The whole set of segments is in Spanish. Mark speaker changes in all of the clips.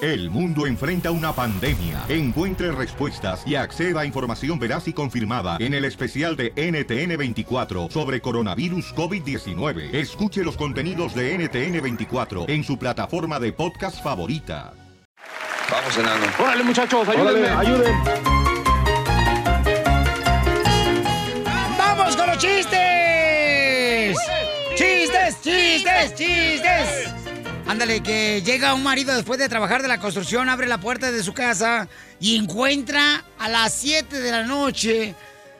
Speaker 1: El mundo enfrenta una pandemia. Encuentre respuestas y acceda a información veraz y confirmada en el especial de NTN24 sobre coronavirus COVID-19. Escuche los contenidos de NTN24 en su plataforma de podcast favorita.
Speaker 2: Vamos, enano.
Speaker 3: Órale, muchachos, ayúdenme.
Speaker 4: ¡Vamos con los chistes! ¡Chistes, chistes, chistes! Ándale, que llega un marido después de trabajar de la construcción, abre la puerta de su casa y encuentra a las 7 de la noche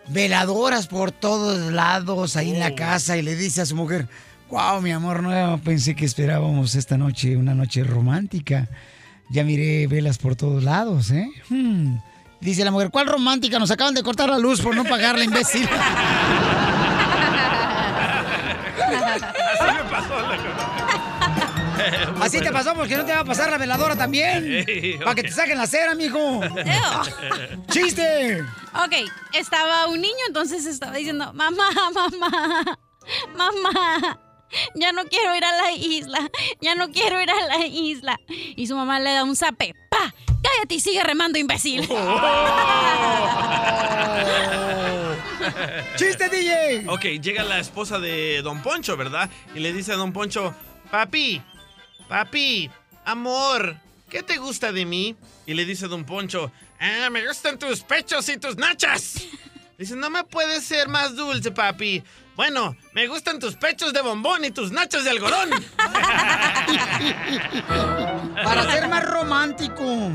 Speaker 4: veladoras por todos lados ahí en la casa y le dice a su mujer, wow, mi amor, no pensé que esperábamos esta noche, una noche romántica. Ya miré velas por todos lados, ¿eh? Hmm". Dice la mujer, ¿cuál romántica? Nos acaban de cortar la luz por no pagarla, imbécil.
Speaker 5: Así me pasó. loco.
Speaker 4: Así te pasó porque no te va a pasar la veladora también.
Speaker 5: Ey,
Speaker 4: Para que
Speaker 5: ok.
Speaker 4: te saquen la cera, mijo.
Speaker 6: Eo.
Speaker 4: ¡Chiste!
Speaker 6: Ok, estaba un niño, entonces estaba diciendo, mamá, mamá, mamá, ya no quiero ir a la isla, ya no quiero ir a la isla. Y su mamá le da un zape, ¡pa! ¡Cállate y sigue remando, imbécil!
Speaker 7: Oh.
Speaker 4: ¡Chiste, DJ!
Speaker 7: Ok, llega la esposa de Don Poncho, ¿verdad? Y le dice a Don Poncho, papi, papi, amor, ¿qué te gusta de mí? Y le dice Don Poncho, "Ah, me gustan tus pechos y tus nachas. Le dice, no me puedes ser más dulce, papi. Bueno, me gustan tus pechos de bombón y tus nachas de algodón.
Speaker 4: Para ser más romántico.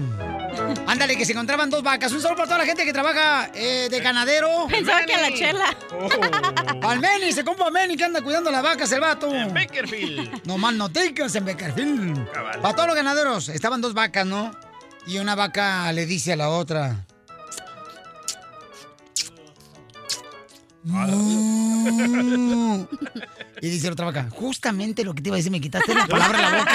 Speaker 4: Ándale, que se encontraban dos vacas. Un saludo para toda la gente que trabaja eh, de ganadero. Oh.
Speaker 6: Pensaba que a la chela.
Speaker 4: Al Meni, se compa Meni que anda cuidando las vacas, el vato. En
Speaker 7: Beckerfield.
Speaker 4: No más noticas en Beckerfield.
Speaker 7: Cabal.
Speaker 4: Para todos los ganaderos, estaban dos vacas, ¿no? Y una vaca le dice a la otra. "Mu". Y dice la otra vaca, justamente lo que te iba a decir, me quitaste la palabra de la boca.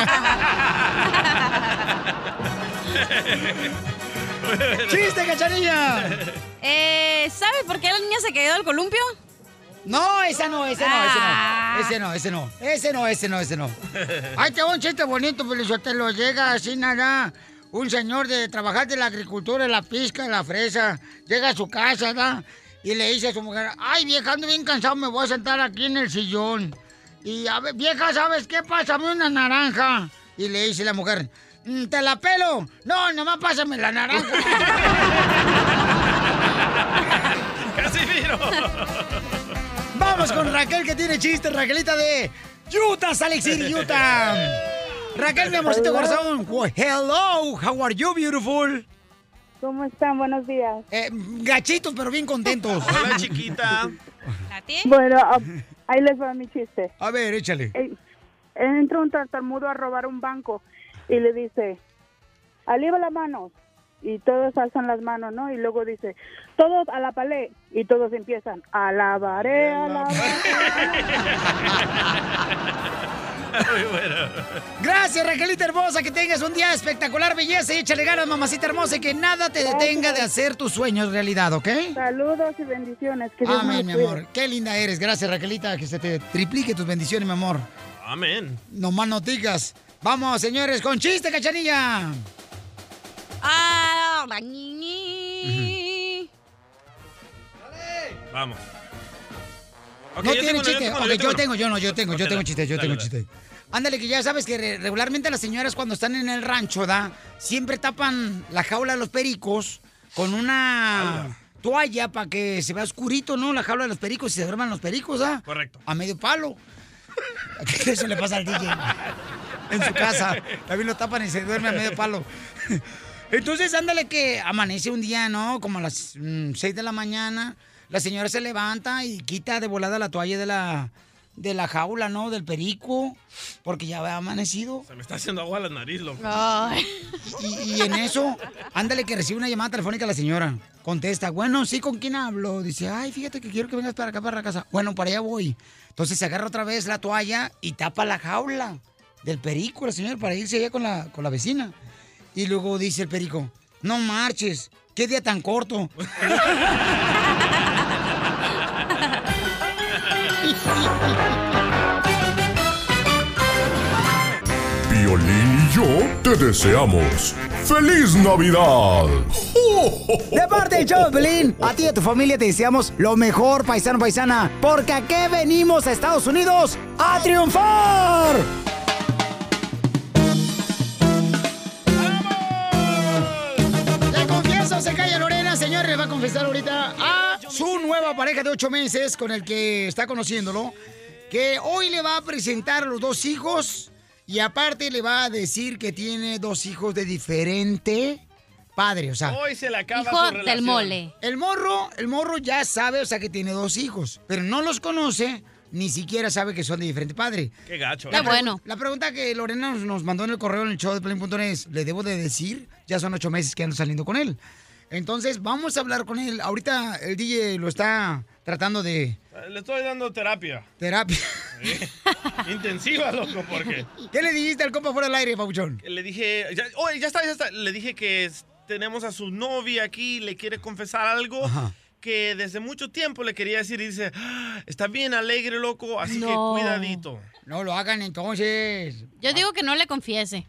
Speaker 4: ¡Chiste, cacharilla!
Speaker 6: Eh, ¿Sabe por qué la niña se cayó del columpio?
Speaker 4: No, esa no, ese no, ese no. Ese no, ese no. Ese no, ese no, ese no. Ahí te va un chiste bonito, Pelizotelo. Llega así nada. Un señor de trabajar de la agricultura, de la pizca, de la fresa. Llega a su casa, ¿da? Y le dice a su mujer, ay, vieja, ando bien cansado, me voy a sentar aquí en el sillón. Y, a ver, vieja, ¿sabes qué? Pásame una naranja. Y le dice la mujer, "Mm, te la pelo. No, nomás pásame la naranja.
Speaker 5: ¡Casimiro!
Speaker 4: Vamos con Raquel que tiene chiste, Raquelita de Utah, Salt Lake City, Utah. Raquel, mi amorcito
Speaker 8: Hello.
Speaker 4: corazón. Well, Hello, how are you, beautiful?
Speaker 8: ¿Cómo están? Buenos días.
Speaker 4: Eh, gachitos, pero bien contentos.
Speaker 7: Hola, chiquita.
Speaker 8: Bueno, ah, ahí les va mi chiste.
Speaker 4: A ver, échale.
Speaker 8: Eh, Entra un tartamudo a robar un banco y le dice, alivia las manos. Y todos alzan las manos, ¿no? Y luego dice, todos a la palé. Y todos empiezan, alabaré, alabaré.
Speaker 5: Muy bueno.
Speaker 4: Gracias, Raquelita hermosa, que tengas un día espectacular, belleza. Y échale ganas, mamacita hermosa, y que nada te detenga de hacer tus sueños realidad, ¿ok?
Speaker 8: Saludos y bendiciones. Que Dios me
Speaker 4: Amén, mi
Speaker 8: los cuide.
Speaker 4: amor. Qué linda eres. Gracias, Raquelita, que se te triplique tus bendiciones, mi amor.
Speaker 7: Amén.
Speaker 4: Nomás no digas. Vamos, señores, con chiste, cachanilla.
Speaker 6: Ah, la niñi.
Speaker 7: Vamos. Ok,
Speaker 4: no
Speaker 7: yo
Speaker 4: tiene
Speaker 7: tengo uno,
Speaker 4: chiste.
Speaker 7: yo tengo
Speaker 4: Ok,
Speaker 7: uno,
Speaker 4: yo
Speaker 7: yo tengo
Speaker 4: tengo,
Speaker 7: uno.
Speaker 4: yo no, yo tengo, yo
Speaker 7: Ok,
Speaker 4: tengo
Speaker 7: dale,
Speaker 4: chiste, yo
Speaker 7: dale,
Speaker 4: tengo
Speaker 7: dale.
Speaker 4: chiste. Ándale, que ya sabes que re- regularmente las señoras cuando están en el rancho, ¿da? Siempre tapan la jaula de los pericos con una toalla para que se vea oscurito, ¿no? La jaula de los pericos y se duerman los pericos, ¿da?
Speaker 7: Correcto.
Speaker 4: A medio palo. Eso le pasa al DJ en su casa. También lo tapan y se duerme a medio palo. Entonces, ándale que amanece un día, ¿no? Como a las 6 de la mañana. La señora se levanta y quita de volada la toalla de la, de la jaula, ¿no? Del perico, porque ya había amanecido.
Speaker 7: Se me está haciendo agua a la nariz, loco.
Speaker 4: Y, y en eso, ándale que recibe una llamada telefónica la señora. Contesta, bueno, sí, ¿con quién hablo? Dice, ay, fíjate que quiero que vengas para acá, para la casa. Bueno, para allá voy. Entonces se agarra otra vez la toalla y tapa la jaula del perico, la señora, para irse allá con la, con la vecina. Y luego dice el perico, no marches, qué día tan corto.
Speaker 9: Piolín y yo te deseamos ¡Feliz Navidad!
Speaker 4: De parte del show de Pelín, a ti y a tu familia te deseamos lo mejor, paisano, paisana, porque aquí venimos a Estados Unidos a triunfar. La confianza se calla, Lorena, señores, les va a confesar ahorita a su nueva pareja de ocho meses con el que está conociéndolo, que hoy le va a presentar a los dos hijos y aparte le va a decir que tiene dos hijos de diferente padre, o sea.
Speaker 7: Hoy se le acaba
Speaker 6: Hijo
Speaker 7: su
Speaker 6: del
Speaker 7: relación.
Speaker 6: mole.
Speaker 4: El morro, el morro ya sabe, o sea, que tiene dos hijos, pero no los conoce, ni siquiera sabe que son de diferente padre.
Speaker 7: Qué gacho.
Speaker 6: Qué
Speaker 7: ¿eh?
Speaker 6: bueno.
Speaker 4: La pregunta que Lorena nos, nos mandó en el correo en el show de Pelín.es, ¿le debo de decir? Ya son ocho meses que ando saliendo con él. Entonces, vamos a hablar con él. Ahorita el DJ lo está tratando de
Speaker 7: Eh, Le estoy dando terapia.
Speaker 4: terapia.
Speaker 7: Intensiva, loco, porque.
Speaker 4: ¿Qué le dijiste al compa fuera del aire, Pabuchón?
Speaker 7: Le dije. Ya, oye, ya está, ya está. Le dije que es- tenemos a su novia aquí, le quiere confesar algo.
Speaker 4: Ajá.
Speaker 7: Que desde mucho tiempo le quería decir y dice, "Ah, está bien alegre, loco, así
Speaker 6: No.
Speaker 7: que cuidadito.
Speaker 4: No lo hagan entonces.
Speaker 6: Yo digo que no le confiese.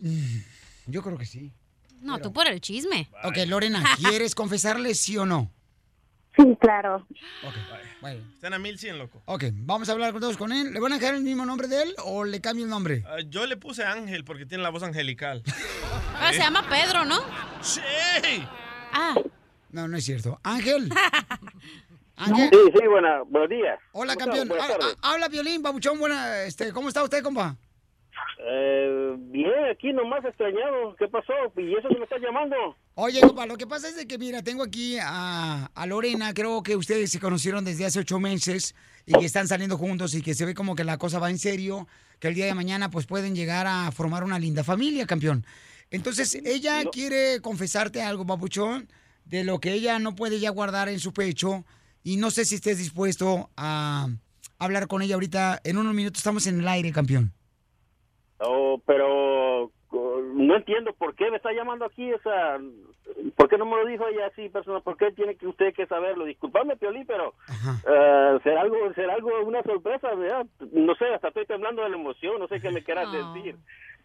Speaker 4: Mm, Yo creo que sí.
Speaker 6: No, tú por el chisme.
Speaker 4: Ok, Lorena, ¿quieres confesarle sí o no?
Speaker 10: Sí, claro.
Speaker 4: Ok, bueno.
Speaker 7: Están a 1100, loco.
Speaker 4: Ok, vamos a hablar todos con él. ¿Le van a dejar el mismo nombre de él o le cambio el nombre?
Speaker 7: Ah, yo le puse Ángel porque tiene la voz angelical. ¿Eh?
Speaker 6: Ah, se llama Pedro, ¿no?
Speaker 7: ¡Sí!
Speaker 6: Ah,
Speaker 4: No, no es cierto. Ángel.
Speaker 11: Sí,
Speaker 4: Ángel.
Speaker 11: sí, buena, buenos días.
Speaker 4: Hola,
Speaker 11: ¿Cómo estás?
Speaker 4: campeón. Ha-
Speaker 11: Buenas tardes.
Speaker 4: ha- Habla Violín, babuchón. Buena, este, ¿Cómo está usted, compa?
Speaker 11: Eh, bien, aquí nomás extrañado. ¿Qué pasó? ¿Y eso que me estás llamando?
Speaker 4: Oye, compa, lo que pasa es de que, mira, tengo aquí a, a Lorena. Creo que ustedes se conocieron desde hace ocho meses y que están saliendo juntos y que se ve como que la cosa va en serio, que el día de mañana pues pueden llegar a formar una linda familia, campeón. Entonces, ella quiere confesarte algo, babuchón, de lo que ella no puede ya guardar en su pecho y no sé si estés dispuesto a hablar con ella ahorita. En unos minutos estamos en el aire, campeón.
Speaker 11: Oh, pero oh, no entiendo por qué me está llamando aquí. O sea, ¿por qué no me lo dijo ella así, persona? ¿Por qué tiene que usted que saberlo? Disculpame, Piolín, pero
Speaker 4: Ajá.
Speaker 11: eh, será algo, será algo, una sorpresa, ¿verdad? No sé, hasta estoy temblando de la emoción. No sé qué me quieras
Speaker 6: No.
Speaker 11: decir.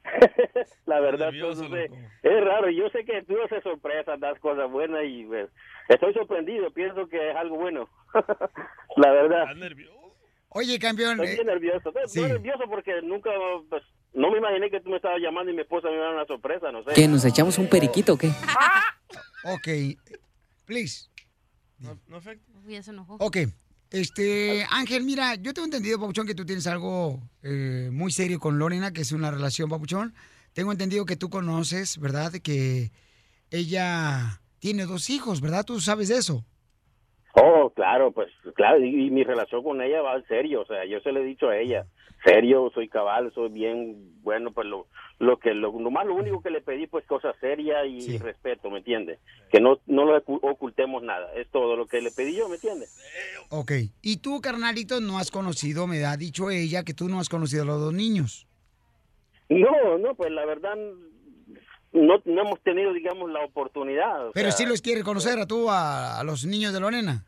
Speaker 11: la verdad,
Speaker 7: Nervioso,
Speaker 11: pues, no sé.
Speaker 7: loco.
Speaker 11: es raro. Yo sé que tú haces sorpresas, das cosas buenas y pues, estoy sorprendido. Pienso que es algo bueno. la verdad.
Speaker 7: ¿Estás nervioso?
Speaker 4: Oye, campeón.
Speaker 11: Estoy
Speaker 4: eh,
Speaker 11: bien nervioso. Estoy
Speaker 4: sí.
Speaker 11: estoy nervioso porque nunca, pues, no me imaginé que tú me estabas llamando y mi esposa me iba a dar una sorpresa, no sé.
Speaker 12: ¿Qué? ¿Nos echamos un periquito o qué?
Speaker 4: ok, please.
Speaker 7: No, no afecta.
Speaker 6: uy, ya se enojó.
Speaker 4: Ok. Este, Ángel, mira, yo tengo entendido, Papuchón, que tú tienes algo eh, muy serio con Lorena, que es una relación, Papuchón. Tengo entendido que tú conoces, ¿verdad? Que ella tiene dos hijos, ¿verdad? Tú sabes de eso.
Speaker 11: Oh, claro, pues, claro, y, y mi relación con ella va en serio, o sea, yo se lo he dicho a ella, serio, soy cabal, soy bien, bueno, pues lo, lo que, lo, nomás lo único que le pedí, pues, cosas serias y,
Speaker 4: Sí.
Speaker 11: respeto, ¿me entiendes? Que no, no lo ocu- ocultemos nada, es todo lo que le pedí yo, ¿me entiendes?
Speaker 4: Ok. Y tú, carnalito, no has conocido, me ha dicho ella, que tú no has conocido a los dos niños.
Speaker 11: No, no, pues, la verdad, no, no hemos tenido, digamos, la oportunidad. o
Speaker 4: Pero
Speaker 11: sea,
Speaker 4: sí los quiere conocer a tú, a, a los niños de Lorena.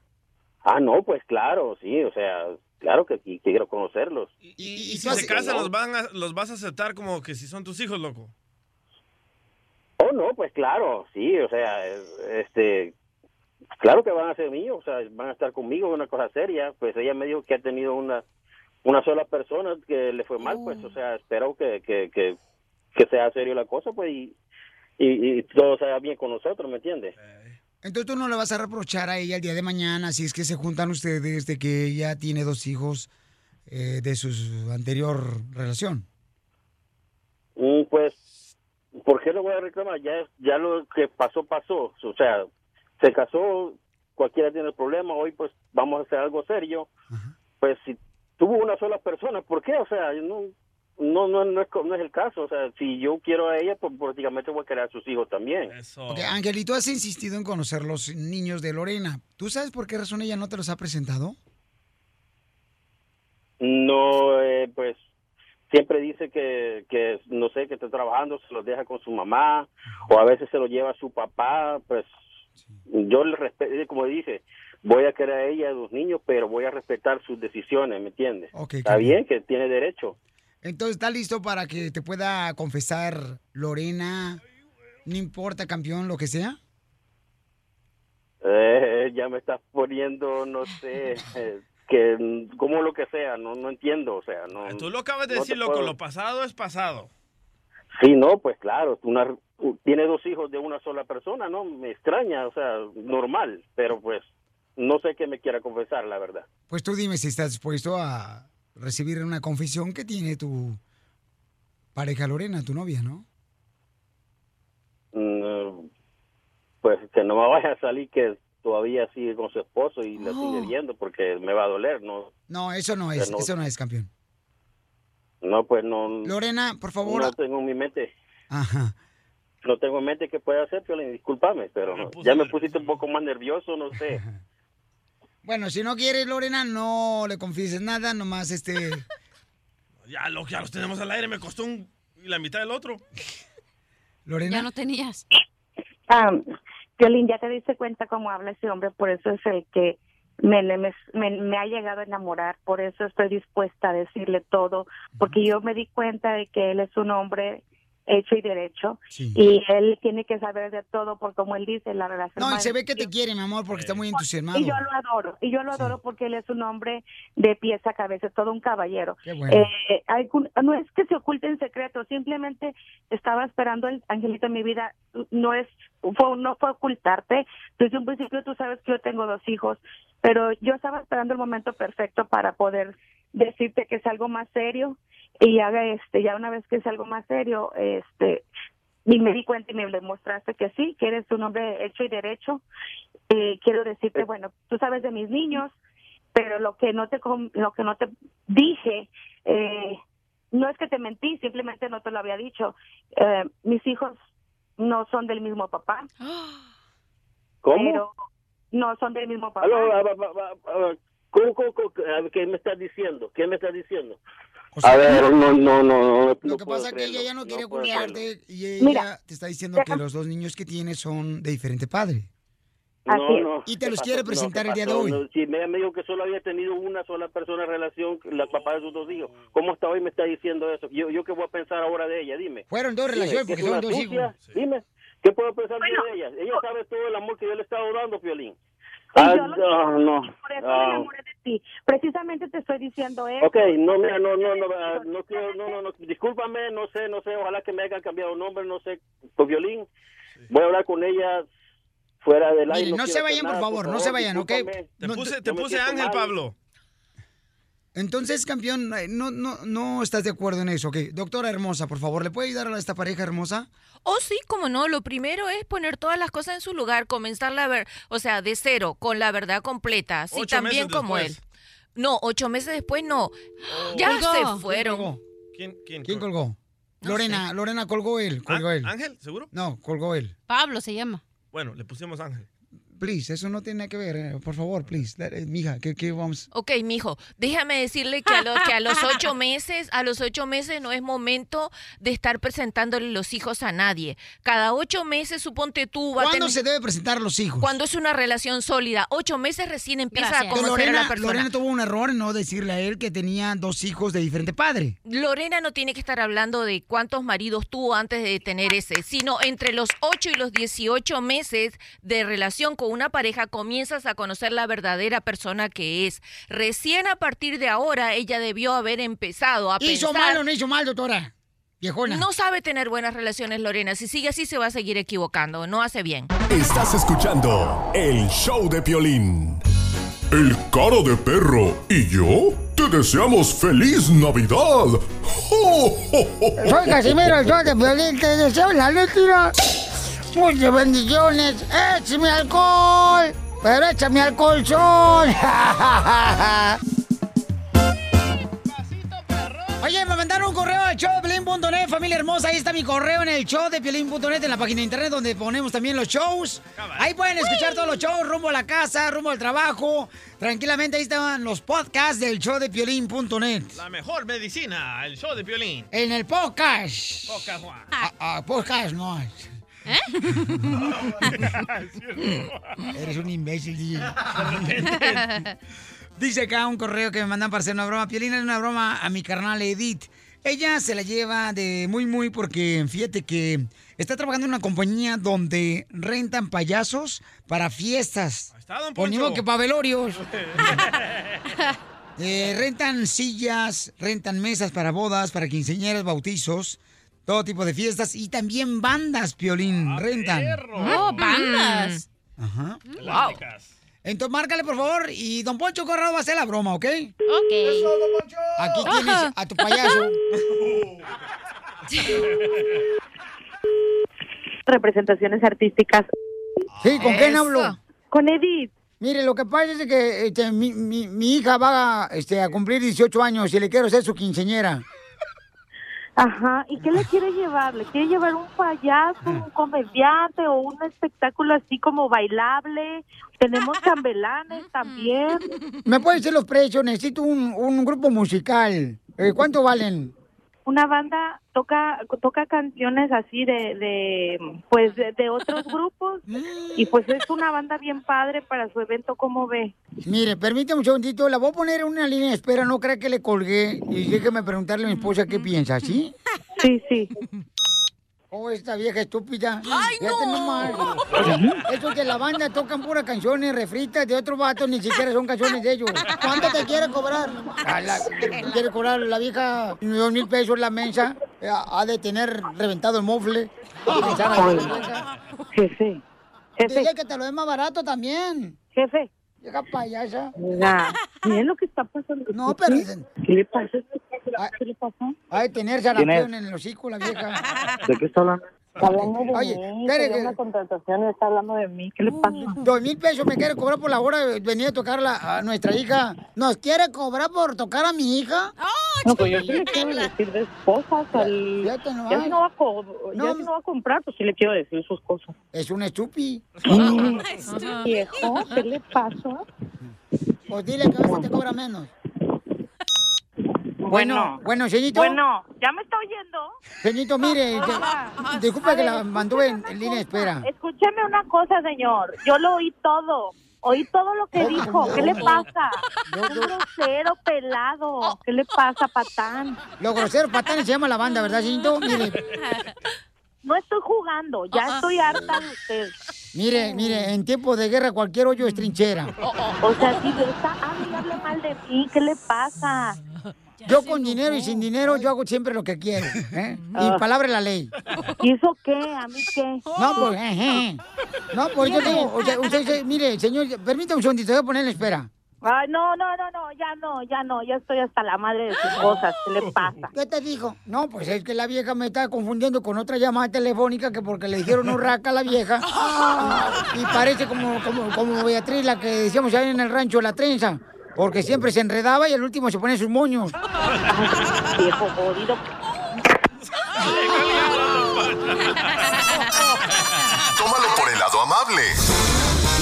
Speaker 11: Ah, no, pues claro, sí, o sea, claro que sí, quiero conocerlos.
Speaker 7: Y,
Speaker 4: Y-
Speaker 7: y
Speaker 4: y
Speaker 7: si
Speaker 4: tú
Speaker 7: se
Speaker 4: haces-
Speaker 7: casan, los, van a- los vas a aceptar como que si son tus hijos, loco.
Speaker 11: Oh, no, pues claro, sí, o sea, es- este, claro que van a ser míos, o sea, van a estar conmigo, una cosa seria, pues ella me dijo que ha tenido una, una sola persona que le fue mal, pues, o sea, espero que, que, que, que sea serio la cosa, pues, y, y, y todo sea bien con nosotros, ¿me entiendes?
Speaker 4: Entonces tú no le vas a reprochar a ella el día de mañana si es que se juntan ustedes de que ella tiene dos hijos eh, de su anterior relación.
Speaker 11: Mm, Pues, ¿por qué lo voy a reclamar? Ya, ya lo que pasó, pasó. O sea, se casó, cualquiera tiene el problema. Hoy, pues, vamos a hacer algo serio. Pues, si tuvo una sola persona, ¿por qué? O sea, no, no, no, no, es, co- no es el caso. O sea, si yo quiero a ella, pues, prácticamente voy a querer a sus hijos también.
Speaker 7: Eso.
Speaker 4: Porque, Angelito, has insistido en conocer los niños de Lorena. ¿Tú sabes por qué razón ella no te los ha presentado?
Speaker 11: No, eh, pues, siempre dice que, que, no sé, que está trabajando, se los deja con su mamá, o a veces se los lleva su papá, pues, yo le respeto, como dice, voy a querer a ella, a los niños, pero voy a respetar sus decisiones, ¿me entiendes?
Speaker 4: Ok,
Speaker 11: Está
Speaker 4: claro.
Speaker 11: bien que tiene derecho.
Speaker 4: Entonces, ¿está listo para que te pueda confesar Lorena? No importa, campeón, lo que sea.
Speaker 11: Eh, ya me estás poniendo, no sé, eh, que como lo que sea, no no entiendo, o sea, no.
Speaker 7: Tú lo acabas de
Speaker 11: no te
Speaker 7: decir, loco,
Speaker 11: puedo-
Speaker 7: lo pasado es pasado.
Speaker 11: Sí, no, pues claro, tú una, u- tiene dos hijos de una sola persona, ¿no? Me extraña, o sea, normal, pero pues no sé qué me quiera confesar, la verdad.
Speaker 4: Pues tú dime si estás dispuesto a recibir una confesión que tiene tu pareja Lorena, tu novia, ¿no?
Speaker 11: Mm, pues que no me vaya a salir que todavía sigue con su esposo y la sigue viendo porque me va a doler, ¿no?
Speaker 4: No, eso no es,
Speaker 11: Pero no-
Speaker 4: eso no es, campeón.
Speaker 11: No, pues no.
Speaker 4: Lorena, por favor.
Speaker 11: No tengo en mi mente.
Speaker 4: Ajá.
Speaker 11: No tengo en mente qué puede hacer, Piolín, discúlpame, pero ya me pusiste un poco más nervioso, no sé.
Speaker 4: Bueno, si no quieres, Lorena, no le confieses nada, nomás este...
Speaker 7: Ya, loco, ya los tenemos al aire, me costó un, la mitad del otro.
Speaker 4: Lorena.
Speaker 13: Ya no tenías.
Speaker 14: Am, Piolín, Ah, ya te diste cuenta cómo habla ese hombre, por eso es el que me, me, me- me ha llegado a enamorar, por eso estoy dispuesta a decirle todo, porque yo me di cuenta de que él es un hombre hecho y derecho y él tiene que saber de todo, por como él dice, la relación.
Speaker 4: No, y
Speaker 14: más-
Speaker 4: se ve que te quiere, mi amor, porque está muy entusiasmado.
Speaker 14: y yo lo adoro, y yo lo adoro porque él es un hombre de pies a cabeza, es todo un caballero.
Speaker 4: Qué bueno.
Speaker 14: Eh, algún- no es que se oculten secretos, simplemente estaba esperando el angelito en mi vida, no es fue, no fue ocultarte, desde un principio tú sabes que yo tengo dos hijos, pero yo estaba esperando el momento perfecto para poder decirte que es algo más serio y haga este ya una vez que es algo más serio este y me di cuenta y me demostraste que sí, que eres un hombre hecho y derecho. Eh, quiero decirte, bueno, tú sabes de mis niños, pero lo que no te com- lo que no te dije eh, no es que te mentí, simplemente no te lo había dicho. Eh, mis hijos no son del mismo papá.
Speaker 11: ¿Cómo?
Speaker 14: Pero no son del mismo papá.
Speaker 11: Aló, a- a- a- a- ¿cómo- cómo- cómo- a- ¿Qué me estás diciendo? ¿Qué me estás diciendo?
Speaker 4: sea,
Speaker 11: a ver, no, no, no, no.
Speaker 4: Lo
Speaker 11: no
Speaker 4: que
Speaker 11: puedo
Speaker 4: pasa es que ella
Speaker 11: creerlo,
Speaker 4: ya no quiere
Speaker 11: puedo creerlo.
Speaker 4: ocultarte y ella
Speaker 14: Mira.
Speaker 4: te está diciendo que los dos niños que tiene son de diferente padre.
Speaker 14: Así es.
Speaker 4: Y te
Speaker 11: ¿qué
Speaker 4: los
Speaker 11: pasó?
Speaker 4: quiere
Speaker 11: No,
Speaker 4: presentar
Speaker 11: ¿qué
Speaker 4: el día de
Speaker 11: pasó?
Speaker 4: hoy.
Speaker 11: No, si me, me dijo que solo había tenido una sola persona en relación, la papá de sus dos hijos. ¿Cómo hasta hoy me está diciendo eso? ¿Yo, yo qué voy a pensar ahora de ella? Dime.
Speaker 4: Fueron dos
Speaker 11: Dime,
Speaker 4: relaciones
Speaker 11: ¿que
Speaker 4: porque
Speaker 11: es
Speaker 4: son
Speaker 11: una
Speaker 4: dos
Speaker 11: sucia?
Speaker 4: hijos.
Speaker 11: Dime, ¿qué puedo pensar yo de ella? Ella sabe todo el amor que yo le he estado dando, Piolín. Ah,
Speaker 14: yo lo-
Speaker 11: no, no.
Speaker 14: Por eso me
Speaker 11: Ah.
Speaker 14: enamoré de ti. Precisamente te estoy diciendo eso.
Speaker 11: Ok, no, mira, no, no, no, ah, no quiero, no, no, no, discúlpame, no sé, no sé, ojalá que me hayan cambiado nombre, no sé, tu violín, voy a hablar con ella fuera del aire.
Speaker 4: Miren, no
Speaker 11: quiero
Speaker 4: se
Speaker 11: hacer
Speaker 4: vayan, por
Speaker 11: nada,
Speaker 4: favor, no se vayan, ¿ok?
Speaker 11: discúlpame.
Speaker 7: Te
Speaker 4: No,
Speaker 7: puse,
Speaker 4: te-
Speaker 7: te
Speaker 11: no me
Speaker 7: puse
Speaker 11: siento
Speaker 7: Ángel,
Speaker 11: mal.
Speaker 7: Pablo.
Speaker 4: Entonces, campeón, eh, no, no, no estás de acuerdo en eso. Ok, doctora hermosa, por favor, ¿le puede ayudar a esta pareja hermosa?
Speaker 15: Oh, sí, como no. Lo primero es poner todas las cosas en su lugar, comenzarla a ver, o sea, de cero, con la verdad completa. Sí,
Speaker 7: Ocho
Speaker 15: también
Speaker 7: meses
Speaker 15: como
Speaker 7: después.
Speaker 15: él. No, ocho meses después no. Ya
Speaker 4: Colgó.
Speaker 15: se fueron.
Speaker 4: ¿Quién colgó?
Speaker 7: ¿Quién, quién,
Speaker 4: ¿Quién
Speaker 7: col-
Speaker 4: colgó?
Speaker 15: No
Speaker 4: Lorena, Lorena colgó él, colgó
Speaker 7: Ah,
Speaker 4: él.
Speaker 7: ¿Ángel? ¿Seguro?
Speaker 4: No, colgó él.
Speaker 13: Pablo se llama.
Speaker 7: Bueno, le pusimos Ángel.
Speaker 4: Please, eso no tiene nada que ver, eh, por favor, please. La- eh, Mija, ¿qué, qué vamos?
Speaker 15: Ok, mijo, déjame decirle que a, lo- que a los ocho meses, a los ocho meses no es momento de estar presentándole los hijos a nadie. Cada ocho meses, suponte tú, va a
Speaker 4: ¿Cuándo
Speaker 15: tener-
Speaker 4: se debe presentar a los hijos?
Speaker 15: Cuando es una relación sólida, ocho meses recién empieza
Speaker 13: Gracias.
Speaker 15: a
Speaker 4: Que
Speaker 15: conocer a
Speaker 4: Lorena,
Speaker 15: la persona.
Speaker 4: Lorena tuvo un error en no decirle a él que tenía dos hijos de diferente padre.
Speaker 15: Lorena no tiene que estar hablando de cuántos maridos tuvo antes de tener ese, sino entre los 8 y los 18 meses de relación con una pareja comienzas a conocer la verdadera persona que es. Recién a partir de ahora ella debió haber empezado a
Speaker 4: ¿Hizo
Speaker 15: pensar.
Speaker 4: mal o no hizo mal, doctora? Viejona.
Speaker 15: No sabe tener buenas relaciones, Lorena. Si sigue así, se va a seguir equivocando. No hace bien.
Speaker 9: Estás escuchando el show de Piolín. El cara de perro y yo te deseamos feliz Navidad. ¡Jo, jo, jo!
Speaker 4: Soy Casimiro, el show de violín, te deseo la letra. Muchas bendiciones, échame alcohol, pero échame al colchón. Oye, me mandaron un correo al show de Piolín.net, familia hermosa. Ahí está mi correo en el show de Piolín.net, en la página de internet donde ponemos también los shows. Ahí pueden escuchar todos los shows, rumbo a la casa, rumbo al trabajo. Tranquilamente, ahí están los podcasts del show de Piolín.net.
Speaker 7: La mejor medicina, el show de violín.
Speaker 4: En el podcast.
Speaker 7: Poca Juan.
Speaker 4: Ah, ah, podcast no. Eres un imbécil, DJ. Dice acá un correo que me mandan para hacer una broma. Piolín es una broma a mi carnal Edith. Ella se la lleva de muy, muy porque fíjate que está trabajando en una compañía donde rentan payasos para fiestas.
Speaker 5: está, don
Speaker 4: Por
Speaker 5: Poncho.
Speaker 4: mismo que para velorios. Eh, rentan sillas, rentan mesas para bodas, para quinceañeras, bautizos, todo tipo de fiestas y también bandas, Piolín,
Speaker 5: Ah,
Speaker 4: rentan.
Speaker 6: Oh, bandas.
Speaker 4: Ajá.
Speaker 6: Wow.
Speaker 4: Entonces, márcale, por favor, y Don Poncho Corrado va a hacer la broma, ¿ok?
Speaker 6: Ok.
Speaker 4: Aquí tienes a tu payaso.
Speaker 14: Representaciones artísticas.
Speaker 4: Sí, ¿con quién
Speaker 14: Eso.
Speaker 4: hablo?
Speaker 14: Con Edith.
Speaker 4: Mire, lo que pasa es que este, mi, mi- mi hija va este, a cumplir 18 años y le quiero ser su quinceñera.
Speaker 14: Ajá, ¿y qué le quiere llevar? ¿Le quiere llevar un payaso, un comediante o un espectáculo así como bailable? Tenemos chambelanes también.
Speaker 4: ¿Me pueden decir los precios? Necesito un, un grupo musical. Eh, ¿Cuánto valen?
Speaker 14: Una banda toca toca canciones así de, de pues de, de otros grupos y pues es una banda bien padre para su evento, ¿cómo ve?
Speaker 4: Mire, permítame un segundito, la voy a poner en una línea de espera, no crea que le colgué y déjeme preguntarle a mi esposa qué piensa, ¿sí?
Speaker 14: Sí, sí.
Speaker 4: Oh, esta vieja estúpida.
Speaker 5: ¡Ay,
Speaker 4: Fíjate
Speaker 5: no!
Speaker 4: nomás. Esos de la banda tocan puras canciones refritas de otros vatos, ni siquiera son canciones de ellos. ¿Cuánto te quiere cobrar? A la- te quiere cobrar la vieja dos mil pesos la mensa. Eh, Ha de tener reventado el mofle.
Speaker 14: Jefe. Jefe.
Speaker 4: Dile que te lo den más barato también.
Speaker 14: Jefe.
Speaker 4: Llega payasa.
Speaker 14: Mira, miren lo que está pasando.
Speaker 4: No, pero-
Speaker 14: ¿Qué le pasa?
Speaker 4: ¿Qué le pasó? Ay, tener
Speaker 14: ¿Quién es?
Speaker 4: zarapión en el hocico, la vieja.
Speaker 16: ¿De qué está hablando?
Speaker 14: Hablando de
Speaker 4: Oye,
Speaker 14: mí,
Speaker 4: espere
Speaker 14: sería
Speaker 4: que-
Speaker 14: una contratación, está hablando de mí. ¿Qué le pasa?
Speaker 4: Dos mil pesos me quiere cobrar por la hora de venir a tocar la- a nuestra hija. ¿Nos quiere cobrar por tocar a mi hija?
Speaker 14: No, pues yo sí le quiero decir de cosas al... Ya,
Speaker 4: nomás.
Speaker 14: si no va a, co- ya si no va a comprar, pues sí le quiero decir sus cosas.
Speaker 4: Es un estupi.
Speaker 17: Ah,
Speaker 14: Viejo, ¿qué le pasó?
Speaker 4: Pues dile que a veces te cobra menos. Bueno, bueno, señorito.
Speaker 14: Bueno, ¿ya me está oyendo?
Speaker 4: Señorito, mire,
Speaker 17: ah,
Speaker 14: Hola.
Speaker 4: que- disculpa
Speaker 14: A
Speaker 4: que
Speaker 14: ver,
Speaker 4: la mantuve en, en línea de espera.
Speaker 14: Escúchame una cosa, señor. Yo lo oí todo. Oí todo lo que dijo. ¿Qué le pasa? Un grosero pelado. ¿Qué le pasa, patán?
Speaker 4: Los groseros patanes se llama la banda, ¿verdad, señorito? Mire,
Speaker 14: No estoy jugando.
Speaker 4: Ah.
Speaker 14: Ya estoy harta de usted.
Speaker 4: mire, mire, en tiempo de guerra cualquier hoyo es trinchera.
Speaker 14: Mm. O sea, si de esta hable, hable mal de mí. ¿Qué le pasa?
Speaker 4: Yo con dinero y sin dinero, yo hago siempre lo que quiero. ¿eh?
Speaker 14: Ah.
Speaker 4: Y palabra de la ley.
Speaker 14: ¿Y eso qué? ¿A mí qué?
Speaker 4: No, pues, eh, eh. no, pues yo tengo, o sea, usted, dice, mire, señor, permítame un segundito, voy a poner en espera.
Speaker 14: Ay, no, no, no, no. Ya no, ya no. Ya estoy hasta la madre de sus cosas. ¿Qué le pasa?
Speaker 4: ¿Qué te dijo? No, pues es que la vieja me está confundiendo con otra llamada telefónica que porque le dijeron urraca a la vieja. Y parece como, como, como Beatriz, la que decíamos allá en el rancho, la trenza. Porque siempre se enredaba y al último se pone sus moños.
Speaker 14: Viejo jodido.
Speaker 3: Tómalo por el lado amable.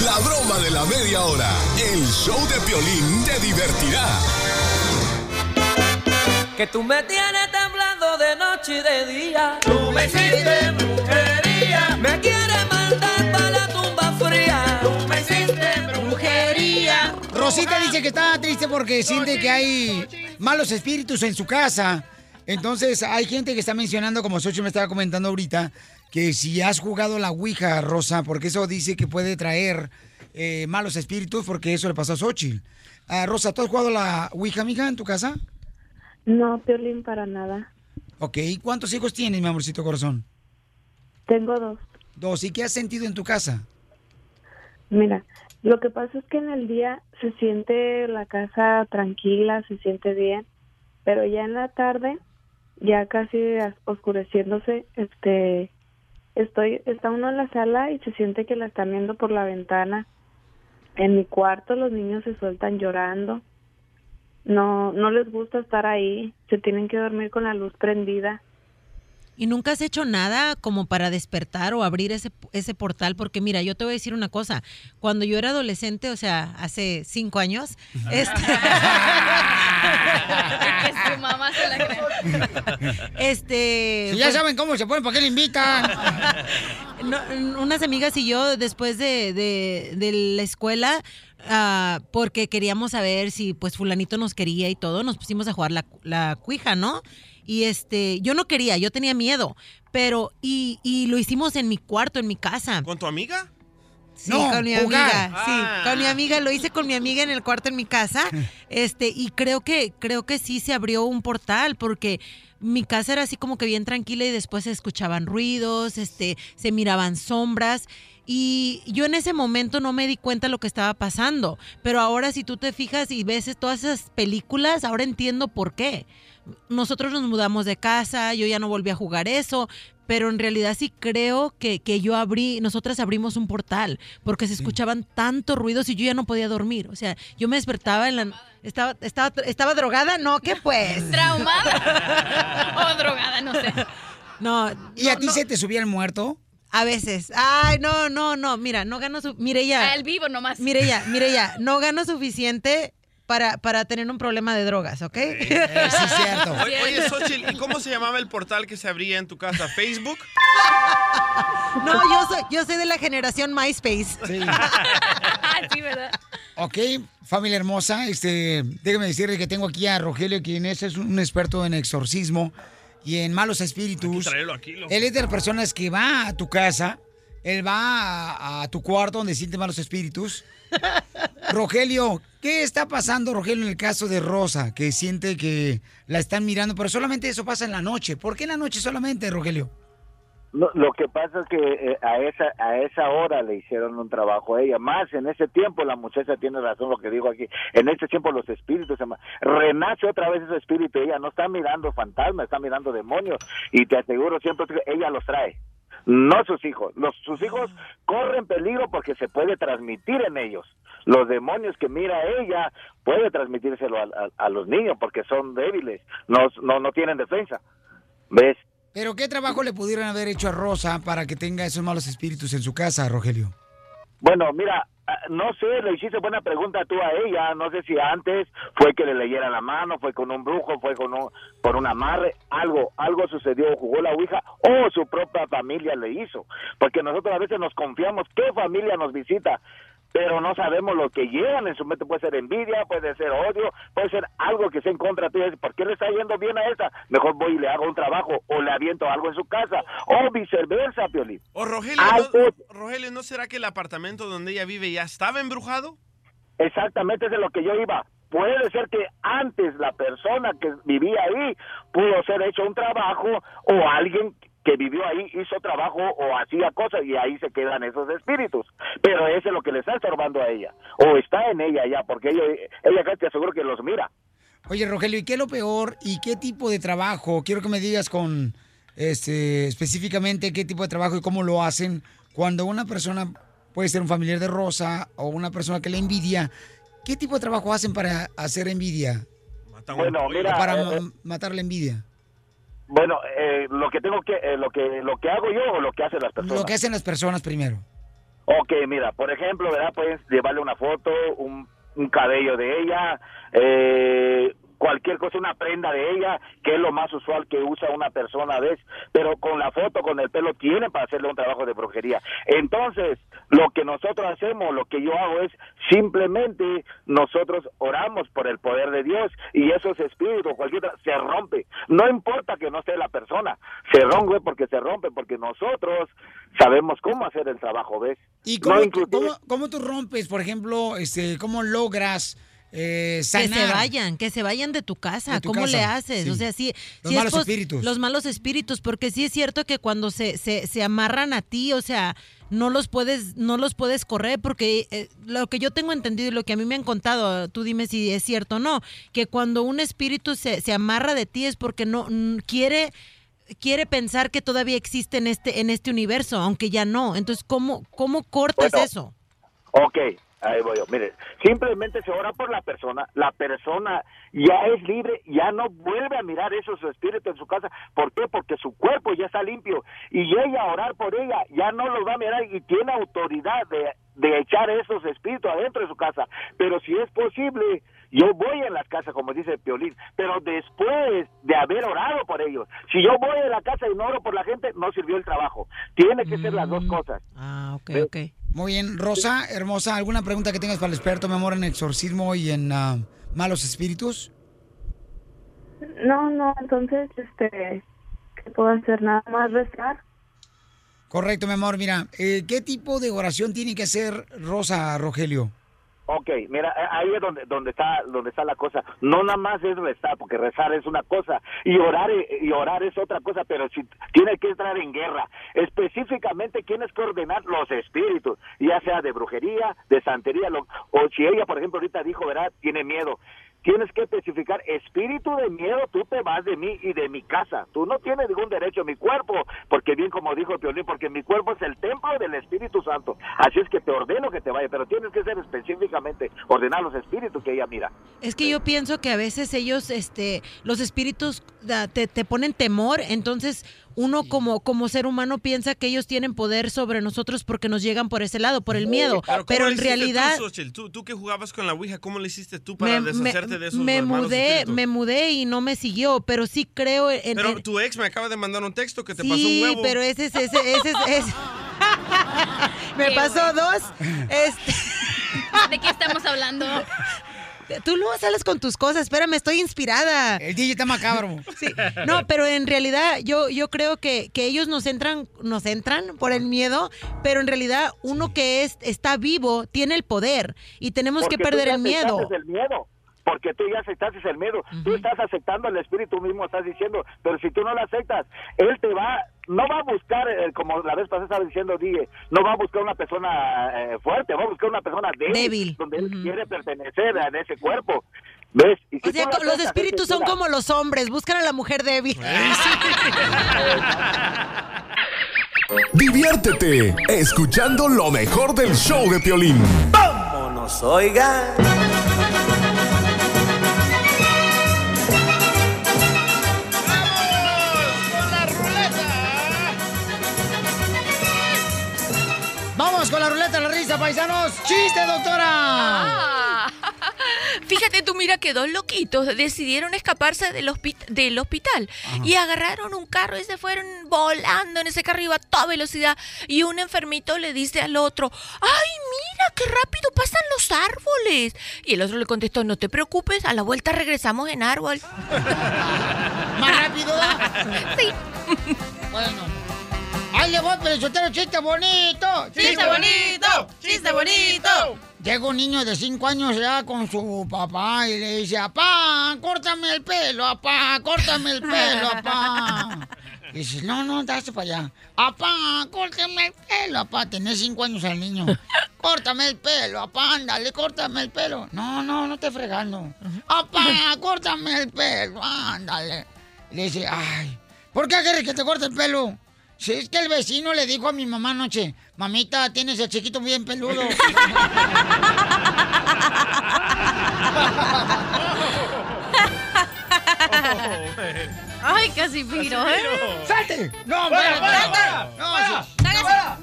Speaker 3: La broma de la media hora. El show de Piolín te divertirá.
Speaker 18: Que tú me tienes temblando de noche y de día. Tú me hiciste brujería. Me quieres mandar para la tumba fría. Tú me hiciste brujería.
Speaker 4: Rosita dice que está triste porque siente que hay malos espíritus en su casa. Entonces, hay gente que está mencionando, como Sochi me estaba comentando ahorita, que si has jugado la Ouija, Rosa, porque eso dice que puede traer eh, malos espíritus, porque eso le pasó a Sochi. Rosa, ¿tú has jugado la Ouija, mija, en tu casa?
Speaker 19: No, Piolín, para nada.
Speaker 4: Ok, ¿cuántos hijos tienes, mi amorcito corazón?
Speaker 19: Tengo dos.
Speaker 4: Dos, ¿y qué has sentido en tu casa?
Speaker 19: Mira, lo que pasa es que en el día se siente la casa tranquila, se siente bien, pero ya en la tarde, ya casi as- oscureciéndose, este, estoy, está uno en la sala y se siente que la están viendo por la ventana. En mi cuarto los niños se sueltan llorando. No, no les gusta estar ahí. Se tienen que dormir con la luz prendida.
Speaker 20: ¿Y nunca has hecho nada como para despertar o abrir ese, ese portal? Porque mira, yo te voy a decir una cosa. Cuando yo era adolescente, o sea, hace cinco años, este...
Speaker 6: que su mamá se la cree.
Speaker 20: este
Speaker 4: Si ya saben cómo se ponen, ¿para qué le invitan?
Speaker 20: No, unas amigas y yo después de, de- de la escuela ah, porque queríamos saber si pues fulanito nos quería y todo nos pusimos a jugar la, la cuija no Y este, yo no quería, yo tenía miedo, pero, y, y lo hicimos en mi cuarto, en mi casa.
Speaker 7: ¿Con tu amiga?
Speaker 20: Sí,
Speaker 7: No,
Speaker 20: con mi
Speaker 7: jugar.
Speaker 20: amiga,
Speaker 7: Ah.
Speaker 20: sí, con mi amiga, lo hice con mi amiga en el cuarto en mi casa, este, y creo que, creo que sí se abrió un portal, porque mi casa era así como que bien tranquila y después se escuchaban ruidos, este, se miraban sombras, y yo en ese momento no me di cuenta lo que estaba pasando, pero ahora si tú te fijas y ves todas esas películas, ahora entiendo por qué. Nosotros nos mudamos de casa, yo ya no volví a jugar eso, pero en realidad sí creo que, que yo abrí, nosotras abrimos un portal, porque se escuchaban tantos ruidos y yo ya no podía dormir. O sea, yo me despertaba en la... Estaba, estaba, estaba drogada, no, ¿qué pues?
Speaker 6: ¿Traumada? o drogada, no sé.
Speaker 20: No. ¿Y a ti se
Speaker 4: te subía el muerto?
Speaker 20: A veces. Ay, no, no, no. Mira, no gano su. Mire ya.
Speaker 6: Al vivo nomás.
Speaker 20: Mire ya, mire ya. No gano suficiente para, para tener un problema de drogas, ¿ok?
Speaker 7: Oye, oye, Xochitl, ¿y cómo se llamaba el portal que se abría en tu casa? ¿Facebook?
Speaker 20: No, yo soy, yo soy de la generación MySpace.
Speaker 4: Ah,
Speaker 6: sí, ¿verdad?
Speaker 4: Ok, familia hermosa, este, déjeme decirle que tengo aquí a Rogelio, quien es, es un experto en exorcismo y en malos espíritus.
Speaker 5: traerlo aquí, loco.
Speaker 4: Él es de las personas que va a tu casa, él va a, a tu cuarto donde siente malos espíritus. Rogelio, ¿qué está pasando, Rogelio, en el caso de Rosa, que siente que la están mirando, pero solamente eso pasa en la noche? ¿Por qué en la noche solamente, Rogelio?
Speaker 16: Lo, lo que pasa es que eh, a esa a esa hora le hicieron un trabajo a ella. Más en ese tiempo, la muchacha tiene razón lo que digo aquí. En ese tiempo los espíritus se ma- renace otra vez ese espíritu. Ella no está mirando fantasmas, está mirando demonios y te aseguro siempre que ella los trae. No sus hijos. Los sus hijos corren peligro porque se puede transmitir en ellos. Los demonios que mira ella puede transmitírselo a, a- a los niños porque son débiles, no no no tienen defensa. ¿Ves?
Speaker 4: ¿Pero qué trabajo le pudieran haber hecho a Rosa para que tenga esos malos espíritus en su casa, Rogelio?
Speaker 16: Bueno, mira, ah, no sé, le hiciste buena pregunta tú a ella, no sé si antes fue que le leyera la mano, fue con un brujo, fue con un, por un amarre, algo, algo sucedió, jugó la Ouija o su propia familia le hizo, porque nosotros a veces nos confiamos qué familia nos visita, pero no sabemos lo que llevan en su mente, puede ser envidia, puede ser odio, puede ser algo que se en contra tuya, dices, ¿por qué le está yendo bien a esa? Mejor voy y le hago un trabajo o le aviento algo en su casa o viceversa, Piolín.
Speaker 7: O Rogelio,
Speaker 16: Algo
Speaker 7: ¿no, Rogelio, ¿no será que el apartamento donde ella vive ya estaba embrujado?
Speaker 16: Exactamente es de lo que yo iba. Puede ser que antes la persona que vivía ahí pudo ser hecho un trabajo o alguien que vivió ahí hizo trabajo o hacía cosas y ahí se quedan esos espíritus. Pero eso es lo que le está estorbando a ella. O está en ella ya, porque ella, ella casi te aseguro que los mira.
Speaker 4: Oye, Rogelio, ¿y qué es lo peor y qué tipo de trabajo? Quiero que me digas con este específicamente qué tipo de trabajo y cómo lo hacen cuando una persona puede ser un familiar de Rosa o una persona que le envidia. ¿Qué tipo de trabajo hacen para hacer envidia?
Speaker 16: Bueno, mira,
Speaker 4: O para
Speaker 16: eh, eh,
Speaker 4: ma- matar la envidia.
Speaker 16: bueno, eh, lo que tengo que, eh, lo que, lo que hago yo o lo que hacen las personas.
Speaker 4: Lo que hacen las personas primero.
Speaker 16: Ok, mira, por ejemplo, ¿verdad? Puedes llevarle una foto, un, un cabello de ella, eh, cualquier cosa, una prenda de ella, que es lo más usual que usa una persona, ¿ves? Pero con la foto, con el pelo, tienen para hacerle un trabajo de brujería. Entonces, lo que nosotros hacemos, lo que yo hago es simplemente nosotros oramos por el poder de Dios y esos espíritus, cualquier otra, se rompe. No importa que no esté la persona, se rompe porque se rompe, porque nosotros sabemos cómo hacer el trabajo, ¿ves?
Speaker 4: ¿Y
Speaker 16: No,
Speaker 4: cómo, tú-
Speaker 16: inclusive-
Speaker 4: cómo- cómo tú rompes, por ejemplo, este, cómo logras eh,
Speaker 20: Que
Speaker 4: sanar?
Speaker 20: se vayan, que se vayan de tu casa.
Speaker 4: De tu
Speaker 20: ¿Cómo
Speaker 4: casa,
Speaker 20: le haces?
Speaker 4: sí.
Speaker 20: O sea, sí.
Speaker 4: Los
Speaker 20: sí es
Speaker 4: malos
Speaker 20: pos-
Speaker 4: espíritus.
Speaker 20: Los malos espíritus, porque sí es cierto que cuando se, se, se amarran a ti, o sea, no los puedes, no los puedes correr, porque eh, lo que yo tengo entendido y lo que a mí me han contado, tú dime si es cierto o no, que cuando un espíritu se, se amarra de ti es porque no mm, quiere quiere pensar que todavía existe en este en este universo, aunque ya no. Entonces, ¿cómo cómo cortas
Speaker 16: Bueno,
Speaker 20: eso?
Speaker 16: Ok, ahí voy yo. Mire, simplemente se ora por la persona. La persona ya es libre, ya no vuelve a mirar esos espíritus en su casa. ¿Por qué? Porque su cuerpo ya está limpio. Y ella, orar por ella, ya no los va a mirar y tiene autoridad de, de echar esos espíritus adentro de su casa. Pero si es posible, yo voy en las casas, como dice Piolín, pero después de haber orado por ellos. Si yo voy a la casa y no oro por la gente, no sirvió el trabajo. Tiene que ser las dos cosas.
Speaker 20: Ah, ok,
Speaker 16: Ve-
Speaker 20: ok.
Speaker 4: Muy bien, Rosa, hermosa, ¿alguna pregunta que tengas para el experto, mi amor, en exorcismo y en ah, malos espíritus?
Speaker 19: No, no, entonces, este, ¿qué puedo hacer? Nada más rezar.
Speaker 4: Correcto, mi amor. Mira, eh, ¿qué tipo de oración tiene que hacer Rosa, Rogelio?
Speaker 16: Ok, mira, eh, ahí es donde, donde, está, donde está la cosa. No nada más es rezar, porque rezar es una cosa y orar, eh, y orar es otra cosa, pero si tiene que entrar en guerra. Específicamente tienes que ordenar los espíritus, ya sea de brujería, de santería, lo- o si ella, por ejemplo, ahorita dijo, ¿verdad? Tiene miedo. Tienes que especificar, espíritu de miedo, tú te vas de mí y de mi casa. Tú no tienes ningún derecho a mi cuerpo, porque bien como dijo el Piolín, porque mi cuerpo es el templo del Espíritu Santo. Así es que te ordeno que te vaya, pero tienes que ser específicamente, ordenar los espíritus que ella mira.
Speaker 20: Es que yo pienso que a veces ellos, este, los espíritus da- te, te ponen temor, entonces uno como, como ser humano piensa que ellos tienen poder sobre nosotros porque nos llegan por ese lado, por el miedo.
Speaker 7: ¿cómo
Speaker 20: Pero,
Speaker 7: le
Speaker 20: en
Speaker 7: hiciste
Speaker 20: realidad
Speaker 7: Tú, Xochitl? tú, tú que jugabas con la Ouija, ¿cómo le hiciste tú para deshacerte de esos
Speaker 20: me
Speaker 7: malos
Speaker 20: mudé,
Speaker 7: espíritus?
Speaker 20: me mudé y no me siguió, pero sí creo en...
Speaker 7: Pero
Speaker 20: en-
Speaker 7: tu ex me acaba de mandar un texto que te
Speaker 20: sí,
Speaker 7: pasó un huevo.
Speaker 20: pero ese es, ese, ese es, ese- me pasó dos. este.
Speaker 6: ¿De qué estamos hablando?
Speaker 20: Tú no sales con tus cosas, espérame, estoy inspirada.
Speaker 4: El DJ está macabro.
Speaker 20: Sí. No, pero en realidad yo, yo creo que, que ellos nos entran, nos entran por el miedo, pero en realidad uno que es, está vivo tiene el poder y tenemos
Speaker 16: Porque
Speaker 20: que
Speaker 16: tú
Speaker 20: perder
Speaker 16: ya
Speaker 20: el miedo.
Speaker 16: aceptaste el miedo. Porque tú ya aceptaste el miedo. Tú estás aceptando el espíritu mismo, estás diciendo. Pero si tú no lo aceptas, él te va. No va a buscar, eh, como la vez pasada estaba diciendo Dije, no va a buscar una persona eh, fuerte, va a buscar una persona débil.
Speaker 20: Débil.
Speaker 16: Donde él quiere pertenecer a ese cuerpo. ¿Ves? Y si
Speaker 20: O sea,
Speaker 16: tú no
Speaker 20: co- los
Speaker 16: aceptas,
Speaker 20: espíritus
Speaker 16: ese
Speaker 20: son
Speaker 16: mira,
Speaker 20: como los hombres, buscan a la mujer débil.
Speaker 3: Diviértete escuchando lo mejor del show de Piolín. ¡Vámonos, oiga!
Speaker 4: Vamos con la ruleta de la risa, paisanos. ¡Chiste, doctora!
Speaker 15: Ah. Fíjate tú, mira que dos loquitos decidieron escaparse del, hospi- del hospital y agarraron un carro y se fueron volando en ese carro iba a toda velocidad y un enfermito le dice al otro, ¡ay, mira qué rápido pasan los árboles! Y el otro le contestó, no te preocupes, a la vuelta regresamos en árbol.
Speaker 4: ¿Más rápido?
Speaker 15: sí.
Speaker 4: Bueno. ¡Ahí le voy, pelizotero! ¡Chiste bonito!
Speaker 18: Chiste bonito, chiste bonito.
Speaker 4: Llega un niño de 5 años ya con su papá y le dice, ¡Apá, córtame el pelo, apá, córtame el pelo, apá! Y dice, no, no, date para allá. ¡Apá, córtame el pelo, apá! Tenés 5 años al niño. ¡Córtame el pelo, apá, ándale, córtame el pelo! No, no, no te fregando. ¡Apá, córtame el pelo, ándale! Y le dice, ¡ay! ¿Por qué quieres que te corte el pelo? Si es que el vecino le dijo a mi mamá anoche, mamita, tienes el chiquito bien peludo.
Speaker 6: Ay, casi piro, ¿eh?
Speaker 4: ¡Salte! ¡No,
Speaker 6: ¡Fuera,
Speaker 4: hombre!
Speaker 6: fuera,
Speaker 4: ¡Salte!
Speaker 6: fuera!
Speaker 4: ¡No,
Speaker 6: ¡Fuera!
Speaker 4: sí!
Speaker 6: ¡Sáquese!
Speaker 4: ¡Fuera!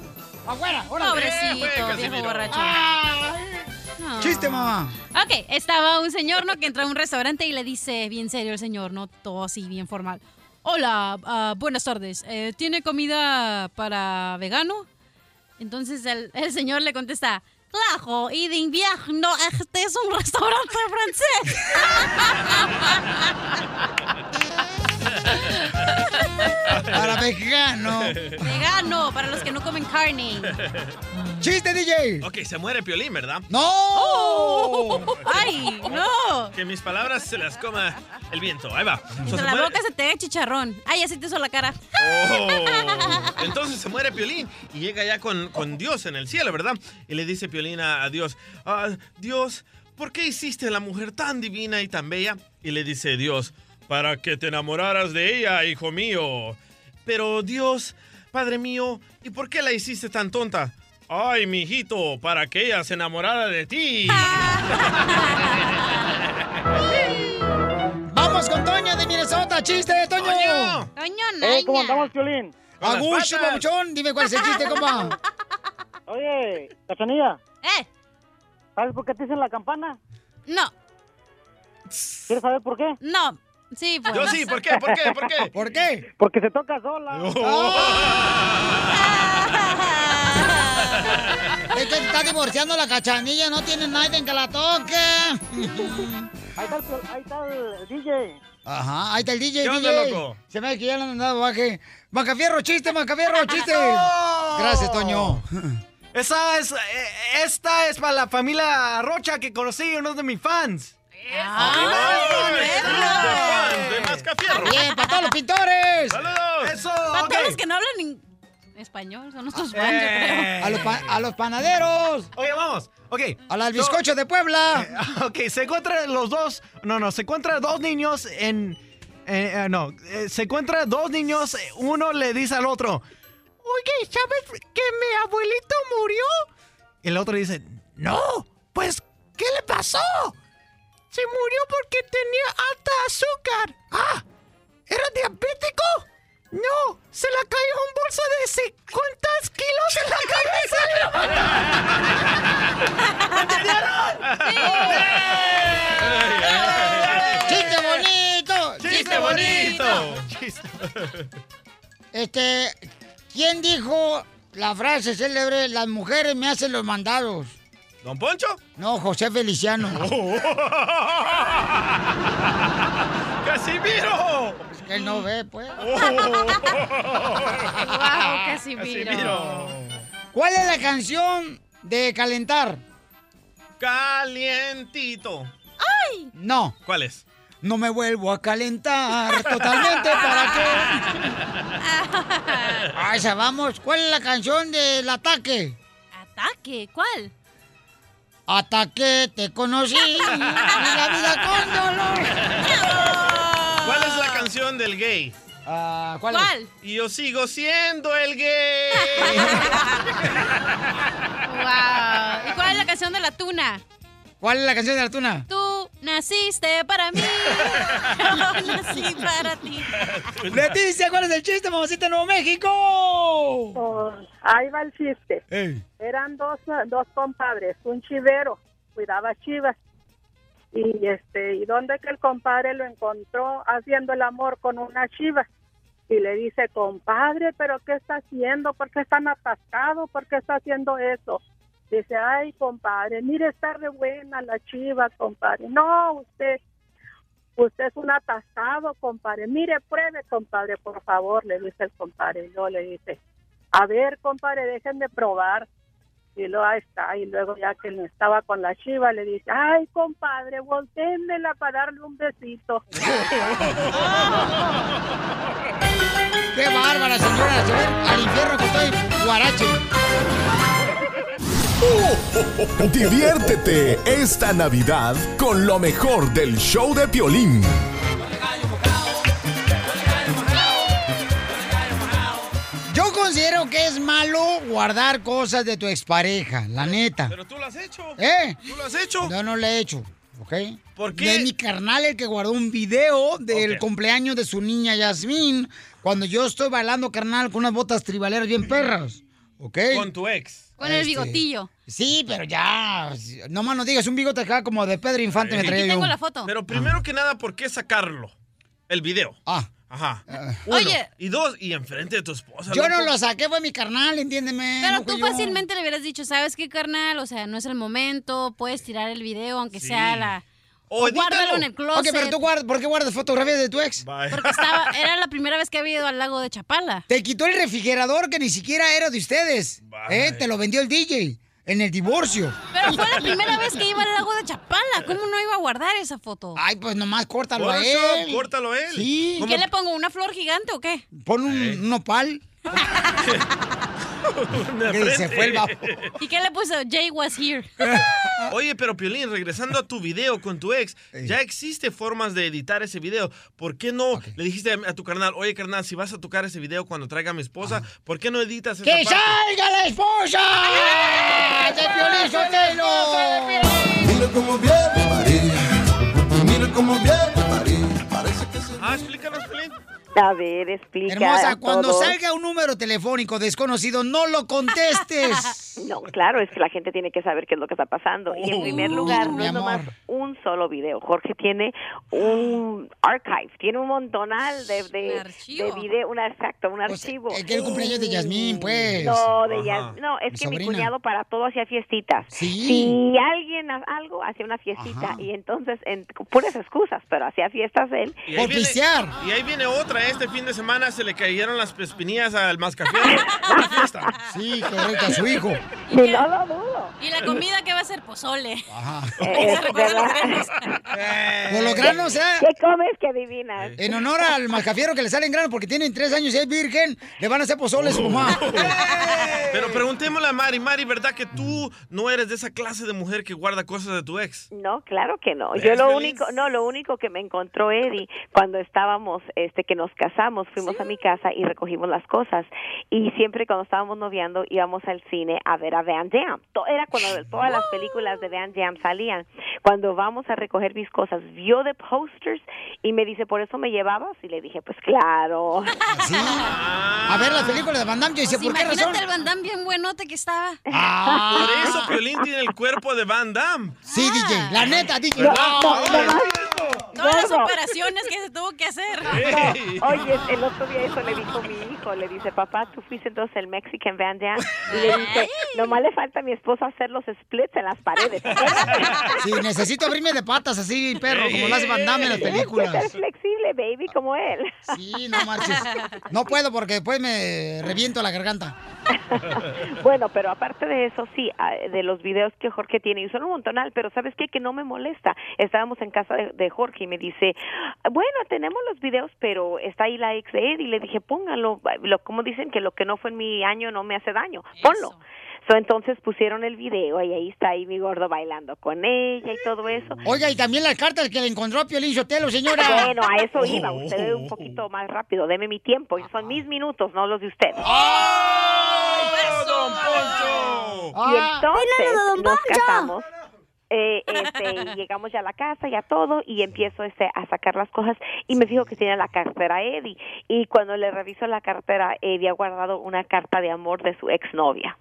Speaker 4: ¡Afuera! ¡Órale!
Speaker 18: Eh,
Speaker 6: Pobrecito,
Speaker 18: pues,
Speaker 6: viejo borracho. No.
Speaker 4: ¡Chiste, mamá!
Speaker 6: Ok, estaba un señor, ¿no? Que entra a un restaurante y le dice, bien serio el señor, ¿no? Todo así, bien formal. Hola, ah, buenas tardes. Eh, ¿Tiene comida para vegano? Entonces el, el señor le contesta, claro, y de invierno, este es un restaurante francés.
Speaker 4: ¡Para vegano!
Speaker 6: vegano, para los que no comen carne.
Speaker 4: ¡Chiste, DJ!
Speaker 7: Ok, se muere Piolín, ¿verdad?
Speaker 4: ¡No!
Speaker 6: ¡Oh! ¡Ay, no!
Speaker 7: Que mis palabras se las coma el viento. Ahí va. So, se
Speaker 6: Entre la
Speaker 7: muere-
Speaker 6: boca se te ve chicharrón. Ay, ya se te hizo la cara.
Speaker 7: Oh. Entonces se muere Piolín y llega ya con, con Dios en el cielo, ¿verdad? Y le dice Piolín a, a Dios, "Ah, Dios, ¿por qué hiciste a la mujer tan divina y tan bella? Y le dice Dios, para que te enamoraras de ella, hijo mío. Pero Dios, padre mío, ¿y por qué la hiciste tan tonta? Ay, mijito, para que ella se enamorara de ti.
Speaker 4: ¡Vamos con Toño de Minnesota! ¡Chiste, Toño!
Speaker 7: ¡Toño!
Speaker 6: ¡Toño,
Speaker 21: Eh, ¿Cómo andamos, Piolín?
Speaker 4: A gusto, papuchón. Dime cuál es el chiste, compa.
Speaker 21: Oye, Cachanilla.
Speaker 6: ¿Eh?
Speaker 21: ¿Sabes por qué te dicen la campana?
Speaker 6: No.
Speaker 21: ¿Quieres saber por qué?
Speaker 6: No. Sí, pues.
Speaker 21: Yo sí, ¿por qué? ¿Por qué? ¿Por qué?
Speaker 4: ¿Por qué?
Speaker 21: Porque se toca sola.
Speaker 4: oh, Es que está divorciando la cachanilla, no tiene nadie que la toque.
Speaker 22: Ahí está el, ahí está el DJ.
Speaker 4: Ajá, ahí está el DJ.
Speaker 22: ¿Qué onda,
Speaker 4: DJ.
Speaker 22: loco?
Speaker 4: Se me ha que ya le han andado baje. Macafierro, chiste, Macafierro, chiste.
Speaker 17: ¡No!
Speaker 4: Gracias, Toño.
Speaker 17: Esa es, eh, esta es para la familia Rocha que conocí, uno de mis fans.
Speaker 4: Bien, para todos los pintores.
Speaker 17: Eso,
Speaker 6: pues. Para
Speaker 17: ok.
Speaker 6: todos los que no hablan en español, son nuestros fans, yo
Speaker 17: Eh.
Speaker 6: creo.
Speaker 4: A los, pa- a los panaderos.
Speaker 17: Oye, vamos. Ok. Eh,
Speaker 4: A la del bizcocho de Puebla.
Speaker 17: ok, se encuentran los dos. No, no, se encuentran dos niños en. eh, eh, no, eh, se encuentran dos niños. eh, Uno le dice al otro, Oye, ¿sabes que mi abuelito murió? El otro dice, no, pues, ¿qué le pasó? Se murió porque tenía alta azúcar. Ah, ¿era diabético? No, se le cayó un bolso de 50 kilos en la cabeza. ¿Entendieron?
Speaker 4: ¡Chiste bonito!
Speaker 17: ¡Chiste bonito!
Speaker 4: Este, ¿quién dijo la frase célebre, las mujeres me hacen los mandados?
Speaker 7: ¿Don Poncho? Oh.
Speaker 4: No, José Feliciano.
Speaker 7: ¡Casimiro!
Speaker 4: Es que él no ve, pues.
Speaker 17: Oh.
Speaker 6: Guau, Casimiro.
Speaker 7: Casimiro.
Speaker 4: ¿Cuál es la canción de calentar?
Speaker 7: Calientito.
Speaker 4: ¡Ay! No.
Speaker 7: ¿Cuál es?
Speaker 4: No me vuelvo a calentar totalmente, ¿para qué? Ah, esa vamos. ¿Cuál es la canción del ataque?
Speaker 6: ¿Ataque? ¿Cuál?
Speaker 4: Ataque, te conocí. y la vida con dolor.
Speaker 7: ¿Cuál es la canción del gay?
Speaker 4: Ah,
Speaker 6: ¿cuál es? ¿Cuál?
Speaker 7: Y yo sigo siendo el gay.
Speaker 6: Wow. ¿Y cuál es la canción de la tuna?
Speaker 4: ¿Cuál es la canción de la tuna?
Speaker 6: Tú naciste para mí. Yo nací para ti.
Speaker 4: Leticia, ¿cuál es el chiste, mamacita de Nuevo México?
Speaker 8: Oh,
Speaker 23: Ahí va el chiste. Eran dos, dos compadres, un chivero, cuidaba chivas. Y este, y donde que el compadre lo encontró haciendo el amor con una chiva. Y le dice, compadre, ¿pero qué está haciendo? ¿Por qué están atascados? ¿Por qué está haciendo eso? Dice, ay, compadre, mire, está re buena la chiva, compadre. No, usted, usted es un atascado, compadre. Mire, pruebe, compadre, por favor, le dice el compadre. Y luego le dice, a ver, compadre, déjenme probar. Y luego ahí está, y luego ya que no estaba con la chiva, le dice, ay, compadre, volteenmela para darle un besito.
Speaker 4: ¡Qué bárbara, señora! Se ven al infierno que estoy guarache.
Speaker 3: Diviértete esta Navidad con lo mejor del show de Piolín.
Speaker 4: Yo considero que es malo guardar cosas de tu expareja, la neta.
Speaker 7: Pero tú lo has hecho.
Speaker 4: ¿Eh?
Speaker 7: ¿Tú lo has hecho?
Speaker 4: Yo no lo he hecho, ¿ok?
Speaker 7: ¿Por
Speaker 4: qué? De mi carnal el que guardó un video del
Speaker 7: Ok.
Speaker 4: cumpleaños de su niña Yasmín, cuando yo estoy bailando, carnal, con unas botas tribaleras bien perras, ¿ok?
Speaker 7: Con tu ex.
Speaker 6: Con el bigotillo.
Speaker 4: Sí, pero ya, no más nos digas, un bigote acá como de Pedro Infante me traía yo.
Speaker 6: foto.
Speaker 7: Pero primero que nada, ¿por qué sacarlo? El video.
Speaker 4: Ah.
Speaker 7: Ajá.
Speaker 6: Oye.
Speaker 7: Oye. Y dos, y enfrente de tu esposa.
Speaker 4: Yo no
Speaker 7: loco.
Speaker 4: lo saqué, fue mi carnal, entiéndeme.
Speaker 6: Pero
Speaker 4: no fui
Speaker 6: tú
Speaker 4: yo.
Speaker 6: fácilmente le hubieras dicho, ¿sabes qué, carnal? O sea, no es el momento, puedes tirar el video, aunque
Speaker 4: Sí.
Speaker 6: sea la... O guárdalo en el closet.
Speaker 4: Ok, pero tú guardas, ¿por qué guardas fotografías de tu ex?
Speaker 6: Porque estaba, era la primera vez que había ido al lago de Chapala.
Speaker 4: Te quitó el refrigerador que ni siquiera era de ustedes. ¿Eh? Te lo vendió el DJ en el divorcio.
Speaker 6: Pero fue la primera vez que iba al lago de Chapala. ¿Cómo no iba a guardar esa foto?
Speaker 4: Ay, pues nomás córtalo
Speaker 6: Por
Speaker 4: a
Speaker 6: eso,
Speaker 4: él.
Speaker 6: córtalo
Speaker 7: a él.
Speaker 4: Sí.
Speaker 6: ¿Qué le pongo? ¿Una flor gigante o qué?
Speaker 4: Pon un, un nopal. Que se fue el vapo.
Speaker 6: ¿Y qué le puso? Jay was here.
Speaker 7: Oye, pero Piolín, regresando a tu video con tu ex, ya existe formas de editar ese video. ¿Por qué no le dijiste a a tu carnal, oye carnal, si vas a tocar ese video cuando traiga a mi esposa, ¿por qué no editas esa
Speaker 4: ¡Que
Speaker 7: parte?
Speaker 4: salga la esposa! ¡De Piolín Sotelo!
Speaker 5: Mira cómo viene María. Mira cómo viene María. Parece que se...
Speaker 7: Ah, explícanos, Piolín.
Speaker 24: A ver, explica.
Speaker 4: Hermosa,
Speaker 24: a
Speaker 4: cuando
Speaker 24: todos.
Speaker 4: salga un número telefónico desconocido, no lo contestes.
Speaker 24: No, claro, es que la gente tiene que saber qué es lo que está pasando. y en primer lugar, no
Speaker 25: mi
Speaker 24: es nomás
Speaker 25: amor.
Speaker 24: un solo video. Jorge tiene un archive, tiene un montonal de, de, de video, un, exacto, un archivo.
Speaker 4: Es que el cumpleaños de Yasmín, pues.
Speaker 24: No, de
Speaker 4: Ajá.
Speaker 24: Yas- no, es
Speaker 4: Mi
Speaker 24: que mi
Speaker 4: sobrina.
Speaker 24: cuñado para todo hacía fiestitas.
Speaker 4: Sí.
Speaker 24: Si alguien ha- algo hacía una fiestita y entonces en, con puras excusas, pero hacía fiestas él.
Speaker 7: Y ahí, viene, y ahí viene otra. Este fin de semana se le cayeron las pespinillas al mascafiero. Una fiesta.
Speaker 4: Sí, correcto, a su hijo.
Speaker 24: Y no lo dudo.
Speaker 6: Y la comida que va a ser pozole.
Speaker 4: Eh, Por los granos, ¿eh?
Speaker 24: ¿Qué comes que adivinas?
Speaker 4: En honor al mascafiero que le salen granos porque tienen tres años y es virgen, le van a hacer pozole a su mamá.
Speaker 7: Pero preguntémosle a Mari. Mari, ¿verdad que tú no eres de esa clase de mujer que guarda cosas de tu ex?
Speaker 24: No, claro que no.
Speaker 7: ¿Ves,
Speaker 24: Yo lo
Speaker 7: Piolín?
Speaker 24: único, no, lo único que me encontró Eddie cuando estábamos, este, que nos casamos, fuimos a mi casa y recogimos las cosas. Y siempre cuando estábamos noviando íbamos al cine a ver a Van Damme. To- Era cuando todas las películas de Van Damme salían. Cuando vamos a recoger mis cosas, vio de posters y me dice, ¿por eso me llevabas? Y le dije, pues claro.
Speaker 4: A ver las películas de Van Damme, yo decía,
Speaker 6: Pues
Speaker 4: ¿por qué
Speaker 6: imagínate
Speaker 4: razón?
Speaker 6: el bandán bien buenote que estaba. Ah.
Speaker 7: Ah, Por eso Piolín tiene el cuerpo de Van Damme.
Speaker 4: Sí, DJ. La neta, DJ.
Speaker 7: ¿Verdad?
Speaker 6: No, no, no. Todas las
Speaker 24: Bueno.
Speaker 6: operaciones que se tuvo que hacer.
Speaker 24: No, oye, el otro día eso le dijo mi hijo, le dice, papá, tú fuiste entonces el Mexican Van Damme. Y le dice, nomás le falta a mi esposa hacer los splits en las paredes.
Speaker 4: Sí, necesito abrirme de patas así, perro, como lo hace Van Damme en las
Speaker 24: Tienes que
Speaker 4: películas.
Speaker 24: ser flexible, baby, como él.
Speaker 4: Sí, no marches. No puedo porque después me reviento la garganta.
Speaker 24: Bueno, pero aparte de eso, sí, ah, de los videos que Jorge tiene, y son un montonal, pero ¿sabes qué? Que no me molesta. Estábamos en casa de, de Jorge y me dice, bueno, tenemos los videos, pero está ahí la ex de él, y le dije, póngalo, lo, como dicen que lo que no fue en mi año no me hace daño, ponlo. So, entonces pusieron el video y ahí está ahí mi gordo bailando con ella y todo eso.
Speaker 4: Oiga, y también las cartas que le encontró a Piolín Sotelo, señora. Oh.
Speaker 24: Bueno, a eso iba. Usted es un poquito más rápido. Deme mi tiempo. Son mis minutos, no los de usted. Y
Speaker 18: Ah. Bailando,
Speaker 24: entonces
Speaker 18: don
Speaker 24: nos
Speaker 18: Poncho.
Speaker 24: casamos. Eh, este, y llegamos ya a la casa, ya todo, y empiezo este, a sacar las cosas. Y me fijo que tiene la cartera Eddie. Y cuando le reviso la cartera, Eddie ha guardado una carta de amor de su exnovia.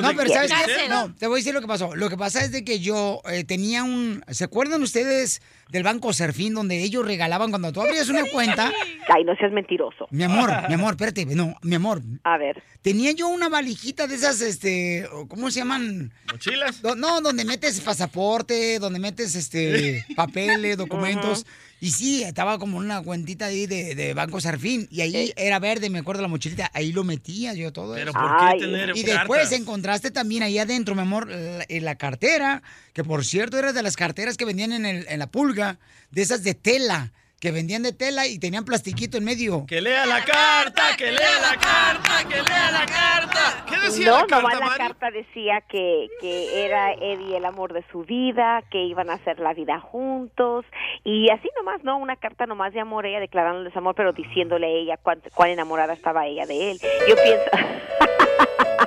Speaker 4: No,
Speaker 24: de
Speaker 4: pero ¿sabes qué?
Speaker 24: cárcel.
Speaker 4: No, te voy a decir lo que pasó. Lo que pasa es de que yo eh, tenía un... ¿Se acuerdan ustedes del Banco Serfín donde ellos regalaban cuando tú abrías una cuenta?
Speaker 24: Ay, no seas mentiroso.
Speaker 4: Mi amor, mi amor, espérate, no, mi amor.
Speaker 24: A ver.
Speaker 4: Tenía yo una valijita de esas, este, o ¿cómo se llaman?
Speaker 7: ¿Mochilas?
Speaker 4: no, donde metes pasaporte, donde metes, este, papeles, documentos. Y sí, estaba como una cuentita ahí de, de Banco Serfín. Y ahí era verde, me acuerdo la mochilita. Ahí lo metía yo todo
Speaker 7: Pero
Speaker 4: eso.
Speaker 7: ¿por qué Ay. tener
Speaker 4: Y
Speaker 7: cartas?
Speaker 4: después Pues, encontraste también ahí adentro, mi amor, la, en la cartera, que por cierto era de las carteras que vendían en, el- en la pulga, de esas de tela, que vendían de tela y tenían plastiquito en medio.
Speaker 7: Que lea la carta, que lea la carta, que lea la carta. ¿Qué decía
Speaker 24: no,
Speaker 7: la carta,
Speaker 24: nomás la
Speaker 7: Mari?
Speaker 24: carta decía que, que era Eddie el amor de su vida, que iban a hacer la vida juntos y así nomás, ¿no? Una carta nomás de amor, ella declarándoles amor, pero diciéndole a ella cuán, cuán enamorada estaba ella de él. Yo pienso,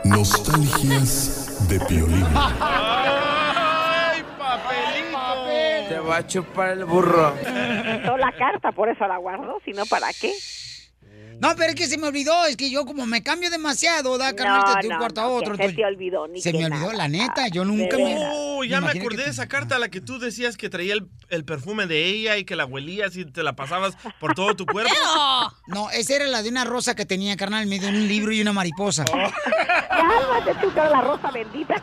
Speaker 3: Nostalgias de Piolín.
Speaker 7: ¡Ay, papelito!
Speaker 18: Te va a chupar el burro.
Speaker 24: no la carta, por eso la guardo, sino para qué.
Speaker 4: No, pero es que se me olvidó, es que yo como me cambio demasiado, da carnal de un cuarto a
Speaker 24: no,
Speaker 4: otro.
Speaker 24: que se
Speaker 4: entonces-
Speaker 24: te olvidó, ni
Speaker 4: se
Speaker 24: que
Speaker 4: me
Speaker 24: nada.
Speaker 4: olvidó, la neta, yo nunca me.
Speaker 7: Oh, ya me
Speaker 4: imaginé que
Speaker 7: acordé de esa carta, la que tú decías que traía el, el perfume de ella y que la huelías y te la pasabas por todo tu cuerpo.
Speaker 4: No, esa era la de una rosa que tenía, carnal, me dio un libro y una mariposa.
Speaker 7: Oh.
Speaker 24: Cálmate tú, cara, Ah, la rosa bendita,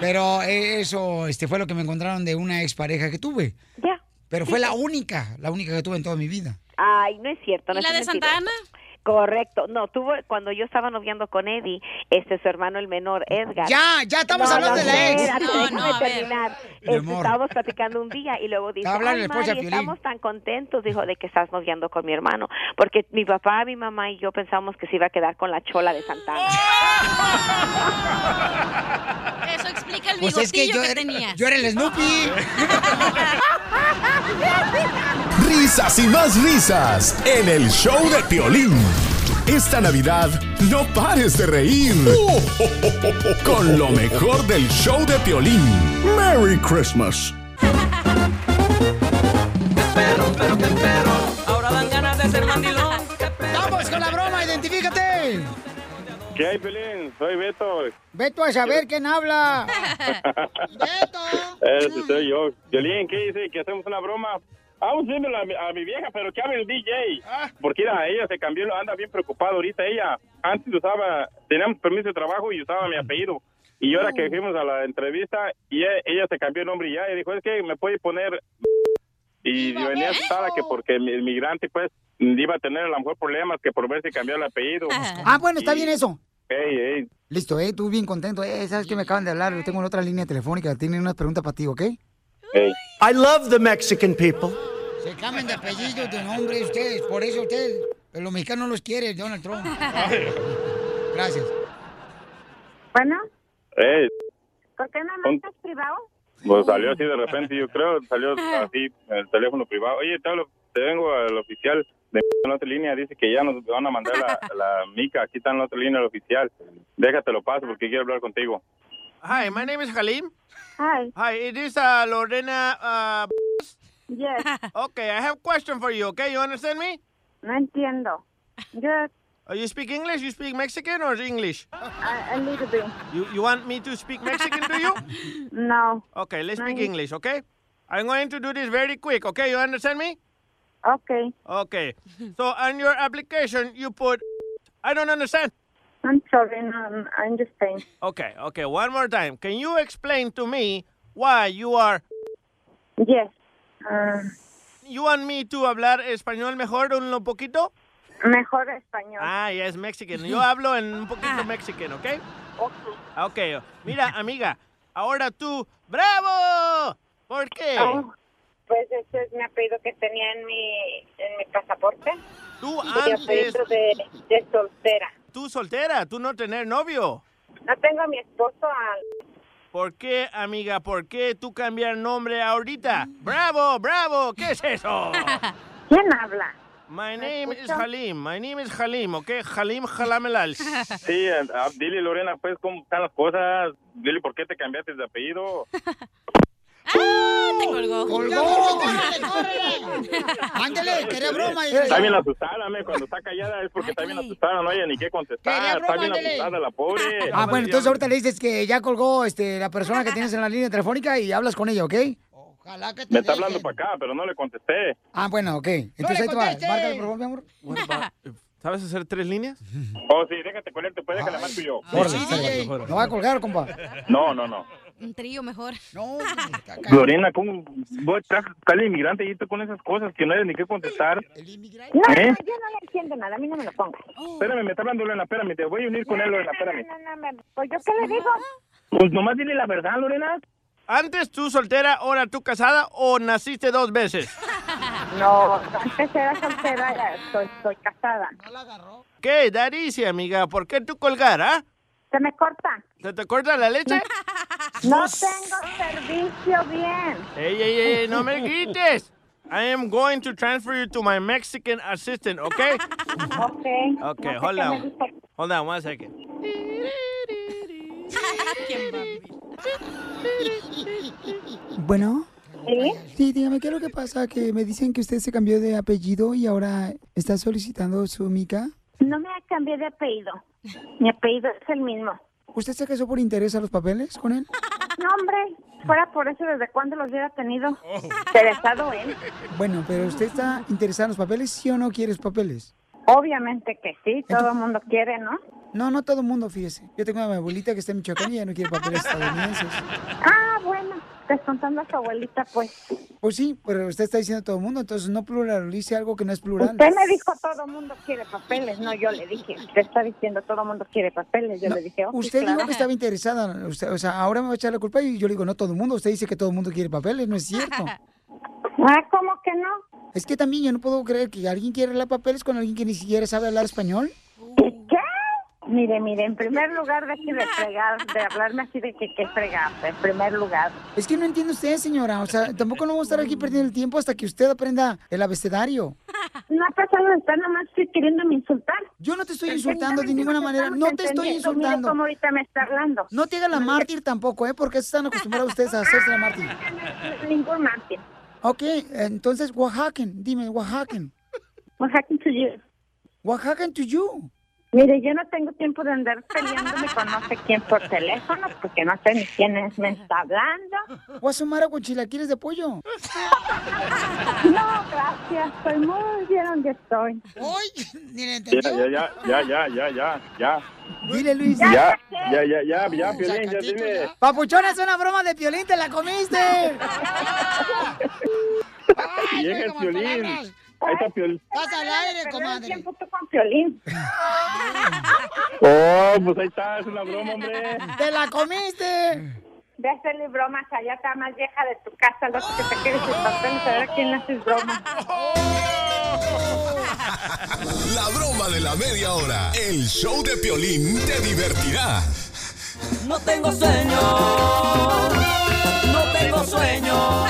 Speaker 4: Pero eh, eso este, fue lo que me encontraron de una expareja que tuve.
Speaker 24: Ya.
Speaker 4: Pero fue la única, la única que tuve en toda mi vida.
Speaker 24: Ay, no es cierto. No
Speaker 6: ¿Y la de Santa
Speaker 24: Ana? Correcto. No, tuvo cuando yo estaba noviando con Eddie, este su hermano el menor Edgar.
Speaker 4: Ya, ya estamos hablando de la ex.
Speaker 24: espérate,
Speaker 4: No,
Speaker 24: déjame
Speaker 4: no, a ver.
Speaker 24: terminar.
Speaker 4: Mi
Speaker 24: Este,
Speaker 4: amor.
Speaker 24: estábamos platicando un día y luego dice,
Speaker 4: Estaba hablando
Speaker 24: "Ay,
Speaker 4: después de
Speaker 24: Mari,
Speaker 4: Piolín".
Speaker 24: estamos tan contentos", dijo, "de que estás noviando con mi hermano", porque mi papá, mi mamá y yo pensamos que se iba a quedar con la chola de Santa Ana.
Speaker 4: ¡Oh!
Speaker 6: Eso explica el
Speaker 4: Pues
Speaker 6: bigotillo que,
Speaker 4: es que yo, era,
Speaker 6: tenía.
Speaker 4: yo era el Snoopy.
Speaker 3: Risas y más risas en el show de Piolín. Esta Navidad no pares de reír. Con lo mejor del show de Piolín. Merry Christmas.
Speaker 18: Ahora dan ganas de ser mandilón.
Speaker 4: Vamos con la broma y identifícate.
Speaker 26: ¿Qué hay, Pelín? Soy Beto.
Speaker 4: Beto a saber quién habla.
Speaker 26: Ese Este, soy yo. Violín, ¿qué dice? ¿Que hacemos una broma? Vamos viendo a, mi- a mi vieja, pero que hable el DJ.
Speaker 4: Ah.
Speaker 26: Porque mira, ella se cambió, anda bien preocupada ahorita. Ella antes usaba, teníamos permiso de trabajo y usaba mi apellido. Y ahora
Speaker 4: Oh.
Speaker 26: que fuimos a la entrevista, y e- ella, se cambió el nombre y ya. Y dijo, es que me puede poner... Y yo venía asustada que porque el inmigrante, pues, iba a tener a lo mejor problemas que por ver si cambió el apellido.
Speaker 4: Ah, bueno, está bien eso.
Speaker 26: Ey, ey.
Speaker 4: Listo, eh, tú bien contento. Eh, sabes que me acaban de hablar, tengo en otra línea telefónica, tienen unas preguntas para ti, ¿ok?
Speaker 27: I love the Mexican people.
Speaker 4: Se cambian de apellido, de nombre ustedes, por eso ustedes, los mexicanos los quiere Donald Trump. Gracias.
Speaker 14: Bueno,
Speaker 26: Ey,
Speaker 14: ¿por qué no
Speaker 26: Un-
Speaker 14: estás privado?
Speaker 26: Pues salió así de repente, yo creo, salió así el teléfono privado. Oye, te, hablo- te vengo al oficial de en la otra línea, dice que ya nos van a mandar la, la mica, aquí está en la otra línea el oficial. Déjatelo paso porque quiero hablar contigo.
Speaker 7: Hi, my name is Halim.
Speaker 14: Hi.
Speaker 7: Hi, it is uh, Lorena. Uh,
Speaker 14: yes.
Speaker 7: Okay, I have a question for you. Okay, you understand me?
Speaker 14: No entiendo. Yes.
Speaker 7: Uh, you speak English? You speak Mexican or English?
Speaker 14: A, a little bit.
Speaker 7: You you want me to speak Mexican to you?
Speaker 14: No.
Speaker 7: Okay, let's
Speaker 14: No,
Speaker 7: speak
Speaker 14: you-
Speaker 7: English. Okay, I'm going to do this very quick. Okay, you understand me?
Speaker 14: Okay.
Speaker 7: Okay. So on your application, you put. I don't understand.
Speaker 14: I'm sorry. No, I understand.
Speaker 7: Okay, okay. One more time. Can you explain to me why you are? Um,
Speaker 14: Yes. Uh,
Speaker 7: You want me to hablar español mejor un lo poquito?
Speaker 14: mejor español. Ah.
Speaker 7: Ah, yes, Mexican. Yo hablo en un poquito Mexican, ¿ok? Ok. Mira, amiga, ahora tú, ¡bravo! ¿Por qué?
Speaker 14: Oh, pues ese es mi apellido que tenía en mi, en mi pasaporte.
Speaker 7: Tú
Speaker 14: Mi apellido
Speaker 7: antes-
Speaker 14: de, de soltera.
Speaker 7: Tú soltera, tú no tener novio.
Speaker 14: No tengo a mi esposo. al-
Speaker 7: ¿Por qué, amiga? ¿Por qué tú cambiar nombre ahorita? ¡Bravo, bravo! ¿Qué es eso?
Speaker 14: ¿Quién habla?
Speaker 7: My name is
Speaker 14: escucha?
Speaker 7: Halim. My name is Halim, ¿ok? Halim Halamelal.
Speaker 26: Sí, eh, ah, dile Lorena, pues, cómo están las cosas. Dile por qué te cambiaste de apellido.
Speaker 4: Ah, te colgó. ¡Colgó! Ándale, quería broma. dice.
Speaker 26: Está bien asustada, me, cuando está callada es porque está bien asustada, no hay ni
Speaker 4: Quería
Speaker 26: qué contestar.
Speaker 4: broma,
Speaker 26: Está bien
Speaker 4: ándele.
Speaker 26: asustada la pobre.
Speaker 4: Ah, bueno, entonces ahorita le dices que ya colgó este, la persona que tienes en la línea telefónica y hablas con ella, ¿ok?
Speaker 26: Me está hablando para acá, pero no le contesté.
Speaker 4: Ah, bueno, ok. Entonces ahí te va.
Speaker 26: contestes!
Speaker 4: Márcale, por favor, mi amor.
Speaker 7: ¿Sabes hacer tres líneas?
Speaker 26: Oh, sí, déjate poner, te puedes dejar la tú yo.
Speaker 4: Órale, sale. No va a colgar, compa.
Speaker 26: No, no, no.
Speaker 6: Un trío mejor.
Speaker 4: No.
Speaker 26: Lorena, ¿cómo vos estás tal inmigrante y tú con esas cosas que no hay ni qué contestar?
Speaker 14: No, no,
Speaker 26: ¿Eh?
Speaker 14: yo no le entiendo nada. A mí no me lo pongas.
Speaker 26: Espérame, me está hablando Lorena, espérame, te voy a unir con él, Lorena, espérame.
Speaker 14: No, no, me- pues yo qué le digo.
Speaker 26: Pues nomás dile la verdad, Lorena.
Speaker 7: Antes tú soltera, ahora tú casada o naciste dos veces.
Speaker 14: No, antes era soltera, ya estoy, estoy casada.
Speaker 7: ¿Qué, Darici, amiga? ¿Por qué tú colgar, ah?
Speaker 14: Se me corta.
Speaker 7: ¿Se te corta la leche?
Speaker 14: No tengo servicio bien.
Speaker 7: Ey, ey, ey, no me grites. I am going to transfer you to my Mexican assistant, okay? Okay,
Speaker 14: Ok. No sé
Speaker 7: hold
Speaker 14: qué me
Speaker 7: on. Hold on one second.
Speaker 4: Bueno.
Speaker 14: ¿Sí?
Speaker 4: Sí, dígame, ¿qué es lo que pasa? Que me dicen que usted se cambió de apellido y ahora está solicitando su mica.
Speaker 14: No me cambié de apellido. Mi apellido es el mismo.
Speaker 4: ¿Usted se casó por interés a los papeles con él?
Speaker 14: No, hombre. Fuera por eso, ¿desde cuándo los hubiera tenido? Interesado él.
Speaker 4: Bueno, pero usted está interesada en los papeles, ¿sí o no quiere los papeles?
Speaker 14: Obviamente que sí, todo el mundo quiere, ¿no?
Speaker 4: No, no todo el mundo, fíjese. Yo tengo a mi abuelita que está en Michoacán y ya no quiere papeles estadounidenses.
Speaker 14: Ah, bueno. Descontando a su abuelita, pues.
Speaker 4: Pues sí, pero usted está diciendo todo el mundo, entonces no pluralice algo que no es plural.
Speaker 14: Usted me dijo todo el mundo quiere papeles. No, yo le dije. Usted está diciendo todo el mundo quiere papeles. Yo le dije. oh, sí,
Speaker 4: Usted
Speaker 14: claro.
Speaker 4: dijo que estaba interesada, usted- o sea, ahora me va a echar la culpa y yo le digo, no todo el mundo, usted dice que todo el mundo quiere papeles, no es cierto.
Speaker 14: Ah, ¿cómo que no?
Speaker 4: Es que también yo no puedo creer que alguien quiere hablar papeles con alguien que ni siquiera sabe hablar español.
Speaker 14: ¿Qué? Mire, mire, en primer lugar, deje de fregar, de hablarme así de que, que fregar, en primer lugar.
Speaker 4: Es que no entiende usted, señora, o sea, tampoco no vamos a estar aquí perdiendo el tiempo hasta que usted aprenda el abecedario.
Speaker 14: No ha pasado, está nomás queriéndome insultar.
Speaker 4: Yo no te estoy insultando de ninguna manera, no te estoy
Speaker 14: Mire cómo
Speaker 4: insultando.
Speaker 14: ahorita me está hablando.
Speaker 4: No te haga la mártir tampoco, ¿eh? Porque están acostumbrados ustedes a hacerse la mártir.
Speaker 14: Ningún mártir.
Speaker 4: Ok, entonces, Oaxacan, dime, Oaxacan.
Speaker 14: What happened to you?
Speaker 4: What happened to you?
Speaker 28: Mire, yo no tengo tiempo de andar peleándome con no sé quién por teléfono, porque no sé ni quién es, me está hablando.
Speaker 4: ¿Vas a sumar con chilaquiles de pollo?
Speaker 28: No, gracias, estoy muy bien donde estoy.
Speaker 29: Ya, ya, ya, ya, ya, ya, ya, ya.
Speaker 4: Dile, Luis.
Speaker 29: Ya, ya, ya, ya, ya, Piolín, ya
Speaker 4: Sacatito,
Speaker 29: dile.
Speaker 4: Papuchón, es una broma de Piolín, te la comiste.
Speaker 29: Y llega el Piolín. Ahí está Piolín.
Speaker 4: Vas al aire, comadre.
Speaker 28: Piolín.
Speaker 29: Oh, pues ahí está, es una broma, hombre.
Speaker 4: ¡Te la comiste!
Speaker 28: Ve a hacerle bromas allá, está más vieja de tu casa, loco que te quieres sus papeles, a ver a quién le haces bromas.
Speaker 3: La broma de la media hora. El show de Piolín te divertirá.
Speaker 18: No tengo sueño. No tengo sueño.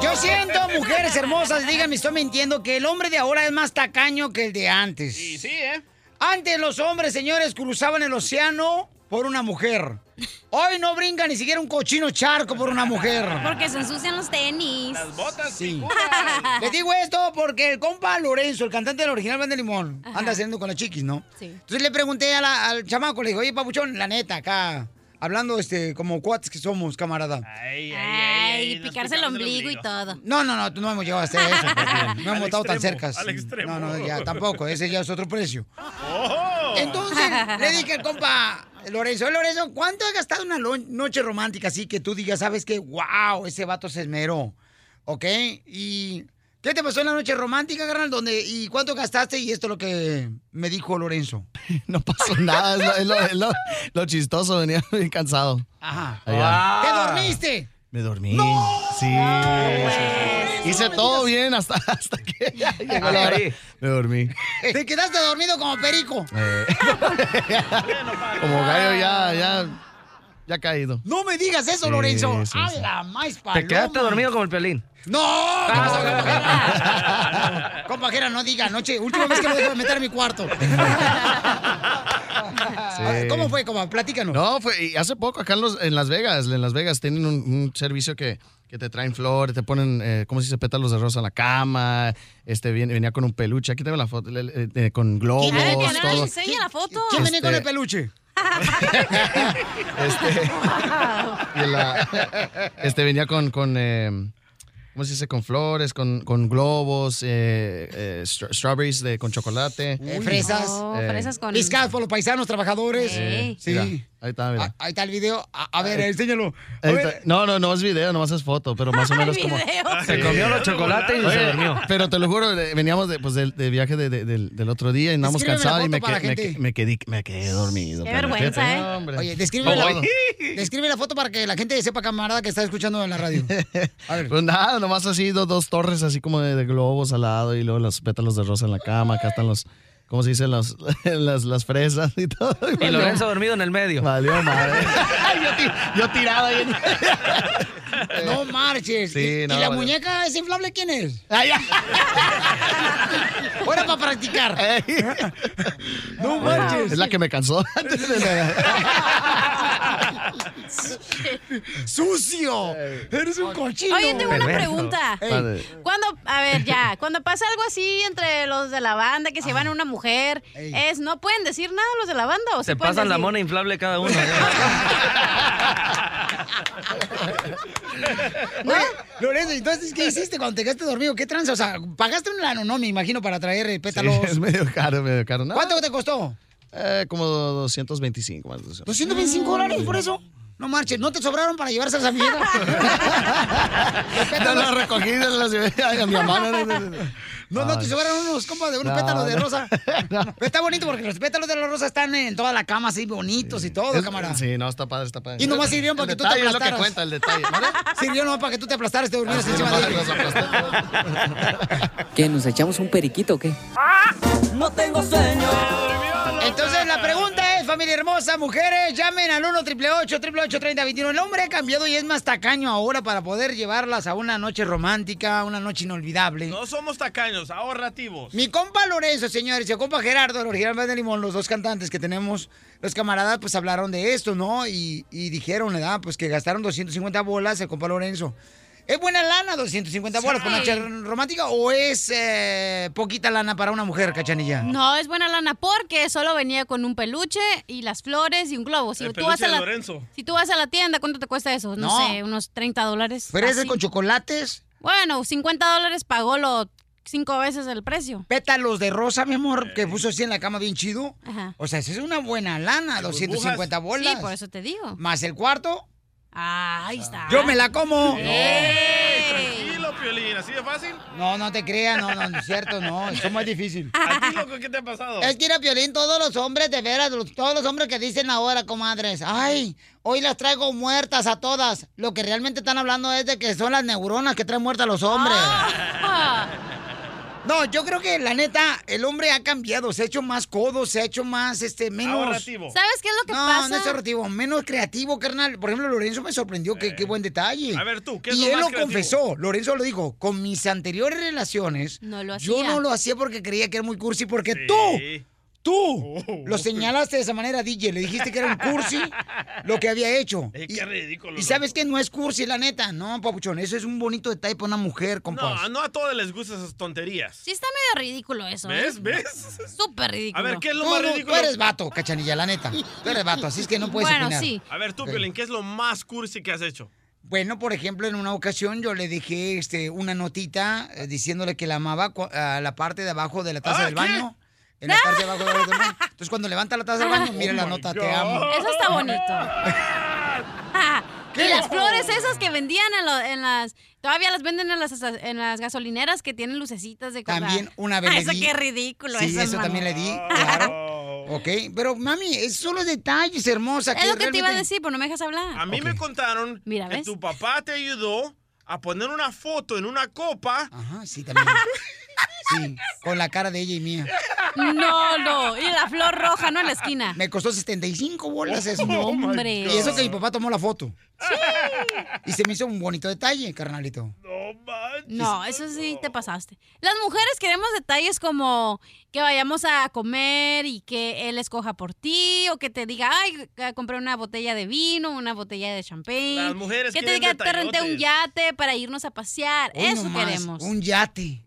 Speaker 4: Yo siento, mujeres hermosas, díganme, estoy mintiendo, que el hombre de ahora es más tacaño que el de antes. Sí,
Speaker 7: sí, ¿eh?
Speaker 4: Antes los hombres, señores, cruzaban el océano por una mujer. Hoy no brinca ni siquiera un cochino charco por una mujer.
Speaker 6: Porque se ensucian los tenis. Las
Speaker 7: botas,
Speaker 4: sí. Les digo esto porque el compa Lorenzo, el cantante del original Banda de Limón, anda saliendo con la chiquis, ¿no?
Speaker 6: Sí.
Speaker 4: Entonces le pregunté a la- al chamaco, le dije, oye, papuchón, la neta, acá, hablando este, como cuates que somos, camarada.
Speaker 6: Ay, picarse el ombligo y todo.
Speaker 4: No, no, no, tú no hemos llegado hasta eso. porque No
Speaker 6: Al
Speaker 4: hemos estado tan
Speaker 6: extremo,
Speaker 4: cerca.
Speaker 6: al extremo.
Speaker 4: No, no, ya tampoco. Ese ya es otro precio. Entonces le dije al compa Lorenzo, "Oye, Lorenzo, ¿cuánto ha gastado una lo- noche romántica así que tú digas, sabes qué? wow, ese vato se esmeró? ¿Ok? ¿Y qué te pasó en la noche romántica, carnal? ¿Dónde, ¿Y cuánto gastaste? Y esto es lo que me dijo Lorenzo.
Speaker 30: No pasó nada, es lo, es lo- es lo- lo chistoso, venía bien cansado.
Speaker 4: Ajá.
Speaker 30: Allá.
Speaker 4: ¿Te dormiste?
Speaker 30: Me dormí. Sí. sí, sí. Hice todo bien hasta, hasta que ya llegó la hora. Me dormí.
Speaker 4: Te quedaste dormido como perico.
Speaker 30: Eh, como gallo ya, ya, ya caído.
Speaker 4: No me digas eso,
Speaker 30: Sí,
Speaker 4: Lorenzo.
Speaker 30: sí, sí.
Speaker 4: Habla más paloma.
Speaker 9: Te quedaste dormido como el pelín.
Speaker 4: ¡No!
Speaker 30: Ah.
Speaker 4: Compajera, no diga anoche. Última vez que me dejo de meter a mi cuarto. ¿Cómo fue, compa? Platícanos.
Speaker 30: No, fue y hace poco acá en, los- en Las Vegas. En Las Vegas tienen un, un servicio que, que te traen flores, te ponen, eh, ¿cómo se dice? Pétalos de rosa en la cama. Este, viene- venía con un peluche. Aquí tengo la foto, le- le- eh, con globos,
Speaker 6: Ay, que no,
Speaker 30: todo.
Speaker 6: enseña la foto.
Speaker 30: ¿Quién venía con el
Speaker 4: peluche?
Speaker 30: Este, y la- este venía con, con eh, ¿cómo se dice? Con flores, con, con globos, eh, eh, stra- strawberries de, con chocolate.
Speaker 4: Eh, fresas.
Speaker 30: Eh,
Speaker 4: Piscadas por los paisanos trabajadores.
Speaker 30: eh,
Speaker 4: Sí. Ah,
Speaker 30: mira, ahí está, mira. Eh,
Speaker 4: Ahí está el video. A, a ver, enséñalo. A
Speaker 30: Ahí
Speaker 4: ver.
Speaker 30: está. No, no, no es video, nomás es foto, pero más o menos como.
Speaker 4: Video.
Speaker 30: Sí.
Speaker 4: Se comió los chocolates y se
Speaker 30: Oye,
Speaker 4: durmió.
Speaker 30: Pero te lo juro, eh, veníamos de, pues, del, de viaje de- de- del, del otro día y andábamos
Speaker 4: Descríbeme la
Speaker 30: cansados y
Speaker 4: foto
Speaker 30: me,
Speaker 4: para
Speaker 30: que-
Speaker 4: la
Speaker 30: me,
Speaker 4: gente.
Speaker 30: que- me quedé, me quedé dormido.
Speaker 4: Qué
Speaker 30: pero
Speaker 4: vergüenza,
Speaker 30: fíjate,
Speaker 4: ¿eh?
Speaker 30: no, hombre.
Speaker 4: Oye, describe la,
Speaker 30: Oye,
Speaker 4: describe la foto para que la gente sepa, camarada, que está escuchando en la radio.
Speaker 30: Pues nada, nomás así dos, dos torres así como de, de globos al lado y luego los pétalos de rosa en la cama, acá están los, ¿cómo se dice? Los- las, las fresas y todo.
Speaker 9: Y Lorenzo dormido en el medio.
Speaker 30: Valió madre. yo, tirado ahí en
Speaker 4: No marches.
Speaker 30: Sí,
Speaker 4: ¿Y, y
Speaker 30: no,
Speaker 4: la
Speaker 30: vale. Ah,
Speaker 4: muñeca es inflable quién es? Ahora para practicar. No marches.
Speaker 30: Es la que me cansó antes de la-
Speaker 4: ¡Sucio! ¡Eres un cochino!
Speaker 6: Oye, tengo una
Speaker 30: Perverso.
Speaker 6: pregunta.
Speaker 30: Vale.
Speaker 6: Cuando, a ver, ya, cuando pasa algo así entre los de la banda que se van a una mujer,
Speaker 9: Ey.
Speaker 6: es no pueden decir nada los de la banda o
Speaker 9: Se
Speaker 6: sí pueden
Speaker 9: pasan la
Speaker 6: decir?
Speaker 9: mona inflable cada uno. ¿eh?
Speaker 4: Oye, Lorenzo, entonces, ¿qué hiciste cuando te quedaste dormido? ¿Qué tranza? O sea, ¿pagaste un lano? No, me imagino, para traer eh, pétalos.
Speaker 30: es medio caro, medio caro. No,
Speaker 4: ¿Cuánto te costó?
Speaker 30: eh, como 225 más. o menos.
Speaker 4: Pues ¿225 dólares por eso? No marches, ¿no te sobraron para llevarse a esa mierda?
Speaker 30: No, no, recogí de las a mi mamá. No, no, Ah, no.
Speaker 4: No, no, te sobraron unos compas de unos
Speaker 30: No,
Speaker 4: pétalos de
Speaker 30: no.
Speaker 4: rosa. Pero está bonito porque los pétalos de la rosa están en toda la cama, así bonitos y todo,
Speaker 30: Es-
Speaker 4: cámara.
Speaker 30: Sí, no, está padre, está padre.
Speaker 4: Y nomás sirvieron
Speaker 30: El
Speaker 4: para que tú te
Speaker 30: detalle es lo
Speaker 4: aplastaras.
Speaker 30: que cuenta, el detalle.
Speaker 4: Sirvió nomás para que tú te aplastaras, te durmieras encima de
Speaker 30: nomás
Speaker 4: ellos.
Speaker 9: ¿Qué? ¿Nos echamos un periquito o qué?
Speaker 4: Ah, No tengo sueño. Entonces la pregunta es, familia hermosa, mujeres, llamen al 1 888 3021 El hombre ha cambiado y es más tacaño ahora para poder llevarlas a una noche romántica, una noche inolvidable.
Speaker 7: No somos tacaños, ahorrativos.
Speaker 4: Mi compa Lorenzo, señores, y el compa Gerardo, el original Banda de Limón, los dos cantantes que tenemos, los camaradas, pues hablaron de esto, ¿no? Y, y dijeron, ¿verdad? Pues que gastaron 250 bolas el compa Lorenzo. ¿Es buena lana 250 bolas para una
Speaker 6: Sí.
Speaker 4: chela romántica o es eh, poquita lana para una mujer, cachanilla?
Speaker 6: No, es buena lana porque solo venía con un peluche y las flores y un globo. Si,
Speaker 4: El
Speaker 6: tú
Speaker 4: peluche
Speaker 6: vas a
Speaker 4: de
Speaker 6: la,
Speaker 4: Lorenzo.
Speaker 6: si tú vas a la tienda, ¿cuánto te cuesta eso? No,
Speaker 4: No.
Speaker 6: sé, unos 30 dólares.
Speaker 4: ¿Pero ese
Speaker 6: así.
Speaker 4: con chocolates?
Speaker 6: Bueno, 50 dólares pagó lo cinco veces el precio.
Speaker 4: Pétalos de rosa, mi amor, que puso así en la cama bien chido.
Speaker 6: Ajá.
Speaker 4: O sea, esa es una buena lana, 250 bolas.
Speaker 6: Sí, por eso te digo.
Speaker 4: Más el cuarto,
Speaker 6: Ah, ahí está.
Speaker 4: yo me la como.
Speaker 6: ¡Ey!
Speaker 7: Tranquilo, Piolín, ¿así de fácil?
Speaker 4: No, no te creas, no, no, no es cierto, no, eso es más difícil.
Speaker 7: ¿A ti, loco, qué te ha pasado?
Speaker 4: Es que ir a Piolín, todos los hombres, de veras, los- todos los hombres que dicen ahora, comadres, ay, hoy las traigo muertas a todas. Lo que realmente están hablando es de que son las neuronas que traen muertas a los hombres.
Speaker 7: Ah.
Speaker 4: No, yo creo que la neta, el hombre ha cambiado, se ha hecho más codo, se ha hecho más, este, menos...
Speaker 6: Ahorrativo. ¿Sabes qué es lo que
Speaker 4: no,
Speaker 6: pasa?
Speaker 4: No, es ahorrativo, menos creativo, carnal. Por ejemplo, Lorenzo me sorprendió, que, qué buen detalle.
Speaker 7: Eh. A ver, tú, ¿qué es
Speaker 4: Y
Speaker 7: lo
Speaker 4: él
Speaker 7: más
Speaker 4: lo
Speaker 7: creativo?
Speaker 4: confesó, Lorenzo lo dijo, con mis anteriores relaciones,
Speaker 6: No lo
Speaker 4: yo
Speaker 6: hacía.
Speaker 4: no lo hacía porque creía que era muy cursi, porque tú, tú,
Speaker 7: Oh.
Speaker 4: lo señalaste de esa manera, DJ, le dijiste que era un cursi lo que había hecho.
Speaker 7: Eh,
Speaker 4: Y-
Speaker 7: qué ridículo.
Speaker 4: Y sabes que no es cursi, la neta. No, papuchón, eso es un bonito detalle para una mujer, compas.
Speaker 7: No, no a todos les gustan esas tonterías.
Speaker 6: Sí está medio ridículo eso.
Speaker 7: ¿Ves?
Speaker 6: ¿eh?
Speaker 7: ¿Ves?
Speaker 6: Súper ridículo.
Speaker 4: Tú no- Tú eres vato, cachanilla, la neta. Tú eres Este vato, así es que no puedes opinar.
Speaker 7: A ver, tú,
Speaker 4: Ok.
Speaker 7: Piolín, ¿qué es lo más cursi que has hecho?
Speaker 4: Bueno, por ejemplo, en una ocasión yo le dejé este, una notita eh, diciéndole que la amaba cu- a la parte de abajo de la
Speaker 6: ¿Ah,
Speaker 4: taza del baño. En la parte de abajo de la taza del baño. Entonces, cuando levanta la taza del baño, mira la nota, te amo.
Speaker 6: Oh Eso está bonito.
Speaker 4: ¿Qué?
Speaker 6: Y las flores esas que vendían en, lo- en las... Todavía las venden en las, en las gasolineras que tienen lucecitas de color.
Speaker 4: También una vez
Speaker 6: Ah,
Speaker 4: le
Speaker 6: Eso
Speaker 4: di-
Speaker 6: qué ridículo.
Speaker 4: Sí,
Speaker 6: eso,
Speaker 4: eso
Speaker 6: hermano.
Speaker 4: también le di, claro. Ok, pero mami, es solo detalles, hermosa.
Speaker 6: Es lo que te iba a
Speaker 4: realmente-
Speaker 6: decir, pero no me dejas hablar.
Speaker 7: A mí me contaron que tu papá te ayudó a poner una foto en una copa.
Speaker 4: Ajá, sí, también. Sí, con la cara de ella y mía.
Speaker 6: No, no. Y la flor roja, ¿no? En la esquina.
Speaker 4: Me costó 75 bolas eso.
Speaker 6: No,
Speaker 7: Oh
Speaker 6: hombre.
Speaker 4: Y eso que mi papá tomó la foto. Y se me hizo un bonito detalle, carnalito.
Speaker 6: No, eso sí te pasaste. Las mujeres queremos detalles como que vayamos a comer y que él escoja por ti o que te diga, ay, eh, compré una botella de vino, una botella de champagne.
Speaker 7: Las mujeres
Speaker 6: Que te
Speaker 7: quieren
Speaker 6: diga, te renté un
Speaker 7: detallotes".
Speaker 6: yate para irnos a pasear.
Speaker 4: Hoy
Speaker 6: eso
Speaker 4: nomás,
Speaker 6: queremos.
Speaker 4: Un yate.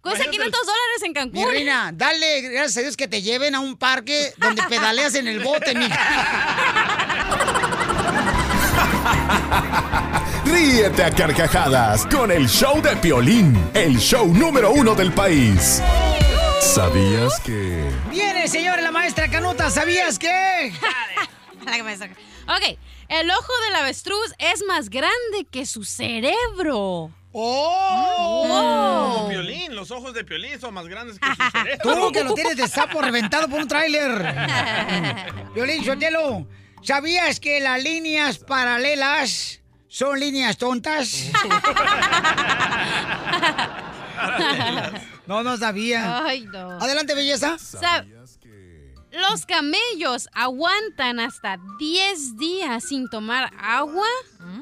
Speaker 6: Cuesta 500 dólares en
Speaker 4: Mi
Speaker 6: Cancún.
Speaker 4: reina, dale gracias a Dios que te lleven a un parque donde pedaleas en el bote, mija.
Speaker 3: Ríete a carcajadas con el show de Piolín, el show número uno del país. ¿Sabías que...
Speaker 4: Viene, señora, la maestra Canuta, ¿sabías qué?
Speaker 6: La que me saca. ok, el ojo del avestruz es más grande que su cerebro.
Speaker 7: Oh,
Speaker 6: Mm.
Speaker 7: Piolín, los ojos de Piolín son más grandes que su cerebro.
Speaker 4: Tú que lo tienes de sapo reventado por un tráiler. Violín Sotelo, ¿sabías que las líneas paralelas son líneas tontas? no, no sabía.
Speaker 6: Ay, no.
Speaker 4: Adelante, belleza.
Speaker 6: Sa- Los camellos aguantan hasta 10 días sin tomar agua.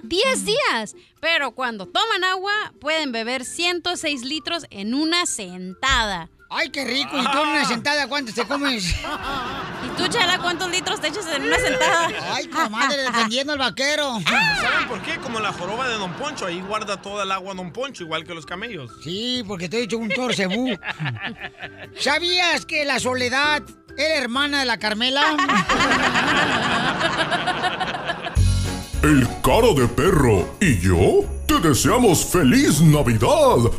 Speaker 6: 10 días. Pero cuando toman agua, pueden beber 106 litros en una sentada.
Speaker 4: Ay, qué rico. Y tú en
Speaker 6: Ah.
Speaker 4: una sentada, ¿cuántos te comes?
Speaker 6: ¿Y tú, Chala, cuántos litros te echas en una sentada?
Speaker 4: Ay, comadre, defendiendo al vaquero.
Speaker 7: ¿Saben por qué? Como la joroba de Don Poncho, ahí guarda toda el agua Don Poncho, igual que los camellos.
Speaker 4: Sí, porque te he dicho un torcebú. ¿Sabías que la soledad era hermana de la Carmela?
Speaker 1: El cara de perro y yo te deseamos feliz Navidad.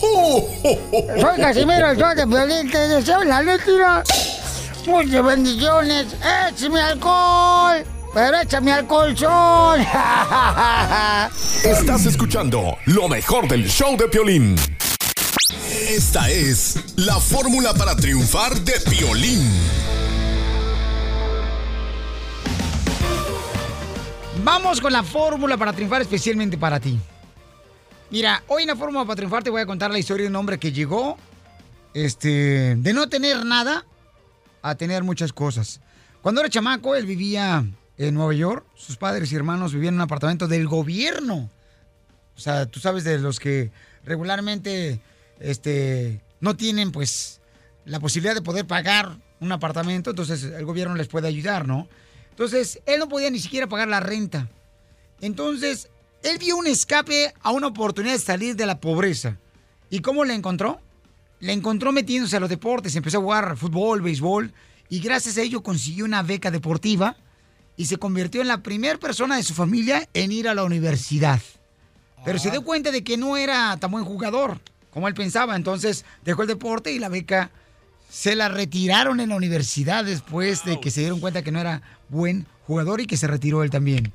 Speaker 4: Soy Casimiro, yo de Violín, te deseo la líquida. Muchas bendiciones. Échame alcohol. Pero échame alcohol sol.
Speaker 3: Estás escuchando lo mejor del show de Piolín. Esta es la fórmula para triunfar de Piolín.
Speaker 4: Vamos con la fórmula para triunfar especialmente para ti. Mira, hoy en la fórmula para triunfar te voy a contar la historia de un hombre que llegó este, de no tener nada a tener muchas cosas. Cuando era chamaco, él vivía en Nueva York. Sus padres y hermanos vivían en un apartamento del gobierno. O sea, tú sabes de los que regularmente este, no tienen pues la posibilidad de poder pagar un apartamento, entonces el gobierno les puede ayudar, ¿no? Entonces, él no podía ni siquiera pagar la renta. Entonces, él vio un escape a una oportunidad de salir de la pobreza. ¿Y cómo la encontró? La encontró metiéndose a los deportes, empezó a jugar fútbol, béisbol, y gracias a ello consiguió una beca deportiva y se convirtió en la primera persona de su familia en ir a la universidad. Pero se dio cuenta de que no era tan buen jugador como él pensaba, entonces dejó el deporte y la beca se la retiraron en la universidad después de que se dieron cuenta que no era buen jugador y que se retiró él también.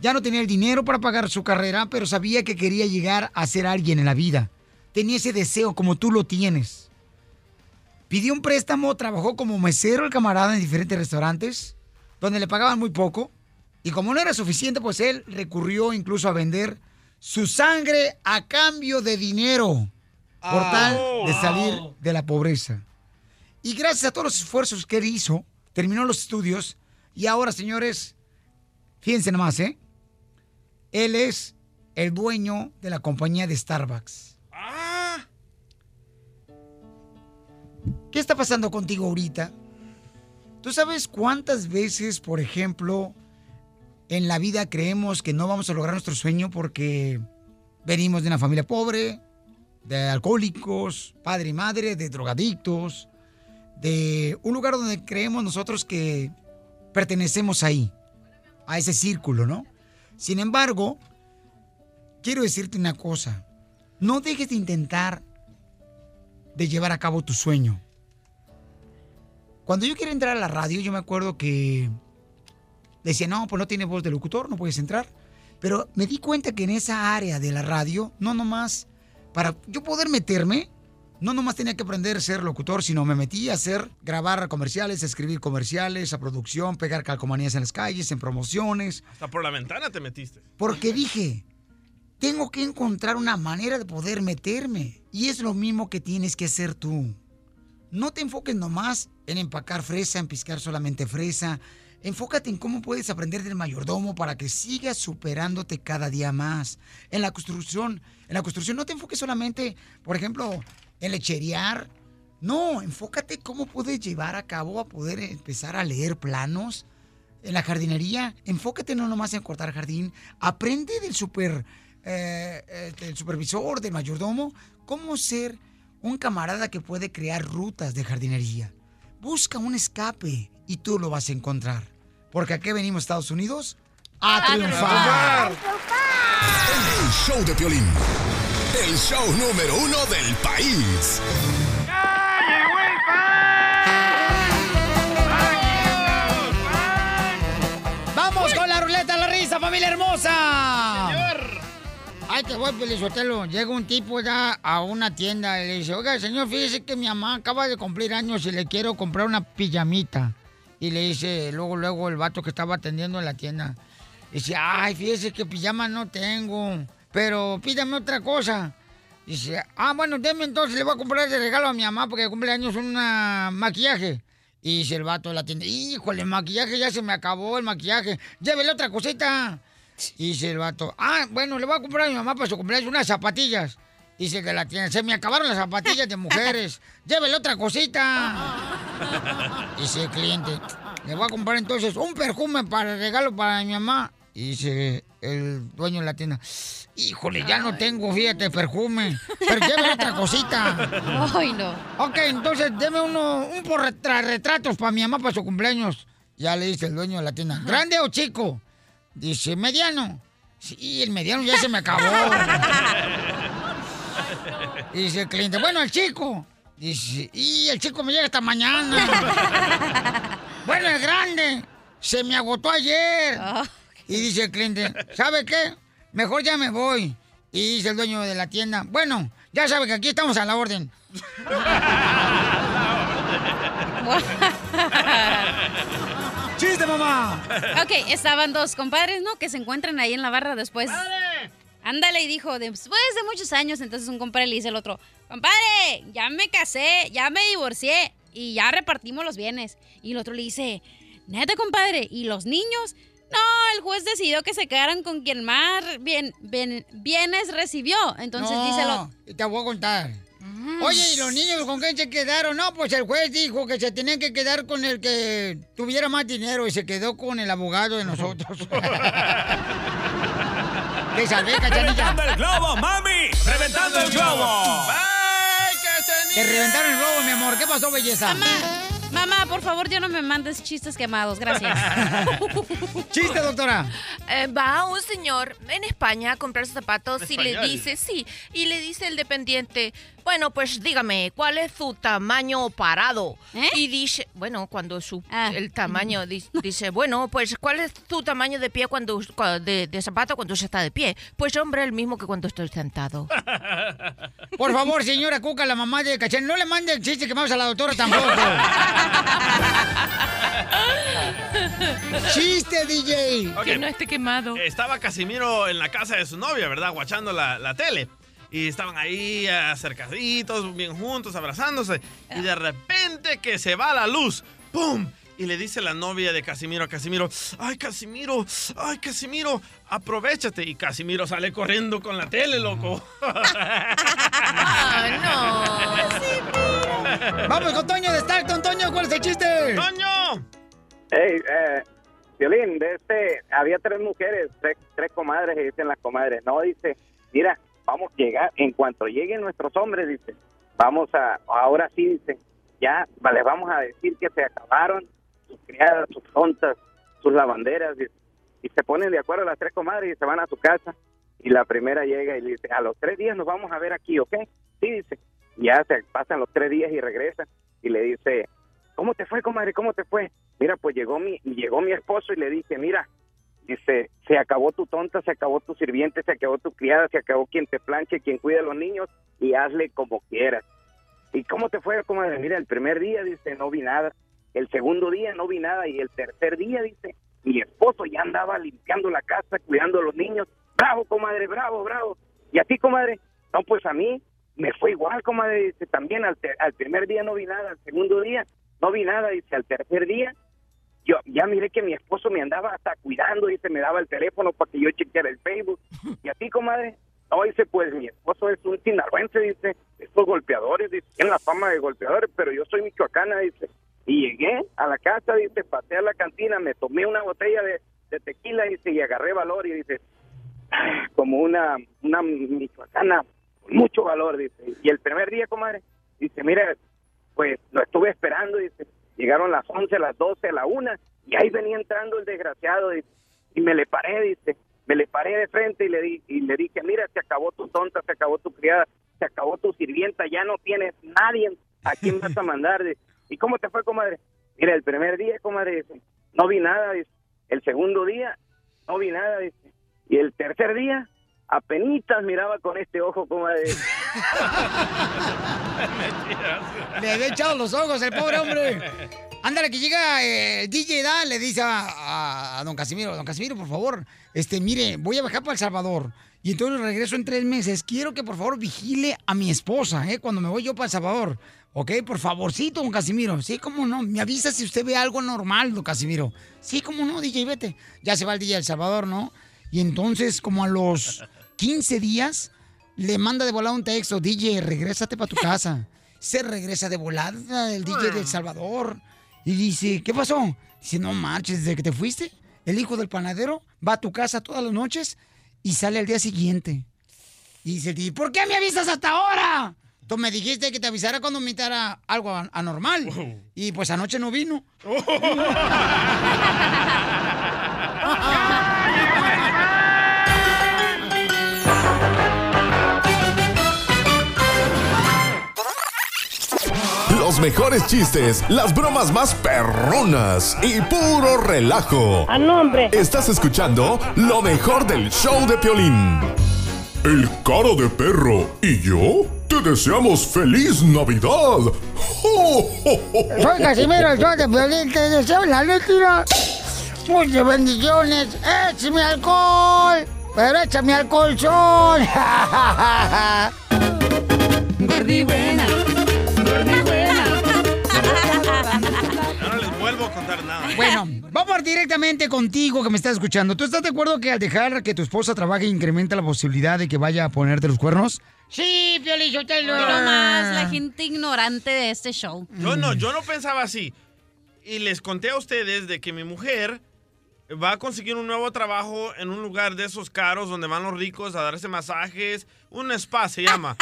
Speaker 4: Ya no tenía el dinero para pagar su carrera, pero sabía que quería llegar a ser alguien en la vida. Tenía ese deseo como tú lo tienes. Pidió un préstamo, trabajó como mesero el camarada en diferentes restaurantes, donde le pagaban muy poco. Y como no era suficiente, pues él recurrió incluso a vender su sangre a cambio de dinero, por tal de salir de la pobreza. Y gracias a todos los esfuerzos que él hizo, terminó los estudios. Y ahora, señores, fíjense nomás, ¿eh? Él es el dueño de la compañía de Starbucks. ¿Qué está pasando contigo ahorita? ¿Tú sabes cuántas veces, por ejemplo, en la vida creemos que no vamos a lograr nuestro sueño porque venimos de una familia pobre, de alcohólicos, padre y madre, de drogadictos, de un lugar donde creemos nosotros que pertenecemos ahí, a ese círculo, ¿no? Sin embargo, quiero decirte una cosa, no dejes de intentar de llevar a cabo tu sueño. Cuando yo quería entrar a la radio, yo me acuerdo que decía, no, pues no tienes voz de locutor, no puedes entrar. Pero me di cuenta que en esa área de la radio, no nomás, para yo poder meterme, no nomás tenía que aprender a ser locutor, sino me metí a hacer, grabar comerciales, a escribir comerciales, a producción, pegar calcomanías en las calles, en promociones.
Speaker 7: Hasta por la ventana te metiste.
Speaker 4: Porque dije, tengo que encontrar una manera de poder meterme. Y es lo mismo que tienes que hacer tú. No te enfoques nomás en empacar fresa, en piscar solamente fresa. Enfócate en cómo puedes aprender del mayordomo para que sigas superándote cada día más. En la construcción, en la construcción no te enfoques solamente, por ejemplo, en lecherear. No, enfócate cómo puedes llevar a cabo a poder empezar a leer planos, en la jardinería, enfócate no nomás en cortar jardín, aprende del super eh, eh, del supervisor, del mayordomo, cómo ser un camarada que puede crear rutas de jardinería. Busca un escape y tú lo vas a encontrar. Porque aquí venimos Estados Unidos a triunfar.
Speaker 3: El show de Piolín. El show número uno del país.
Speaker 4: ¡Vamos con la ruleta de la risa, familia hermosa! Ay, te voy, Pelizotelo. Llega un tipo ya a una tienda y le dice, oiga, señor, fíjese que mi mamá acaba de cumplir años y le quiero comprar una pijamita. Y le dice, luego, luego, el vato que estaba atendiendo en la tienda. Dice, ay, fíjese que pijama no tengo, pero pídame otra cosa. Dice, ah, bueno, deme entonces, le voy a comprar de regalo a mi mamá porque cumple años un ah, maquillaje. Y dice el vato de la tienda, híjole, el maquillaje ya se me acabó, el maquillaje. Llévele otra cosita. Y dice el vato, ah, bueno, le voy a comprar a mi mamá para su cumpleaños unas zapatillas. Dice el de la tienda, se me acabaron las zapatillas de mujeres. Llévele otra cosita. Dice el cliente, le voy a comprar entonces un perfume para el regalo para mi mamá. Y dice el dueño de la tienda, híjole, ya no tengo, fíjate, perfume. Pero llévele otra cosita.
Speaker 6: Ay, no.
Speaker 4: Ok, entonces deme uno, un portra- retratos para mi mamá para su cumpleaños. Ya le dice el dueño de la tienda, ¿grande o chico? Dice, mediano. Sí, el mediano ya se me acabó. Dice el cliente, bueno, el chico. Dice, y el chico me llega hasta mañana. bueno, el grande. Se me agotó ayer. Y dice el cliente, ¿sabe qué? Mejor ya me voy. Y dice el dueño de la tienda, bueno, ya sabe que aquí estamos a la orden. ¡Chiste, mamá!
Speaker 6: Ok, estaban dos compadres, ¿no? Que se encuentran ahí en la barra después. Ándale, y dijo, después de muchos años, entonces un compadre le dice al otro, compadre, ya me casé, ya me divorcié y ya repartimos los bienes. Y el otro le dice, neta, compadre, ¿y los niños? No, el juez decidió que se quedaran con quien más bien, bien- bienes recibió. Entonces
Speaker 4: No,
Speaker 6: dice el otro,
Speaker 4: Te voy a contar.
Speaker 6: Mm.
Speaker 4: Oye, ¿y los niños con quién se quedaron? No, pues el juez dijo que se tenían que quedar con el que tuviera más dinero y se quedó con el abogado de nosotros. ¡Te salvé, cachanilla!
Speaker 5: ¡Reventando el globo, mami! ¡Reventando el globo!
Speaker 4: ¡Te reventaron el globo, mi amor! ¿Qué pasó, belleza?
Speaker 6: Mamá, por favor, ya no me mandes chistes quemados, gracias.
Speaker 4: ¡Chiste, doctora!
Speaker 15: Eh, va un señor en España a comprar zapatos y le
Speaker 6: Español.
Speaker 15: dice, sí, y le dice el dependiente, bueno, pues dígame, ¿cuál es su tamaño parado?
Speaker 4: ¿Eh?
Speaker 15: Y dice, bueno, cuando su,
Speaker 4: Ah.
Speaker 15: el tamaño, di- dice, bueno, pues ¿cuál es tu tamaño de pie cuando, cua- de, de zapato cuando se está de pie? Pues hombre, el mismo que cuando estoy sentado.
Speaker 4: Por favor, señora Cuca, la mamá de Cachan, no le mande el chiste que vamos a la doctora tampoco. ¡Chiste, DJ!
Speaker 7: Ok.
Speaker 6: Que no esté quemado.
Speaker 7: Estaba Casimiro en la casa de su novia, ¿verdad? Guachando la, la tele. Y estaban ahí acercaditos, bien juntos, abrazándose. Y de repente que se va la luz. ¡Pum! Y le dice la novia de Casimiro a Casimiro, ¡Ay, Casimiro! ¡Ay, Casimiro! ¡Aprovechate! Y Casimiro sale corriendo con la tele, loco.
Speaker 4: Vamos con Toño de Stockton. Toño, ¿cuál es el chiste?
Speaker 7: ¡Toño!
Speaker 2: Hey, eh, Violín, de este, había tres mujeres, tres, tres comadres, y dicen las comadres, no, dice, mira, vamos a llegar, en cuanto lleguen nuestros hombres, dice, vamos a, ahora sí, dice, ya, les vamos a decir que se acabaron sus criadas, sus tontas, sus lavanderas, dice, y se ponen de acuerdo las tres comadres y se van a su casa, y la primera llega y le dice, a los tres días nos vamos a ver aquí, ¿ok? Sí, dice, ya se pasan los tres días y regresa, y le dice, ¿cómo te fue, comadre? ¿Cómo te fue? Mira, pues llegó mi, llegó mi esposo y le dije, mira, dice, se acabó tu tonta, se acabó tu sirviente, se acabó tu criada, se acabó quien te planche, quien cuida a los niños y hazle como quieras. ¿Y cómo te fue, comadre? Mira, el primer día, dice, no vi nada. El segundo día no vi nada y el tercer día, dice, mi esposo ya andaba limpiando la casa, cuidando a los niños. Bravo, comadre, bravo, bravo. ¿Y a ti, comadre? No, pues a mí me fue igual, comadre. Dice, también al, ter- al primer día no vi nada, al segundo día no vi nada, dice, al tercer día yo ya miré que mi esposo me andaba hasta cuidando, dice, me daba el teléfono para que yo chequeara el Facebook. Y a ti, comadre, no, dice, pues mi esposo es un sinaloense, dice, estos golpeadores, dice, tienen la fama de golpeadores, pero yo soy michoacana, dice. Y llegué a la casa, dice, pasé a la cantina, me tomé una botella de, de tequila, dice, y agarré valor, y dice, "Ah, como una, una michoacana, con mucho valor, dice. Y el primer día, comadre, dice, mira, pues lo estuve esperando, dice, llegaron las 11, las 12, la 1, y ahí venía entrando el desgraciado, dice, y me le paré, dice, me le paré de frente y le, di, y le dije, mira, se acabó tu tonta, se acabó tu criada, se acabó tu sirvienta, ya no tienes nadie a quién vas a mandar, dice. ¿y cómo te fue, comadre? Mira, el primer día, comadre, dice, no vi nada, dice, el segundo día, no vi nada, dice, y el tercer día, apenas miraba con este ojo, comadre.
Speaker 4: Le había echado los ojos el pobre hombre. Ándale, que llega eh, el DJ, da, le dice a, a- a don Casimiro, don Casimiro, por favor, este, mire, voy a viajar para El Salvador. Y entonces regreso en tres meses. Quiero que por favor vigile a mi esposa, ¿eh? Cuando me voy yo para El Salvador. ¿Ok? Por favorcito, don Casimiro. Sí, cómo no. Me avisa si usted ve algo normal, don Casimiro. Sí, cómo no, DJ, vete. Ya se va el DJ a El Salvador, ¿no? Y entonces, como a los 15 días, le manda de volada un texto, DJ, regrésate para tu casa. Se regresa de volada el DJ de El Salvador. Y dice, ¿qué pasó? Dice, no marches, desde que te fuiste, el hijo del panadero va a tu casa todas las noches y sale al día siguiente. Y dice el DJ, ¿por qué me avisas hasta ahora? Tú me dijiste que te avisara cuando mitara algo an- anormal. Y pues anoche no vino.
Speaker 3: Los mejores chistes, las bromas más perronas y puro relajo.
Speaker 1: Ah,
Speaker 3: Estás escuchando lo mejor del show de Piolín.
Speaker 1: El cara de perro y yo te deseamos feliz Navidad.
Speaker 4: Soy Casimiro, yo de Violín, te deseo la líquida. Muchas bendiciones. Échame alcohol. Pero échame al colchón. Gordi buena. Gordi buena.
Speaker 7: Ya no les vuelvo a contar nada.
Speaker 4: Bueno, vamos directamente contigo que me estás escuchando. ¿Tú estás de acuerdo que al dejar que tu esposa trabaje incrementa la posibilidad de que vaya a ponerte los cuernos? Sí, Piolín, yo te
Speaker 6: Pero más la gente ignorante de este show.
Speaker 4: Mm.
Speaker 7: Yo no, yo no pensaba así. Y les conté a ustedes de que mi mujer va a conseguir un nuevo trabajo en un lugar de esos caros donde van los ricos a darse masajes. Un spa se llama.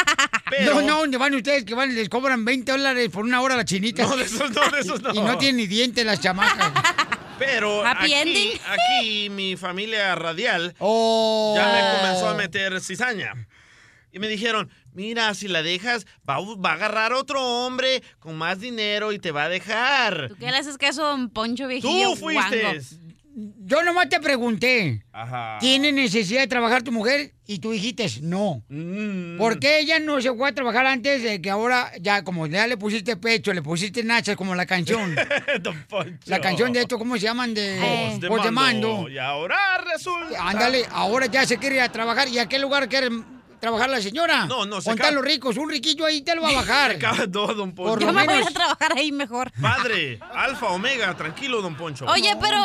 Speaker 4: No, no, ¿dónde van ustedes que van? Les cobran 20 dólares por una hora a la chinita.
Speaker 7: No, de esos no, de esos no.
Speaker 4: Y, y no tienen ni dientes las chamacas.
Speaker 7: Pero
Speaker 4: Happy
Speaker 7: aquí,
Speaker 4: ending.
Speaker 7: aquí mi familia radial
Speaker 4: Oh.
Speaker 7: ya me comenzó a meter cizaña. Y me dijeron, mira, si la dejas, va, a bu- va a agarrar otro hombre con más dinero y te va a dejar.
Speaker 6: ¿Qué le haces caso a Don Poncho viejillo?
Speaker 7: Tú fuiste.
Speaker 6: guango?
Speaker 4: Yo nomás te pregunté.
Speaker 7: Ajá.
Speaker 4: ¿Tiene necesidad de trabajar tu mujer? Y tú dijiste no.
Speaker 7: Mm.
Speaker 4: ¿Por qué ella no se fue a trabajar antes de que ahora ya como ya le pusiste pecho, le pusiste nachas como la canción? la canción de esto, ¿cómo se llaman? De
Speaker 7: Os
Speaker 4: Os
Speaker 7: Oh, pues demando.
Speaker 4: demando.
Speaker 7: Y ahora resulta.
Speaker 4: Ándale, ahora ya se quiere ir a trabajar. ¿Y a qué lugar quiere trabajar la señora?
Speaker 7: No, no, se
Speaker 4: Con
Speaker 7: acaba-
Speaker 4: los ricos, un riquillo ahí te lo va a bajar.
Speaker 7: Se acaba todo, don Poncho.
Speaker 4: Por lo menos.
Speaker 6: trabajar ahí mejor.
Speaker 7: Padre, alfa, omega, tranquilo, don Poncho.
Speaker 6: Oye, pero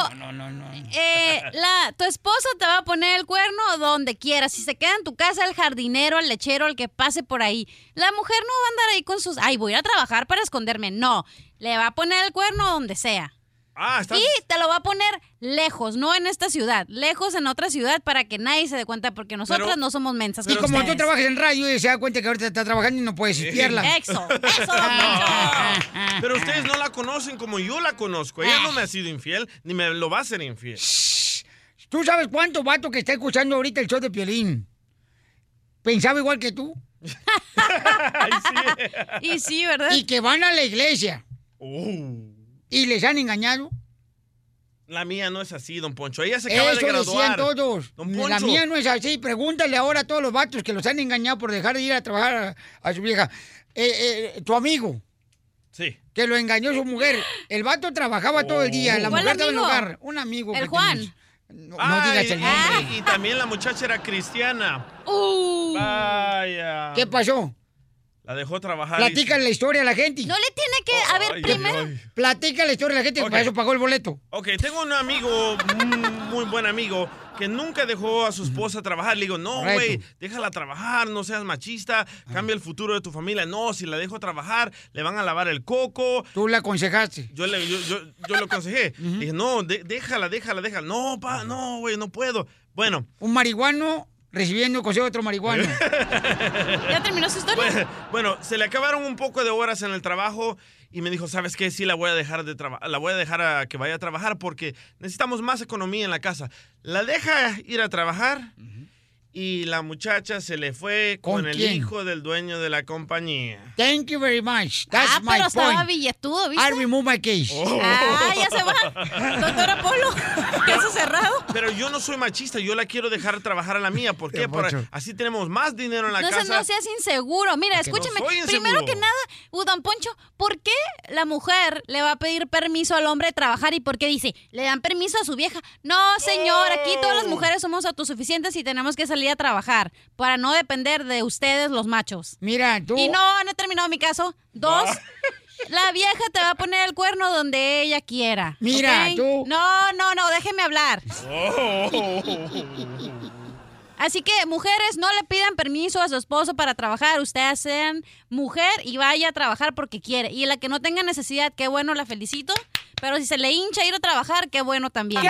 Speaker 6: eh, la, tu esposa te va a poner el cuerno donde quiera. Si se queda en tu casa, el jardinero, el lechero, el que pase por ahí. La mujer no va a andar ahí con sus... Ay, voy a ir a trabajar para esconderme. No, le va a poner el cuerno donde sea.
Speaker 7: Ah, estás-
Speaker 6: Y te lo va a poner lejos, no en esta ciudad, lejos en otra ciudad para que nadie se dé cuenta porque nosotras
Speaker 4: Pero-
Speaker 6: no somos mensas.
Speaker 4: Y
Speaker 6: como
Speaker 4: como tú
Speaker 6: ustedes.
Speaker 4: trabajas en radio y se da cuenta que ahorita está trabajando y no puedes espiarla.
Speaker 6: Eso,
Speaker 7: Pero ustedes no la conocen como yo la conozco. Ella no me ha sido infiel, ni me lo va a hacer infiel.
Speaker 4: ¿Tú sabes cuánto vato que está escuchando ahorita el show de Piolín? ¿Pensaba igual que tú?
Speaker 6: y sí, ¿verdad?
Speaker 4: Y que van a la iglesia. Y les han engañado.
Speaker 7: Uh, La mía no es así, don Poncho. Ella se acaba
Speaker 4: Eso
Speaker 7: de
Speaker 4: decían
Speaker 7: graduar.
Speaker 4: todos.
Speaker 7: Don
Speaker 4: La
Speaker 7: Poncho.
Speaker 4: mía no es así. Pregúntale ahora a todos los vatos que los han engañado por dejar de ir a trabajar a, a su vieja. Eh, eh, tu amigo.
Speaker 7: Sí.
Speaker 4: Que lo engañó su mujer. El vato trabajaba todo el día. La
Speaker 7: ¿Cuál
Speaker 4: mujer estaba en el
Speaker 7: amigo?
Speaker 4: hogar. Un amigo.
Speaker 7: ¿El
Speaker 4: que
Speaker 7: Juan?
Speaker 4: tenemos. No, no
Speaker 7: Ay,
Speaker 4: digas el
Speaker 7: y-
Speaker 4: nombre.
Speaker 7: Y, también la muchacha era cristiana.
Speaker 6: Uh.
Speaker 7: Vaya.
Speaker 4: Uh. ¿Qué pasó?
Speaker 7: La dejó trabajar. y-
Speaker 4: Platica la historia a la gente. No
Speaker 6: le tiene que. A ver,
Speaker 7: ay,
Speaker 6: primero.
Speaker 7: ay.
Speaker 4: Platica la historia a la gente.
Speaker 7: Ok.
Speaker 4: Para eso pagó el boleto.
Speaker 7: Ok, tengo un amigo, un muy buen amigo, que nunca dejó a su esposa trabajar. Le digo, no,
Speaker 4: Correcto.
Speaker 7: güey, déjala trabajar, no seas machista, cambia el futuro de tu familia. No, si la dejo trabajar, le van a lavar el coco.
Speaker 4: Tú la aconsejaste.
Speaker 7: Yo le yo, yo, yo lo aconsejé. Le dije, no, de- déjala, déjala, déjala. No, pa, no, güey, no puedo. Bueno.
Speaker 4: Un marihuano recibiendo consejo de otro marihuano.
Speaker 6: ¿Ya terminó su historia?
Speaker 7: Bueno, bueno, se le acabaron un poco de horas en el trabajo y me dijo, ¿sabes qué? Sí, la voy a dejar de trabajar, la voy a dejar a que vaya a trabajar porque necesitamos más economía en la casa. La deja ir a trabajar y la muchacha se le fue
Speaker 4: ¿Con
Speaker 7: con, el
Speaker 4: quién?
Speaker 7: hijo del dueño de la compañía.
Speaker 4: Thank you very much. That's
Speaker 6: Ah,
Speaker 4: my
Speaker 6: pero estaba
Speaker 4: point.
Speaker 6: billetudo, ¿viste?
Speaker 4: I remove my case.
Speaker 7: Oh.
Speaker 6: Ah, ya se va. Doctor Apolo, caso cerrado.
Speaker 7: Pero yo no soy machista, yo la quiero dejar trabajar a la mía. ¿Por qué? Por- así tenemos más dinero en la
Speaker 6: No, seas-
Speaker 7: casa.
Speaker 6: no seas inseguro. Mira,
Speaker 7: Que no
Speaker 6: escúchame.
Speaker 7: soy inseguro.
Speaker 6: Primero que nada, uh, don Poncho, ¿por qué la mujer le va a pedir permiso al hombre de trabajar y por qué dice, le dan permiso a su vieja? No, señor, aquí todas
Speaker 7: Oh.
Speaker 6: las mujeres somos autosuficientes y tenemos que salir a trabajar para no depender de ustedes, los machos.
Speaker 4: Mira, tú.
Speaker 6: Y no, no he terminado mi caso. Dos.
Speaker 7: Ah.
Speaker 6: La vieja te va a poner el cuerno donde ella quiera.
Speaker 4: Mira,
Speaker 6: ¿ok?
Speaker 4: tú.
Speaker 6: No, no, no, déjeme hablar.
Speaker 7: Oh.
Speaker 6: Así que, mujeres, no le pidan permiso a su esposo para trabajar. Ustedes sean mujer y vaya a trabajar porque quiere. Y la que no tenga necesidad, qué bueno, la felicito. Pero si se le hincha ir a trabajar, qué bueno también.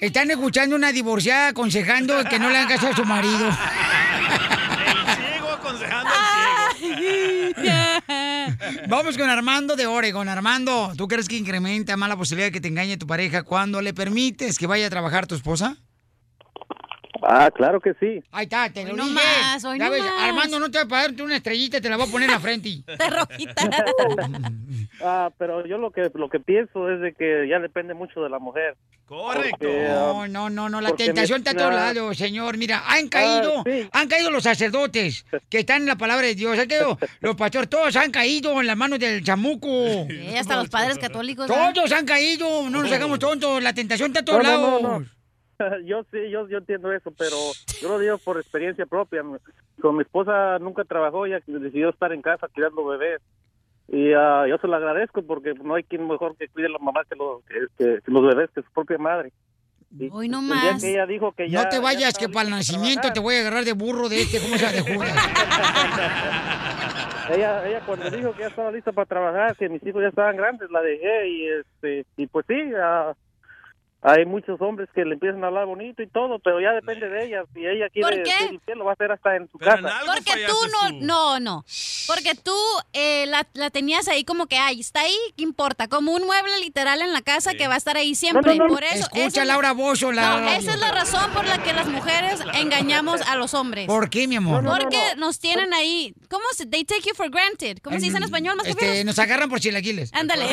Speaker 4: Están escuchando una divorciada aconsejando que no le hagan caso a su marido.
Speaker 7: Ciego aconsejando
Speaker 6: Ah,
Speaker 7: al ciego.
Speaker 4: Vamos con Armando de Oregon. Armando, ¿tú crees que incrementa más la posibilidad de que te engañe tu pareja cuando le permites que vaya a trabajar tu esposa?
Speaker 14: Ah, claro que sí.
Speaker 4: Ahí está, te lo
Speaker 6: Hoy no
Speaker 4: dije.
Speaker 6: más, hoy
Speaker 4: Ya
Speaker 6: no
Speaker 4: ves,
Speaker 6: más.
Speaker 4: Armando, no te va a pagarte una estrellita, te la voy a poner en la frente.
Speaker 6: Te rojita.
Speaker 14: Ah, pero yo lo que lo que pienso es de que ya depende mucho de la mujer.
Speaker 31: Oh,
Speaker 14: ah,
Speaker 7: Correcto.
Speaker 31: ah,
Speaker 4: No, no, no, no, la
Speaker 14: Porque
Speaker 4: tentación está a todos
Speaker 14: mira-
Speaker 4: lados, señor. Mira, han caído,
Speaker 14: Ah, sí.
Speaker 4: han caído los sacerdotes que están en la palabra de Dios. Han caído los pastores, todos han caído en las manos del chamuco.
Speaker 6: Y hasta los padres católicos. ¿eh?
Speaker 4: Todos han caído, no nos hagamos tontos, la tentación está a todos
Speaker 14: No, no,
Speaker 4: lados.
Speaker 14: no, no. Yo sí, yo, yo entiendo eso, pero yo lo digo por experiencia propia. Con mi esposa nunca trabajó, ella decidió estar en casa cuidando bebés. Y ah, yo se lo agradezco porque no hay quien mejor que cuide a la mamá que los, que- que- que los bebés que su propia madre.
Speaker 6: Hoy no
Speaker 31: El día
Speaker 6: más.
Speaker 31: que ella dijo que ya...
Speaker 4: no te vayas, que para el nacimiento te voy a agarrar de burro de este, ¿cómo se llama? De Judas.
Speaker 31: Ella, ella cuando dijo que ya estaba lista para trabajar, que mis hijos ya estaban grandes, la dejé y este y pues sí, ah, hay muchos hombres que le empiezan a hablar bonito y todo, pero ya depende de ella. Si ella quiere
Speaker 6: ¿Por qué?
Speaker 31: ser infiel, lo va a hacer hasta en su
Speaker 6: Pero en
Speaker 31: casa.
Speaker 6: algo Porque tú no, no, no. Porque tú eh, la, la tenías ahí como que, ay, está ahí, ¿qué importa? Como un mueble literal en la casa que va a estar ahí siempre.
Speaker 4: No, no, no.
Speaker 6: Por eso,
Speaker 4: Escucha
Speaker 6: esa es-
Speaker 4: Laura Bozzo, la-
Speaker 6: No, esa es la razón por la que las mujeres engañamos a los hombres.
Speaker 4: ¿Por qué, mi amor?
Speaker 6: Porque nos tienen ahí. ¿Cómo se They take you for granted. ¿Cómo se dice en español? Más
Speaker 4: Este, nos agarran por chilaquiles.
Speaker 6: Ándale.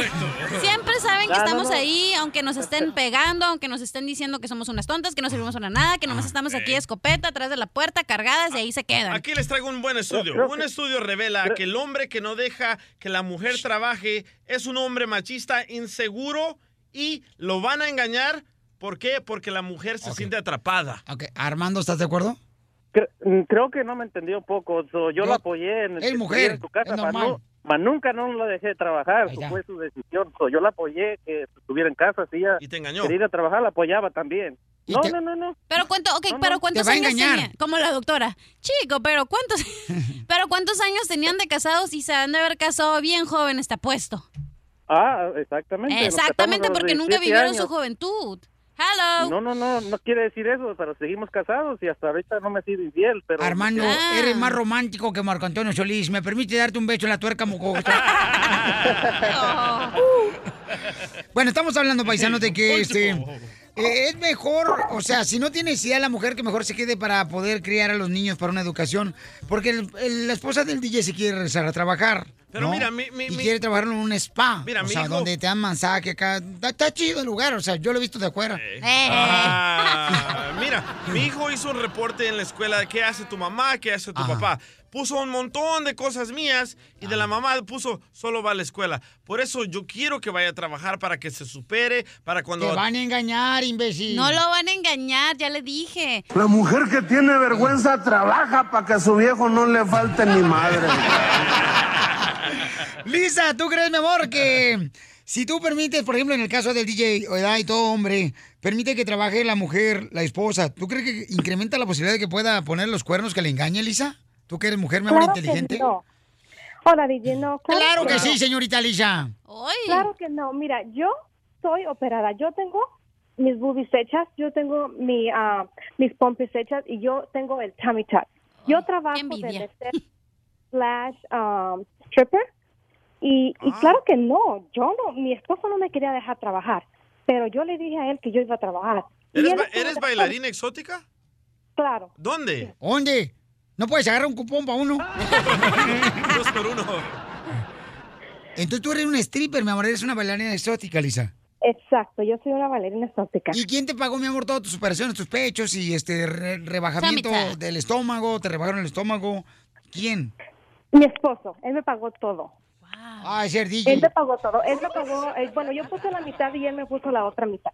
Speaker 6: Siempre saben que
Speaker 4: No, no,
Speaker 6: estamos
Speaker 4: no.
Speaker 6: ahí, aunque nos estén pegando, aunque nos estén diciendo que somos unas tontas, que no servimos para nada, que nomás estamos aquí de escopeta, atrás de la puerta, cargadas y ahí se quedan.
Speaker 7: Aquí les traigo un buen estudio.
Speaker 6: Creo- creo
Speaker 7: un
Speaker 6: que-
Speaker 7: estudio revela
Speaker 6: creo-
Speaker 7: que el hombre que no deja que la mujer trabaje es un hombre machista, inseguro y lo van a engañar. ¿Por qué? Porque la mujer se siente atrapada.
Speaker 4: Armando, ¿estás de acuerdo?
Speaker 31: Cre- mm, creo que no me entendió poco. so, yo
Speaker 7: No.
Speaker 31: la apoyé en,
Speaker 7: Es
Speaker 31: que
Speaker 7: mujer,
Speaker 31: estuviera en su casa,
Speaker 7: es
Speaker 31: mas
Speaker 7: normal.
Speaker 31: no- mas nunca no la dejé trabajar. so, fue su decisión. so, yo la apoyé que estuviera en casa. Si ella quería ir a trabajar, la apoyaba también. No, no, no, no.
Speaker 6: Pero cuánto, ok, pero cuántos
Speaker 31: Te va a
Speaker 6: años
Speaker 31: engañar.
Speaker 6: tenían, como la doctora. Chico, pero cuántos, pero cuántos años tenían de casados y se han de haber casado bien joven, está puesto.
Speaker 31: Ah, exactamente. nos
Speaker 6: Exactamente,
Speaker 31: casamos a los
Speaker 6: porque nunca
Speaker 31: 17
Speaker 6: vivieron
Speaker 31: años.
Speaker 6: su juventud. Hello.
Speaker 31: No, no, no, no quiere decir eso, pero seguimos casados y hasta ahorita no me he sido infiel, pero...
Speaker 4: Armando,
Speaker 31: Ah.
Speaker 4: eres más romántico que Marco Antonio Solís. ¿Me permite darte un beso en la tuerca mocosa? bueno, estamos hablando, paisanos, de que este, eh, es mejor, o sea, si no tienes idea la mujer, que mejor se quede para poder criar a los niños para una educación. Porque el- el- la esposa del DJ se quiere regresar a trabajar.
Speaker 7: Pero
Speaker 4: ¿no?
Speaker 7: mira, mi- mi-
Speaker 4: y
Speaker 7: mi-
Speaker 4: quiere trabajar en un spa.
Speaker 7: Mira,
Speaker 4: o
Speaker 7: mi
Speaker 4: sea,
Speaker 7: hijo-
Speaker 4: donde te dan masaje acá. Está, está chido el lugar, o sea, yo lo he visto de afuera.
Speaker 7: Eh. Ah, mira, mi hijo hizo un reporte en la escuela de qué hace tu mamá, qué hace tu papá. Puso un montón de cosas mías y
Speaker 4: Ah.
Speaker 7: de la mamá puso solo va a la escuela. Por eso yo quiero que vaya a trabajar para que se supere, para cuando...
Speaker 4: Te van a engañar, imbécil.
Speaker 6: No lo van a engañar, ya le dije.
Speaker 8: La mujer que tiene vergüenza trabaja para que a su viejo no le falte ni madre.
Speaker 4: Lisa, ¿tú crees, mi amor, que si tú permites, por ejemplo, en el caso del DJ, o edad y todo hombre, permite que trabaje la mujer, la esposa, ¿tú crees que incrementa la posibilidad de que pueda poner los cuernos que le engañe, Lisa? ¿Tú que eres mujer, mi amor,
Speaker 14: Claro que
Speaker 4: inteligente?
Speaker 14: no. Hola, DJ, no.
Speaker 4: Claro que
Speaker 14: no.
Speaker 4: sí, señorita Lisa.
Speaker 14: Claro que no. Mira, yo soy operada. Yo tengo mis boobies hechas, yo tengo mi, ah, mis pompis hechas y yo tengo el tummy tuck. Yo trabajo de mesera slash um, stripper y, y claro que no. Yo no, mi esposo no me quería dejar trabajar, pero yo le dije a él que yo iba a trabajar. Y
Speaker 7: ¿Eres,
Speaker 14: él
Speaker 7: ba-
Speaker 14: estuvo
Speaker 7: eres
Speaker 14: de acuerdo.
Speaker 7: bailarina exótica?
Speaker 14: Claro.
Speaker 7: ¿Dónde?
Speaker 4: ¿Dónde? ¿No puedes agarrar un cupón para uno?
Speaker 7: Dos por uno.
Speaker 4: Entonces tú eres una stripper, mi amor, eres una bailarina exótica, Lisa.
Speaker 14: Exacto, yo soy una bailarina exótica.
Speaker 4: ¿Y quién te pagó, mi amor, todas tus operaciones, tus pechos y este re- rebajamiento
Speaker 14: Samita.
Speaker 4: del estómago? ¿Te rebajaron el estómago? ¿Quién?
Speaker 14: Mi esposo, él me pagó todo.
Speaker 4: Ay, ser DJ.
Speaker 14: Él me pagó todo. Él me pagó, eh, bueno, yo puse la mitad y él me puso la otra mitad.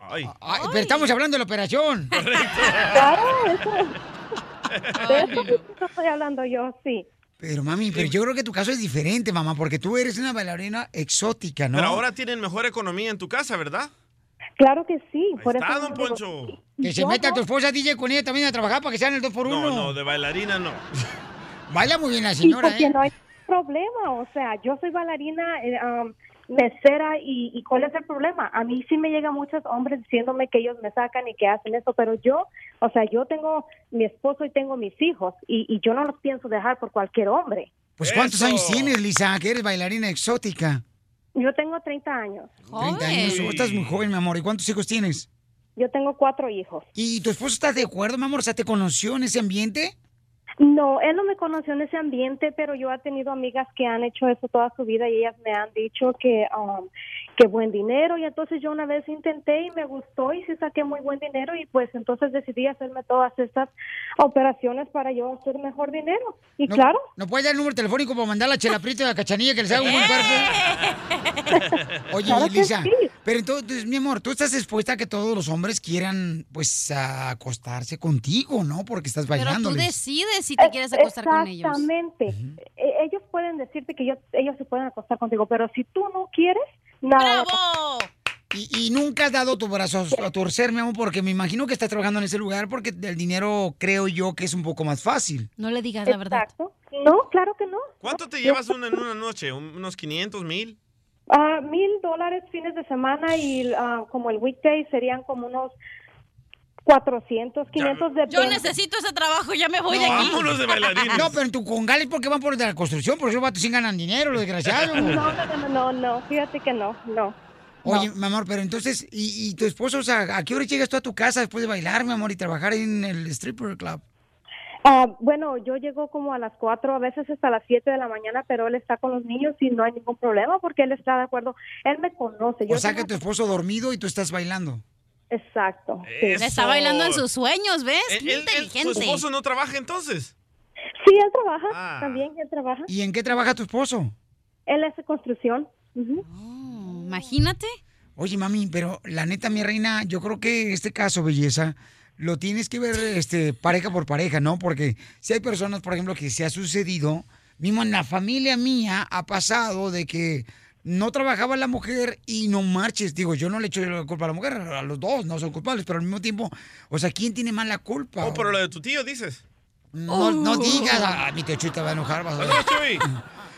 Speaker 4: Ay, pero estamos hablando de la operación.
Speaker 14: Claro, Ah, eso. De eso mismo estoy hablando yo, sí.
Speaker 4: Pero mami, pero yo creo que tu caso es diferente, mamá, porque tú eres una bailarina exótica, ¿no?
Speaker 7: Pero ahora tienen mejor economía en tu casa, ¿verdad?
Speaker 14: Claro que sí.
Speaker 7: Ahí está, don Poncho.
Speaker 4: Que se meta tu esposa DJ con ella también a trabajar para que sean el 2x1.
Speaker 7: No, no, de bailarina no.
Speaker 4: Baila muy bien la
Speaker 14: Y
Speaker 4: señora,
Speaker 14: porque
Speaker 4: ¿eh?
Speaker 14: no hay problema, o sea, yo soy bailarina, eh, um, mesera, y, y ¿cuál es el problema? A mí sí me llegan muchos hombres diciéndome que ellos me sacan y que hacen eso, pero yo, o sea, yo tengo mi esposo y tengo mis hijos, y, y yo no los pienso dejar por cualquier hombre.
Speaker 4: Pues ¿cuántos años tienes, Lisa? Que eres bailarina exótica.
Speaker 14: Yo tengo 30 años.
Speaker 4: 30 años. Oh, estás muy joven, mi amor. ¿Y cuántos hijos tienes?
Speaker 14: Yo tengo cuatro hijos.
Speaker 4: ¿Y tu esposo está de acuerdo, mi amor? O sea, ¿te conoció en ese ambiente?
Speaker 14: No, él no me conoció en ese ambiente, pero yo he tenido amigas que han hecho eso toda su vida y ellas me han dicho que, um, que buen dinero y entonces yo una vez intenté y me gustó y sí saqué muy buen dinero y pues entonces decidí hacerme todas estas operaciones para yo hacer mejor dinero. Y
Speaker 4: No-
Speaker 14: claro,
Speaker 4: ¿No puedes dar el número telefónico para mandar a la chelaprita y a la cachanilla que les haga un buen cuerpo?
Speaker 6: ¡Eh!
Speaker 4: Oye,
Speaker 14: Claro que
Speaker 4: Lisa,
Speaker 14: sí.
Speaker 4: pero entonces, mi amor, tú estás expuesta a que todos los hombres quieran, pues, a acostarse contigo, ¿no? Porque estás
Speaker 6: Pero tú
Speaker 4: bailando.
Speaker 6: decides si te quieres acostar con ellos.
Speaker 14: Eh, exactamente. E- Ellos pueden decirte que yo- ellos se pueden acostar contigo, pero si tú no quieres, nada. va a pasar.
Speaker 4: Y, y nunca has dado tu brazo a torcer, mi amor, porque me imagino que estás trabajando en ese lugar porque el dinero creo yo que es un poco más fácil.
Speaker 6: No le digas la verdad.
Speaker 20: No, claro que no.
Speaker 7: ¿Cuánto te llevas una, en una noche? ¿Un- ¿Unos 500, 1000?
Speaker 20: Ah, Mil dólares fines de semana y ah, como el weekday serían como unos 400, 500 de
Speaker 6: Yo necesito ese trabajo, ya me voy
Speaker 4: No,
Speaker 6: de aquí.
Speaker 4: vámonos de bailarines. No, pero en tu congal es porque van por la construcción, por eso vatos sin ganan dinero, los desgraciados.
Speaker 20: No, no, no, no, no, no, fíjate que no, no.
Speaker 4: Oye, mi amor, pero entonces, ¿y, y tu esposo, o sea, a qué hora llegas tú a tu casa después de bailar, mi amor, y trabajar en el stripper club?
Speaker 20: Ah, bueno, yo llego como a las 4, a veces hasta las 7 de la mañana, pero él está con los niños y no hay ningún problema porque él está de acuerdo. Él me conoce. Yo
Speaker 4: O sea, que
Speaker 20: tengo-
Speaker 4: tu esposo dormido y tú estás bailando.
Speaker 20: Exacto.
Speaker 4: Eh,
Speaker 6: Le está bailando en sus sueños, ¿ves? Qué
Speaker 7: ¿Tu
Speaker 6: inteligente.
Speaker 7: esposo no trabaja entonces?
Speaker 20: Sí, él trabaja,
Speaker 7: Ah.
Speaker 20: también él trabaja.
Speaker 4: ¿Y en qué trabaja tu esposo?
Speaker 20: Él hace construcción.
Speaker 6: Imagínate.
Speaker 4: Oye, mami, pero la neta, mi reina, yo creo que este caso, belleza, lo tienes que ver este, pareja por pareja, ¿no? Porque si hay personas, por ejemplo, que se ha sucedido, mismo en la familia mía ha pasado de que no trabajaba la mujer y no marches. Digo, yo no le echo la culpa a la mujer, a los dos no son culpables, pero al mismo tiempo, o sea, ¿quién tiene más la culpa?
Speaker 7: ¿O por lo de tu tío, dices?
Speaker 4: No,
Speaker 6: Oh.
Speaker 4: no
Speaker 6: Uh.
Speaker 4: digas, ah, mi tío Chuy te va a enojar. vas a ver.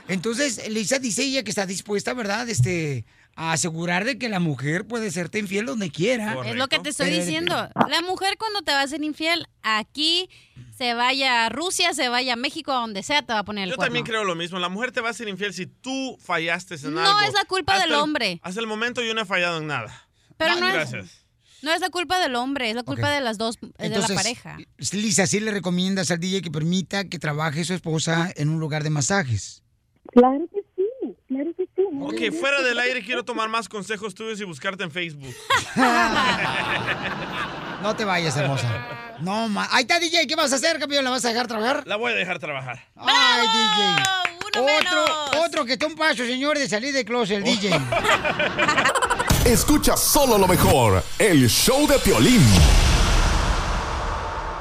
Speaker 4: Entonces, Lisa dice ella que está dispuesta, ¿verdad? Este, a asegurar de que la mujer puede serte infiel donde quiera.
Speaker 6: Es lo que te estoy
Speaker 4: Pero de-
Speaker 6: diciendo. La mujer cuando te va a ser infiel, aquí se vaya a Rusia, se vaya a México, a donde sea, te va a poner el
Speaker 7: Yo
Speaker 6: cuerno.
Speaker 7: también creo lo mismo. La mujer te va a ser infiel si tú fallaste en
Speaker 6: No
Speaker 7: algo.
Speaker 6: es la culpa del
Speaker 7: el-
Speaker 6: hombre.
Speaker 7: hasta el momento yo no he fallado en nada.
Speaker 6: Pero no es-
Speaker 7: Gracias.
Speaker 6: No es la culpa del hombre, es la culpa
Speaker 4: Ok.
Speaker 6: de las dos, eh, de
Speaker 4: Entonces,
Speaker 6: la pareja.
Speaker 4: Lisa, ¿sí le recomiendas al DJ que permita que trabaje su esposa en un lugar de masajes?
Speaker 20: Claro que sí, claro que sí.
Speaker 7: Ok, fuera del aire quiero tomar más consejos tuyos y buscarte en Facebook.
Speaker 4: No te vayas, hermosa. No, ma... Ahí está, DJ, ¿qué vas a hacer, campeón? ¿La vas a dejar trabajar?
Speaker 7: La voy a dejar trabajar.
Speaker 4: ¡Ay, DJ! otro, otro que está un paso, señores, de salir de closet, el DJ.
Speaker 3: Escucha solo lo mejor, el show de Piolín.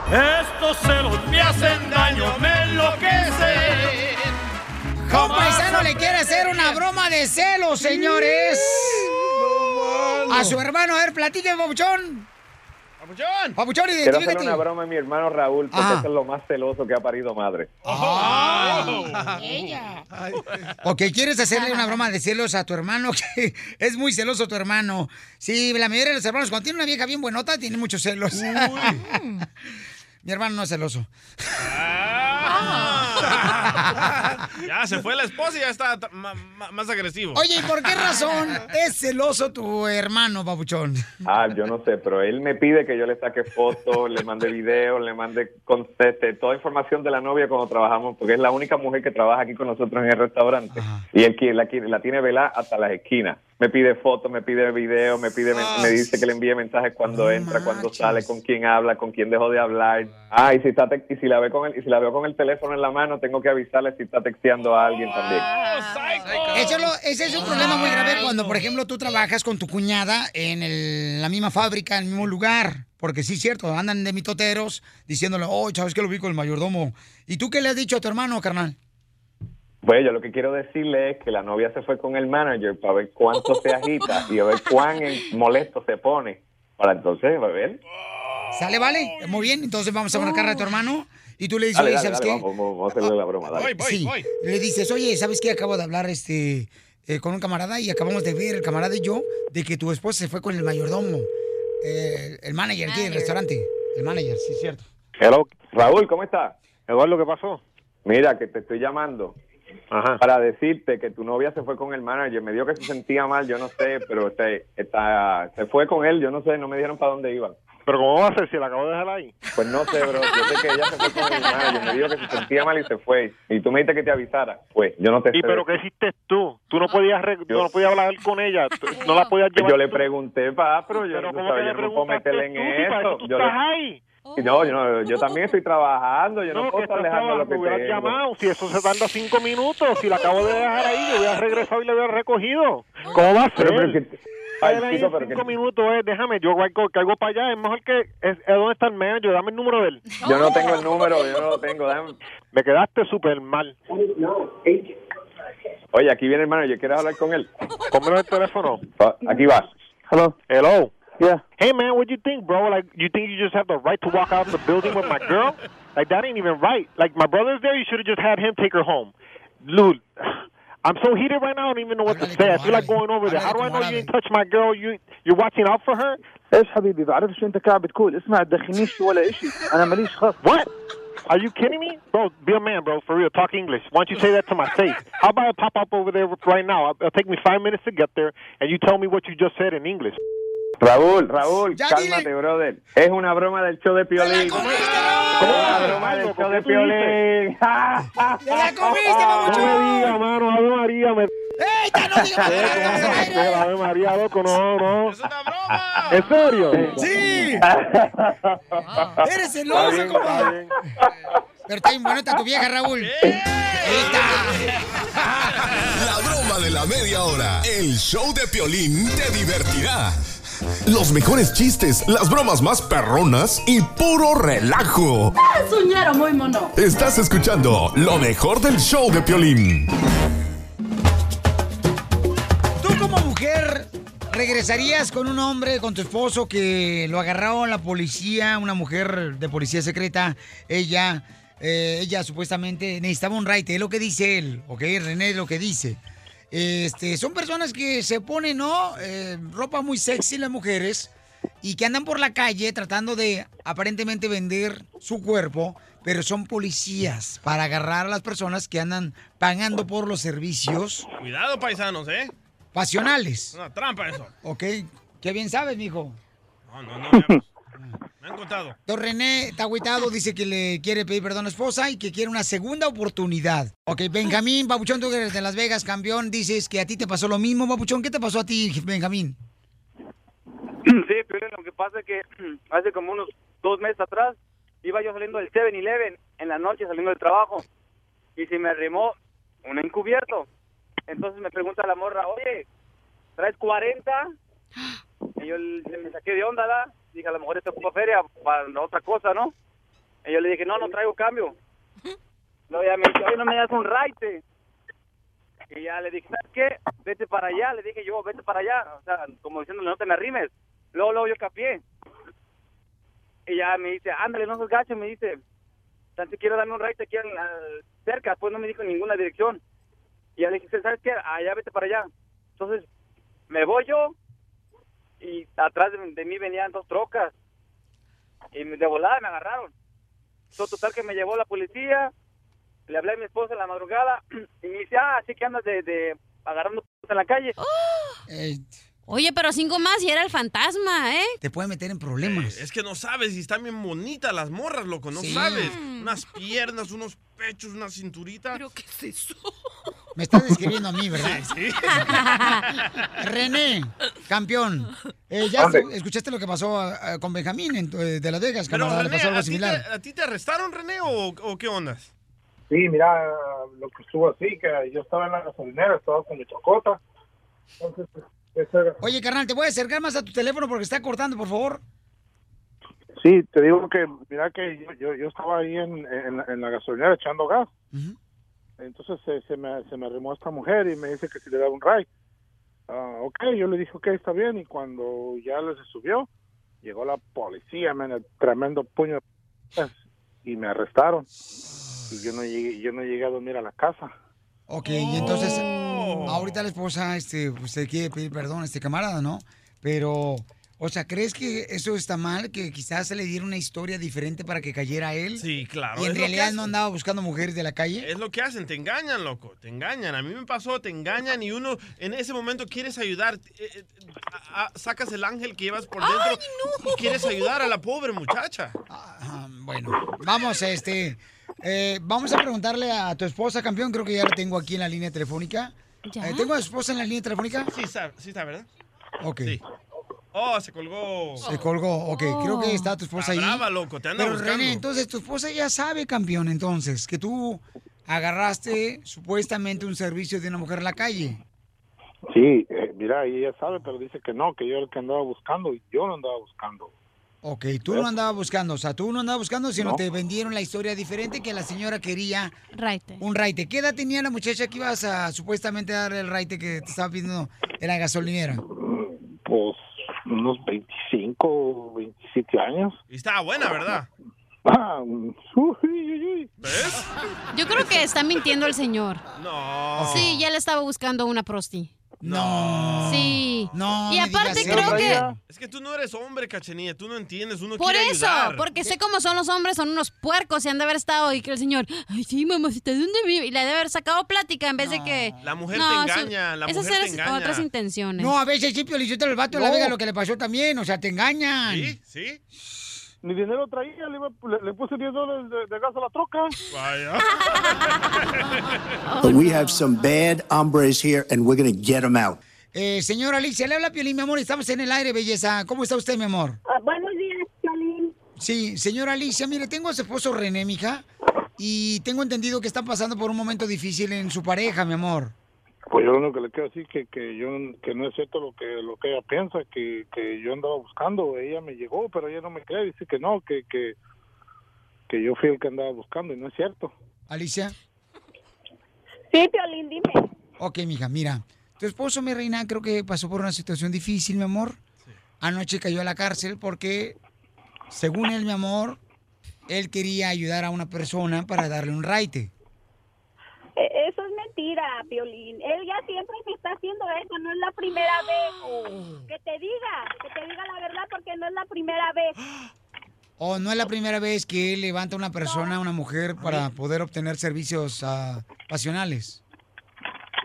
Speaker 5: Estos celos me hacen daño, me enloquece.
Speaker 4: A un paisano le quiere hacer una broma de celos, señores. A su hermano, a ver, platique, Papuchón.
Speaker 7: Papuchón.
Speaker 4: Papuchón,
Speaker 21: Quiero hacer
Speaker 4: identifícate.
Speaker 21: una broma a mi hermano Raúl, porque
Speaker 4: Ajá.
Speaker 21: ese es lo más celoso que ha parido madre.
Speaker 4: Ella. Ah. Ok, ¿quieres hacerle una broma de celos a tu hermano? Que es muy celoso tu hermano. Sí, la mayoría de los hermanos, cuando tiene una vieja bien buenota, tiene muchos celos. Mi hermano no es celoso.
Speaker 7: Ya se fue la esposa y ya está ta- ma- ma- más agresivo.
Speaker 4: Oye, ¿y por qué razón es celoso tu hermano, Papuchón?
Speaker 21: Ah, yo no sé, pero él me pide que yo le saque fotos, le mande videos, le mande con- este, toda información de la novia cuando trabajamos, porque es la única mujer que trabaja aquí con nosotros en el restaurante. Y él qui- la, qui- la tiene velada hasta las esquinas. Me pide fotos, me pide videos, me pide, men- me dice que le envíe mensajes cuando entra, cuando sale, con quién habla, con quién dejó de hablar. Ah, y si está te- y si la ve con el, y si la veo con el teléfono en la mano, tengo que avisarle si está texteando a alguien también.
Speaker 4: Eso es lo- ese es un problema muy grave cuando, por ejemplo, tú trabajas con tu cuñada en el- la misma fábrica, en el mismo lugar. Porque sí es cierto, andan de mitoteros diciéndole, oh, ¿sabes que lo vi con el mayordomo? ¿Y tú qué le has dicho a tu hermano, carnal?
Speaker 21: Bueno, Pues yo lo que quiero decirle es que la novia se fue con el manager para ver cuánto se agita y a ver cuán en- molesto se pone. Para entonces, a ver.
Speaker 4: ¿Sale, vale? Muy bien, entonces vamos a marcar a tu hermano. Y tú le dices,
Speaker 21: Dale,
Speaker 4: oye,
Speaker 21: dale,
Speaker 4: ¿sabes
Speaker 21: dale,
Speaker 4: qué?
Speaker 21: vamos, vamos, vamos a hacerle la broma, dale.
Speaker 4: Sí. Le dices, oye, ¿sabes qué? Acabo de hablar este, eh, con un camarada y acabamos de ver, el camarada y yo, de que tu esposa se fue con el mayordomo, eh, el manager aquí del restaurante. El manager, sí, es cierto.
Speaker 21: Hello, Raúl, ¿cómo estás?
Speaker 16: Eduardo, ¿qué pasó?
Speaker 21: Mira, que te estoy llamando para decirte que tu novia se fue con el manager. Me dijo que se sentía mal, yo no sé, pero se, está, se fue con él, yo no sé, no me dijeron para dónde iban.
Speaker 16: Pero ¿cómo va a ser si la acabo de dejar ahí?
Speaker 21: Pues no sé, bro. Yo sé que ella se fue con el manager. Me dijo que se sentía mal y se fue. Y tú me dijiste que te avisara. Pues yo no te
Speaker 16: ¿Y
Speaker 21: sé
Speaker 16: pero
Speaker 21: decir.
Speaker 16: qué hiciste tú? Tú no podías, re- tú no podías hablar con ella, tú- no la podías llevar.
Speaker 21: Yo le pregunté, pa, pero yo no
Speaker 16: ¿cómo que
Speaker 21: sabía,
Speaker 16: le
Speaker 21: yo no puedo
Speaker 16: preguntaste
Speaker 21: meterle en
Speaker 16: tú? Si para
Speaker 21: eso.
Speaker 16: eso tú
Speaker 21: Yo le-
Speaker 16: estás ahí.
Speaker 21: No, yo, no, yo también estoy trabajando, yo no,
Speaker 16: No,
Speaker 21: puedo
Speaker 16: que
Speaker 21: estar
Speaker 16: estás
Speaker 21: dejando
Speaker 16: trabajando,
Speaker 21: lo que
Speaker 16: me hubieras
Speaker 21: tengo.
Speaker 16: llamado. Si eso se tarda cinco minutos, si la acabo de dejar ahí, yo hubiera regresado y le hubiera recogido. ¿Cómo va a ser?
Speaker 21: Pero, pero que- Ay,
Speaker 16: Él ahí
Speaker 21: chico,
Speaker 16: en
Speaker 21: pero que-
Speaker 16: cinco minutos es, déjame, yo caigo, caigo para allá, es mejor que, es, es donde está el manager, dame el número de él.
Speaker 21: Yo no tengo el número, yo no lo tengo. dame.
Speaker 16: Me quedaste súper mal.
Speaker 21: Oye, aquí viene el manager, ¿quieres hablar con él?
Speaker 16: Póngame el teléfono.
Speaker 21: Aquí va.
Speaker 32: Hello.
Speaker 33: Hello.
Speaker 32: Yeah.
Speaker 33: Hey man, what do you think, bro? Like, you think you just have the right to walk out of the building with my girl? Like, that ain't even right. Like, my brother's there. You should have just had him take her home. Dude, I'm so heated right now. I don't even know what to say. I feel like going over there. How do I know you didn't touch my girl? You you're watching out for her?
Speaker 32: ايش حبيبي بعرف شو انت قاعد بتقول اسمع تدخلنيش في ولا اشي انا ماليش خص
Speaker 33: What? Are you kidding me, bro? Be a man, bro. For real, talk English. Why don't you say that to my face? How about I pop up over there with- right now? It'll take me five minutes to get there, and you tell me what you just said in English.
Speaker 21: Raúl, Raúl, cálmate, brother. Es una broma del show de Piolín. Una broma del show de Piolín. Ah.
Speaker 4: ¡Te la comiste, babuchón!
Speaker 33: No me diga, mano, Ave María, me...
Speaker 4: ¡Ey, no
Speaker 33: digas! Ave María, loco, no, no. ¡Es una broma! ¿En serio?
Speaker 4: ¡Sí!
Speaker 6: Ah.
Speaker 4: ¡Eres celoso, compadre! Pero está bien bonita tu vieja, Raúl.
Speaker 3: La broma de la media hora. El show de Piolín te divertirá. Los mejores chistes, las bromas más perronas y puro relajo.
Speaker 34: Es un ñero ¡Ah, muy mono.
Speaker 3: Estás escuchando lo mejor del show de Piolín.
Speaker 4: ¿Tú como mujer regresarías con un hombre, con tu esposo, que lo agarraron la policía, una mujer de policía secreta? Ella, eh, ella supuestamente necesitaba un raite, es lo que dice él, ¿ok? René es lo que dice. Este, son personas que se ponen, ¿no? Eh, ropa muy sexy las mujeres y que andan por la calle tratando de aparentemente vender su cuerpo, pero son policías para agarrar a las personas que andan pagando por los servicios
Speaker 7: Cuidado, paisanos, ¿eh?
Speaker 4: pasionales.
Speaker 7: Una trampa eso.
Speaker 4: Ok, qué bien sabes, mijo.
Speaker 7: No, no, no. ya- Me han contado.
Speaker 4: Don René está agüitado, dice que le quiere pedir perdón a la esposa y que quiere una segunda oportunidad. Ok, Benjamín, Babuchón, tú que eres de Las Vegas, campeón, dices que a ti te pasó lo mismo, Babuchón. ¿Qué te pasó a ti, Benjamín?
Speaker 35: Sí, pero lo que pasa es que hace como unos dos meses atrás iba yo saliendo del 7-Eleven en la noche, saliendo del trabajo, y se me arrimó un encubierto. Entonces me pregunta la morra, oye, ¿traes 40? Y yo le- me saqué de onda, ¿la? Dije, a lo mejor esto ocupa feria para la otra cosa, ¿no? Y yo le dije, no, no traigo cambio. No, ya me dice, oye, no me das un raite. Y ya le dije, ¿sabes qué? Vete para allá, le dije yo, vete para allá. O sea, como diciéndole, no te me arrimes. Luego, luego yo capié. Y ya me dice, ándale, no seas gacho, me dice. Tan quiero darme un ride aquí en, al- cerca, pues no me dijo ninguna dirección. Y ya le dije, ¿sabes qué? Allá, vete para allá. Entonces, me voy yo y atrás de, de mí venían dos trocas. Y me- de volada me agarraron. So, total que me llevó la policía, le hablé a mi esposa en la madrugada y me dice, ah, así que andas de, de agarrando p- en la calle.
Speaker 6: Oye, pero cinco más y era el fantasma, ¿eh?
Speaker 4: Te puede meter en problemas.
Speaker 7: Eh, Es que no sabes y están bien bonitas las morras, loco, Pues no
Speaker 4: Sí.
Speaker 7: sabes. Unas piernas, unos pechos, una cinturita. ¿Pero
Speaker 6: qué es eso?
Speaker 4: Me estás describiendo a mí, ¿verdad? René, campeón. eh, ya
Speaker 7: Hombre.
Speaker 4: escu- escuchaste lo que pasó ah, ah, con Benjamín en- eh, de Las Vegas,
Speaker 7: Pero,
Speaker 4: camarada, le
Speaker 7: René,
Speaker 4: pasó algo
Speaker 7: ¿a ti, te,
Speaker 4: similar.
Speaker 7: a ti te arrestaron, René, o, o qué ondas?
Speaker 32: Sí, mira, lo que estuvo así, que yo estaba en la gasolinera, estaba con mi chocota. Entonces, ese-
Speaker 4: Oye, carnal, te voy a acercar más a tu teléfono porque está cortando, por favor.
Speaker 32: sí, te digo que, mira que yo, yo, yo estaba ahí en, en- en la gasolinera echando gas. Entonces se, se me, se me arrimó esta mujer y me dice que si le daba un ride. Ah, ok, yo le dije, ok, está bien. Y cuando ya le se subió, llegó la policía, me el tremendo puño de p- y me arrestaron. Y yo no llegué, yo no llegué a dormir a la casa.
Speaker 4: Ok, y entonces
Speaker 7: Oh.
Speaker 4: ahorita la esposa este, pues, te quiere pedir perdón a este camarada, ¿no? Pero, o sea, ¿crees que eso está mal? Que quizás se le diera una historia diferente para que cayera él.
Speaker 7: Sí, claro.
Speaker 4: Y
Speaker 7: es
Speaker 4: en
Speaker 7: lo que
Speaker 4: realidad
Speaker 7: hacen.
Speaker 4: no andaba buscando mujeres de la calle.
Speaker 7: Es lo que hacen, te engañan, loco, te engañan. A mí me pasó, te engañan y uno en ese momento quieres ayudar, eh, eh, a- a- sacas el ángel que llevas por dentro y quieres ayudar a la pobre muchacha.
Speaker 4: Ah, Bueno, vamos, este. eh, vamos a preguntarle a tu esposa, campeón. Creo que ya la tengo aquí en la línea telefónica. Eh, ¿Tengo a tu esposa en la línea telefónica?
Speaker 7: Sí, está, sí está, ¿verdad?
Speaker 4: Ok.
Speaker 7: Oh, se colgó.
Speaker 4: Se colgó, ok. Creo que está tu esposa ahí.
Speaker 7: Está brava, loco, te anda
Speaker 4: Pero
Speaker 7: buscando.
Speaker 4: René, entonces tu esposa ya sabe, campeón, entonces, que tú agarraste supuestamente un servicio de una mujer en la calle.
Speaker 32: Sí, eh, mira, y ella sabe, pero dice que no, que yo era el que andaba buscando y yo no andaba buscando.
Speaker 4: Ok, tú no andabas buscando, o sea, tú no andabas buscando, sino
Speaker 32: No.
Speaker 4: te vendieron la historia diferente que la señora quería
Speaker 6: Raite.
Speaker 4: un raite. ¿Qué edad tenía la muchacha que ibas a supuestamente darle el raite que te estaba pidiendo en la gasolinera?
Speaker 32: Pues
Speaker 8: unos 25, 27 años.
Speaker 7: Y estaba buena, ¿verdad?
Speaker 8: Ah, uy, uy, uy.
Speaker 6: Yo creo que está mintiendo el señor.
Speaker 7: No.
Speaker 6: Sí, ya le estaba buscando una prosti.
Speaker 4: No.
Speaker 6: Sí.
Speaker 4: No,
Speaker 6: Y
Speaker 4: me
Speaker 6: aparte
Speaker 4: digas eso.
Speaker 6: creo que
Speaker 7: Es que tú no eres hombre, cachanilla. Tú no entiendes. Uno
Speaker 6: por
Speaker 7: quiere
Speaker 6: eso,
Speaker 7: ayudar.
Speaker 6: porque sé cómo son los hombres, son unos puercos y han de haber estado y que el señor, ay sí, mamacita, ¿de dónde vive? Y le ha de haber sacado plática en vez de que
Speaker 7: La mujer
Speaker 6: No, eso-
Speaker 7: te engaña. la
Speaker 6: esas
Speaker 7: mujer
Speaker 6: eran
Speaker 7: te engaña.
Speaker 6: otras intenciones.
Speaker 4: No, a veces sí, Piolichotelo, el vato de la
Speaker 6: No.
Speaker 4: vega lo que le pasó también, o sea, te engañan.
Speaker 7: ¿Sí? ¿Sí?
Speaker 8: Ni dinero traía, le, iba- le- le puse 10 dólares de, de gas a la troca.
Speaker 29: But
Speaker 4: Oh,
Speaker 29: we have some bad hombres here, and we're going to get them out.
Speaker 4: Eh, señora Alicia, le habla Piolín, mi amor, estamos en el aire, belleza. ¿Cómo está usted, mi amor?
Speaker 24: Ah, buenos días, Piolín.
Speaker 4: Sí, señora Alicia, mire, tengo a su esposo René, mija, y tengo entendido que está pasando por un momento difícil en su pareja, mi amor.
Speaker 8: Pues yo lo único que le quiero decir que, que yo que no es cierto lo que lo que ella piensa, que, que yo andaba buscando, ella me llegó, pero ella no me cree, dice que no, que, que, que yo fui el que andaba buscando y no es cierto.
Speaker 4: Alicia.
Speaker 24: Sí, Piolín, dime.
Speaker 4: Ok, mija, mira, tu esposo, mi reina, creo que pasó por una situación difícil, mi amor. Anoche cayó a la cárcel porque, según él, mi amor, él quería ayudar a una persona para darle un raite.
Speaker 24: E- Eso es mentira, Piolín. Él ya siempre me está haciendo eso, no es la primera vez. Que te diga, que te diga la verdad porque no es la primera vez.
Speaker 4: Ah, ¿O no es la primera vez que él levanta a una persona, a una mujer, para poder obtener servicios ah, pasionales?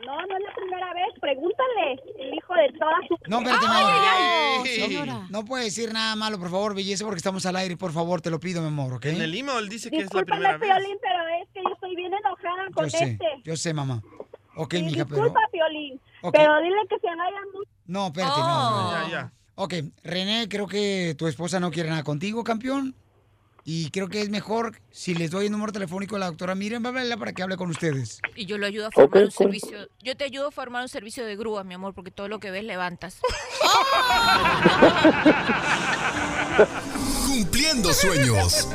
Speaker 24: No, no es la primera vez. Pregúntale, el hijo de todas sus...
Speaker 4: No, espérate, mi
Speaker 24: ¡Ay,
Speaker 4: amor.
Speaker 24: ay, ay!
Speaker 4: No, no puedes decir nada malo, por favor, belleza, porque estamos al aire, por favor, te lo pido, mi amor, ¿ok?
Speaker 7: En el limo él dice que es la
Speaker 24: Discúlpame,
Speaker 7: primera vez.
Speaker 24: Piolín, pero es que yo estoy bien enojada con
Speaker 4: Yo sé,
Speaker 24: este.
Speaker 4: yo sé, mamá. Ok,
Speaker 24: Sí,
Speaker 4: mija, pero...
Speaker 24: Disculpa, Piolín,
Speaker 4: Ok.
Speaker 24: pero dile que se vaya mucho.
Speaker 4: No, espérate,
Speaker 24: Oh.
Speaker 4: no, no, no.
Speaker 24: Ya, ya.
Speaker 4: Ok, René, creo que tu esposa no quiere nada contigo, campeón. Y creo que es mejor si les doy el número telefónico a la doctora Miriam Babela para que hable con ustedes.
Speaker 15: Y yo lo ayudo a formar
Speaker 4: Ok,
Speaker 15: un
Speaker 4: cool.
Speaker 15: servicio. Yo te ayudo a formar un servicio de grúas, mi amor, porque todo lo que ves levantas.
Speaker 3: Cumpliendo sueños.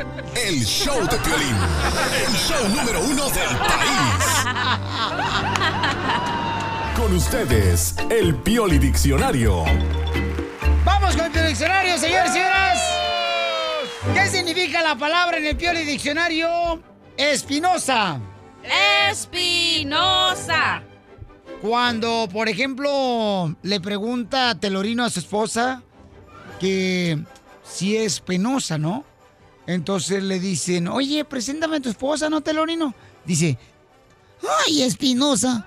Speaker 3: El show de Piolín. El show número uno del país.
Speaker 29: Con ustedes, el Pioli Diccionario.
Speaker 4: ¡Vamos con el Pioli Diccionario, señores y señoras! ¿Qué significa la palabra en el Pioli Diccionario? Espinosa.
Speaker 6: Espinosa.
Speaker 4: Cuando, por ejemplo, le pregunta Telorino a su esposa que si es penosa, ¿no? Entonces le dicen, oye, preséntame a tu esposa, ¿no, Telorino? Dice, ¡ay, Espinosa!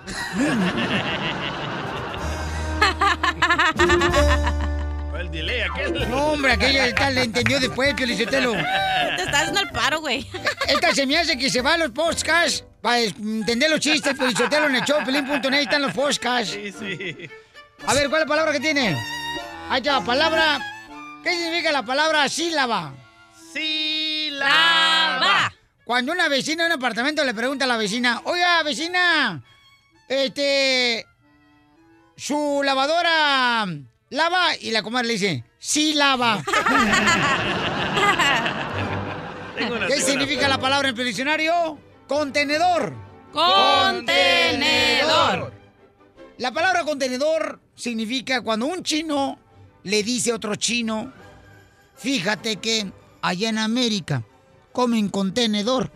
Speaker 7: El delay aquel.
Speaker 4: No, hombre, aquella el tal le entendió después, Piolicetelo.
Speaker 6: Te estás haciendo el paro, güey.
Speaker 4: Esta se me hace que se va a los podcasts para entender los chistes, Piolicetelo en el show, pelín.net están los podcasts.
Speaker 7: Sí, sí.
Speaker 4: A ver, ¿cuál es la palabra que tiene? Ahí está, palabra... ¿Qué significa la palabra sílaba?
Speaker 7: Sílaba.
Speaker 4: Cuando una vecina de un apartamento le pregunta a la vecina, oiga, vecina, este, su lavadora lava, y la comadre le dice, sí lava.
Speaker 7: Tengo una,
Speaker 4: ¿Qué
Speaker 7: tengo
Speaker 4: significa
Speaker 7: una.
Speaker 4: la palabra en el diccionario? Contenedor.
Speaker 6: Contenedor.
Speaker 4: La palabra contenedor significa cuando un chino le dice a otro chino, fíjate que allá en América comen contenedor.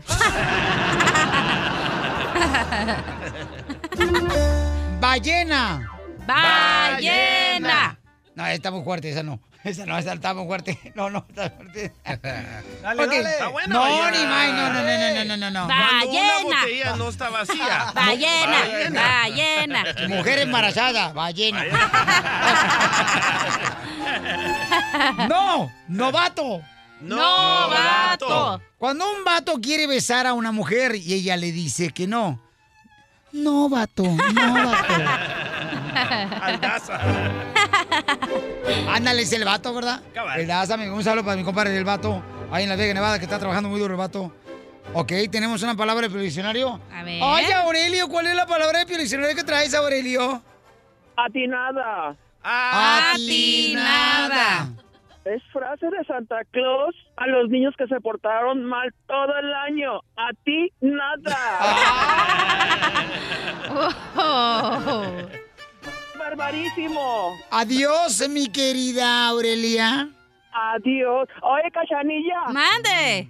Speaker 4: Ballena.
Speaker 6: Ballena.
Speaker 4: No, está muy fuerte, esa no. Esa no, esa está muy fuerte. No, no, está fuerte.
Speaker 7: Dale,
Speaker 4: Ok.
Speaker 7: dale. Está buena,
Speaker 4: no,
Speaker 7: ballena.
Speaker 4: ni más, no, no, no, no, no, no, no.
Speaker 7: Cuando una botella no está vacía.
Speaker 4: Ballena. Mujer embarazada, ballena. no, novato.
Speaker 6: Novato. Novato.
Speaker 4: Cuando un vato quiere besar a una mujer y ella le dice que no. No, vato, no, vato.
Speaker 7: Aldaza.
Speaker 4: Ándale, es el vato, ¿verdad?
Speaker 7: Cabal.
Speaker 4: El Daza, amigo. un saludo para mi compadre del vato, ahí en la Vega Nevada, que está trabajando muy duro el vato. Ok, tenemos una palabra del diccionario.
Speaker 6: A ver.
Speaker 4: Ay, Aurelio, ¿cuál es la palabra del diccionario que traes, Aurelio?
Speaker 25: Atinada.
Speaker 4: Atinada.
Speaker 25: Es frase de Santa Claus a los niños que se portaron mal todo el año. A ti
Speaker 6: Oh.
Speaker 25: nada. barbarísimo.
Speaker 4: Adiós, mi querida Aurelia.
Speaker 25: Adiós. Oye, Cachanilla.
Speaker 6: Mande.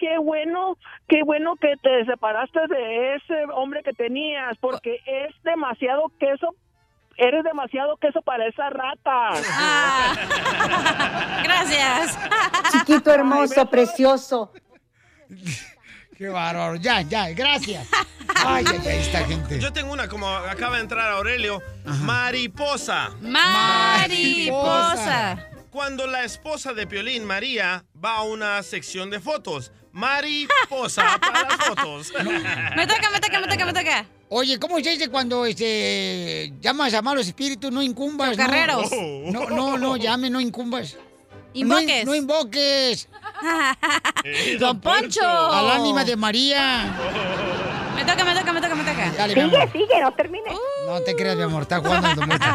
Speaker 25: Qué bueno, qué bueno que te separaste de ese hombre que tenías, porque es demasiado queso. Eres demasiado queso para esa rata.
Speaker 6: Gracias.
Speaker 18: Chiquito hermoso, precioso.
Speaker 4: Qué bárbaro. Ya, ya, gracias. Ay, ay, ay, esta gente.
Speaker 7: Yo tengo una, como acaba de entrar Aurelio, mariposa.
Speaker 6: Mariposa.
Speaker 7: Cuando la esposa de Piolín, María, va a una sección de fotos. Mariposa para las fotos.
Speaker 6: Me toca, me toca, me toca, me toca.
Speaker 4: Oye, ¿cómo se dice cuando este, llamas a malos espíritus? No incumbas. ¿no?
Speaker 6: Chocarreros.
Speaker 4: No, no, no, llame, no incumbas.
Speaker 6: Invoques.
Speaker 4: No, in- no invoques.
Speaker 6: Don Poncho.
Speaker 4: Al ánima de María.
Speaker 6: Oh. Me toca, me toca, me toca, me toca.
Speaker 4: Dale, mi amor.
Speaker 6: sigue, no termine.
Speaker 4: No te creas, mi amor, está jugando el demonio.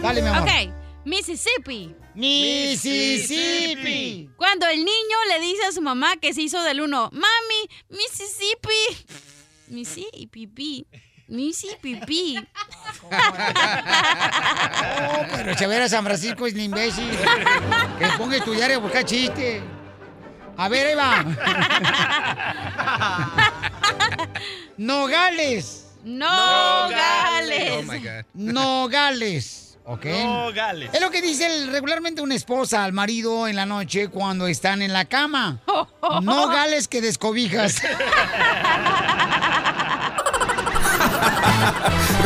Speaker 4: Dale, mi amor.
Speaker 6: Ok, Mississippi.
Speaker 4: Mississippi.
Speaker 6: Cuando el niño le dice a su mamá que se hizo del uno, mami, Mississippi. Mississippi. Mississippi.
Speaker 4: No, Oh, pero Chavera San Francisco es un imbécil. Que se ponga a estudiar y a buscar chiste. A ver, Eva. Nogales.
Speaker 6: Nogales. Oh, my God.
Speaker 4: Nogales. ¿Ok?
Speaker 7: Nogales.
Speaker 4: Es lo que dice el- regularmente una esposa al marido en la noche cuando están en la cama. Nogales que descobijas.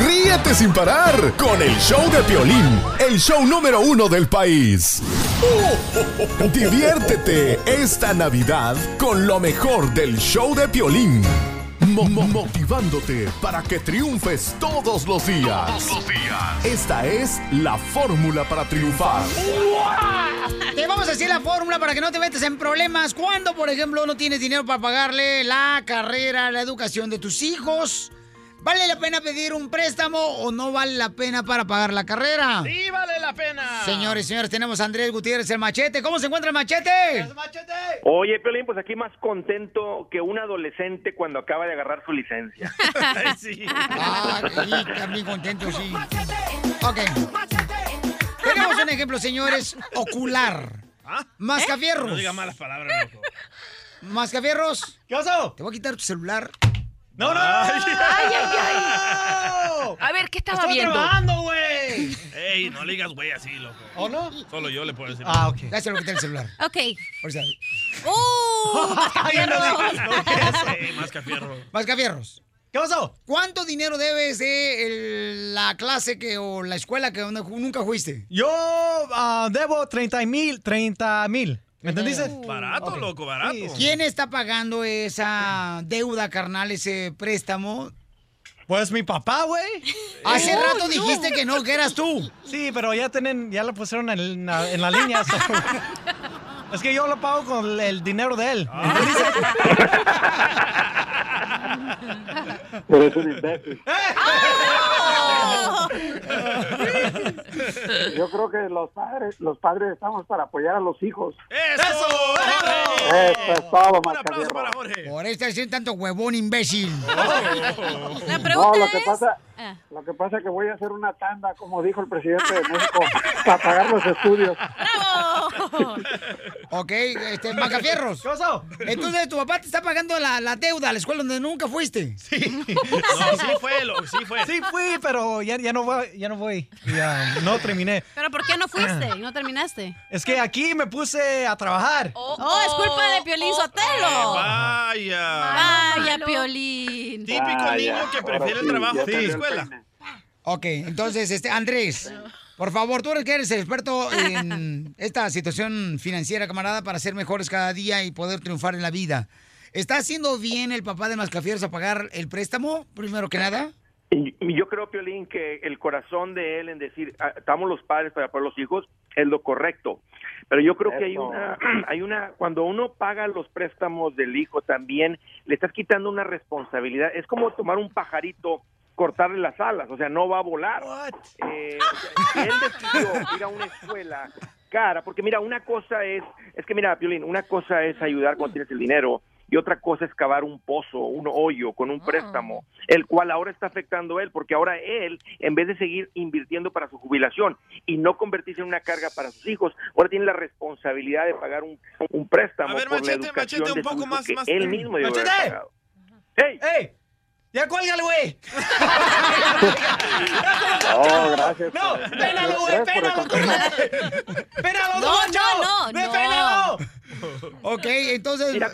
Speaker 3: Ríete sin parar con el show de Piolín, el show número uno del país.
Speaker 1: Oh,
Speaker 3: Diviértete esta Navidad con lo mejor del show de Piolín. Mo- mo- motivándote para que triunfes todos los días. Esta es la fórmula para triunfar.
Speaker 4: Te vamos a decir la fórmula para que no te metas en problemas. Cuando, por ejemplo, no tienes dinero para pagarle la carrera, la educación de tus hijos. ¿Vale la pena pedir un préstamo o no vale la pena para pagar la carrera?
Speaker 7: ¡Sí vale la pena!
Speaker 4: Señores, señores, tenemos a Andrés Gutiérrez, el machete. ¿Cómo se encuentra el machete?
Speaker 28: Oye, Piolín, pues aquí más contento que un adolescente cuando acaba de agarrar su licencia.
Speaker 4: Ah, sí, también contento, sí. Ok. Tenemos un ejemplo, señores, ocular. Mascafierros.
Speaker 7: No diga malas palabras, loco.
Speaker 4: Mascafierros.
Speaker 7: ¿Qué pasó?
Speaker 4: Te voy a quitar tu celular.
Speaker 7: ¡No, no!
Speaker 4: Ay,
Speaker 15: A ver, ¿qué estaba
Speaker 4: Ah. Estoy
Speaker 15: viendo?
Speaker 4: trabajando, güey!
Speaker 7: ¡Ey, no le digas güey así, loco!
Speaker 4: ¿O no?
Speaker 7: Solo yo le puedo decir.
Speaker 4: Ah, ok. Dáselo quitar el celular.
Speaker 6: Ok.
Speaker 4: O sea,
Speaker 6: ¡Uh!
Speaker 4: Ay, no digas, no, ¿qué es?
Speaker 7: Sí, más que fierro.
Speaker 4: Mascafierros. ¿Qué pasó? ¿Cuánto dinero debes de el- la clase que o la escuela que donde ju- nunca fuiste?
Speaker 30: Yo ah, debo 30 mil, 30 mil. ¿Me entendiste?
Speaker 7: Barato,
Speaker 30: Ok.
Speaker 7: loco, barato.
Speaker 4: ¿Quién está pagando esa deuda, carnal, ese préstamo?
Speaker 30: Pues mi papá, güey.
Speaker 4: Hace rato dijiste que no, que eras tú.
Speaker 30: Sí, pero ya tienen, ya lo pusieron en la, en la línea. so- Es que yo lo pago con el dinero de él.
Speaker 28: Ah,
Speaker 30: ¿me entendiste?
Speaker 28: Eres un imbécil.
Speaker 8: Yo creo que los padres, los padres estamos para apoyar a los hijos.
Speaker 7: ¡Eh! ¡Eso!
Speaker 8: Eso es todo, Mascafierro.
Speaker 4: Por eso es tanto huevón imbécil.
Speaker 30: Oh.
Speaker 8: La pregunta No, lo que es- pasa- Lo que pasa es que voy a hacer una tanda, como dijo el presidente de México, para pagar los estudios.
Speaker 4: Ok, este, Macafierros.
Speaker 30: ¿Qué pasó?
Speaker 4: Entonces, tu papá te está pagando la, la deuda a la escuela donde nunca fuiste. Sí.
Speaker 30: No, sí
Speaker 7: fue, lo, sí fue.
Speaker 30: Sí fui, pero ya, ya no voy, ya no voy. Ya, no terminé.
Speaker 6: ¿Pero por qué no fuiste y no terminaste?
Speaker 30: Es que aquí me puse a trabajar.
Speaker 6: Oh, es culpa de Piolín Sotelo.
Speaker 7: ah.
Speaker 30: Vaya.
Speaker 6: Vaya, Piolín.
Speaker 7: Típico
Speaker 8: Ah,
Speaker 4: Ah,
Speaker 7: niño que prefiere el trabajo que la escuela.
Speaker 4: Ok, entonces, este, Andrés, por favor, tú eres que eres el experto en esta situación financiera, camarada, para ser mejores cada día y poder triunfar en la vida. ¿Está haciendo bien el papá de Mascafierros a pagar el préstamo, primero que nada?
Speaker 28: Y y yo creo, Piolín, que el corazón de él en decir, "Ah, estamos los padres para apoyar a los hijos, es lo correcto. Pero yo creo que hay
Speaker 8: Eso.
Speaker 28: una, hay una, cuando uno paga los préstamos del hijo también, le estás quitando una responsabilidad. Es como tomar un pajarito, cortarle las alas, o sea, no va a volar. Eh, él decidió ir a una escuela cara, porque mira, una cosa es, es que mira, Piolín, una cosa es ayudar cuando tienes el dinero y otra cosa es cavar un pozo, un hoyo con un préstamo, el cual ahora está afectando a él, porque ahora él, en vez de seguir invirtiendo para su jubilación y no convertirse en una carga para sus hijos, ahora tiene la responsabilidad de pagar un, un préstamo
Speaker 5: A ver,
Speaker 28: por
Speaker 5: machete,
Speaker 28: la educación
Speaker 5: machete, un
Speaker 28: de su
Speaker 5: poco
Speaker 28: hijo
Speaker 5: más-
Speaker 28: que
Speaker 5: más-
Speaker 28: él mismo debió haber
Speaker 5: ¡Machete!
Speaker 28: pagado.
Speaker 27: ¡Ey! ¡Ey! ¡Ya cuélgale, güey!
Speaker 7: Oh, gracias.
Speaker 27: ¡No! ¡Pénalo,
Speaker 7: gracias
Speaker 27: güey!
Speaker 7: por
Speaker 27: ¡Pénalo, ¡Pénalo,
Speaker 4: No,
Speaker 27: Don Poncho!
Speaker 4: no, no,
Speaker 27: ¡Ve,
Speaker 4: no.
Speaker 27: pénalo!
Speaker 4: Ok, entonces... Oh.
Speaker 28: Mira,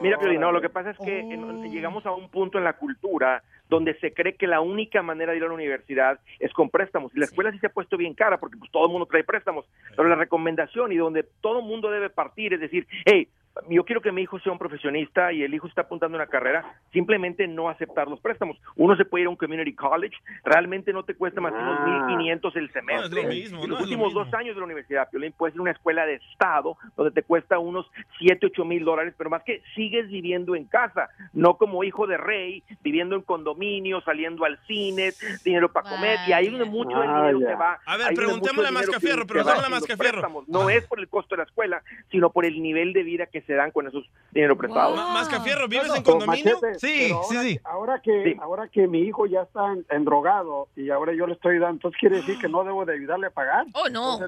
Speaker 28: mira Piolín, no, lo que pasa es que en- llegamos a un punto en la cultura donde se cree que la única manera de ir a la universidad es con préstamos. Y la escuela sí se ha puesto bien cara porque pues, todo el mundo trae préstamos. Pero la recomendación y donde todo el mundo debe partir es decir, hey, yo quiero que mi hijo sea un profesionista y el hijo está apuntando a una carrera, simplemente no aceptar los préstamos. Uno se puede ir a un community college, realmente no te cuesta más que unos
Speaker 11: Ah.
Speaker 28: 1.500 el semestre.
Speaker 11: No es lo mismo,
Speaker 28: Y
Speaker 11: no es
Speaker 28: los
Speaker 11: lo
Speaker 28: últimos dos años de la universidad, Piolín, puedes ir a una escuela de Estado donde te cuesta unos 7, 8 mil dólares, pero más que sigues viviendo en casa, no como hijo de rey, viviendo en condominio, saliendo al cine, dinero para comer, y ahí es donde mucho del
Speaker 11: Vaya.
Speaker 28: dinero se va.
Speaker 11: A ver,
Speaker 28: ahí es donde mucho
Speaker 11: preguntémosle a
Speaker 28: del dinero,
Speaker 11: Mascafierro,
Speaker 28: Piolín, se
Speaker 11: preguntémosle
Speaker 28: va
Speaker 11: a
Speaker 28: en los
Speaker 11: Mascafierro.
Speaker 28: préstamos. No es por el costo de la escuela, sino por el nivel de vida que se dan con esos dinero prestados.
Speaker 5: Ma- Mascafierro, ¿vives en
Speaker 28: Pero,
Speaker 5: condominio?
Speaker 28: machete,
Speaker 5: sí,
Speaker 28: pero
Speaker 5: sí, sí.
Speaker 8: Ahora que, ahora que mi hijo ya está en- endrogado y ahora yo le estoy dando, entonces quiere decir que no debo de ayudarle a pagar.
Speaker 18: Oh, no.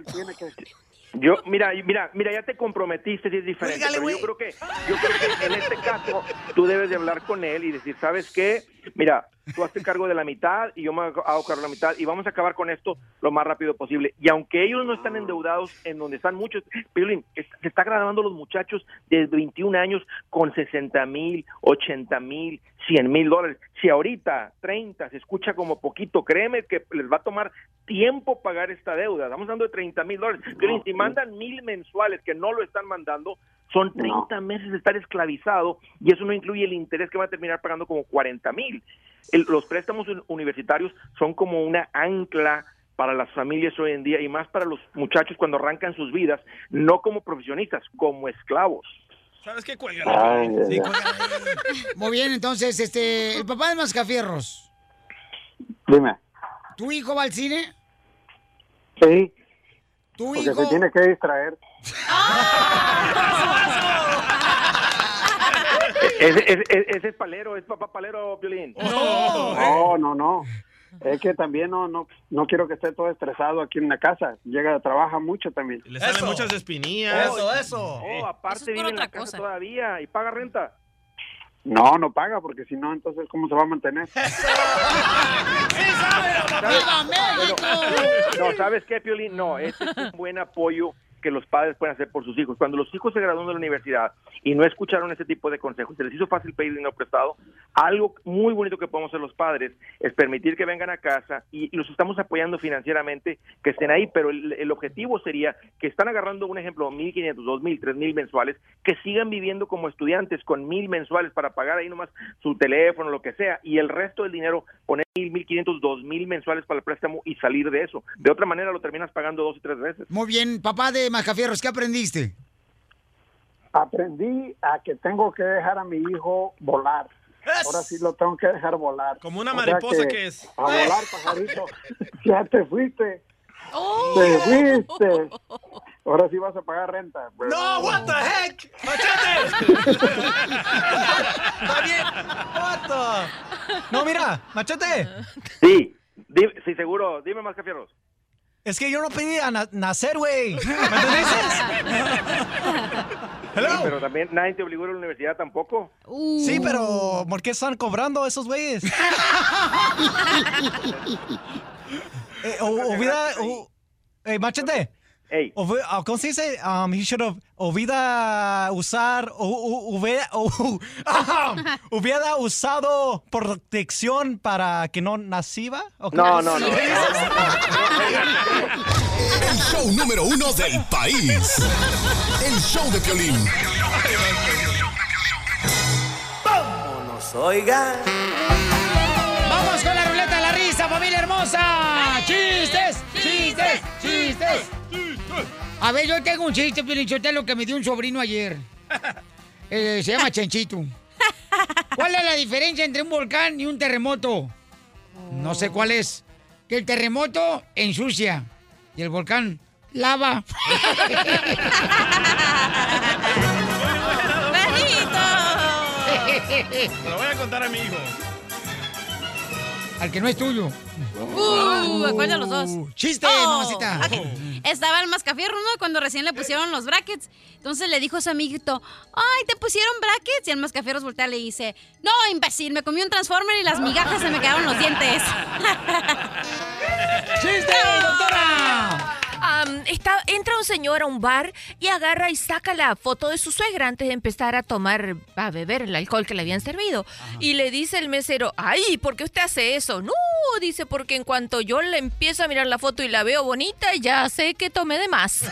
Speaker 28: Yo, mira, y mira, mira, ya te comprometiste y es diferente. pero yo creo que, yo creo que en este caso tú debes de hablar con él y decir, ¿sabes qué? Mira, tú haces cargo de la mitad y yo me hago hago cargo de la mitad y vamos a acabar con esto lo más rápido posible. Y aunque ellos no están endeudados en donde están muchos, Piolín, es- se está graduando los muchachos de 21 años con 60 mil, 80 mil, 100 mil dólares. Si ahorita 30 se escucha como poquito, créeme que les va a tomar tiempo pagar esta deuda. Estamos hablando de 30 mil dólares. Piolín, si mandan mil mensuales que no lo están mandando, son 30 meses de estar esclavizado y eso no incluye el interés que va a terminar pagando como 40 mil. Los préstamos un- universitarios son como una ancla para las familias hoy en día y más para los muchachos cuando arrancan sus vidas, no como profesionistas, como esclavos.
Speaker 5: ¿Sabes qué? Cuelga.
Speaker 28: Sí,
Speaker 4: Muy bien, entonces, este, el papá de Mascafierros,
Speaker 8: Dime,
Speaker 4: ¿tu hijo va al cine?
Speaker 8: sí,
Speaker 4: ¿Tu
Speaker 8: porque
Speaker 4: hijo?
Speaker 8: se tiene que distraer.
Speaker 28: E-, Ese, ese- ese es palero, es papá palero, Violín.
Speaker 8: No, no, no. Es que también no, no, no quiero que esté todo estresado aquí en la casa. Llega, trabaja mucho también.
Speaker 5: Le salen muchas espinillas.
Speaker 28: Eso,
Speaker 27: eso.
Speaker 28: Oh, aparte vive en la casa todavía y paga renta.
Speaker 8: No, no paga, porque si no, entonces, ¿cómo se va a mantener?
Speaker 28: No, ¿sabes qué, Piolín? No, este es un buen apoyo que los padres pueden hacer por sus hijos. Cuando los hijos se graduaron de la universidad y no escucharon ese tipo de consejos, se les hizo fácil pedir dinero prestado. Algo muy bonito que podemos hacer los padres es permitir que vengan a casa y y los estamos apoyando financieramente, que estén ahí, pero el, el objetivo sería que están agarrando, un ejemplo, 1.500, 2.000, 3.000 mensuales, que sigan viviendo como estudiantes con 1.000 mensuales para pagar ahí nomás su teléfono, lo que sea, y el resto del dinero poner 1.000, 1.500, 2.000 mensuales para el préstamo y salir de eso. De otra manera lo terminas pagando dos y tres veces.
Speaker 4: Muy bien, papá de Mascafierros, ¿qué aprendiste?
Speaker 8: Aprendí a que tengo que dejar a mi hijo volar. Ahora sí lo tengo que dejar volar.
Speaker 5: Como una
Speaker 8: O sea
Speaker 5: mariposa que, es.
Speaker 8: A volar, pajarito. ya te fuiste. Te fuiste. Ahora sí vas a pagar renta. bro.
Speaker 27: ¡No, what the heck! ¡Machete! No, mira, machete.
Speaker 28: Sí, di- sí, seguro. Dime más, Fierros.
Speaker 27: Es que yo no pedí a na- nacer, güey. ¿Me entendés?
Speaker 28: Sí, pero también nadie te obligó a la universidad tampoco. Uh.
Speaker 27: Sí, pero ¿por qué están cobrando esos güeyes? Eh, o- olvida. o- eh, machete. Olvi- ah, ¿Cómo se dice? Um, he should have. Olvida usar. o- o- hubiera- o- ahem, hubiera usado protección para que no naciba. ¿o qué?
Speaker 3: No, no, no.
Speaker 27: ¿Qué dices?
Speaker 3: El show número uno del país. El show de Piolín.
Speaker 25: Nos oiga.
Speaker 4: ¡Vamos con la ruleta de la risa, familia hermosa! ¡Chistes! ¡Chistes! ¡Chistes! A ver, yo tengo un chiste, lo que me dio un sobrino ayer. Eh, se llama Chenchito. ¿Cuál es la diferencia entre un volcán y un terremoto? No sé cuál es. Que el terremoto ensucia y el volcán lava.
Speaker 7: ¡Perrito! Se lo voy a contar a mi hijo.
Speaker 4: Al que no es tuyo.
Speaker 6: Uh, ¿cuál de los dos? Oh,
Speaker 4: Chiste, mamacita.
Speaker 6: Ok. Estaba el mascafierro, ¿no? Cuando recién le pusieron los brackets. Entonces le dijo a su amiguito, ay, ¿te pusieron brackets? Y el mascafierro voltea y le dice, no, imbécil, me comí un transformer y las migajas se me quedaron los dientes.
Speaker 4: ¡Chiste, doctora!
Speaker 15: Am, está, entra un señor a un bar y agarra y saca la foto de su suegra antes de empezar a tomar, a beber el alcohol que le habían servido. Y le dice el mesero, ay, ¿por qué usted hace eso? No, dice, porque en cuanto yo le empiezo a mirar la foto y la veo bonita, ya sé que tomé de más.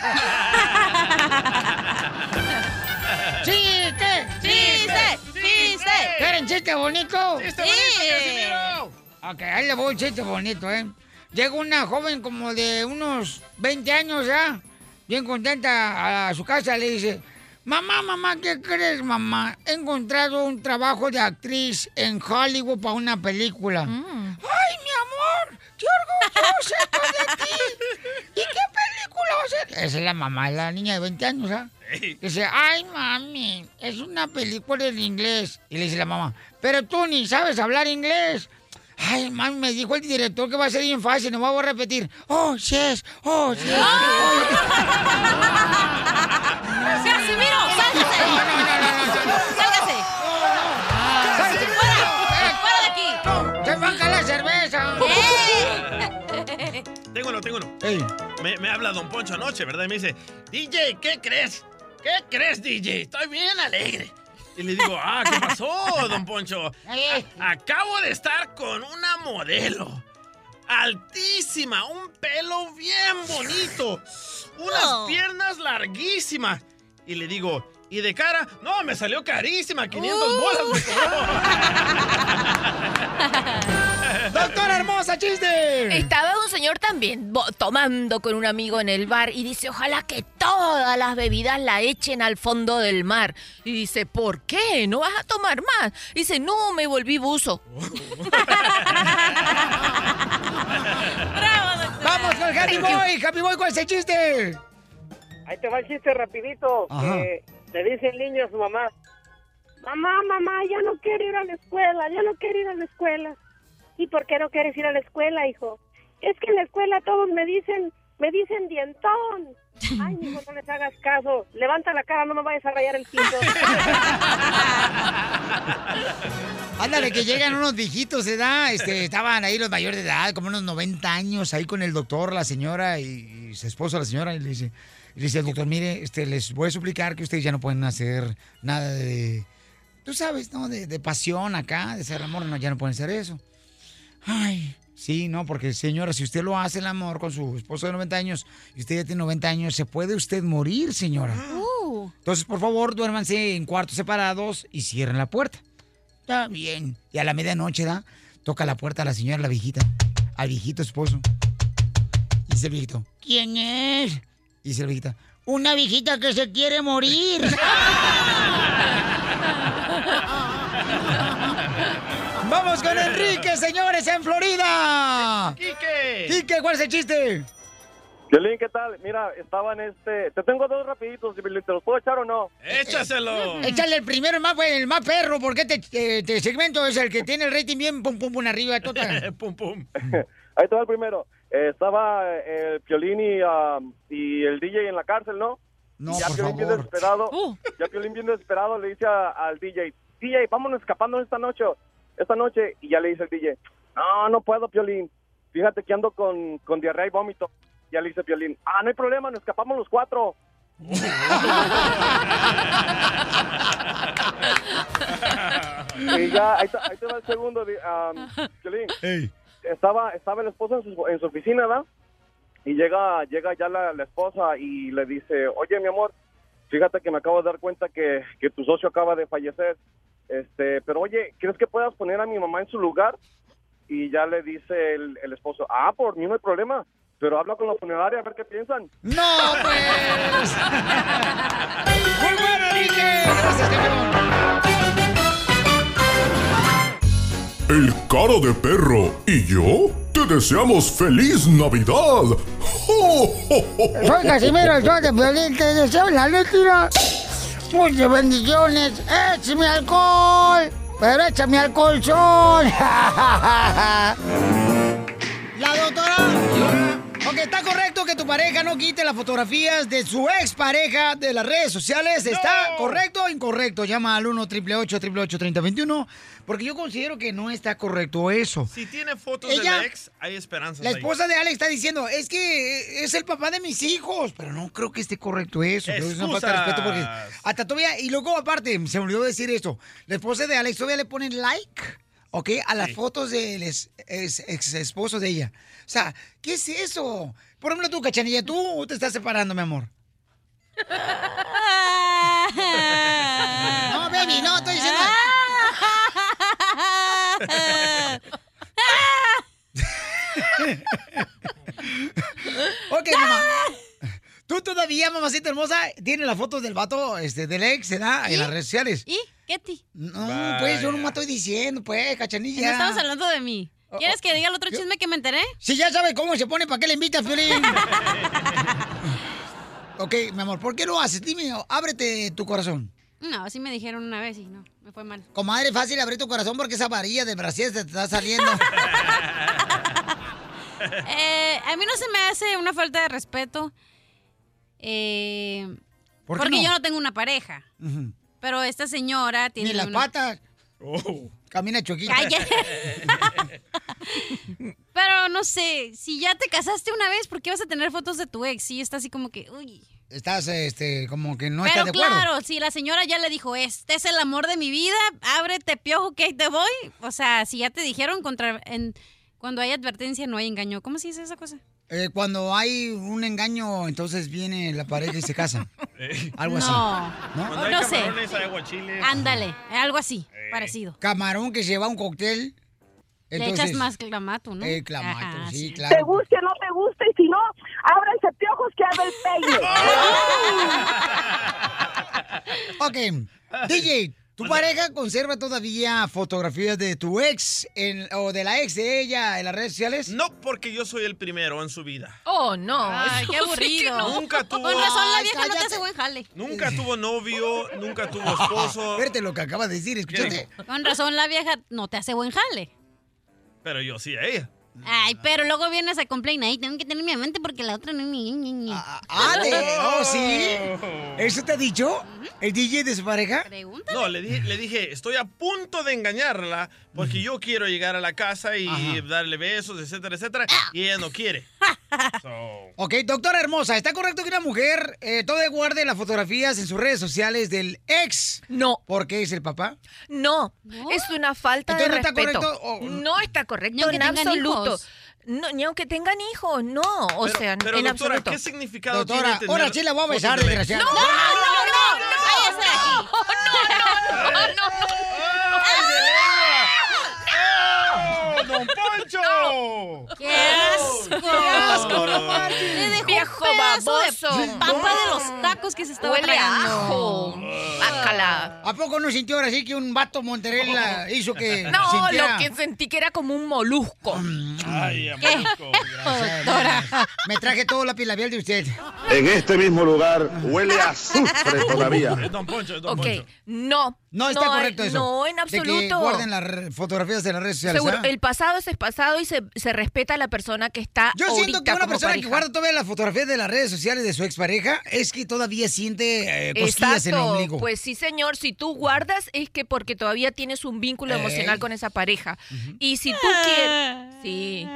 Speaker 4: ¡Chiste!
Speaker 6: ¡Chiste! ¡Chiste!
Speaker 4: ¿Quieren chiste bonito?
Speaker 7: ¡Chiste bonito,
Speaker 4: Ok, ahí le voy un chiste bonito, ¿eh? Llega una joven como de unos 20 años ya, bien contenta a su casa, le dice, mamá, mamá, ¿qué crees, mamá? He encontrado un trabajo de actriz en Hollywood para una película.
Speaker 17: Mm.
Speaker 4: ¡Ay, mi amor! ¡Qué orgullosa estoy de ti! ¿Y qué película va a ser? Esa es la mamá de la niña de 20 años, ¿ah? Dice, ay, mami, es una película en inglés. Y le dice la mamá, pero tú ni sabes hablar inglés. Ay, mami, me dijo el director que va a ser bien fácil, no voy a repetir. Oh, yes, oh, yes.
Speaker 6: ¡Casimiro, sálgase!
Speaker 4: No, no, no, no, no.
Speaker 6: ¡Sálgase! ¡Sálgase fuera! ¡Fuera de aquí!
Speaker 4: ¡Te manca la cerveza!
Speaker 7: Tengo uno, tengo uno. Me, me habla Don Poncho anoche, ¿verdad? Y me dice, DJ, ¿qué crees? ¿Qué crees, DJ? Estoy bien alegre. Y le digo, ah, ¿qué pasó, Don Poncho? A- acabo de estar con una modelo. Altísima, un pelo bien bonito, unas
Speaker 5: Oh.
Speaker 7: piernas larguísimas. Y le digo, ¿y de cara? No, me salió carísima, 500
Speaker 4: Oh.
Speaker 5: Uh.
Speaker 7: bolas me cobró.
Speaker 4: ¡Doctora hermosa, chiste!
Speaker 15: Estaba un señor también bo- tomando con un amigo en el bar y dice, ojalá que todas las bebidas la echen al fondo del mar. Y dice, ¿por qué? ¿No vas a tomar más? Dice, no, me volví buzo.
Speaker 4: ¡Vamos con el Happy Boy! ¡Happy Boy con ese chiste!
Speaker 23: Ahí te va el chiste rapidito.
Speaker 4: Ajá.
Speaker 23: que le dice el niño a su mamá.
Speaker 14: Mamá, Ah, mamá, ya no quiero ir a la escuela, ya no quiero ir a la escuela. ¿Y por qué no quieres ir a la escuela, hijo? Es que en la escuela todos me dicen, me dicen dientón. Ay, hijo, no les hagas caso. Levanta la cara, no me vayas a rayar el piso.
Speaker 4: Ándale, que llegan unos viejitos de edad, este, estaban ahí los mayores de edad, como unos 90 años, ahí con el doctor, la señora y, y su esposa, la señora, y le dice, y le dice el doctor, mire, este, les voy a suplicar que ustedes ya no pueden hacer nada de, tú sabes, ¿no? De, de pasión acá, de ser amor, no, ya no pueden hacer eso. Ay, sí, no, porque señora, si usted lo hace el amor con su esposo de 90 años y usted ya tiene 90 años, se puede usted morir, señora. Entonces, por favor, duérmanse en cuartos separados y cierren la puerta. Está bien. Y a la medianoche, ¿da? Toca la puerta a la señora, la viejita, al viejito esposo. Y dice el viejito, ¿quién es? Y dice la viejita, una viejita que se quiere morir. ¡Vamos con Enrique, señores, en Florida!
Speaker 7: ¡Quique!
Speaker 4: ¡Quique, cuál es el chiste!
Speaker 1: Violín, ¿qué tal? Mira, estaban este. Te tengo dos rapiditos, Violín, ¿te los puedo echar o no?
Speaker 7: ¡Échaselo!
Speaker 4: Échale el primero, el más, bueno, el más perro, porque este, este segmento es el que tiene el rating bien pum pum pum arriba, total.
Speaker 7: pum pum.
Speaker 1: Ahí te va el primero. Eh, estaba eh, el Piolín y, um, y el DJ en la cárcel, ¿no?
Speaker 4: No,
Speaker 1: ya
Speaker 4: por
Speaker 1: Piolín bien
Speaker 4: favor.
Speaker 1: desesperado.
Speaker 4: Uh.
Speaker 1: Ya Piolín bien desesperado le dice a- al DJ, DJ, vámonos escapando esta noche. Esta noche. Y ya le dice el DJ, no, no puedo, Piolín. Fíjate que ando con, con diarrea y vómito. Ya le dice Piolín, ah, no hay problema, nos escapamos los cuatro. Y ya, ahí, te- ahí te va el segundo, di- um, Piolín. Estaba, estaba el esposo en su, en su oficina, ¿verdad? Y llega, llega ya la, la esposa y le dice, oye, mi amor, fíjate que me acabo de dar cuenta que, que tu socio acaba de fallecer. Este, pero oye, ¿crees que puedas poner a mi mamá en su lugar? Y ya le dice el, el esposo, ah, por mí no hay problema, pero habla con la funeraria a ver qué piensan.
Speaker 4: ¡No, pues! ¡Muy bueno, Enrique! Gracias, campeón.
Speaker 9: El cara de perro y yo te deseamos feliz Navidad.
Speaker 4: Soy Casimiro, el show de Piolín, te deseo la letra Muchas bendiciones. Échame alcohol. Pero échame al colchón. La doctora. Ok, está correcto que tu pareja no quite las fotografías de su expareja de las redes sociales. ¿Está correcto o incorrecto? Llama al 1 888 3021 Porque yo considero que no está correcto eso.
Speaker 7: Si tiene fotos
Speaker 4: Ella-
Speaker 7: de la ex, hay esperanzas.
Speaker 4: La
Speaker 7: ahí.
Speaker 4: esposa de Alex está diciendo, es que eh, es el papá de mis hijos, pero no creo que esté correcto eso. creo que es una falta de respeto porque
Speaker 7: Excusas.
Speaker 4: hasta todavía, y luego aparte, se me olvidó decir esto, la esposa de Alex todavía le pone like, ¿ok? A las fotos del ex, ex- ex esposo de ella. O sea, ¿qué es eso? Por ejemplo, tú, Cachanilla, tú te estás separando, mi amor. No, baby, no, estoy diciendo. ok, mamá. Tú todavía, mamacita hermosa, tienes las fotos del vato, este, del ex, ¿verdad? En las redes sociales.
Speaker 6: ¿Y? Ketty.
Speaker 4: No, pues yo no me estoy diciendo, pues, cachanilla.
Speaker 6: No estamos hablando de mí.
Speaker 4: Oh,
Speaker 6: ¿Quieres que diga el otro chisme que me enteré?
Speaker 4: Si ya sabes cómo se pone, ¿para qué le invitas, Piolín? ok, mi amor, ¿por qué lo haces? Dime, ábrete tu corazón.
Speaker 6: No, así me dijeron una vez y no, me fue mal.
Speaker 4: Comadre, fácil abrir tu corazón porque esa varilla de Brasil te está saliendo.
Speaker 6: Eh, a mí no se me hace una falta de respeto. eh,
Speaker 4: ¿Por qué
Speaker 6: porque
Speaker 4: no?
Speaker 6: yo no tengo una pareja.
Speaker 4: Ujú.
Speaker 6: Pero esta señora tiene.
Speaker 4: Ni las
Speaker 6: una-
Speaker 4: patas. Camina choquita.
Speaker 6: Cállate. Pero no sé, si ya te casaste una vez, ¿por qué vas a tener fotos de tu ex? Y está así como que, uy.
Speaker 4: Estás, este, como que no
Speaker 6: Pero
Speaker 4: estás de acuerdo.
Speaker 6: claro, si la señora ya le dijo, este es el amor de mi vida, ábrete piojo que ahí te voy. O sea, si ya te dijeron contra, en- cuando hay advertencia no hay engaño. ¿Cómo se dice esa cosa?
Speaker 4: Eh, cuando hay un engaño, entonces viene la pareja y se casa. Algo
Speaker 6: No.
Speaker 4: así.
Speaker 6: Cuando hay No sé. camarones, hay Eh.
Speaker 7: aguachiles.
Speaker 6: Ándale, algo así, parecido.
Speaker 4: Camarón que se va a un cóctel.
Speaker 6: le
Speaker 4: entonces-
Speaker 6: echas más clamato, ¿no?
Speaker 4: Eh, clamato,
Speaker 6: Ajá,
Speaker 4: sí,
Speaker 6: sí.
Speaker 4: claro.
Speaker 20: guste o no te guste, y si no, ábranse piojos que haga el peine.
Speaker 4: Ok. DJ, ¿tu pareja conserva todavía fotografías de tu ex en- o de la ex de ella en las redes sociales?
Speaker 7: No, porque yo soy el primero en su vida.
Speaker 15: Oh, no.
Speaker 6: Ay, qué aburrido.
Speaker 7: Nunca tuvo-
Speaker 6: Con razón la
Speaker 7: Ay,
Speaker 6: vieja no te
Speaker 7: cállate.
Speaker 6: hace buen jale.
Speaker 7: Nunca tuvo novio, nunca tuvo esposo.
Speaker 4: Espérate lo que acabas de decir, escúchate.
Speaker 6: Con razón la vieja no te hace buen jale.
Speaker 7: Pero yo sí a ella.
Speaker 6: Ay, pero luego vienes a complain ahí, tengo que tener mi amante porque la otra no ni ni ni.
Speaker 4: Ah, de- oh, sí. ¿Eso te ha dicho el DJ de su pareja?
Speaker 7: No, le dije, le dije, estoy a punto de engañarla porque yo quiero llegar a la casa y darle besos, etcétera, etcétera.
Speaker 4: Ah.
Speaker 7: Y ella no quiere.
Speaker 4: Ok, doctora hermosa, ¿está correcto que una mujer eh, todavía guarde las fotografías en sus redes sociales del ex?
Speaker 15: No.
Speaker 4: ¿Por qué es el papá?
Speaker 15: No, es una falta de
Speaker 4: Entonces, ¿no está
Speaker 15: respeto.
Speaker 4: correcto o-
Speaker 15: No está
Speaker 4: Ni
Speaker 15: correcto
Speaker 4: aunque
Speaker 15: en
Speaker 4: tengan
Speaker 15: absoluto.
Speaker 4: hijos.
Speaker 15: No, ni aunque tengan hijos, no. O sea,
Speaker 7: pero,
Speaker 15: en
Speaker 7: doctora,
Speaker 15: absoluto.
Speaker 7: ¿qué significado
Speaker 4: Doctora,
Speaker 7: tiene tener
Speaker 4: ahora sí la voy a
Speaker 7: fotos
Speaker 4: besar,
Speaker 7: de la ex?
Speaker 4: desgraciada.
Speaker 15: No, no, no, no. No, no, no, no.
Speaker 7: ¡Oh, don Poncho!
Speaker 6: ¡Qué asco!
Speaker 7: ¡Qué asco, no
Speaker 6: Le dejó
Speaker 15: Viejo
Speaker 6: un pedazo de
Speaker 15: baboso.
Speaker 6: papa de los tacos que se estaba
Speaker 15: Huele a
Speaker 6: tragando. Ah.
Speaker 15: ajo. Bácala.
Speaker 4: ¿A poco no sintió ahora sí que un vato Monterrey la hizo que
Speaker 15: No,
Speaker 4: sintiera? Mm,
Speaker 15: lo que sentí que era como un molusco.
Speaker 7: Ay,
Speaker 4: Doctora, me traje todo la pilabial de usted.
Speaker 21: En este mismo lugar huele a azufre todavía.
Speaker 7: Don Poncho, es
Speaker 15: Ok, no.
Speaker 4: No está
Speaker 15: hay-
Speaker 4: correcto eso.
Speaker 15: No, en
Speaker 4: De que
Speaker 15: absoluto.
Speaker 4: guarden las re- fotografías de las redes sociales.
Speaker 15: Seguro,
Speaker 4: ¿ah?
Speaker 15: el pasado es el pasado y se, se respeta a la persona que está
Speaker 4: Yo siento
Speaker 15: ahorita
Speaker 4: que una
Speaker 15: como
Speaker 4: persona que
Speaker 15: pareja.
Speaker 4: guarda todavía las fotografías de las redes sociales de su expareja es que todavía siente eh, cosquillas en el
Speaker 15: Exacto.
Speaker 4: ombligo.
Speaker 15: Pues sí, señor, si tú guardas es que porque todavía tienes un vínculo
Speaker 4: Ey.
Speaker 15: emocional con esa pareja. Y si tú quieres... Sí.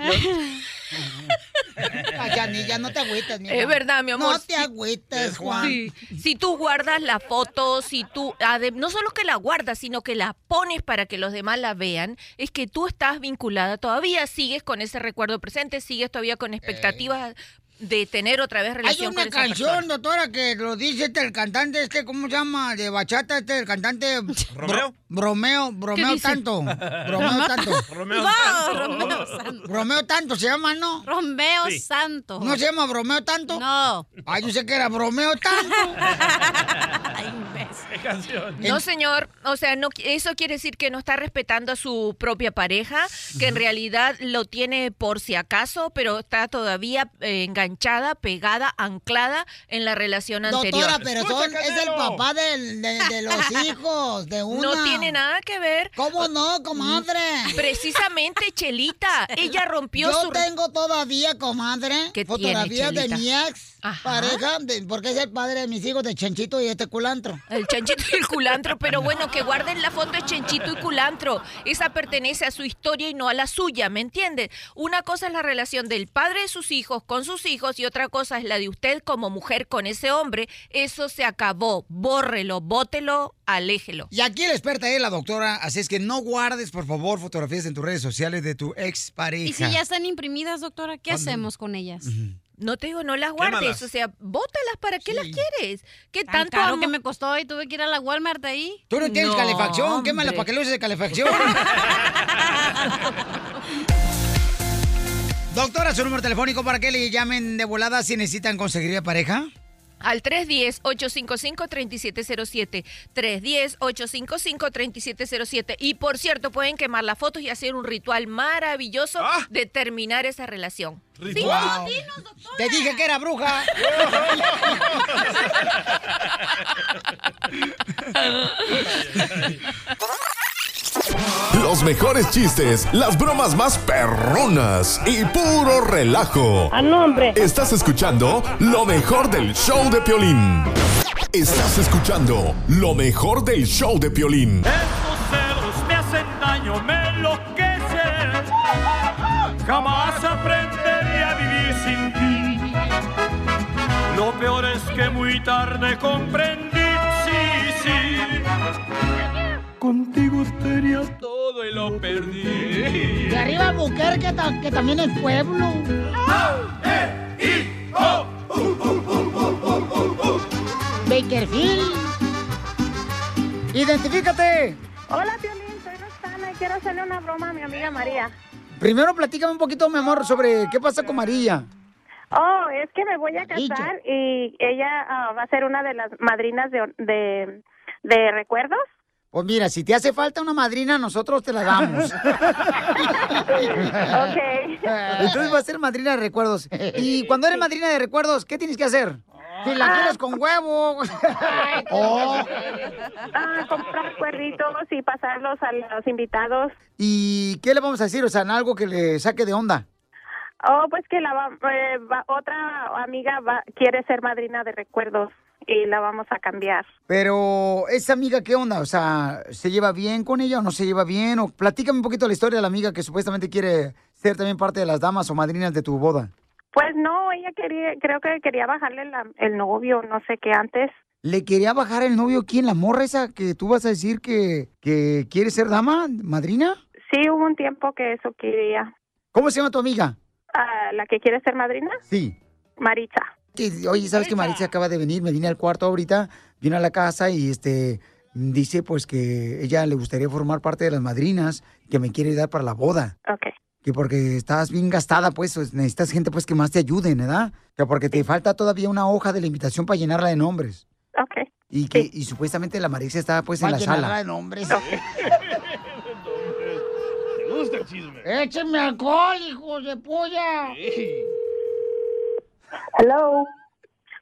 Speaker 4: Cachanilla, no te agüitas, mi
Speaker 15: Es
Speaker 4: amor.
Speaker 15: verdad, mi amor.
Speaker 4: No te agüites, Juan.
Speaker 15: Sí. Si tú guardas la foto, si tú, ade- no solo que la guardas, sino que la pones para que los demás la vean, es que tú estás vinculada, todavía sigues con ese recuerdo presente, sigues todavía con expectativas de tener otra vez
Speaker 4: Hay
Speaker 15: relación
Speaker 4: una
Speaker 15: con esa
Speaker 4: canción,
Speaker 15: persona.
Speaker 4: doctora, que lo dice este el cantante, este, ¿cómo se llama? De bachata, este, el cantante.
Speaker 7: ¿Romeo?
Speaker 4: Bromeo, Bromeo
Speaker 7: dice?
Speaker 4: tanto. Bromeo tanto.
Speaker 7: Romeo No, Santo. Oh. Romeo
Speaker 6: Santo.
Speaker 4: Bromeo tanto se llama, ¿no?
Speaker 6: Romeo Santo.
Speaker 4: ¿No se llama Bromeo tanto? Ah,
Speaker 6: No.
Speaker 4: Ay, yo sé que era Bromeo tanto.
Speaker 6: Ay, imbécil.
Speaker 36: ¿Qué canción?
Speaker 15: No, señor. O sea, no, eso quiere decir que no está respetando a su propia pareja, que en realidad lo tiene por si acaso, pero está todavía eh, enganchada, pegada, anclada en la relación anterior.
Speaker 4: Doctora, pero son, es el papá del- de, de los hijos, de una.
Speaker 15: No tiene nada que ver.
Speaker 4: ¿Cómo no, comadre?
Speaker 15: Precisamente, Chelita. Ella rompió
Speaker 4: Yo
Speaker 15: su...
Speaker 4: tengo todavía, comadre,
Speaker 15: ¿Qué tiene,
Speaker 4: fotografías de
Speaker 15: Chelita?
Speaker 4: mi ex
Speaker 15: Ajá.
Speaker 4: pareja, de- porque es el padre de mis hijos, de Chanchito y este culantro.
Speaker 15: El chanchito y el culantro, pero bueno, que guarden la foto de chanchito y culantro. Esa pertenece a su historia y no a la suya, ¿me entiendes? Una cosa es la relación del padre de sus hijos con sus hijos y otra cosa es la de usted como mujer con ese hombre. Eso se acabó. Bórrelo, bótelo, aléjelo.
Speaker 4: Y aquí la experta es la doctora, así es que no guardes, por favor, fotografías en tus redes sociales de tu ex pareja.
Speaker 6: Y si ya están imprimidas, doctora, ¿qué hacemos con ellas?
Speaker 15: No te digo, no las guardes,
Speaker 4: Quémalas.
Speaker 15: o sea, bótalas, ¿para qué las quieres? ¿Qué
Speaker 6: Tan
Speaker 15: tanto
Speaker 6: caro
Speaker 15: amo-
Speaker 6: que me costó y tuve que ir a la Walmart ahí.
Speaker 4: Tú no tienes
Speaker 15: No,
Speaker 4: calefacción, quémala
Speaker 15: hombre.
Speaker 4: para que lo uses de calefacción. Doctora, su número telefónico para que le llamen de volada si necesitan conseguir pareja.
Speaker 15: Al 310-855-3707. 310-855-3707. Y por cierto, pueden quemar las fotos y hacer un ritual maravilloso de terminar esa relación.
Speaker 4: Wow. Te dije que era bruja.
Speaker 3: Los mejores chistes, las bromas más perronas y puro relajo.
Speaker 23: Ah, no, hombre.
Speaker 3: Estás escuchando lo mejor del show de Piolín. Estás escuchando lo mejor del show de Piolín.
Speaker 5: Tus celos me hacen daño, me enloquecen. Jamás aprenderé a vivir sin ti. Lo peor es que muy tarde comprendí, sí, sí. Contigo tenía todo y lo perdí.
Speaker 4: De arriba mujer que, ta- que también es pueblo. Bakerfield. Identifícate.
Speaker 14: Hola, Piolín, soy Rosana y quiero hacerle una broma a mi amiga María.
Speaker 4: Primero platícame un poquito, mi amor, sobre qué pasa con María.
Speaker 14: Oh, es que me voy a casar y ella ah, va a ser una de las madrinas de, de, de recuerdos.
Speaker 4: Pues mira, si te hace falta una madrina, nosotros te la damos.
Speaker 14: ok.
Speaker 4: Entonces va a ser madrina de recuerdos. Y cuando eres madrina de recuerdos, ¿qué tienes que hacer? Si la quieres con huevo. Oh.
Speaker 14: Ah, comprar cuerditos y pasarlos a los invitados.
Speaker 4: ¿Y qué le vamos a decir? O sea, en algo que le saque de onda.
Speaker 14: Oh, pues que la va- eh, va- otra amiga va- quiere ser madrina de recuerdos y la vamos a cambiar.
Speaker 4: Pero, ¿esa amiga qué onda? O sea, ¿se lleva bien con ella o no se lleva bien? O platícame un poquito la historia de la amiga que supuestamente quiere ser también parte de las damas o madrinas de tu boda.
Speaker 14: Pues no, ella quería, creo que quería bajarle la- el novio, no sé qué antes.
Speaker 4: ¿Le quería bajar el novio quién? ¿La morra esa que tú vas a decir que, que quiere ser dama, madrina?
Speaker 14: Sí, hubo un tiempo que eso quería.
Speaker 4: ¿Cómo se llama tu amiga?
Speaker 14: Ah, ¿La que quiere ser madrina?
Speaker 4: Sí.
Speaker 14: Maritza.
Speaker 4: Que- Oye, ¿sabes que Maritza acaba de venir? Me vine al cuarto ahorita, vino a la casa y este dice pues que ella le gustaría formar parte de las madrinas que me quiere ayudar para la boda.
Speaker 14: Ok.
Speaker 4: Que porque estás bien gastada, pues, pues, necesitas gente pues que más te ayude, ¿verdad? Que porque te falta todavía una hoja de la invitación para llenarla de nombres.
Speaker 14: Ok.
Speaker 4: Y que y supuestamente la Maritza está pues en
Speaker 5: Va a
Speaker 4: la
Speaker 5: llenarla
Speaker 4: sala.
Speaker 5: de
Speaker 4: nombres.
Speaker 5: Me gusta el chisme.
Speaker 4: Écheme alcohol, hijo de puya.
Speaker 14: Hello.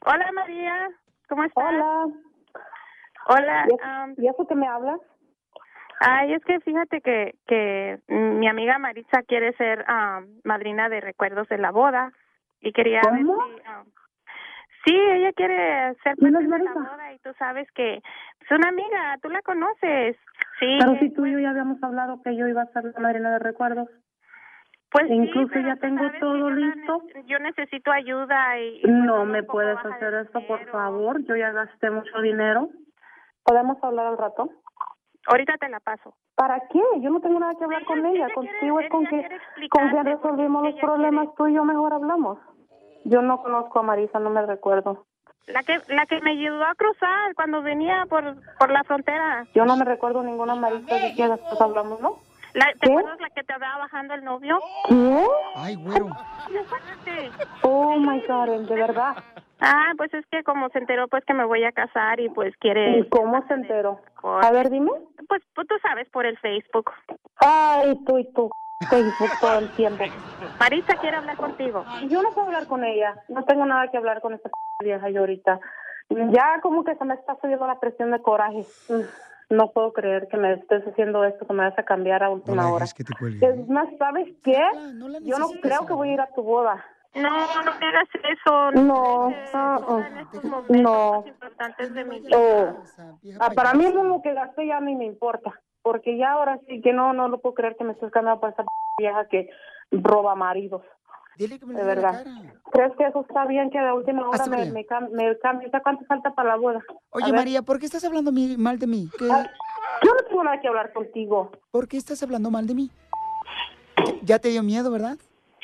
Speaker 14: Hola María, ¿cómo estás? Hola. Hola.
Speaker 23: ¿Y eso-
Speaker 14: ¿Y eso que me hablas? Ay, es que fíjate que, que mi amiga Maritza quiere ser am, madrina de recuerdos de la boda y quería ver si, am, sí, ella quiere ser parte de la boda y tú sabes que es una amiga, tú la conoces. Sí.
Speaker 23: Pero si tú y yo ya habíamos hablado que yo iba a ser la madrina de recuerdos.
Speaker 14: Pues sí,
Speaker 23: Incluso
Speaker 14: pero
Speaker 23: ya
Speaker 14: tú
Speaker 23: tengo
Speaker 14: sabes que
Speaker 23: todo
Speaker 14: yo la
Speaker 23: listo. Mm.
Speaker 14: ne- Yo necesito ayuda y... y
Speaker 23: No
Speaker 14: pues,
Speaker 23: me
Speaker 14: un poco
Speaker 23: puedes
Speaker 14: baja de
Speaker 23: hacer esto, por favor. Yo ya gasté mucho dinero. ¿Podemos hablar al rato?
Speaker 14: Ahorita te la paso.
Speaker 23: ¿Para qué? Yo no tengo nada que hablar con ella. Contigo es con que, con que resolvimos los problemas. Tú y yo mejor hablamos. Yo no conozco a Marisa, no me recuerdo.
Speaker 14: La que, la que me ayudó a cruzar cuando venía por, por la frontera.
Speaker 23: Yo no me recuerdo ninguna Marisa, así que
Speaker 14: pues,
Speaker 23: después hablamos, ¿no?
Speaker 14: La, ¿Te
Speaker 23: ¿Qué?
Speaker 14: acuerdas la que te andaba bajando el novio?
Speaker 23: ¿Qué?
Speaker 4: Ay, güero.
Speaker 14: Sí, acuérdate.
Speaker 23: Oh my God, de verdad. Ah, pues es que como se enteró pues que me voy a casar y pues quiere...
Speaker 14: ¿Y cómo se enteró? A ver, dime.
Speaker 23: Pues, pues tú sabes por el Facebook.
Speaker 14: Ay, tú y tú. Facebook todo el tiempo.
Speaker 23: Marisa quiere hablar contigo.
Speaker 14: Yo no puedo hablar con ella. No tengo nada que hablar con esta vieja yo ahorita. Ya como que se me está subiendo la presión de coraje. Mm, No puedo creer que me estés haciendo esto, que me vas a cambiar a última hora.
Speaker 37: que te cuelgue.
Speaker 14: Es más, ¿sabes qué? Yo no creo que voy a ir a tu boda.
Speaker 23: No, no me hagas eso.
Speaker 14: No, ah, ah, no.
Speaker 23: Importantes de mi vida.
Speaker 14: Eh, ah, para mí lo que gasté ya ni me importa, porque ya ahora sí que no, no lo puedo creer que me estés cambiando por esa p- vieja que roba maridos.
Speaker 4: Dile que me
Speaker 14: de verdad. ¿Crees que eso está bien que de última hora me, me, cam- me cambie? ¿Ya ¿Cuánto falta para la boda?
Speaker 4: Ah, Oye, María, ¿por qué estás hablando mi- mal de mí? ¿Qué-
Speaker 14: Ah, Yo no tengo nada que hablar contigo.
Speaker 4: ¿Por qué estás hablando mal de mí? ¿Ya te dio miedo, verdad?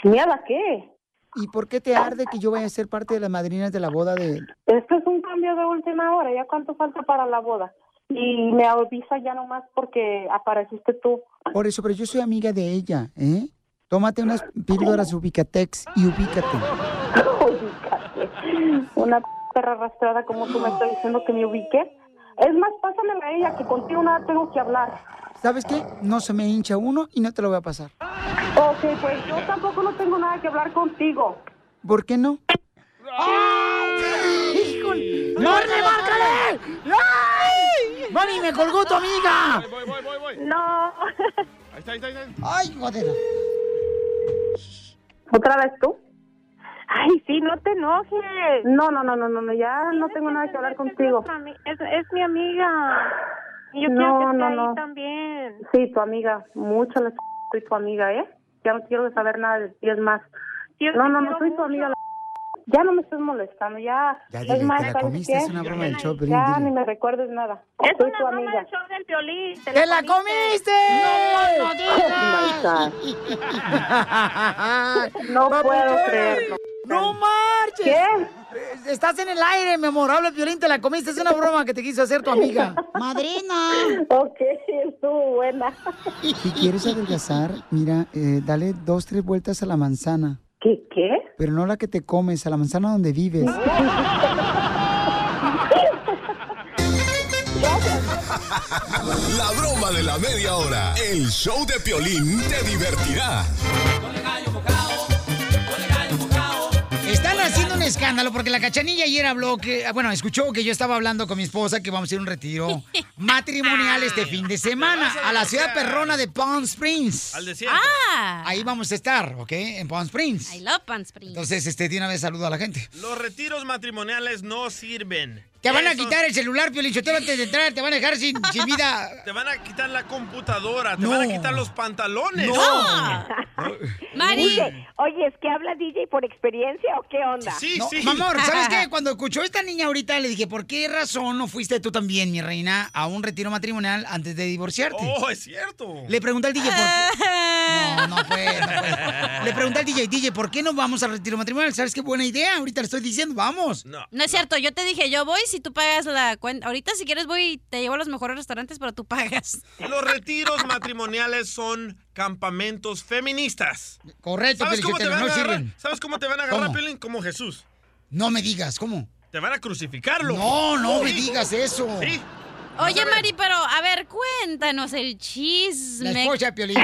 Speaker 14: ¿Miedo a qué?
Speaker 4: ¿Y por qué te arde que yo vaya a ser parte de las madrinas de la boda de...?
Speaker 14: Esto es un cambio de última hora. ¿Ya cuánto falta para la boda? Y me avisa ya nomás porque apareciste tú.
Speaker 4: Por eso, pero yo soy amiga de ella, ¿eh? Tómate unas píldoras Ubicatex y ubícate.
Speaker 14: Una perra arrastrada como tú me estás diciendo que me ubique. Es más, pásamela a ella, que contigo nada tengo que hablar.
Speaker 4: ¿Sabes qué? No se me hincha uno y no te lo voy a pasar.
Speaker 14: Ok, pues yo tampoco no tengo nada que hablar contigo.
Speaker 4: ¿Por qué no?
Speaker 5: ¡Márcale, márcale!
Speaker 4: ¡Ay! ¡Mari, me colgó tu amiga!
Speaker 5: Voy, voy, voy, voy.
Speaker 14: No.
Speaker 5: Ahí está, ahí está, ahí está.
Speaker 4: ¡Ay, joder!
Speaker 14: ¿Otra vez tú?
Speaker 23: Ay, sí, no te enojes.
Speaker 14: No, no, no, no, no, no, ya no tengo nada que hablar contigo.
Speaker 23: Es, es mi amiga. Y yo quiero
Speaker 14: No,
Speaker 23: que esté
Speaker 14: no,
Speaker 23: ahí
Speaker 14: no.
Speaker 23: también.
Speaker 14: Sí, tu amiga, mucho la soy tu amiga, ¿eh? Ya no quiero saber nada de ti, es más.
Speaker 23: Yo
Speaker 14: No,
Speaker 23: te
Speaker 14: no,
Speaker 23: quiero
Speaker 14: no, soy tu amiga, la Ya no me estés molestando, ya.
Speaker 4: Ya dile,
Speaker 14: es más,
Speaker 4: te la
Speaker 14: ¿sabes
Speaker 4: comiste,
Speaker 14: qué?
Speaker 4: es una broma del show, Piolín,
Speaker 14: Ya
Speaker 4: dile.
Speaker 14: ni me recuerdes nada.
Speaker 23: Es
Speaker 14: soy
Speaker 23: una
Speaker 14: tu
Speaker 23: broma
Speaker 14: amiga.
Speaker 23: del show del violín.
Speaker 4: ¡Te la comiste! ¡No, no
Speaker 14: digas! No puedo creerlo.
Speaker 4: ¡No marches! ¿Qué? Estás en el aire, mi amor. Habla Piolín, te la comiste. Es una broma que te quiso hacer tu amiga. ¡Madrina!
Speaker 14: Ok, estuvo buena.
Speaker 4: Si quieres adelgazar, mira, eh, dale dos, tres vueltas a la manzana.
Speaker 14: ¿Qué? ¿Qué?
Speaker 4: Pero no la que te comes, a la manzana donde vives.
Speaker 3: La broma de la media hora. El show de Piolín te divertirá.
Speaker 4: Están haciendo un escándalo porque la cachanilla ayer habló que, ah, bueno, escuchó que yo estaba hablando con mi esposa que vamos a ir a un retiro matrimonial este fin de semana a la ciudad perrona de Palm Springs. Al
Speaker 7: desierto.
Speaker 4: Ah. Ahí vamos a estar, ¿ok? En Palm Springs.
Speaker 6: I love Palm Springs.
Speaker 4: Entonces, este, de una vez saludo a la gente.
Speaker 7: Los retiros matrimoniales no sirven.
Speaker 4: Te van a
Speaker 7: Esos-
Speaker 4: quitar el celular, Piolichotero, antes de entrar, te van a dejar sin, sin vida.
Speaker 7: Te van a quitar la computadora, te
Speaker 4: No.
Speaker 7: van a quitar los pantalones.
Speaker 4: No.
Speaker 24: Oye, oye, ¿es que habla DJ por experiencia o qué onda?
Speaker 4: No, mi amor, ¿sabes qué? Cuando escuchó esta niña ahorita le dije, ¿por qué razón no fuiste tú también, mi reina, a un retiro matrimonial antes de divorciarte?
Speaker 7: Oh, es cierto.
Speaker 4: Le pregunté al DJ, ¿por qué? No, no fue, no fue. Le pregunté al DJ, DJ, ¿por qué no vamos al retiro matrimonial? ¿Sabes qué buena idea? Ahorita le estoy diciendo, vamos.
Speaker 7: No.
Speaker 6: No es cierto, yo te dije, yo voy si tú pagas la cuenta. Ahorita si quieres voy y te llevo a los mejores restaurantes, pero tú pagas.
Speaker 7: Los retiros matrimoniales son campamentos feministas.
Speaker 4: Correcto,
Speaker 7: ¿Sabes cómo te
Speaker 4: Felicitelo,
Speaker 7: van a
Speaker 4: no
Speaker 7: agarrar?
Speaker 4: sirven.
Speaker 7: ¿Sabes cómo te van a agarrar,
Speaker 4: ¿Cómo?
Speaker 7: Piolín? Como Jesús.
Speaker 4: No me digas, ¿cómo?
Speaker 7: Te van a crucificarlo.
Speaker 4: No, no me digas eso.
Speaker 7: Sí.
Speaker 6: Oye, Mari, pero a ver, cuéntanos el chisme.
Speaker 4: La esposa de Piolín.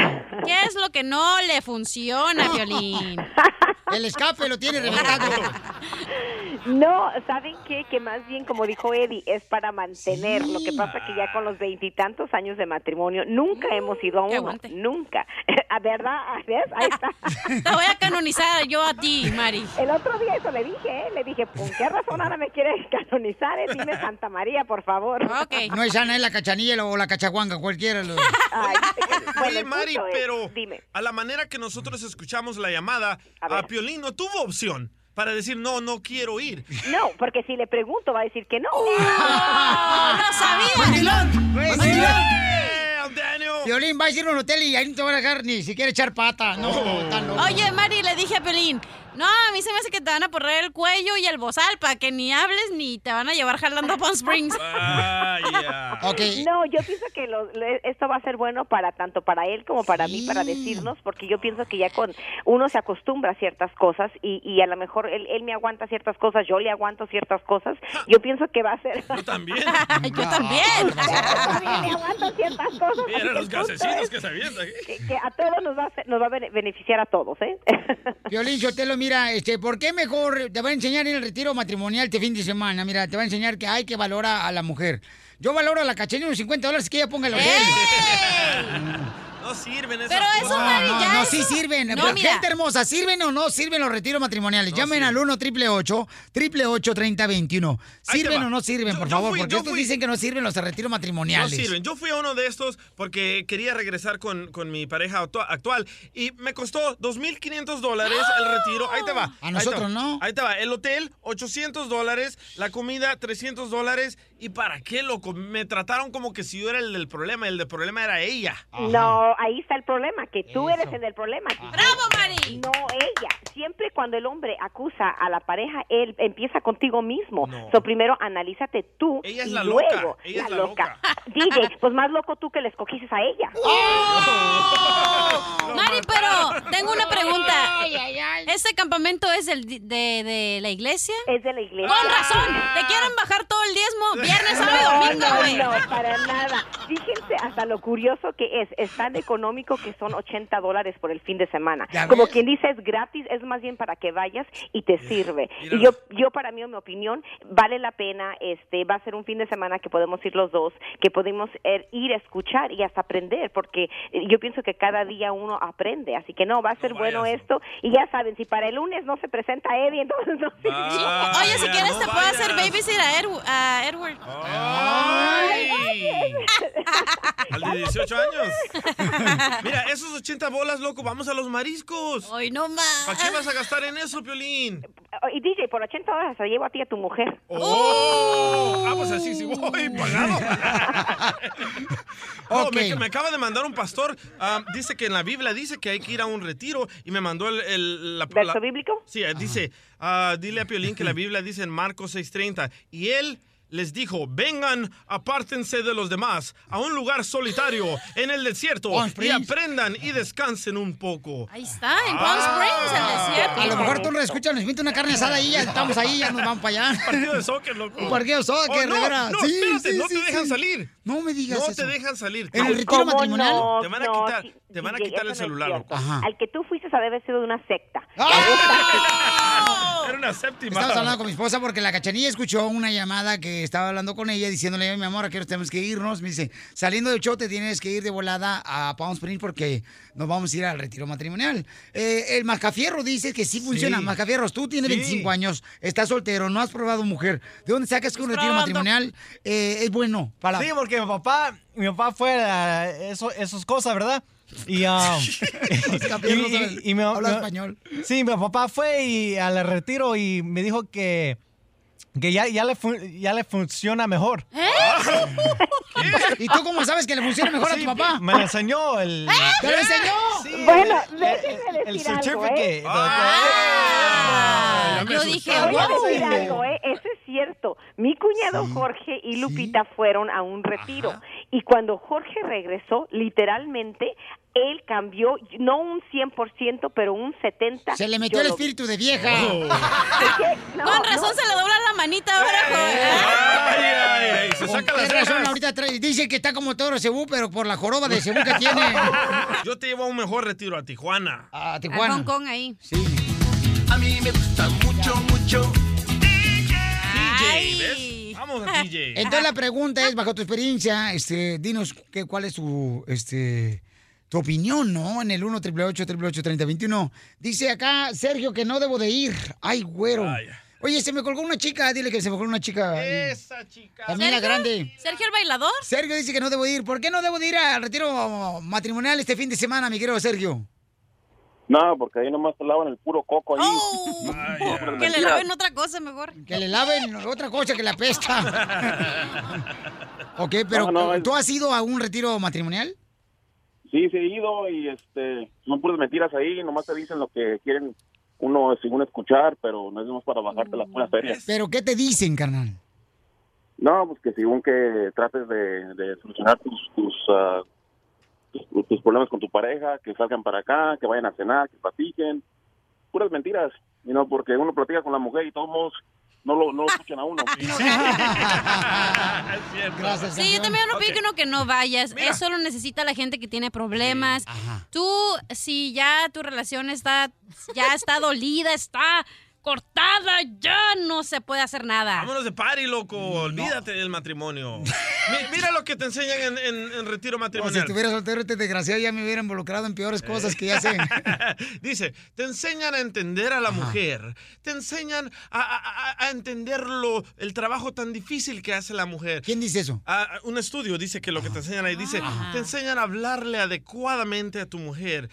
Speaker 6: ¿Qué es lo que no le funciona, Piolín?
Speaker 4: El escape lo tiene reventado.
Speaker 24: No, ¿saben qué? Que más bien, como dijo Eddie, es para mantener. Lo que pasa que ya con los veintitantos años de matrimonio, nunca hemos ido a uno. Nunca. ¿A verdad? ¿A ver? Ahí está.
Speaker 6: Te voy a canonizar yo a ti, Mari.
Speaker 24: El otro día eso le dije, ¿eh? Le dije, ¿con qué razón ahora me quieres canonizar? eh? Dime Santa María, por favor.
Speaker 6: Ok.
Speaker 4: No es Ana, es la cachanilla o la cachaguanga, cualquiera. lo-
Speaker 7: Oye,
Speaker 24: el
Speaker 7: Mari,
Speaker 24: punto es-
Speaker 7: pero a la manera que nosotros escuchamos la llamada, a, Piolín no tuvo opción para decir, no, no quiero ir. ¡Oh!
Speaker 24: No, porque si le pregunto va a decir que no.
Speaker 6: ¡No sabía!
Speaker 4: ¡Mandilón! ¡Mandilón!
Speaker 7: Daniel!
Speaker 4: Piolín,
Speaker 7: Oh.
Speaker 4: va a ir a un hotel y ahí no te van a dejar ni siquiera echar pata. No, tan loco.
Speaker 6: Oye, Mari, le dije a Pelín, No, a mí se me hace que te van a poner el cuello y el bozal para que ni hables ni te van a llevar jalando a Palm Springs.
Speaker 24: No, yo pienso que lo- le- esto va a ser bueno para tanto para él como para mí, para decirnos, porque yo pienso que ya con uno se acostumbra a ciertas cosas y, y a lo mejor él, él me aguanta ciertas cosas, yo le aguanto ciertas cosas. Yo pienso que va a ser. Yo
Speaker 7: también.
Speaker 24: yo también. le aguanto ciertas cosas.
Speaker 7: Mira los
Speaker 24: El punto
Speaker 7: gasecitos
Speaker 24: es
Speaker 7: que se avientan.
Speaker 24: Que, que a todos nos va a, hacer- nos va a bene- beneficiar a todos, ¿eh?
Speaker 4: Violín, yo te lo mira, este, ¿por qué mejor te va a enseñar en el retiro matrimonial este fin de semana? Mira, te va a enseñar que hay que valorar a la mujer. Yo valoro a la cachenilla unos 50 dólares que ella ponga el hotel.
Speaker 7: ¡Eh! No sirven esas
Speaker 4: Pero
Speaker 7: cosas.
Speaker 4: eso, no, no, sí sirven.
Speaker 7: No,
Speaker 4: Pero,
Speaker 7: mira.
Speaker 4: Gente hermosa, ¿sirven o no sirven los retiros matrimoniales? Llamen al 1 888 888 3021
Speaker 7: Ahí te
Speaker 4: ¿Sirven
Speaker 7: va.
Speaker 4: o no sirven, por
Speaker 7: yo
Speaker 4: favor?
Speaker 7: fui-
Speaker 4: porque
Speaker 7: yo
Speaker 4: estos
Speaker 7: fui-
Speaker 4: dicen que no sirven los retiros
Speaker 7: No
Speaker 4: matrimoniales.
Speaker 7: sirven. Yo fui a uno de estos porque quería regresar con, con mi pareja actu- actual y me costó 2.500 dólares el retiro. Ahí te va.
Speaker 4: A nosotros
Speaker 7: no. Ahí te va. El hotel, 800 dólares. La comida, 300 dólares. ¿Y para qué, loco? Me trataron como que si yo era el del problema. El del problema era ella.
Speaker 24: No, ahí está el problema, que tú eres el del problema. ¡Bravo,
Speaker 6: Mari!
Speaker 24: No, ella. Siempre cuando el hombre acusa a la pareja, él empieza contigo mismo. So, primero analízate tú
Speaker 7: Ella es
Speaker 24: y
Speaker 7: la
Speaker 24: luego
Speaker 7: loca, ella es la loca.
Speaker 24: DJ, pues más loco tú que le escogiste a ella.
Speaker 6: ¡Oh! Mari, pero tengo una pregunta. ¿Este campamento es el di- de, de la iglesia?
Speaker 24: Es de la iglesia.
Speaker 6: Con razón, te quieren bajar todo el diezmo viernes, sábado y domingo,
Speaker 24: No,
Speaker 6: güey.
Speaker 24: no, no, para nada. Fíjense hasta lo curioso que es. Es tan económico que son 80 dólares por el fin de semana.
Speaker 14: ¿Ya
Speaker 24: Como
Speaker 14: ves?
Speaker 24: quien dice, es gratis, es más bien para que vayas y te sirve. Y yo, yo para mí, en mi opinión, vale la pena. Este, va a ser un fin de semana que podemos ir los dos, que podemos er- ir a escuchar y hasta aprender, porque eh, yo pienso que cada día uno aprende. Así que no, va a ser bueno esto. Y ya saben, si para el lunes no se presenta Eddie, entonces no se
Speaker 6: Oye, si quieres te puedo hacer babysit a, Edw- a Edward.
Speaker 7: Al de 18 años. Mira, esos 80 bolas, loco, vamos a los mariscos.
Speaker 6: Ay, no más.
Speaker 7: ¿Para qué vas a gastar en eso, Piolín?
Speaker 24: Y DJ, por 80 dólares te llevo a ti y a tu mujer.
Speaker 7: ¡Oh! Ah, pues así sí voy, pagado. No, Oh, me, me acaba de mandar un pastor. ah, dice que en la Biblia dice que hay que ir a un retiro y me mandó el. el- la,
Speaker 24: ¿Verso
Speaker 7: la-
Speaker 24: bíblico?
Speaker 7: Sí, eh, dice: ah, Dile a Piolín que la Biblia dice en Marcos 6:30. Y él. Les dijo, vengan, apártense de los demás, a un lugar solitario, en el desierto,
Speaker 4: Palm
Speaker 7: y
Speaker 4: Springs.
Speaker 7: aprendan y descansen un poco.
Speaker 6: Ahí está, en Palm Springs, en el desierto.
Speaker 4: A lo mejor tú nos escuchas, nos invita una carne asada y ya estamos ahí, ya nos vamos para allá.
Speaker 7: Partido de soccer, loco. Oh,
Speaker 4: Un partido de soccer,
Speaker 7: no,
Speaker 4: de veras.
Speaker 7: No,
Speaker 4: Sí,
Speaker 7: espérate,
Speaker 4: sí,
Speaker 7: no
Speaker 4: sí,
Speaker 7: te dejan
Speaker 4: sí.
Speaker 7: salir.
Speaker 4: No me digas
Speaker 7: No
Speaker 4: eso.
Speaker 7: te dejan salir.
Speaker 4: ¿En el
Speaker 7: Ay,
Speaker 4: retiro
Speaker 7: ¿cómo
Speaker 4: matrimonial?
Speaker 7: no? Te van a
Speaker 24: no,
Speaker 7: quitar,
Speaker 24: sí,
Speaker 7: te van a
Speaker 24: DJ,
Speaker 7: quitar el
Speaker 24: eso no es
Speaker 7: celular.
Speaker 24: cierto.
Speaker 7: loco.
Speaker 24: Al que tú fuiste ha de haber sido de una secta.
Speaker 7: Era una séptima.
Speaker 4: Estamos hablando con mi esposa porque la cachanilla escuchó una llamada que estaba hablando con ella diciéndole, "Ay, mi amor, aquí nos tenemos que irnos. Me dice, saliendo del show te tienes que ir de volada a Palm Springs porque nos vamos a ir al retiro matrimonial. Eh, el mascafierro dice que sí funciona. Mascafierros, tú tienes
Speaker 17: Sí.
Speaker 4: 25 años, estás soltero, no has probado mujer. ¿De dónde sacas que un retiro
Speaker 27: Probando.
Speaker 4: matrimonial eh, es bueno para...
Speaker 27: Sí, porque mi papá, mi papá fue a eso, esas cosas, ¿verdad? Y, ah, y,
Speaker 4: capirros hablan-
Speaker 27: mi-
Speaker 4: hablan
Speaker 27: mi-
Speaker 4: español.
Speaker 27: Sí, mi papá fue y al retiro y me dijo que, que ya, ya, le fun- ya le funciona mejor.
Speaker 4: ¿Y tú cómo sabes que le funciona mejor
Speaker 27: Sí,
Speaker 4: a tu papá?
Speaker 27: Me lo enseñó el... ¿Eh?
Speaker 4: ¡Te lo enseñó!
Speaker 27: Sí,
Speaker 4: Bueno,
Speaker 27: el-
Speaker 24: déjeme
Speaker 27: el
Speaker 24: decir algo,
Speaker 27: certificate.
Speaker 24: ¿eh? Ah,
Speaker 6: yo dije,
Speaker 24: Te voy a
Speaker 6: wow.
Speaker 24: decir algo, ¿eh? Eso es cierto. Mi cuñado Jorge y Lupita fueron a un retiro. Y cuando Jorge regresó, literalmente, él cambió, no un 100%, pero un 70%.
Speaker 4: Se le metió el espíritu de vieja.
Speaker 6: Oh,
Speaker 7: Oh.
Speaker 6: Con razón se le dobla la manita ahora, joven.
Speaker 7: ay, ay, se
Speaker 4: Con
Speaker 7: saca
Speaker 4: qué
Speaker 7: las
Speaker 4: razón
Speaker 7: cejas.
Speaker 4: ahorita trae- dice que está como toro cebú, pero por la joroba de cebú que tiene.
Speaker 7: Yo te llevo a un mejor retiro a Tijuana.
Speaker 4: A
Speaker 6: A Hong Kong ahí.
Speaker 7: A mí me gusta mucho, mucho.
Speaker 6: Ay.
Speaker 7: Vamos a DJ.
Speaker 4: Entonces la pregunta es, bajo tu experiencia, este, dinos qué, cuál es tu, este, tu opinión, ¿no? En el 1 888 3021 Dice acá Sergio que no debo de ir. Ay, güero. Oye, se me colgó una chica. Dile que se me colgó una chica.
Speaker 7: Esa chica.
Speaker 4: También la grande.
Speaker 6: ¿Sergio el bailador?
Speaker 4: Sergio dice que no debo de ir. ¿Por qué no debo de ir al retiro matrimonial este fin de semana, mi querido Sergio?
Speaker 1: No, porque ahí nomás te lavan el puro coco ahí.
Speaker 6: Oh. Que le laven otra cosa mejor.
Speaker 4: Que le laven otra cosa que la pesta. ok, pero
Speaker 1: No, no, es-
Speaker 4: ¿tú has ido a un retiro matrimonial?
Speaker 1: Sí, sí he ido y este, son puras mentiras ahí, nomás te dicen lo que quieren
Speaker 16: uno según escuchar, pero no es más para bajarte
Speaker 6: Mm.
Speaker 16: la pura feria.
Speaker 4: ¿Pero qué te dicen, carnal?
Speaker 16: No, pues que según que trates de, de solucionar tus tus, ah, tus tus problemas con tu pareja, que salgan para acá, que vayan a cenar, que platiquen, puras mentiras, y no porque uno platica con la mujer y todos modos no lo no lo escuchan a uno.
Speaker 6: Sí, yo también no opino que no vayas. Eso lo necesita la gente que tiene problemas. Tú, si ya tu relación está, ya está dolida, está cortada, ya no se puede hacer
Speaker 24: Ah.
Speaker 6: nada.
Speaker 7: Vámonos de party, loco. Olvídate del matrimonio. Mi- mira lo que te enseñan en, en- en retiro
Speaker 4: O si
Speaker 7: matrimonial.
Speaker 4: estuviera soltero, este desgraciado ya me hubiera involucrado en peores
Speaker 7: Eh.
Speaker 4: cosas que ya sé.
Speaker 7: Dice, te enseñan a entender a la mujer, te enseñan a, a- a- a entenderlo, el trabajo tan difícil que hace la mujer. Ah,
Speaker 4: ¿Quién dice eso? Ah.
Speaker 7: un estudio dice que lo que te enseñan ahí dice, te enseñan a hablarle adecuadamente a tu mujer.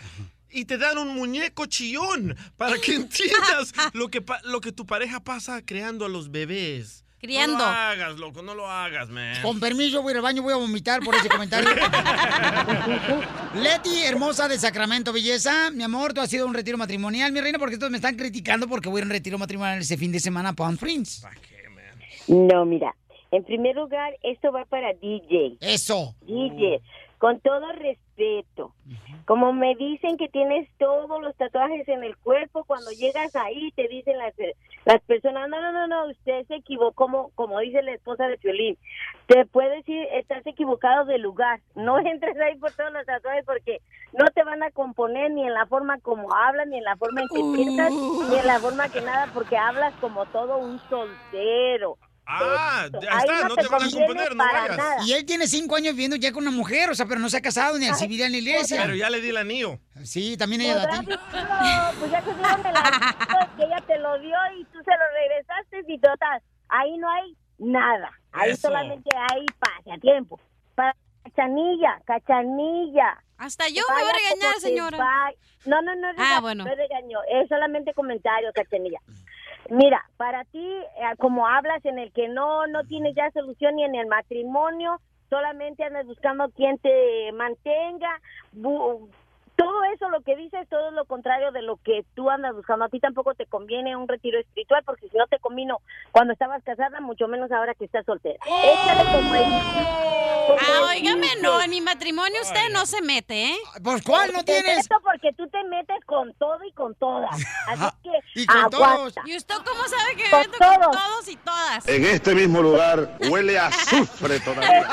Speaker 7: Y te dan un muñeco chillón para que entiendas lo que, pa- lo que tu pareja pasa creando a los bebés.
Speaker 4: Criando.
Speaker 7: No lo hagas, loco, no lo hagas, man.
Speaker 4: Con permiso, voy al baño, voy a vomitar por ese comentario. Leti, hermosa de Sacramento, belleza. Mi amor, tú has sido un retiro matrimonial, mi reina, porque todos me están criticando porque voy a un retiro matrimonial este fin de semana a Palm Springs.
Speaker 18: No, mira, en primer lugar, esto va para DJ.
Speaker 4: Eso.
Speaker 18: DJ, con todo respeto. Como me dicen que tienes todos los tatuajes en el cuerpo, cuando llegas ahí te dicen las, las personas, no, no, no, no, usted se equivocó, como, como dice la esposa de Piolín. Te puede decir, estás equivocado de lugar. No entres ahí por todos los tatuajes porque no te van a componer ni en la forma como hablas, ni en la forma en que piensas, ni en la forma que nada, porque hablas como todo un soltero.
Speaker 7: Ah, ya
Speaker 18: Ahí
Speaker 7: está,
Speaker 18: no
Speaker 7: no
Speaker 18: te
Speaker 7: te van a
Speaker 18: conviene
Speaker 7: componer, no
Speaker 18: para
Speaker 7: vayas.
Speaker 18: nada.
Speaker 4: Y él tiene cinco años viviendo ya con una mujer, o sea, pero no se ha casado ni al civil ni a la iglesia.
Speaker 7: Pero ya le di el anillo.
Speaker 4: Sí, también ella la tiene.
Speaker 18: No, ah, pues ya se dieron el anillo que ella te lo dio y tú se lo regresaste y total, ahí no hay nada. Ahí Eso. solamente hay pase a tiempo. Para cachanilla, cachanilla.
Speaker 6: Hasta yo
Speaker 18: Vaya
Speaker 6: me voy a regañar,
Speaker 18: como te
Speaker 6: señora.
Speaker 18: va- No, no, no,
Speaker 6: Ah,
Speaker 18: ah,
Speaker 6: bueno.
Speaker 18: bueno. no regañó, es solamente comentario, cachanilla. Mira, para ti, eh, como hablas en el que no, no tienes ya solución ni en el matrimonio, solamente andas buscando quien te mantenga, bu- todo eso lo que dices, todo es lo contrario de lo que tú andas buscando. A ti tampoco te conviene un retiro espiritual, porque si no te combino cuando estabas casada, mucho menos ahora que estás soltera. Échale como el- como
Speaker 6: Ah,
Speaker 18: el
Speaker 6: óigame,
Speaker 18: dice.
Speaker 6: no, en mi matrimonio usted no se mete, ¿eh?
Speaker 4: Pues,
Speaker 18: Te acepto porque tú te metes con todo y con todas. Así que
Speaker 6: Y
Speaker 18: aguanta.
Speaker 6: ¿Y usted cómo sabe que
Speaker 18: Con
Speaker 6: meto con
Speaker 18: todos.
Speaker 6: todos y todas?
Speaker 21: En este mismo lugar huele a azufre todavía.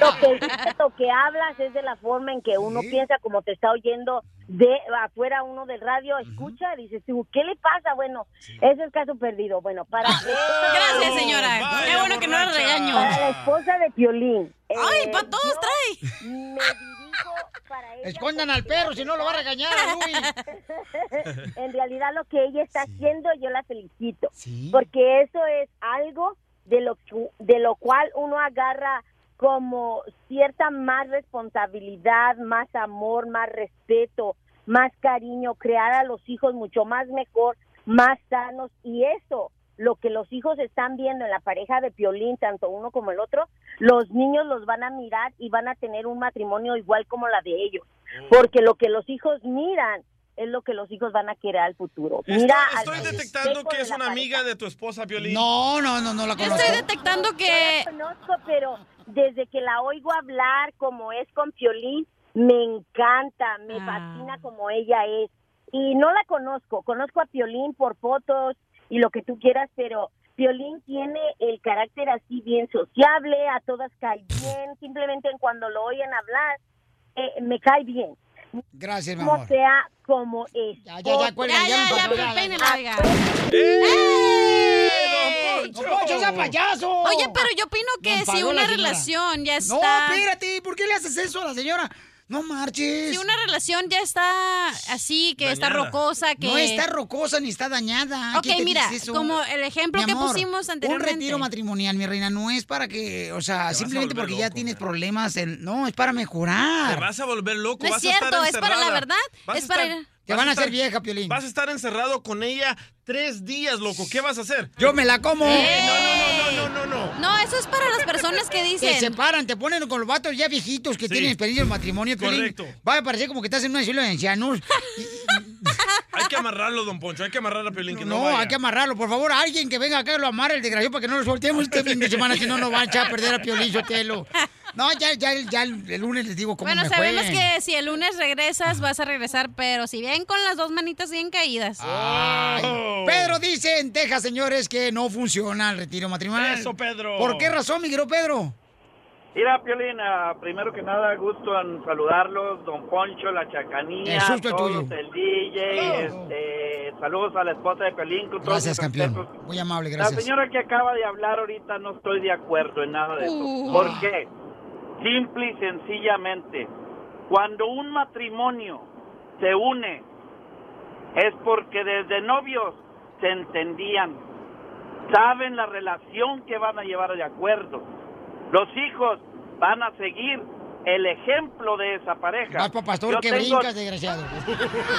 Speaker 18: lo que dices, lo que hablas es de la forma en que uno piensa como te está oyendo de afuera uno del radio escucha dices tú qué le pasa bueno ese es caso perdido bueno para
Speaker 6: Ah, Gracias, señora.
Speaker 8: Oh,
Speaker 6: Qué bueno que no la regaño.
Speaker 18: para la esposa de Piolín eh,
Speaker 6: Ay, para todos trae.
Speaker 4: Escondan al perro, si no lo va a regañar a Luis.
Speaker 18: en realidad lo que ella está haciendo yo la felicito porque eso es algo de lo cu- de lo cual uno agarra como cierta más responsabilidad más amor más respeto más cariño crear a los hijos mucho más mejor más sanos y eso lo que los hijos están viendo en la pareja de Piolín, tanto uno como el otro, los niños los van a mirar y van a tener un matrimonio igual como la de ellos.
Speaker 7: Mm.
Speaker 18: Porque lo que los hijos miran es lo que los hijos van a querer al futuro.
Speaker 7: Estoy-
Speaker 18: Mira, al-
Speaker 7: estoy detectando que es una amiga de tu esposa, Piolín.
Speaker 4: No, no, no, no la
Speaker 18: Yo
Speaker 7: conozco.
Speaker 18: estoy detectando que... No la conozco, pero desde que la oigo hablar como es con Piolín, me encanta, me fascina como ella es. Y no la conozco, conozco a Piolín por fotos y lo que tú quieras, pero Piolín tiene el carácter así bien sociable, a todas cae bien, simplemente en cuando lo oyen hablar, eh, me cae bien.
Speaker 4: Gracias, mi
Speaker 18: Como
Speaker 4: amor.
Speaker 18: sea, como es.
Speaker 4: Ya, ya, ya, cuelga, ya, me
Speaker 18: pues,
Speaker 4: pasó.
Speaker 7: ¡Eh!
Speaker 4: ¡Don Poncho, sea payaso!
Speaker 6: Oye, pero yo opino
Speaker 4: Me
Speaker 6: que si
Speaker 4: enfadó
Speaker 6: una
Speaker 4: la señora.
Speaker 6: relación ya está...
Speaker 4: No, espérate, ¿por qué le haces eso a la señora? No marches.
Speaker 6: Si una relación ya está así, que está
Speaker 4: Dañada.
Speaker 6: rocosa, que...
Speaker 4: No está rocosa ni está dañada.
Speaker 6: Ok,
Speaker 4: ¿Quién te
Speaker 6: mira,
Speaker 4: dice eso?
Speaker 6: como el ejemplo
Speaker 4: Mi
Speaker 6: que
Speaker 4: amor,
Speaker 6: pusimos
Speaker 4: Un retiro
Speaker 6: anteriormente.
Speaker 4: matrimonial, mi reina, no es para que, o sea,
Speaker 7: a
Speaker 4: simplemente
Speaker 7: volver
Speaker 4: porque ya tienes problemas, en- no, es para mejorar.
Speaker 7: Te vas a volver loco.
Speaker 6: No es
Speaker 7: vas a estar
Speaker 6: cierto, es para la
Speaker 7: encerrada.
Speaker 6: verdad,
Speaker 7: Vas
Speaker 6: es
Speaker 7: a
Speaker 6: para
Speaker 7: estar-
Speaker 6: ir-
Speaker 4: Te
Speaker 7: vas
Speaker 4: van a hacer
Speaker 7: estar-
Speaker 4: vieja, Piolín.
Speaker 7: Vas a estar encerrado con ella tres días, loco. ¿Qué vas a hacer?
Speaker 4: Yo me la como.
Speaker 7: Eh, no, no, no, no, no, no.
Speaker 6: No, eso es para las personas que dicen...
Speaker 4: Te separan, te ponen con los vatos ya viejitos que tienen experiencia en matrimonio. Piolín.
Speaker 7: Correcto.
Speaker 4: Va a parecer como que estás en una isla de ancianos.
Speaker 7: Hay que amarrarlo, don Poncho. Hay que amarrar a Piolín que no,
Speaker 4: No,
Speaker 7: vaya.
Speaker 4: hay que amarrarlo. Por favor, alguien que venga acá y lo amarre el desgraciado para que no lo soltemos este fin de semana, si no, no va a echar a perder a Piolín Sotelo. No, ya, ya, ya el, el lunes les digo cómo
Speaker 6: Bueno,
Speaker 4: me fue.
Speaker 6: sabemos que si el lunes regresas, vas a regresar, pero si bien con las dos manitas bien caídas.
Speaker 7: Oh.
Speaker 4: Ay, Pedro dice en Texas, señores, que no funciona el retiro matrimonial.
Speaker 7: Eso, Pedro.
Speaker 4: ¿Por qué razón, mi querido Pedro?
Speaker 8: Mira, Piolín, ah, primero que nada, gusto en saludarlos, don Poncho, la Chacanía,
Speaker 4: El susto es
Speaker 8: todos,
Speaker 4: tuyo.
Speaker 8: el DJ, este, saludos a la esposa de Piolín. con todos
Speaker 4: Gracias,
Speaker 8: mis respetos.
Speaker 4: campeón. Muy amable,
Speaker 8: La
Speaker 4: gracias.
Speaker 8: señora que acaba de hablar ahorita no estoy de acuerdo en nada de eso.
Speaker 4: Uh.
Speaker 8: ¿Por qué? Simple y sencillamente, cuando un matrimonio se une es porque desde novios se entendían, saben la relación que van a llevar de acuerdo. Los hijos van a seguir el ejemplo de esa pareja.
Speaker 4: Vas pa' pastor
Speaker 8: Yo
Speaker 4: que
Speaker 8: tengo-
Speaker 4: brincas, desgraciado.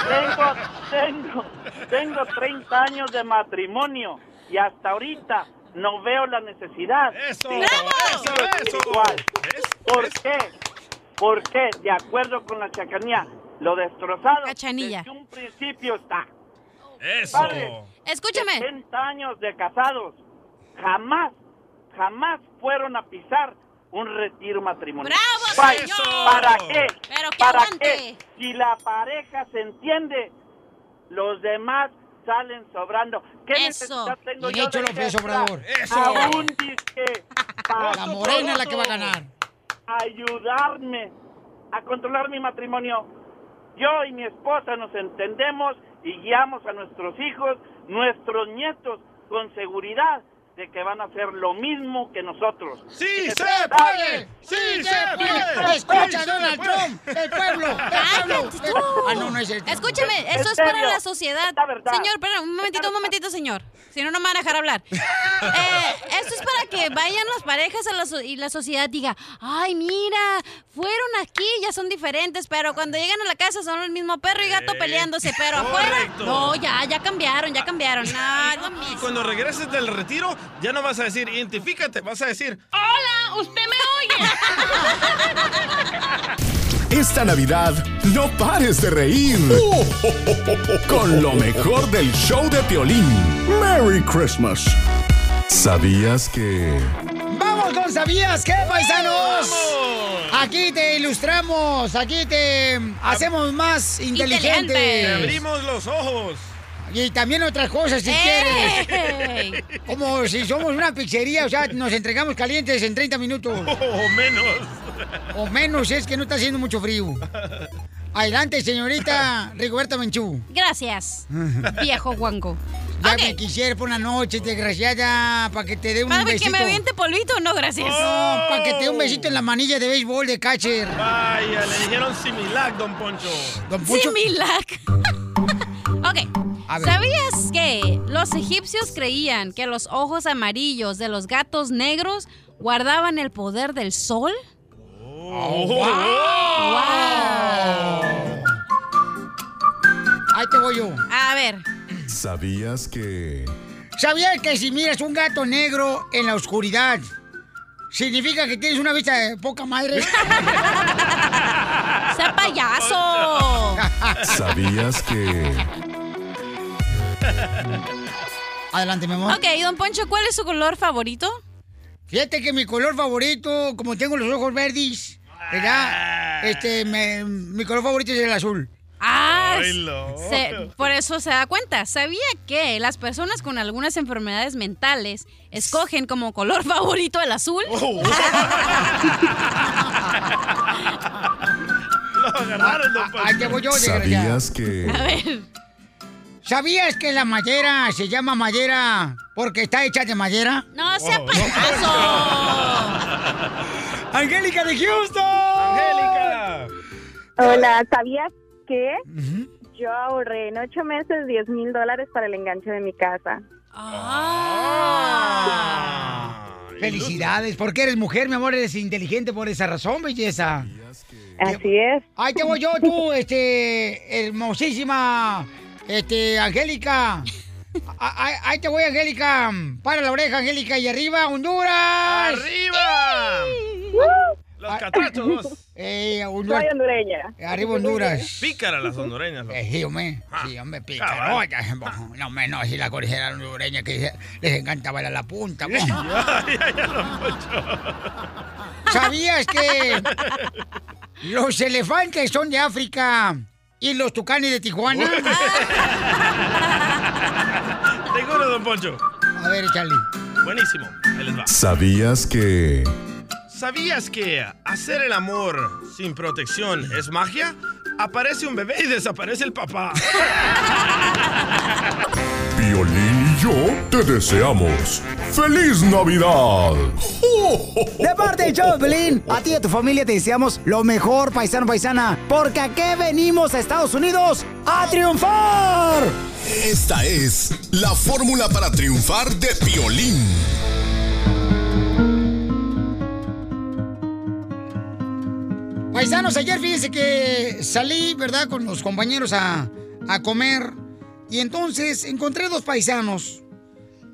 Speaker 8: tengo, tengo, tengo 30 años de matrimonio y hasta ahorita no veo la necesidad. ¡Eso! ¿Por qué? ¿Por qué? De acuerdo con la chacanía, lo destrozado desde un principio está. ¡Eso!
Speaker 6: Escúchame.
Speaker 8: 70 años de casados jamás, jamás fueron a pisar un retiro matrimonial.
Speaker 6: ¡Bravo,
Speaker 8: ¿Para,
Speaker 6: señor!
Speaker 8: ¿Para qué?
Speaker 6: Pero que
Speaker 8: ¿Para
Speaker 6: aguante.
Speaker 8: qué? Si la pareja se entiende, los demás salen sobrando. ¿Qué necesidad tengo
Speaker 4: Bien
Speaker 8: yo
Speaker 4: hecho,
Speaker 8: de
Speaker 4: López
Speaker 8: estar
Speaker 4: Obrador. Eso.
Speaker 8: A un disque
Speaker 4: La morena es la que va a ganar.
Speaker 8: ayudarme a controlar mi matrimonio. Yo y mi esposa nos entendemos y guiamos a nuestros hijos, nuestros nietos, con seguridad de que van a hacer lo mismo que nosotros.
Speaker 5: ¡Sí se
Speaker 8: puede!
Speaker 5: ¡Sí
Speaker 8: se puede!
Speaker 4: ¡Escucha,
Speaker 8: ¡Sí
Speaker 4: Donald
Speaker 8: se puede!
Speaker 4: Trump! ¡El pueblo! ¡El
Speaker 6: pues. Cállate tú.
Speaker 4: pueblo! Ah, no, no es el
Speaker 6: Escúchame, eso es para la sociedad. Señor, pero un momentito, un momentito, señor. Si no, no me van a dejar hablar. Eh, esto es para que vayan las parejas a la so- y la sociedad diga, ay, mira, fueron aquí, ya son diferentes, pero cuando llegan a la casa son el mismo perro y gato
Speaker 7: Eh,
Speaker 6: peleándose, pero afuera,
Speaker 7: correcto.
Speaker 6: no, ya, ya cambiaron, ya cambiaron. No, es lo
Speaker 7: Y
Speaker 6: mismo.
Speaker 7: cuando regreses del retiro, ya no vas a decir, identifícate, vas a decir,
Speaker 6: Hola, usted me oye.
Speaker 3: Esta Navidad no pares de reír. oh, Con lo mejor del show de Piolín. oh, Merry Christmas. ¿Sabías que...
Speaker 4: Vamos con ¿Sabías qué, paisanos? Aquí te ilustramos, aquí te hacemos más
Speaker 7: Te
Speaker 4: inteligentes.
Speaker 7: abrimos los ojos.
Speaker 4: Y también otras cosas si
Speaker 7: ¡Ey!
Speaker 4: Pues
Speaker 6: Eh.
Speaker 4: quieres. Como si somos una pizzería, o sea, nos entregamos calientes en 30 minutos. O menos. O menos, es que no está haciendo mucho frío. Adelante, señorita Rigoberta Menchú.
Speaker 6: Gracias, viejo guango.
Speaker 4: Ya me quisiera por una noche, desgraciada, para que te dé un
Speaker 6: Para
Speaker 4: besito.
Speaker 6: que me aviente polvito, no, gracias.
Speaker 4: No, para que te dé un besito en la manilla de béisbol de catcher.
Speaker 7: Vaya, le dijeron similac, don Poncho.
Speaker 4: Don Poncho.
Speaker 6: Similac. ok.
Speaker 7: A ver.
Speaker 6: ¿Sabías que los egipcios creían que los ojos amarillos de los gatos negros guardaban el poder del sol?
Speaker 4: Oh,
Speaker 8: Oh,
Speaker 7: Oh.
Speaker 4: Ahí te voy yo.
Speaker 6: A ver.
Speaker 3: ¿Sabías que...
Speaker 4: ¿Sabías que si miras un gato negro en la oscuridad, significa que tienes una vista de poca madre?
Speaker 6: ¡Sea payaso!
Speaker 3: ¿Sabías que...
Speaker 4: Adelante, mi amor.
Speaker 6: Ok, don Poncho, ¿cuál es su color favorito?
Speaker 4: Fíjate que mi color favorito, como tengo los ojos verdes, ¿verdad? Este, me- mi color favorito es el azul.
Speaker 6: Ah,
Speaker 4: Ay,
Speaker 6: s-
Speaker 4: lo-
Speaker 6: se- por eso se da cuenta. ¿Sabía que las personas con algunas enfermedades mentales escogen como color favorito el azul?
Speaker 7: Oh, agarraron, don Poncho.
Speaker 4: Ah, Ahí te voy yo, desgraciado.
Speaker 3: ¿Sabías que...
Speaker 4: ¿Sabías que la madera se llama madera porque está hecha de madera?
Speaker 6: ¡No sea payaso!
Speaker 4: ¡Angélica de Houston!
Speaker 7: ¡Angélica!
Speaker 20: Hola, ¿sabías que yo ahorré en ocho meses 10 mil dólares para el enganche de mi casa?
Speaker 4: Ah. Felicidades, porque eres mujer, mi amor, eres inteligente por esa razón, belleza.
Speaker 20: Así es.
Speaker 4: Ahí te voy yo, tú, este, hermosísima, este, Angélica. A- a- Ahí te voy, Angélica. Para la oreja, Angélica, y arriba, Honduras.
Speaker 7: ¡Arriba!
Speaker 4: ¡Woo!
Speaker 7: Los catrachos.
Speaker 4: Eh, Honduras.
Speaker 14: Soy hondureña.
Speaker 4: Arriba Honduras. Eh,
Speaker 7: Pícara las hondureñas. loco. Ah,
Speaker 4: Sí, hombre, sí, hombre, pícaro.
Speaker 7: cabal.
Speaker 4: Oiga, bo, no, hombre, no, si la corrigera hondureña que dice, les encanta bailar la punta. bo. ¿Sabías que los elefantes son de África y los tucanes de Tijuana?
Speaker 7: Seguro, don Poncho.
Speaker 4: A ver, Charlie.
Speaker 7: Buenísimo. Ahí les va.
Speaker 3: ¿Sabías que...
Speaker 7: ¿Sabías que hacer el amor sin protección es magia? Aparece un bebé y desaparece el papá.
Speaker 9: Violín y yo te deseamos feliz Navidad.
Speaker 4: De parte del show de Pelín, a ti y a tu familia te deseamos lo mejor, paisano, paisana, porque aquí venimos a Estados Unidos a triunfar.
Speaker 3: Esta es la fórmula para triunfar de Piolín.
Speaker 4: Paisanos, ayer fíjense que salí, ¿verdad?, con los compañeros a, a comer y entonces encontré dos paisanos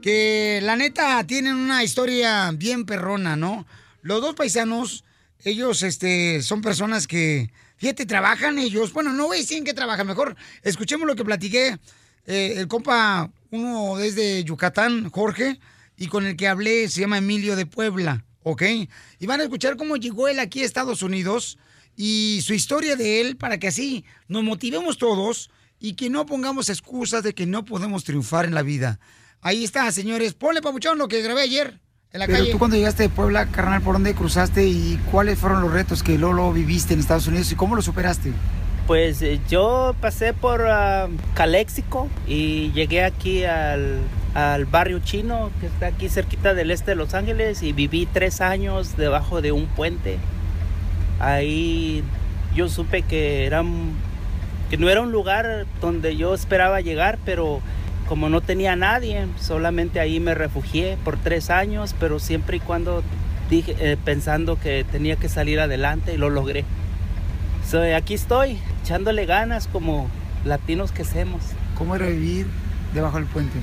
Speaker 4: que la neta tienen una historia bien perrona, ¿no? Los dos paisanos, ellos este, son personas que, fíjate, trabajan ellos. Bueno, no voy a decir en qué trabajan, mejor escuchemos lo que platiqué eh, el compa, uno desde Yucatán, Jorge, y con el que hablé se llama Emilio de Puebla, ¿ok? Y van a escuchar cómo llegó él aquí a Estados Unidos y su historia de él para que así nos motivemos todos y que no pongamos excusas de que no podemos triunfar en la vida. Ahí está, señores. Ponle, papuchón, lo que grabé ayer en la
Speaker 1: Pero
Speaker 4: calle.
Speaker 1: tú cuando llegaste de Puebla, carnal, ¿por dónde cruzaste y cuáles fueron los retos que luego, luego viviste en Estados Unidos y cómo los superaste?
Speaker 25: Pues eh, yo pasé por ah, Caléxico y llegué aquí al, al barrio chino que está aquí cerquita del este de Los Ángeles y viví tres años debajo de un puente. Ahí yo supe que era un- que no era un lugar donde yo esperaba llegar, pero como no tenía a nadie, solamente ahí me refugié por tres años, pero siempre y cuando dije, eh, pensando que tenía que salir adelante y lo logré. So, aquí estoy, echándole ganas como latinos que somos.
Speaker 1: ¿Cómo era vivir debajo del puente?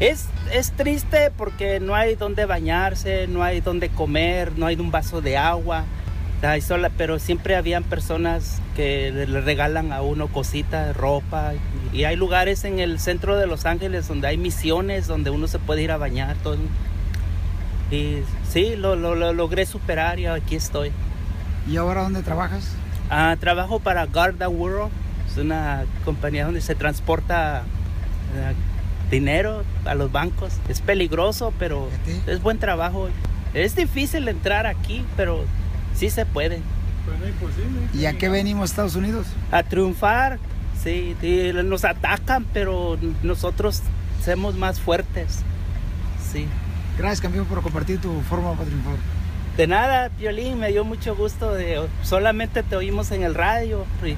Speaker 25: Es, es triste porque no hay donde bañarse, no hay donde comer, no hay un vaso de agua. Ay, sola- pero siempre habían personas que le- le regalan a uno cositas, ropa. Y hay lugares en el centro de Los Ángeles donde hay misiones, donde uno se puede ir a bañar. Todo. Y sí, lo, lo- lo logré superar y aquí estoy.
Speaker 1: ¿Y ahora dónde trabajas?
Speaker 25: Ah, trabajo para Garda World, es una compañía donde se transporta eh, dinero a los bancos. Es peligroso, pero es buen trabajo. Es difícil entrar aquí, pero sí se puede.
Speaker 1: ¿Y a qué venimos a Estados Unidos?
Speaker 25: A triunfar, sí, sí, nos atacan, pero nosotros somos más fuertes. Sí.
Speaker 1: Gracias, campeón, por compartir tu forma para triunfar.
Speaker 25: De nada, Piolín, me dio mucho gusto. De, solamente te oímos en el radio y- y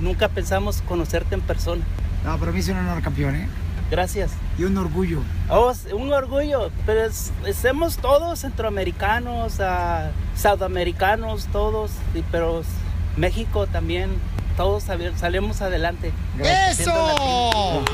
Speaker 25: nunca pensamos conocerte en persona.
Speaker 1: No, para mí es un honor, campeón, ¿eh?
Speaker 25: Gracias.
Speaker 1: Y un orgullo.
Speaker 25: Oh, es un orgullo, pero es- somos todos centroamericanos, ah, sudamericanos, todos, y- pero s- México también, todos sabi- salimos adelante.
Speaker 4: ¡Eso!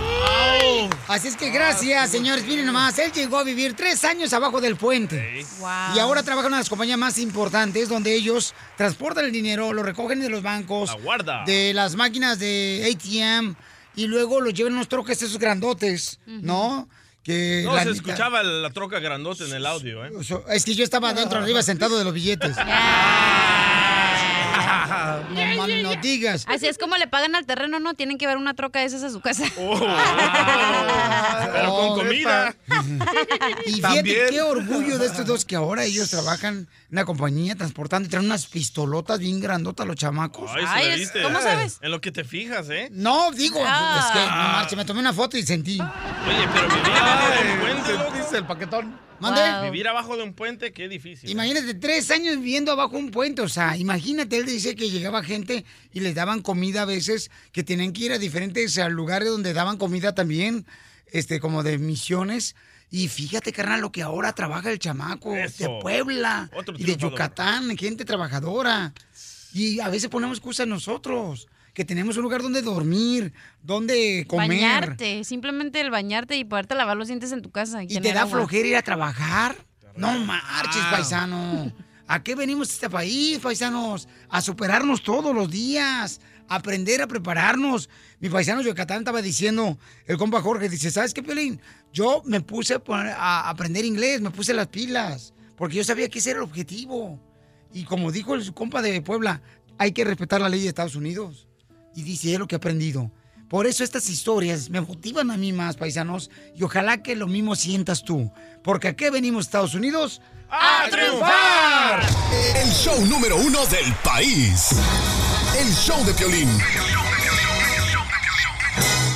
Speaker 4: Así es que gracias, señores. Miren nomás, él llegó a vivir tres años abajo del puente.
Speaker 15: Wow.
Speaker 4: Y
Speaker 7: Ah.
Speaker 4: ahora trabaja en una de las compañías más importantes donde ellos transportan el dinero, lo recogen de los bancos,
Speaker 7: Aguarda.
Speaker 4: de las máquinas de ATM y luego lo llevan en unos troques esos grandotes, ¿no? Que
Speaker 7: No
Speaker 4: la
Speaker 7: se
Speaker 4: neta-
Speaker 7: escuchaba la troca grandota en el audio, ¿eh?
Speaker 4: So- Es que yo estaba adentro arriba sentado de los billetes. No,
Speaker 6: Ya,
Speaker 4: mam,
Speaker 6: ya,
Speaker 4: no
Speaker 6: ya.
Speaker 4: digas.
Speaker 6: Así es como le pagan al terreno, ¿no? Tienen que ver una troca de esas a su casa.
Speaker 7: Oh. Pero con comida.
Speaker 4: Y fíjate
Speaker 7: También.
Speaker 4: qué orgullo de estos dos que ahora ellos trabajan en una compañía transportando y traen unas pistolotas bien grandotas los chamacos.
Speaker 7: Ay, se le diste. En lo que te fijas, ¿eh?
Speaker 4: No, digo,
Speaker 7: Ah.
Speaker 4: es que no marche, me tomé una foto y sentí.
Speaker 7: Oye, pero vivir abajo de un puente, loco.
Speaker 4: dice el paquetón. Mande.
Speaker 7: Vivir abajo de un puente, qué difícil. ¿eh?
Speaker 4: Imagínate, tres años viviendo abajo un puente, o sea, imagínate, él dice que llegaba gente y les daban comida a veces, que tenían que ir a diferentes eh, lugares donde daban comida también, este, como de misiones. Y fíjate, carnal, lo que ahora trabaja el chamaco
Speaker 1: Eso.
Speaker 4: de Puebla
Speaker 1: Otro
Speaker 4: y de
Speaker 1: triunfador.
Speaker 4: Yucatán, gente trabajadora. Y a veces ponemos excusas nosotros, que tenemos un lugar donde dormir, donde comer.
Speaker 6: Bañarte, simplemente el bañarte y poderte lavar los dientes en tu casa.
Speaker 4: Y te da flojera ir a trabajar. No marches,
Speaker 6: Wow.
Speaker 4: paisano. ¿A qué venimos a este país, paisanos? A superarnos todos los días, a aprender a prepararnos. Mi paisano Yucatán estaba diciendo, el compa Jorge dice, ¿sabes qué, Piolín? Yo me puse a poner- a aprender inglés, me puse las pilas, porque yo sabía que ese era el objetivo. Y como dijo el compa de Puebla, hay que respetar la ley de Estados Unidos. Y dice, es lo que he aprendido. Por eso estas historias me motivan a mí más, paisanos, y ojalá que lo mismo sientas tú. Porque aquí venimos, Estados Unidos,
Speaker 5: ¡A triunfar!
Speaker 3: El show número uno del país. El show de Piolín.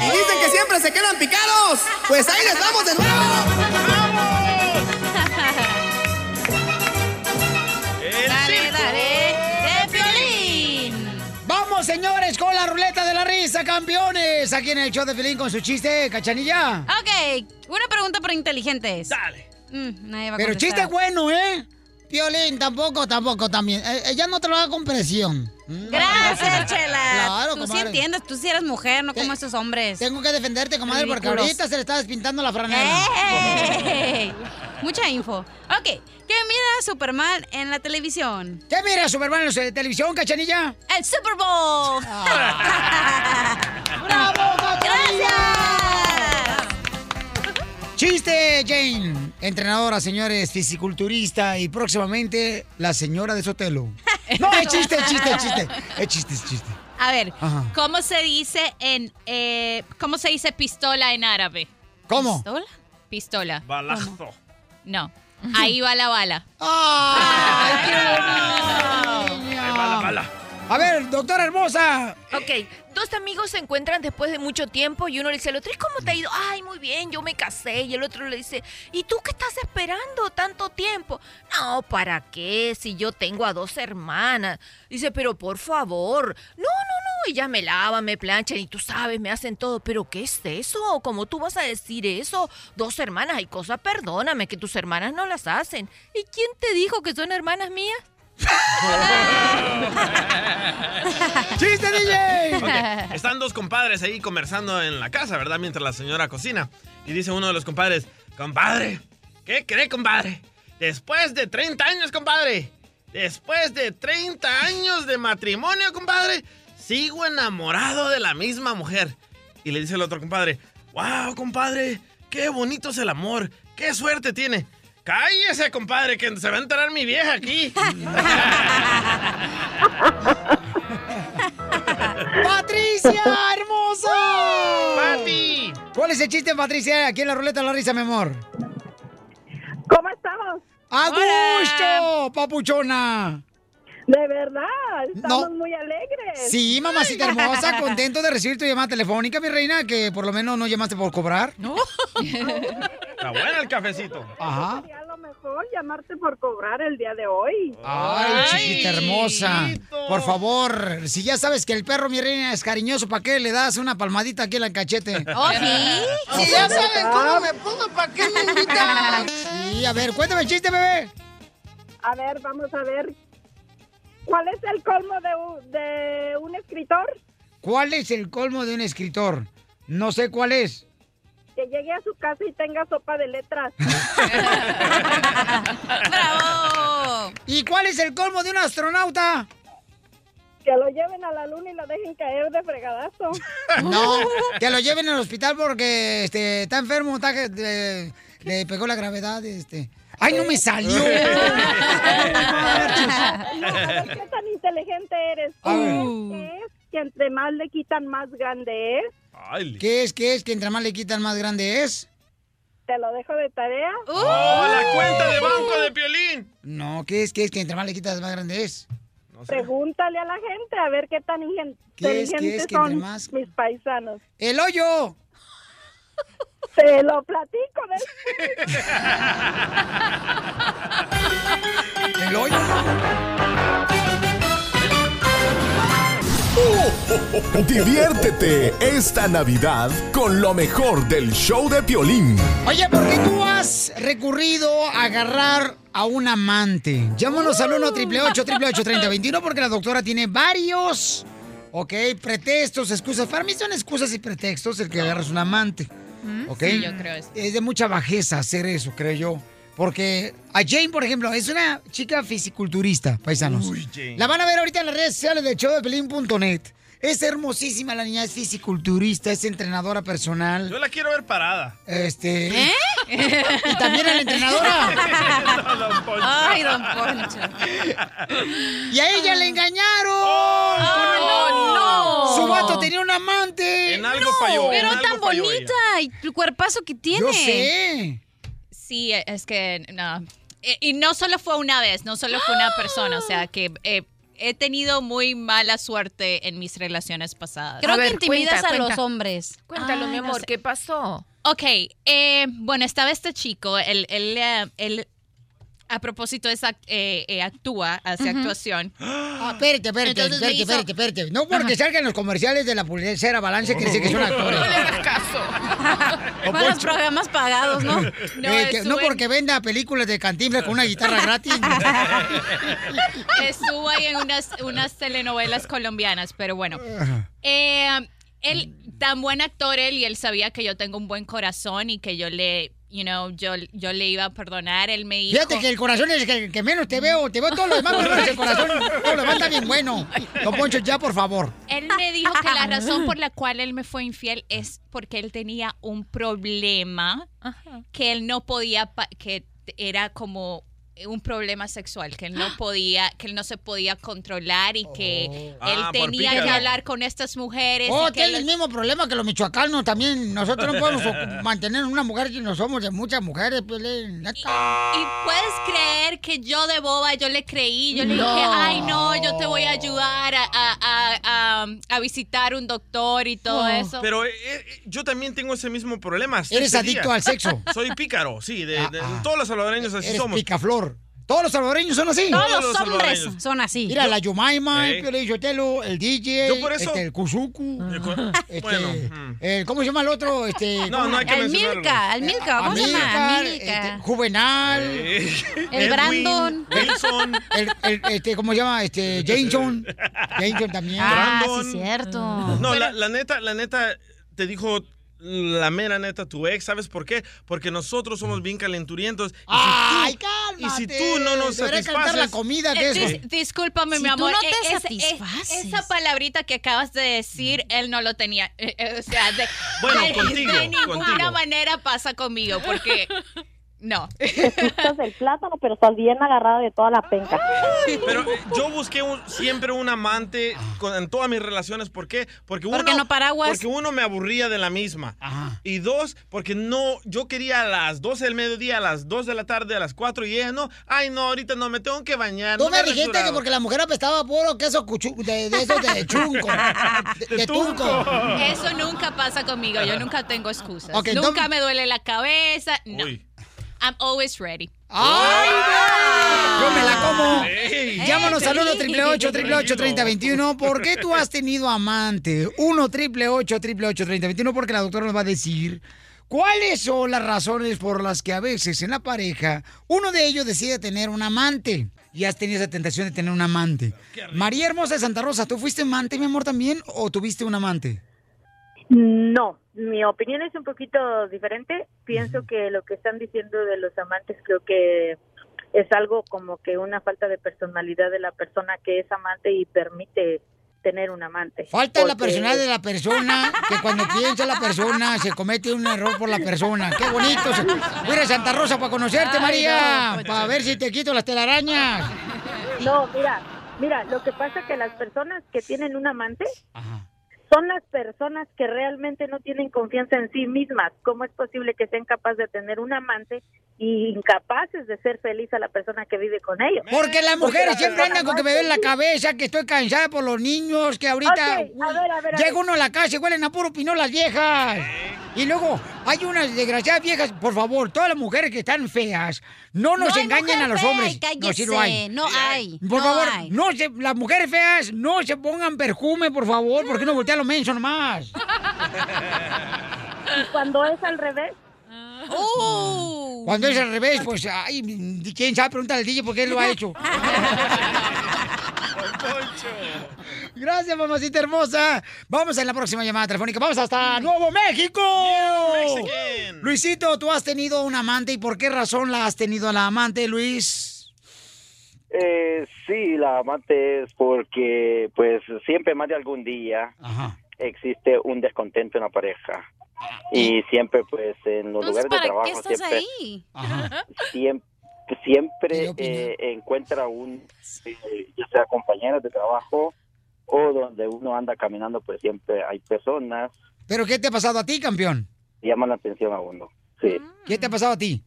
Speaker 5: Y dicen que siempre se quedan picados. Pues ahí les vamos de nuevo.
Speaker 6: Dale, dale, de Piolín.
Speaker 4: Vamos, señores, con la ruleta de la risa, campeones. Aquí en el show de Felín con su chiste, cachanilla.
Speaker 6: Ok, una pregunta para inteligentes. Dale. nadie va a
Speaker 4: Pero
Speaker 6: contestar.
Speaker 4: chiste bueno, ¿eh? Piolín, tampoco, tampoco, también. ella no trabaja con presión.
Speaker 6: Gracias, Chela.
Speaker 4: Claro,
Speaker 6: tú sí
Speaker 4: comadre.
Speaker 6: entiendes, tú sí eres mujer, no como estos hombres.
Speaker 4: Tengo que defenderte, comadre, porque
Speaker 6: Ridículos.
Speaker 4: ahorita se le está despintando la franela.
Speaker 6: ¡Ey! Mucha info. Ok, ¿qué mira Superman en la televisión?
Speaker 4: ¿Qué mira Superman en la televisión, cachanilla? Ah.
Speaker 6: El Super Bowl.
Speaker 4: ¡Bravo, Chiste, Jane. Entrenadora, señores, fisiculturista y próximamente la señora de Sotelo. No, es chiste, es chiste, es chiste. Es chiste, es chiste.
Speaker 2: A ver,
Speaker 4: Ajá.
Speaker 2: ¿cómo se dice en eh, cómo se dice pistola en árabe?
Speaker 4: ¿Cómo?
Speaker 2: ¿Pistola? Pistola.
Speaker 7: Balazo.
Speaker 2: No. Ahí va la bala.
Speaker 15: Ah.
Speaker 4: Ah. ¡Ay,
Speaker 7: Bala, bala.
Speaker 4: A ver, doctora hermosa.
Speaker 15: Ok, dos amigos se encuentran después de mucho tiempo y uno le dice al otro, ¿y cómo te ha ido? Ay, muy bien, yo me casé. Y el otro le dice, ¿y tú qué estás esperando tanto tiempo? No, ¿para qué? Si yo tengo a dos hermanas. Dice, pero por favor. No, no, no, ellas me lavan, me planchan y tú sabes, me hacen todo. ¿Pero qué es eso? ¿Cómo tú vas a decir eso? Dos hermanas, hay cosas, perdóname, que tus hermanas no las hacen. ¿Y quién te dijo que son hermanas mías?
Speaker 4: ¡Chiste, DJ!
Speaker 7: Ok, Están dos compadres ahí conversando en la casa, ¿verdad? Mientras la señora cocina. Y dice uno de los compadres, compadre, ¿qué cree, compadre? Después de 30 años, compadre. Después de 30 años de matrimonio, compadre. Sigo enamorado de la misma mujer. Y le dice el otro compadre, wow, compadre, qué bonito es el amor. Qué suerte tiene. Cállese, compadre, que se va a enterar mi vieja aquí.
Speaker 4: ¡Patricia, hermosa! ¡Pati! ¿Cuál es el chiste, Patricia? Aquí en la ruleta de la risa, mi amor.
Speaker 28: ¿Cómo estamos?
Speaker 4: ¡A gusto, papuchona!
Speaker 28: De verdad, Ah, estamos
Speaker 4: No.
Speaker 28: muy alegres.
Speaker 4: Sí, mamacita hermosa, contento de recibir tu llamada telefónica, mi reina, que por lo menos no llamaste por cobrar. No.
Speaker 7: Está bueno el cafecito.
Speaker 4: Ajá.
Speaker 28: Sería lo mejor llamarte por cobrar el día de hoy.
Speaker 4: Ay, chiquita hermosa. Por favor, si ya sabes que el perro, mi reina, es cariñoso, ¿para qué le das una palmadita aquí en el cachete?
Speaker 5: Oh, sí.
Speaker 4: Si ya saben
Speaker 14: Ah,
Speaker 4: cómo me pongo, ¿para qué me invitan? Sí, a ver, cuéntame el chiste, bebé.
Speaker 28: A ver, vamos a ver. ¿Cuál es el colmo de un, de un escritor?
Speaker 4: ¿Cuál es el colmo de un escritor? No sé cuál es.
Speaker 28: Que llegue a su casa y tenga sopa de letras.
Speaker 4: ¿Y cuál es el colmo de un astronauta?
Speaker 28: Que lo lleven a la luna y lo dejen caer de fregadazo.
Speaker 4: No, que lo lleven al hospital porque este, está enfermo, está que, eh, le pegó la gravedad. Este. ¡Ay, no me salió!
Speaker 28: ¿Sabes qué tan inteligente eres? ¿Qué es que entre más le quitan, más grande es?
Speaker 4: ¿Qué es, qué es? Que entre más le quitan, más grande es.
Speaker 28: Te lo dejo de tarea.
Speaker 7: ¡Oh, la cuenta de banco de Piolín!
Speaker 4: No, ¿qué es, qué es? Que entre más le quitas, más grande es.
Speaker 28: Pregúntale a la gente a ver qué tan ingen-
Speaker 4: ¿Qué es,
Speaker 28: inteligentes
Speaker 4: qué es, que entre
Speaker 28: son
Speaker 4: más-
Speaker 28: mis paisanos.
Speaker 4: ¡El hoyo!
Speaker 28: Te lo platico después.
Speaker 4: ¡El hoyo!
Speaker 3: Diviértete esta Navidad con lo mejor del show de Piolín.
Speaker 4: Oye, ¿por qué tú has recurrido a agarrar a un amante? Llámanos al 1 888 3021 porque la doctora tiene varios, ok, pretextos, excusas. Para mí son excusas y
Speaker 6: ¿Mm?
Speaker 4: pretextos el que agarras un amante, ok.
Speaker 2: ¿Mm? Sí, yo creo eso.
Speaker 4: Es de mucha bajeza hacer eso, creo yo. Porque a Jane, por ejemplo, es una chica fisiculturista, paisanos.
Speaker 7: Uy, Jane.
Speaker 4: La van a ver ahorita en las redes sociales de showdepelín.net. Es hermosísima la niña, es fisiculturista, es entrenadora personal.
Speaker 7: Yo la quiero ver parada.
Speaker 4: Este.
Speaker 6: ¿Eh?
Speaker 4: Y también a la entrenadora.
Speaker 7: No, don Poncho.
Speaker 4: Ay, don Poncho. Y a ella le engañaron.
Speaker 6: ¡Oh, no!
Speaker 4: Su vato tenía un amante.
Speaker 7: En
Speaker 6: No, pero tan bonita y el cuerpazo que tiene.
Speaker 38: Sí, es que no. Eh, Y no solo fue una vez, no solo fue
Speaker 15: ¡Ah!
Speaker 38: una persona, o sea que eh, he tenido muy mala suerte en mis relaciones pasadas.
Speaker 6: Creo que intimidas a los hombres. Ah.
Speaker 15: Cuéntalo, mi amor, ¿qué pasó?
Speaker 38: Ok, eh, bueno, estaba este chico, él, él, eh, él, a propósito es act- eh, eh, actúa, hace
Speaker 4: Ujú.
Speaker 38: actuación.
Speaker 4: Ah, espérate, espérate,
Speaker 38: Entonces me
Speaker 4: espérate,
Speaker 38: hizo-
Speaker 4: espérate, espérate. No porque salgan los comerciales de la pulsera balance, quiere decir que son actores.
Speaker 6: No le hagas Van los programas pagados, ¿no?
Speaker 4: Eh, que- No, porque venda películas de Cantinflas con una guitarra gratis.
Speaker 38: Estuvo ahí en unas, unas telenovelas colombianas, pero bueno.
Speaker 4: Ajá.
Speaker 38: Eh, él, tan buen actor él, y él sabía que yo tengo un buen corazón y que yo le, you know, yo, yo le iba a perdonar. Él me dijo...
Speaker 4: Fíjate que el corazón es el que, que menos te veo. Te veo todo lo demás, pero menos el corazón. Todo lo demás está bien bueno. Don Poncho, ya, por favor.
Speaker 38: Él me dijo que la razón por la cual él me fue infiel es porque él tenía un problema que él no podía, pa- que era como un problema sexual, que él no podía, que él no se podía controlar y que él
Speaker 4: Ah, por
Speaker 38: tenía que
Speaker 4: pícaro.
Speaker 38: hablar con estas mujeres.
Speaker 4: Oh,
Speaker 38: y que
Speaker 4: tiene el
Speaker 38: los-
Speaker 4: mismo problema que los michoacanos también. Nosotros no podemos ocu- mantener una mujer si no somos de muchas mujeres, pues, Piolín. Neta.
Speaker 38: Y puedes creer que yo de boba, yo le creí, yo le
Speaker 4: No.
Speaker 38: dije, ay no, yo te voy a ayudar a, a- a- a- a visitar un doctor y
Speaker 4: Oh.
Speaker 38: todo eso.
Speaker 7: Pero eh, eh, yo también tengo ese mismo problema. hasta
Speaker 4: Eres
Speaker 7: este
Speaker 4: adicto al sexo. Ah,
Speaker 7: Soy pícaro, sí. De, de- todos los salvadoreños así
Speaker 4: Eres
Speaker 7: somos.
Speaker 4: picaflor. Todos los salvadoreños son así.
Speaker 7: Todos Todos los los hombres salvadoreños.
Speaker 4: son así. Mira, la Yumaima,
Speaker 7: Ey.
Speaker 4: el Piolín Sotelo, el DJ,
Speaker 7: Yo por eso-
Speaker 4: este, el Kuzuku. este,
Speaker 7: Bueno, mm.
Speaker 4: el- ¿Cómo se llama el otro? Este,
Speaker 7: No, no hay que El mencionarlo. Milka, el Milka,
Speaker 4: vamos
Speaker 7: vamos a llamar a Milka.
Speaker 4: Juvenal.
Speaker 6: El Brandon.
Speaker 4: Wilson. El, el- este, ¿Cómo se llama? Este, Jameson. Jameson también.
Speaker 6: Ah,
Speaker 7: Brandon.
Speaker 6: sí, cierto.
Speaker 7: No, la, la neta, la neta, te dijo la mera neta tu ex, ¿sabes por qué? Porque nosotros
Speaker 4: Mm.
Speaker 7: somos bien calenturientos. Y si tú-
Speaker 4: ¡Ay,
Speaker 7: y
Speaker 4: cálmate!
Speaker 7: si tú no nos
Speaker 4: Deberías cantar
Speaker 7: satisfaces...
Speaker 4: la comida de
Speaker 38: Eh,
Speaker 4: eso.
Speaker 38: dis- discúlpame,
Speaker 6: Si
Speaker 38: mi
Speaker 6: tú
Speaker 38: amor.
Speaker 6: no
Speaker 38: eh,
Speaker 6: te
Speaker 38: es- es- esa palabrita que acabas de decir,
Speaker 4: Mm.
Speaker 38: él no lo tenía. Eh, eh, o sea, de,
Speaker 7: Bueno,
Speaker 38: de-
Speaker 7: contigo,
Speaker 38: de ninguna
Speaker 7: contigo.
Speaker 38: manera pasa conmigo, porque no.
Speaker 18: Estás del plátano, pero estás bien agarrada de toda la penca.
Speaker 17: Ah,
Speaker 7: Pero eh, yo busqué un- siempre un amante con- en todas mis relaciones. ¿Por qué? Porque uno,
Speaker 6: Porque no paraguas.
Speaker 7: Porque uno me aburría de la misma. Y dos, porque no, yo quería a las 12 del mediodía, a las 2 de la tarde, a las 4 y ella no. Ay, no, ahorita no, me tengo que bañar.
Speaker 4: Tú
Speaker 7: no
Speaker 4: me
Speaker 7: he
Speaker 4: dijiste que
Speaker 7: rasurado".
Speaker 4: porque la mujer apestaba a puro queso cuchu- de, de esos de chunco. De, de tunco.
Speaker 38: Eso nunca pasa conmigo. Yo nunca tengo excusas.
Speaker 4: Ok,
Speaker 38: nunca
Speaker 4: entonces-
Speaker 38: me duele la cabeza. No. I'm always ready.
Speaker 4: ¡Ay, no! Yo me la como.
Speaker 38: Ey.
Speaker 4: Llámanos
Speaker 38: Ey,
Speaker 4: al 1
Speaker 38: Piolín.
Speaker 4: 888 888 3021 ¿Por qué tú has tenido amante? 1 888 888 3021 Porque la doctora nos va a decir cuáles son las razones por las que a veces en la pareja uno de ellos decide tener un amante. Y has tenido esa tentación de tener un amante. María Hermosa de Santa Rosa, ¿tú fuiste amante, mi amor, también? ¿O tuviste un amante?
Speaker 14: No, mi opinión es un poquito diferente. Pienso que lo que están diciendo de los amantes creo que es algo como que una falta de personalidad de la persona que es amante y permite tener un amante.
Speaker 4: Falta la
Speaker 14: Porque-
Speaker 4: personalidad de la persona, que cuando piensa la persona se comete un error por la persona. ¡Qué bonito! Se- Voy a ir a Santa Rosa para conocerte,
Speaker 14: Ay,
Speaker 4: María,
Speaker 14: no, pues.
Speaker 4: para ver si te quito las telarañas.
Speaker 14: No, mira, mira, lo que pasa es que las personas que tienen un amante son las personas que realmente no tienen confianza en sí mismas. ¿Cómo es posible que sean capaces de tener un amante y incapaces de ser feliz a la persona que vive con ellos?
Speaker 4: Porque las mujeres
Speaker 14: la
Speaker 4: siempre
Speaker 14: persona
Speaker 4: andan con que
Speaker 14: más
Speaker 4: me ven la
Speaker 14: feliz-
Speaker 4: cabeza, que estoy cansada por los niños, que ahorita
Speaker 14: Ok, a ver, a ver, a
Speaker 4: llega
Speaker 14: ver.
Speaker 4: uno a la casa y huelen a puro pinol las viejas. Y luego hay unas desgraciadas viejas, por favor, todas las mujeres que están feas, no nos
Speaker 6: No hay
Speaker 4: engañen
Speaker 6: mujer
Speaker 4: a los
Speaker 6: fea,
Speaker 4: hombres. No, sí lo hay.
Speaker 6: cállese, no Sí hay. hay,
Speaker 4: Por
Speaker 6: no
Speaker 4: favor,
Speaker 6: hay.
Speaker 4: no se, las mujeres feas no se pongan perfume, por favor, porque no voltean los mensos nomás.
Speaker 14: ¿Y cuando es al revés?
Speaker 11: Uh.
Speaker 4: Cuando es al revés, pues, ay, quién sabe, pregúntale al DJ por qué lo ha hecho. Gracias, mamacita hermosa. Vamos en la próxima llamada telefónica. Vamos hasta Nuevo México. Luisito, tú has tenido un amante y por qué razón la has tenido a la amante, Luis.
Speaker 11: Eh, sí, la amante es porque, pues, siempre más de algún día existe un descontento en la pareja. Y siempre, pues, en los
Speaker 6: Entonces,
Speaker 11: lugares de
Speaker 6: ¿para
Speaker 11: trabajo,
Speaker 6: qué estás
Speaker 11: siempre,
Speaker 6: ahí?
Speaker 11: siem- siempre, eh, encuentra un, eh, ya sea compañeros de trabajo o donde uno anda caminando, pues siempre hay personas
Speaker 4: ¿Pero qué te ha pasado a ti, campeón?
Speaker 11: que llaman la atención a uno. Sí.
Speaker 4: ¿Qué te ha pasado a ti?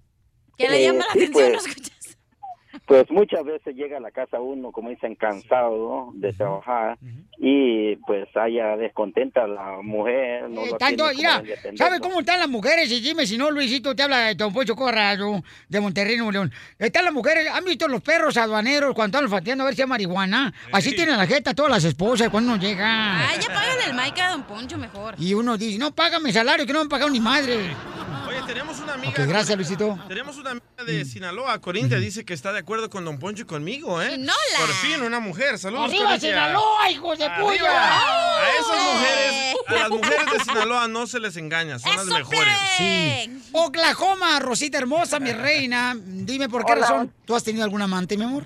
Speaker 11: Que le Eh, llama la sí, atención, pues. Pues muchas veces llega a la casa uno, como dicen, cansado ¿no? de trabajar y pues haya descontenta la mujer. No
Speaker 4: Eh,
Speaker 11: lo
Speaker 4: tanto,
Speaker 11: tiene como
Speaker 4: mira,
Speaker 11: debe atenderlo.
Speaker 4: ¿sabes cómo están las mujeres? Y dime si no, Luisito, te habla de Don Pocho Corrado, de Monterrey, Nuevo León. Están las mujeres, ¿han visto los perros aduaneros cuando están olfateando a ver si hay marihuana? Así tienen la jeta todas las esposas cuando uno llega.
Speaker 6: Ay, ya págale el mic a Don Poncho mejor.
Speaker 4: Y uno dice, no, págame salario, que no me han pagado ni madre.
Speaker 7: Oye, tenemos una amiga.
Speaker 4: Ok, gracias, Luisito.
Speaker 7: Tenemos una amiga de Sinaloa, Corintia, dice que está de acuerdo con Don Poncho y conmigo, ¿eh?
Speaker 4: Sinola.
Speaker 7: Por fin, una mujer. Saludos,
Speaker 4: ¡Arriba
Speaker 7: Corintia.
Speaker 4: Sinaloa, hijos de
Speaker 7: Arriba.
Speaker 4: puya!
Speaker 7: A esas mujeres, a las mujeres de Sinaloa no se les engaña, son las mejores.
Speaker 4: Sí. Oklahoma, Rosita hermosa, mi reina. Dime por qué
Speaker 7: Hola.
Speaker 4: razón tú has tenido algún amante, mi amor.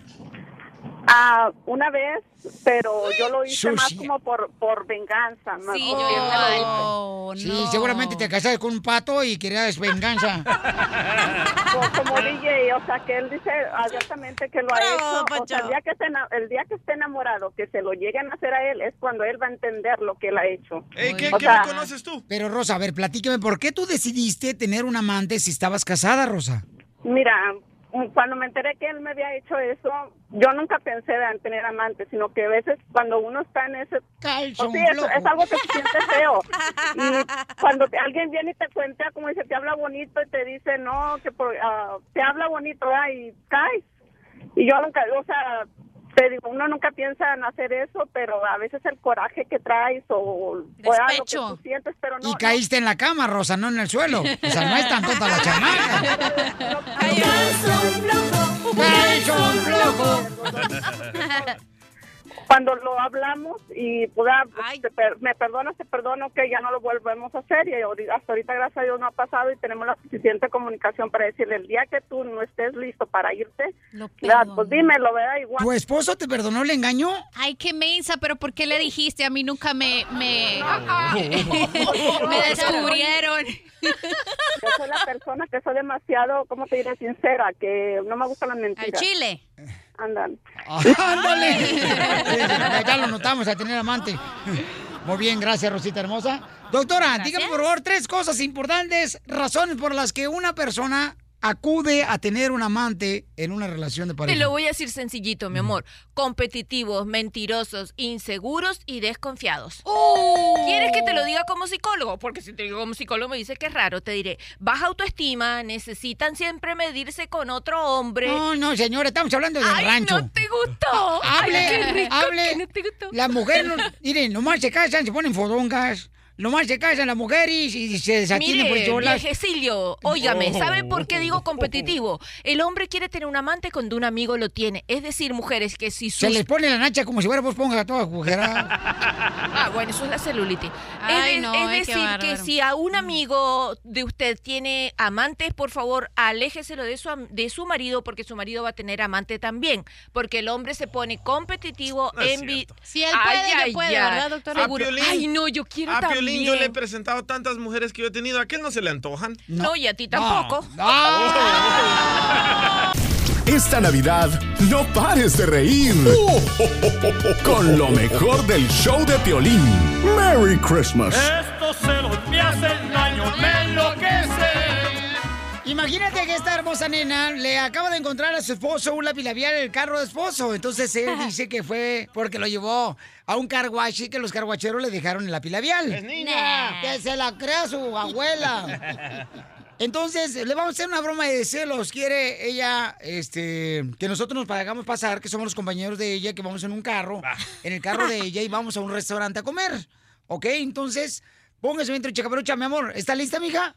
Speaker 23: Ah, una vez, pero yo lo hice
Speaker 4: Sushi.
Speaker 23: más como por, por venganza. ¿no?
Speaker 6: Sí,
Speaker 23: Yo
Speaker 6: yo
Speaker 23: lo hice.
Speaker 4: Sí,
Speaker 6: igual.
Speaker 4: seguramente te casaste con un pato y querías venganza.
Speaker 23: Co- Pues, como DJ, o sea, que él dice abiertamente que lo ha
Speaker 6: Bravo,
Speaker 23: hecho. O sea,
Speaker 6: Poncho.
Speaker 23: el, día que se ena- el día que esté enamorado, que se lo lleguen a hacer a él, es cuando él va a entender lo que él ha hecho. O sea,
Speaker 7: tú?
Speaker 4: Pero Rosa, a ver, platíqueme, ¿por qué tú decidiste tener un amante si estabas casada, Rosa?
Speaker 23: Mira, mm, cuando me enteré que él me había hecho eso, yo nunca pensé en tener amantes, sino que a veces cuando uno está en ese... Pues
Speaker 4: Calzón
Speaker 23: sí, es,
Speaker 4: flojo.
Speaker 23: es algo que se siente feo. Y cuando te- alguien viene y te cuenta, como dice, te habla bonito y te dice, no, que por- ah, te habla bonito, ¿verdad? y caes. Y yo nunca, o sea, te digo, uno nunca piensa en hacer eso, pero a veces el coraje que traes o, o ah, lo que
Speaker 4: Despecho.
Speaker 23: tú sientes, pero no...
Speaker 4: Y caíste en la cama, Rosa, no en el suelo. O sea, no es tan tonta la chamaca. Calzón flojo.
Speaker 23: cuando lo hablamos y pues, ah, te per- me perdonas, te perdono que ya no lo volvemos a hacer y ahori- hasta ahorita gracias a Dios no ha pasado y tenemos la suficiente comunicación para decirle el día que tú no estés listo para irte, ¿verdad? pues dímelo, ¿verdad? Igual.
Speaker 4: ¿Tu esposo te perdonó el engaño?
Speaker 38: Ay, qué mensa, pero ¿por qué le dijiste? A mí nunca me. Me, me descubrieron.
Speaker 23: Yo soy la persona que soy demasiado, ¿cómo te diré? Sincera, que no me gustan las mentiras.
Speaker 6: chile.
Speaker 23: Andan.
Speaker 4: ¡Ándale! Sí, ya lo notamos a tener amante. Muy bien, gracias, Rosita hermosa. Doctora, dígame por favor tres cosas importantes, razones por las que una persona acude a tener un amante en una relación de
Speaker 15: Te
Speaker 4: pareja.
Speaker 15: lo voy a decir sencillito, mi amor. Competitivos, mentirosos, inseguros y desconfiados.
Speaker 4: ¡Oh!
Speaker 15: ¿Quieres que te lo diga como psicólogo? Porque si te digo como psicólogo me dice que es raro. Te diré, baja autoestima, necesitan siempre medirse con otro hombre.
Speaker 4: No, no, señora, estamos hablando del
Speaker 15: Ay,
Speaker 4: rancho.
Speaker 15: no te
Speaker 4: Hable,
Speaker 15: gustó. Oh, Ay, qué rico
Speaker 4: hable.
Speaker 15: que no te gustó.
Speaker 4: Las mujeres, no, miren, nomás se casan, se ponen fodongas. Nomás se casan las mujeres y, y se pues, desatienen por
Speaker 15: Mire,
Speaker 4: solas.
Speaker 15: viejecillo, óigame,
Speaker 4: Oh.
Speaker 15: ¿sabe por qué digo competitivo? El hombre quiere tener un amante cuando un amigo lo tiene. Es decir, mujeres que si
Speaker 4: Se
Speaker 15: sus
Speaker 4: les pone la nacha como si fuera vos pongas a toda agujera.
Speaker 15: Ah, bueno, eso es la celulitis.
Speaker 6: Ay,
Speaker 15: es, de-
Speaker 6: no,
Speaker 15: es
Speaker 6: ay, qué
Speaker 15: decir, que
Speaker 6: bárbaro.
Speaker 15: si a un amigo de usted tiene amantes, por favor, aléjeselo de su, am- de su marido porque su marido va a tener amante también. Porque el hombre se pone competitivo,
Speaker 7: No es
Speaker 15: envi...
Speaker 6: Si él puede, yo puedo, ¿verdad, doctora?
Speaker 15: doctora?
Speaker 6: A Piolín-
Speaker 15: Ay, no, yo quiero
Speaker 7: A
Speaker 15: también.
Speaker 7: Piolín yo le he presentado tantas mujeres que yo he tenido. ¿A quién no se le antojan?
Speaker 15: No, y a ti tampoco.
Speaker 3: Esta Navidad no pares de reír. Con lo mejor del show de Piolín. Merry Christmas.
Speaker 5: Estos celos me hacen daño, me enloquecen.
Speaker 4: Imagínate que esta hermosa nena le acaba de encontrar a su esposo un lápiz labial en el carro de esposo. Entonces él dice que fue porque lo llevó a un carguachi que los carguacheros le dejaron el lápiz labial.
Speaker 5: niña.
Speaker 4: Que se la crea su abuela. Entonces, le vamos a hacer una broma de celos. Quiere ella, este, que nosotros nos hagamos pasar, que somos los compañeros de ella, que vamos en un carro,
Speaker 17: Ah.
Speaker 4: en el carro de ella, y vamos a un restaurante a comer. ¿Ok? Entonces, póngase bien chica perucha, mi amor. ¿Está lista, mija?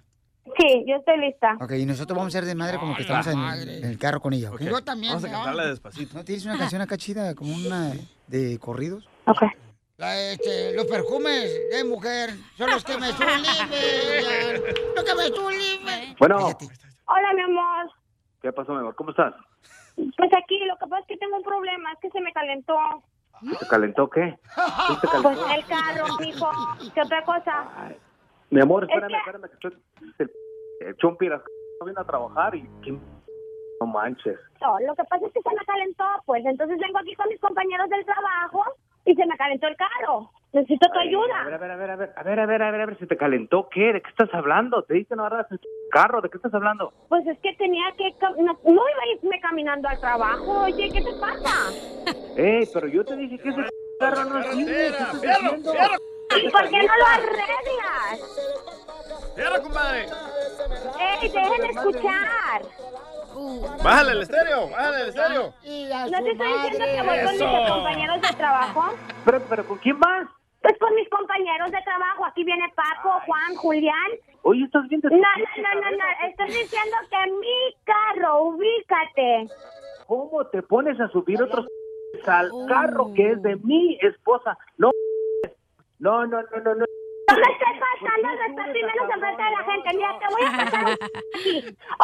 Speaker 17: Sí, yo estoy lista.
Speaker 4: Ok, y nosotros vamos a ser de madre como que estamos en, en el carro con ella. ¿ok? Yo también.
Speaker 17: Vamos a
Speaker 4: ¿no?
Speaker 17: cantarla
Speaker 7: despacito.
Speaker 4: ¿No tienes una canción acá chida, como una de corridos?
Speaker 17: Ok.
Speaker 4: La, este, los perfumes de mujer son los que me subliman. Los que me subliman.
Speaker 16: Bueno,
Speaker 17: Hola, mi amor.
Speaker 16: ¿qué pasó, mi amor? ¿Cómo estás?
Speaker 17: Pues aquí, lo que pasa es que tengo un problema, es que se me calentó.
Speaker 16: ¿Te calentó qué? ¿Sí te
Speaker 17: Pues
Speaker 16: calentó?
Speaker 17: el carro, mijo. ¿Qué otra cosa?
Speaker 16: Mi amor,
Speaker 17: Es
Speaker 16: espérame,
Speaker 17: que-
Speaker 16: espérame. Que estoy- el chompi las c- no viene a trabajar y... ¿quién- No manches.
Speaker 17: No, lo que pasa es que se me calentó, pues. Entonces vengo aquí con mis compañeros del trabajo y se me calentó el carro. Necesito tu
Speaker 16: Ay, A ver,
Speaker 17: ayuda.
Speaker 16: a ver, a ver, a ver, a ver, a ver, a ver, a ver, si te calentó, ¿qué? ¿De qué estás hablando? Te dije no agarras el carro, ¿de qué estás hablando?
Speaker 17: Pues es que tenía que... cam- No, no iba a irme caminando al trabajo. Oye, ¿qué te pasa?
Speaker 16: Ey, pero yo te dije que ese carro no es mío, ¿qué estás haciendo?
Speaker 17: ¿Y por qué no lo arreglas?
Speaker 7: ¡Cierra, compadre!
Speaker 17: ¡Ey, déjenme escuchar!
Speaker 7: ¡Bájale el estéreo! ¡Bájale el estéreo!
Speaker 17: ¿No te estoy diciendo que voy con
Speaker 7: Eso.
Speaker 17: mis compañeros de trabajo?
Speaker 16: Pero, pero, ¿con quién vas?
Speaker 17: Pues con mis compañeros de trabajo. Aquí viene Paco, Juan, Julián.
Speaker 16: Oye, estás bien
Speaker 17: No, no, no, no, no. Estoy diciendo que mi carro, ubícate.
Speaker 16: ¿Cómo te pones a subir otros al carro que es
Speaker 17: Oh.
Speaker 16: de mi esposa? No, no, no, no, no. no.
Speaker 17: No me estés pasando el respeto y menos enfrente de la gente. Mira, te voy a pasar un... Sí.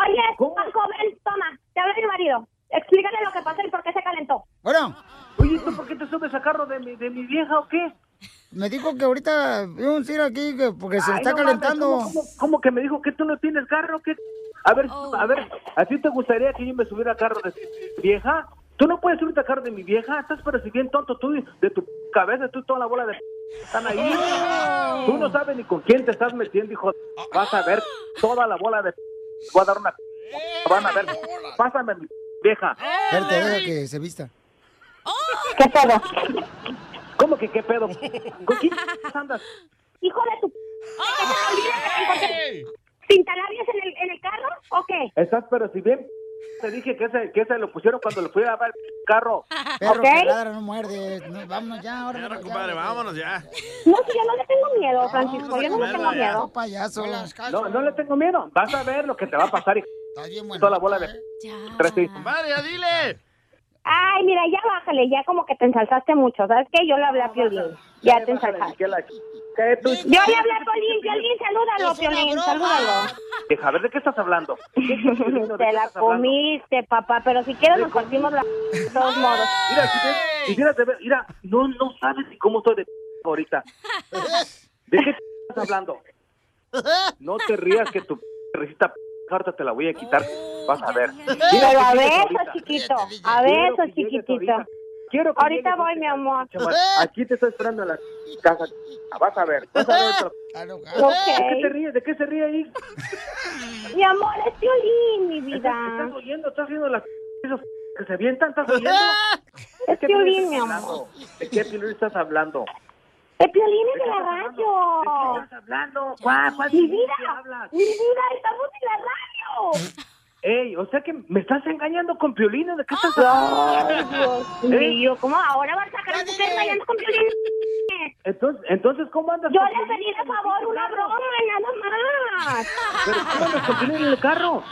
Speaker 17: Oye, Paco, ven, toma. Te habla mi marido. Explícale lo que pasó y por qué se calentó.
Speaker 4: Bueno.
Speaker 16: Oye, ¿tú por qué te subes a carro de mi, de mi vieja o qué?
Speaker 4: Me dijo que ahorita vio un tiro aquí que- porque se
Speaker 16: Ay,
Speaker 4: está
Speaker 16: no mames,
Speaker 4: calentando.
Speaker 16: ¿cómo- cómo, cómo que me dijo que tú no tienes carro? ¿Qué? A ver, a ver, ¿a ti te gustaría que yo me subiera a carro de tu vieja? ¿Tú no puedes subirte a carro de mi vieja? Estás pero si bien tonto tú y de tu cabeza, tú y toda la bola de están ahí. Tú no sabes ni con quién te estás metiendo, hijo. de- Vas a ver toda la bola de voy a dar una van a ver. Pásame mi vieja.
Speaker 4: Espérate, deja que se vista.
Speaker 17: ¿Qué pedo?
Speaker 16: ¿Cómo que qué pedo? ¿Con quién andas?
Speaker 17: Hijo de tu... ¿Pintalabias en el, en el carro o qué?
Speaker 16: Estás, pero si bien te dije que ese, que ese lo pusieron cuando le fui a ver el carro.
Speaker 4: Perro
Speaker 17: ¿Ok?
Speaker 4: que ladra no muerde. No, vámonos ya, ahora. vámonos ya.
Speaker 7: Compadre, vámonos ya.
Speaker 17: No, si yo no le tengo miedo, Francisco.
Speaker 7: vamos a
Speaker 17: Yo no le tengo
Speaker 7: comerla, ya.
Speaker 17: miedo.
Speaker 4: Payaso.
Speaker 16: No, no le tengo miedo. Vas a ver lo que te va a pasar. hijo. Toda la bola de... Tres, sí.
Speaker 7: ¡Compadre, ya dile!
Speaker 17: Ay, mira, ya bájale, ya como que te ensalzaste mucho, ¿sabes qué? Yo le hablé a Piolín, ya te ensalzaste. Yo le hablé a Piolín,
Speaker 16: Ah,
Speaker 17: Piolín, salúdalo, Piolín, salúdalo.
Speaker 16: Vieja, a ver, ¿de qué estás hablando?
Speaker 17: Te la comiste, papá, pero si quieres nos partimos la... de todos modos.
Speaker 16: Mira, si te- si quieres de ver, mira, no, no sabes ni cómo estoy de ahorita. ¿De qué estás hablando? No te rías que tu risita ahorita te la voy a quitar. Vas a ver.
Speaker 17: Pero a
Speaker 16: ver,
Speaker 17: besos, chiquito, a besos, chiquitito.
Speaker 16: Quiero que
Speaker 17: Ahorita
Speaker 16: llegues
Speaker 17: voy, mi amor.
Speaker 16: Chaval, Aquí te estoy esperando en la casa. Vas a ver. Vas a ver te la- ¿De qué te ríes? ¿De qué se ríe ahí?
Speaker 17: Mi amor, es Piolín, mi vida.
Speaker 16: ¿Estás oyendo? ¿Estás oyendo las esos que se avientan? ¿Estás oyendo?
Speaker 17: Es
Speaker 16: ¿De qué Piolín
Speaker 17: Piolín,
Speaker 16: estás
Speaker 17: mi amor.
Speaker 16: hablando? ¿De qué Piolín estás hablando?
Speaker 17: Es Piolín es de la radio.
Speaker 16: hablando?
Speaker 17: Mi vida, mi vida, estamos en la radio.
Speaker 16: Ey, o sea que me estás engañando con Piolín. ¿De qué estás
Speaker 17: Ay,
Speaker 16: hablando?
Speaker 17: Dios
Speaker 16: Ey,
Speaker 17: mío, ¿cómo ahora vas a sacar a tu engañando con Piolín?
Speaker 16: Entonces, entonces, ¿cómo andas
Speaker 17: Yo
Speaker 16: con
Speaker 17: le
Speaker 16: Piolín?
Speaker 17: pedí de favor una broma, nada más.
Speaker 16: ¿Pero cómo andas con Piolín en el carro?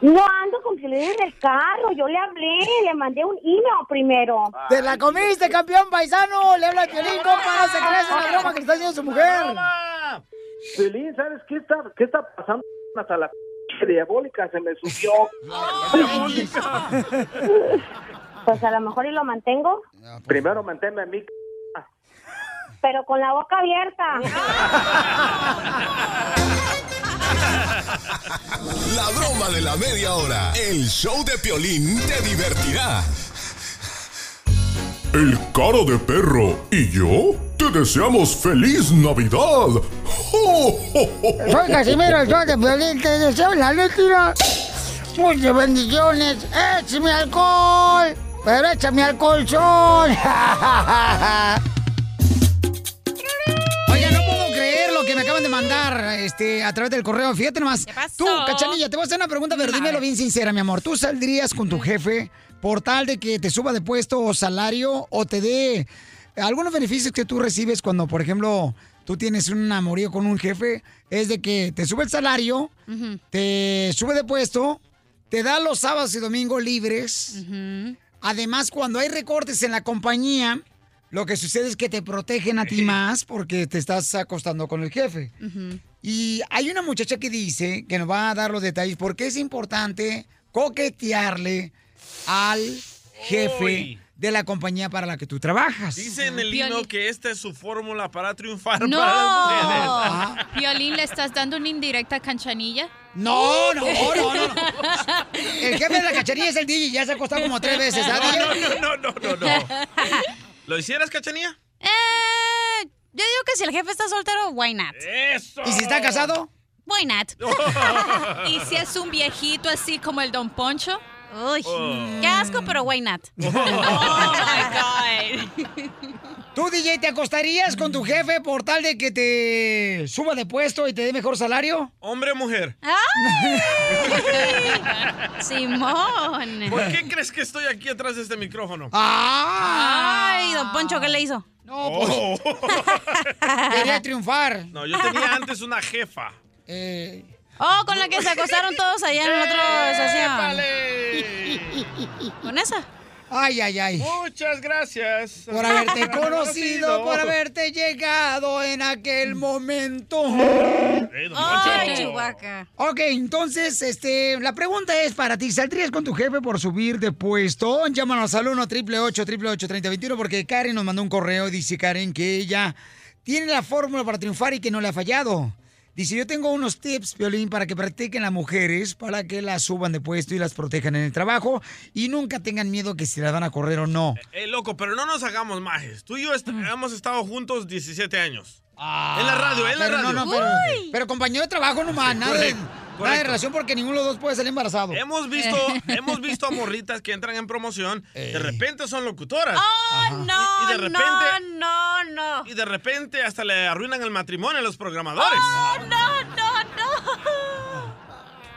Speaker 17: No ando con Piolín en el carro, yo le hablé, le mandé un email primero.
Speaker 4: ¡Te la comiste, campeón paisano! Le habla a Piolín, compa, no se crees en la broma que le está haciendo su mujer.
Speaker 16: Piolín, ¿sabes qué está, qué está pasando? Hasta la p- diabólica se me subió.
Speaker 17: Pues a lo mejor y lo mantengo,
Speaker 16: Primero manténme a mí.
Speaker 17: pero con la boca abierta.
Speaker 3: La broma de la media hora. El show de Piolín te divertirá.
Speaker 9: El cara de perro y yo te deseamos feliz Navidad.
Speaker 39: Soy Casimiro, yo de violín, te deseo la letra. Muchas bendiciones. Échame alcohol. Pero échame alcohol sol.
Speaker 4: Oiga, no puedo creer lo que me acaban de mandar este, a través del correo. Fíjate nomás. Tú, Cachanilla, te voy a hacer una pregunta, pero dímelo bien sincera, mi amor. ¿Tú saldrías con tu jefe por tal de que te suba de puesto o salario o te dé algunos beneficios que tú recibes cuando, por ejemplo, tú tienes un amorío con un jefe? Es de que te sube el salario, te sube de puesto, te da los sábados y domingos libres. Además, cuando hay recortes en la compañía, Lo que sucede es que te protegen a ti más porque te estás acostando con el jefe. Y hay una muchacha que dice que nos va a dar los detalles porque es importante coquetearle al jefe
Speaker 7: Uy.
Speaker 4: de la compañía para la que tú trabajas.
Speaker 7: Dice en el himno que esta es su fórmula para triunfar
Speaker 2: No.
Speaker 7: para las mujeres.
Speaker 2: Violín, ¿le estás dando una indirecta a Canchanilla?
Speaker 4: No, no, no, no, El jefe de la cacharilla es el DJ, ya se ha acostado como tres veces, ¿ah, DJ?
Speaker 7: No, no, no, no, no, no. ¿Lo hicieras, Cachanía?
Speaker 6: Eh, yo digo que si el jefe está soltero, why not?
Speaker 7: ¡Eso! Oh.
Speaker 4: ¿Y si está casado?
Speaker 6: Why not?
Speaker 2: ¿Y si es un viejito así como el Don Poncho?
Speaker 6: Uy,
Speaker 7: Oh.
Speaker 6: qué asco, pero why not?
Speaker 4: ¿Tú, DJ, te acostarías con tu jefe por tal de que te suba de puesto y te dé mejor salario?
Speaker 7: ¿Hombre o mujer?
Speaker 6: Simón.
Speaker 7: ¿Por qué crees que estoy aquí atrás de este micrófono?
Speaker 4: ¡Ah!
Speaker 6: Ay, don Poncho, ¿qué le hizo? Oh.
Speaker 4: No,
Speaker 7: pues,
Speaker 6: Ah.
Speaker 4: Quería triunfar. Eh.
Speaker 7: No, yo tenía antes una jefa.
Speaker 6: Oh, con la que se acostaron todos allá en la otra estación. ¿Con esa?
Speaker 4: Ay, ay, ay.
Speaker 7: Muchas gracias.
Speaker 4: Por haberte conocido, por haberte llegado en aquel momento.
Speaker 6: Ay, Chihuahua.
Speaker 4: Ok, entonces, este, la pregunta es para ti, ¿saldrías con tu jefe por subir de puesto? Llámanos al 1 888 3021 porque Karen nos mandó un correo, dice Karen, que ella tiene la fórmula para triunfar y que no le ha fallado. Dice, yo tengo unos tips, Violín, para que practiquen las mujeres, para que las suban de puesto y las protejan en el trabajo y nunca tengan miedo que si las van a correr o no.
Speaker 7: Eh, loco, pero no nos hagamos majes. Tú y yo est- hemos estado juntos 17 años. en la radio, en la
Speaker 4: Ah. Pero
Speaker 7: radio.
Speaker 4: No, no, pero, pero compañero de trabajo nomás, nada, de-
Speaker 7: correcto,
Speaker 4: nada de
Speaker 7: correcto.
Speaker 4: relación porque ninguno de los dos puede salir embarazado. Eh.
Speaker 7: Hemos visto, hemos visto a morritas que entran en promoción, de repente son locutoras.
Speaker 6: Oh, no,
Speaker 7: y, y de repente,
Speaker 6: no, no,
Speaker 7: Y de repente hasta le arruinan el matrimonio a los programadores.
Speaker 6: Oh. no, no, no.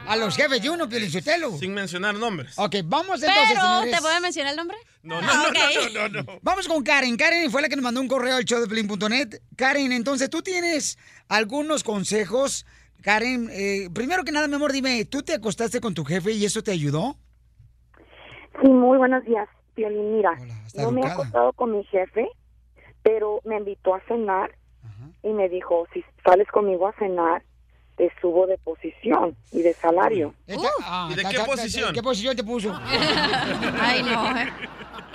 Speaker 4: A los jefes de uno, Pielichotelo.
Speaker 7: Eh, Sin mencionar nombres.
Speaker 4: Ok, vamos entonces,
Speaker 6: Pero,
Speaker 4: señores.
Speaker 6: ¿te puedo mencionar el nombre?
Speaker 7: No,
Speaker 6: Ah,
Speaker 7: no, no,
Speaker 6: ok.
Speaker 7: no, no, no.
Speaker 4: Vamos con Karen. Karen fue la que nos mandó un correo al showdeplin.net. Karen, entonces tú tienes algunos consejos. Karen, eh, primero que nada, mi amor, dime, ¿tú te acostaste con tu jefe y eso te ayudó?
Speaker 19: Sí, muy buenos días, Piolín. Mira,
Speaker 4: está
Speaker 19: no me he
Speaker 4: educada.
Speaker 19: acostado con mi jefe, pero me invitó a cenar y me dijo, si sales conmigo a cenar, te subo de posición y de salario.
Speaker 4: ah,
Speaker 7: ¿Y de qué posición?
Speaker 4: ¿Qué posición te puso?
Speaker 6: Ay, no, eh.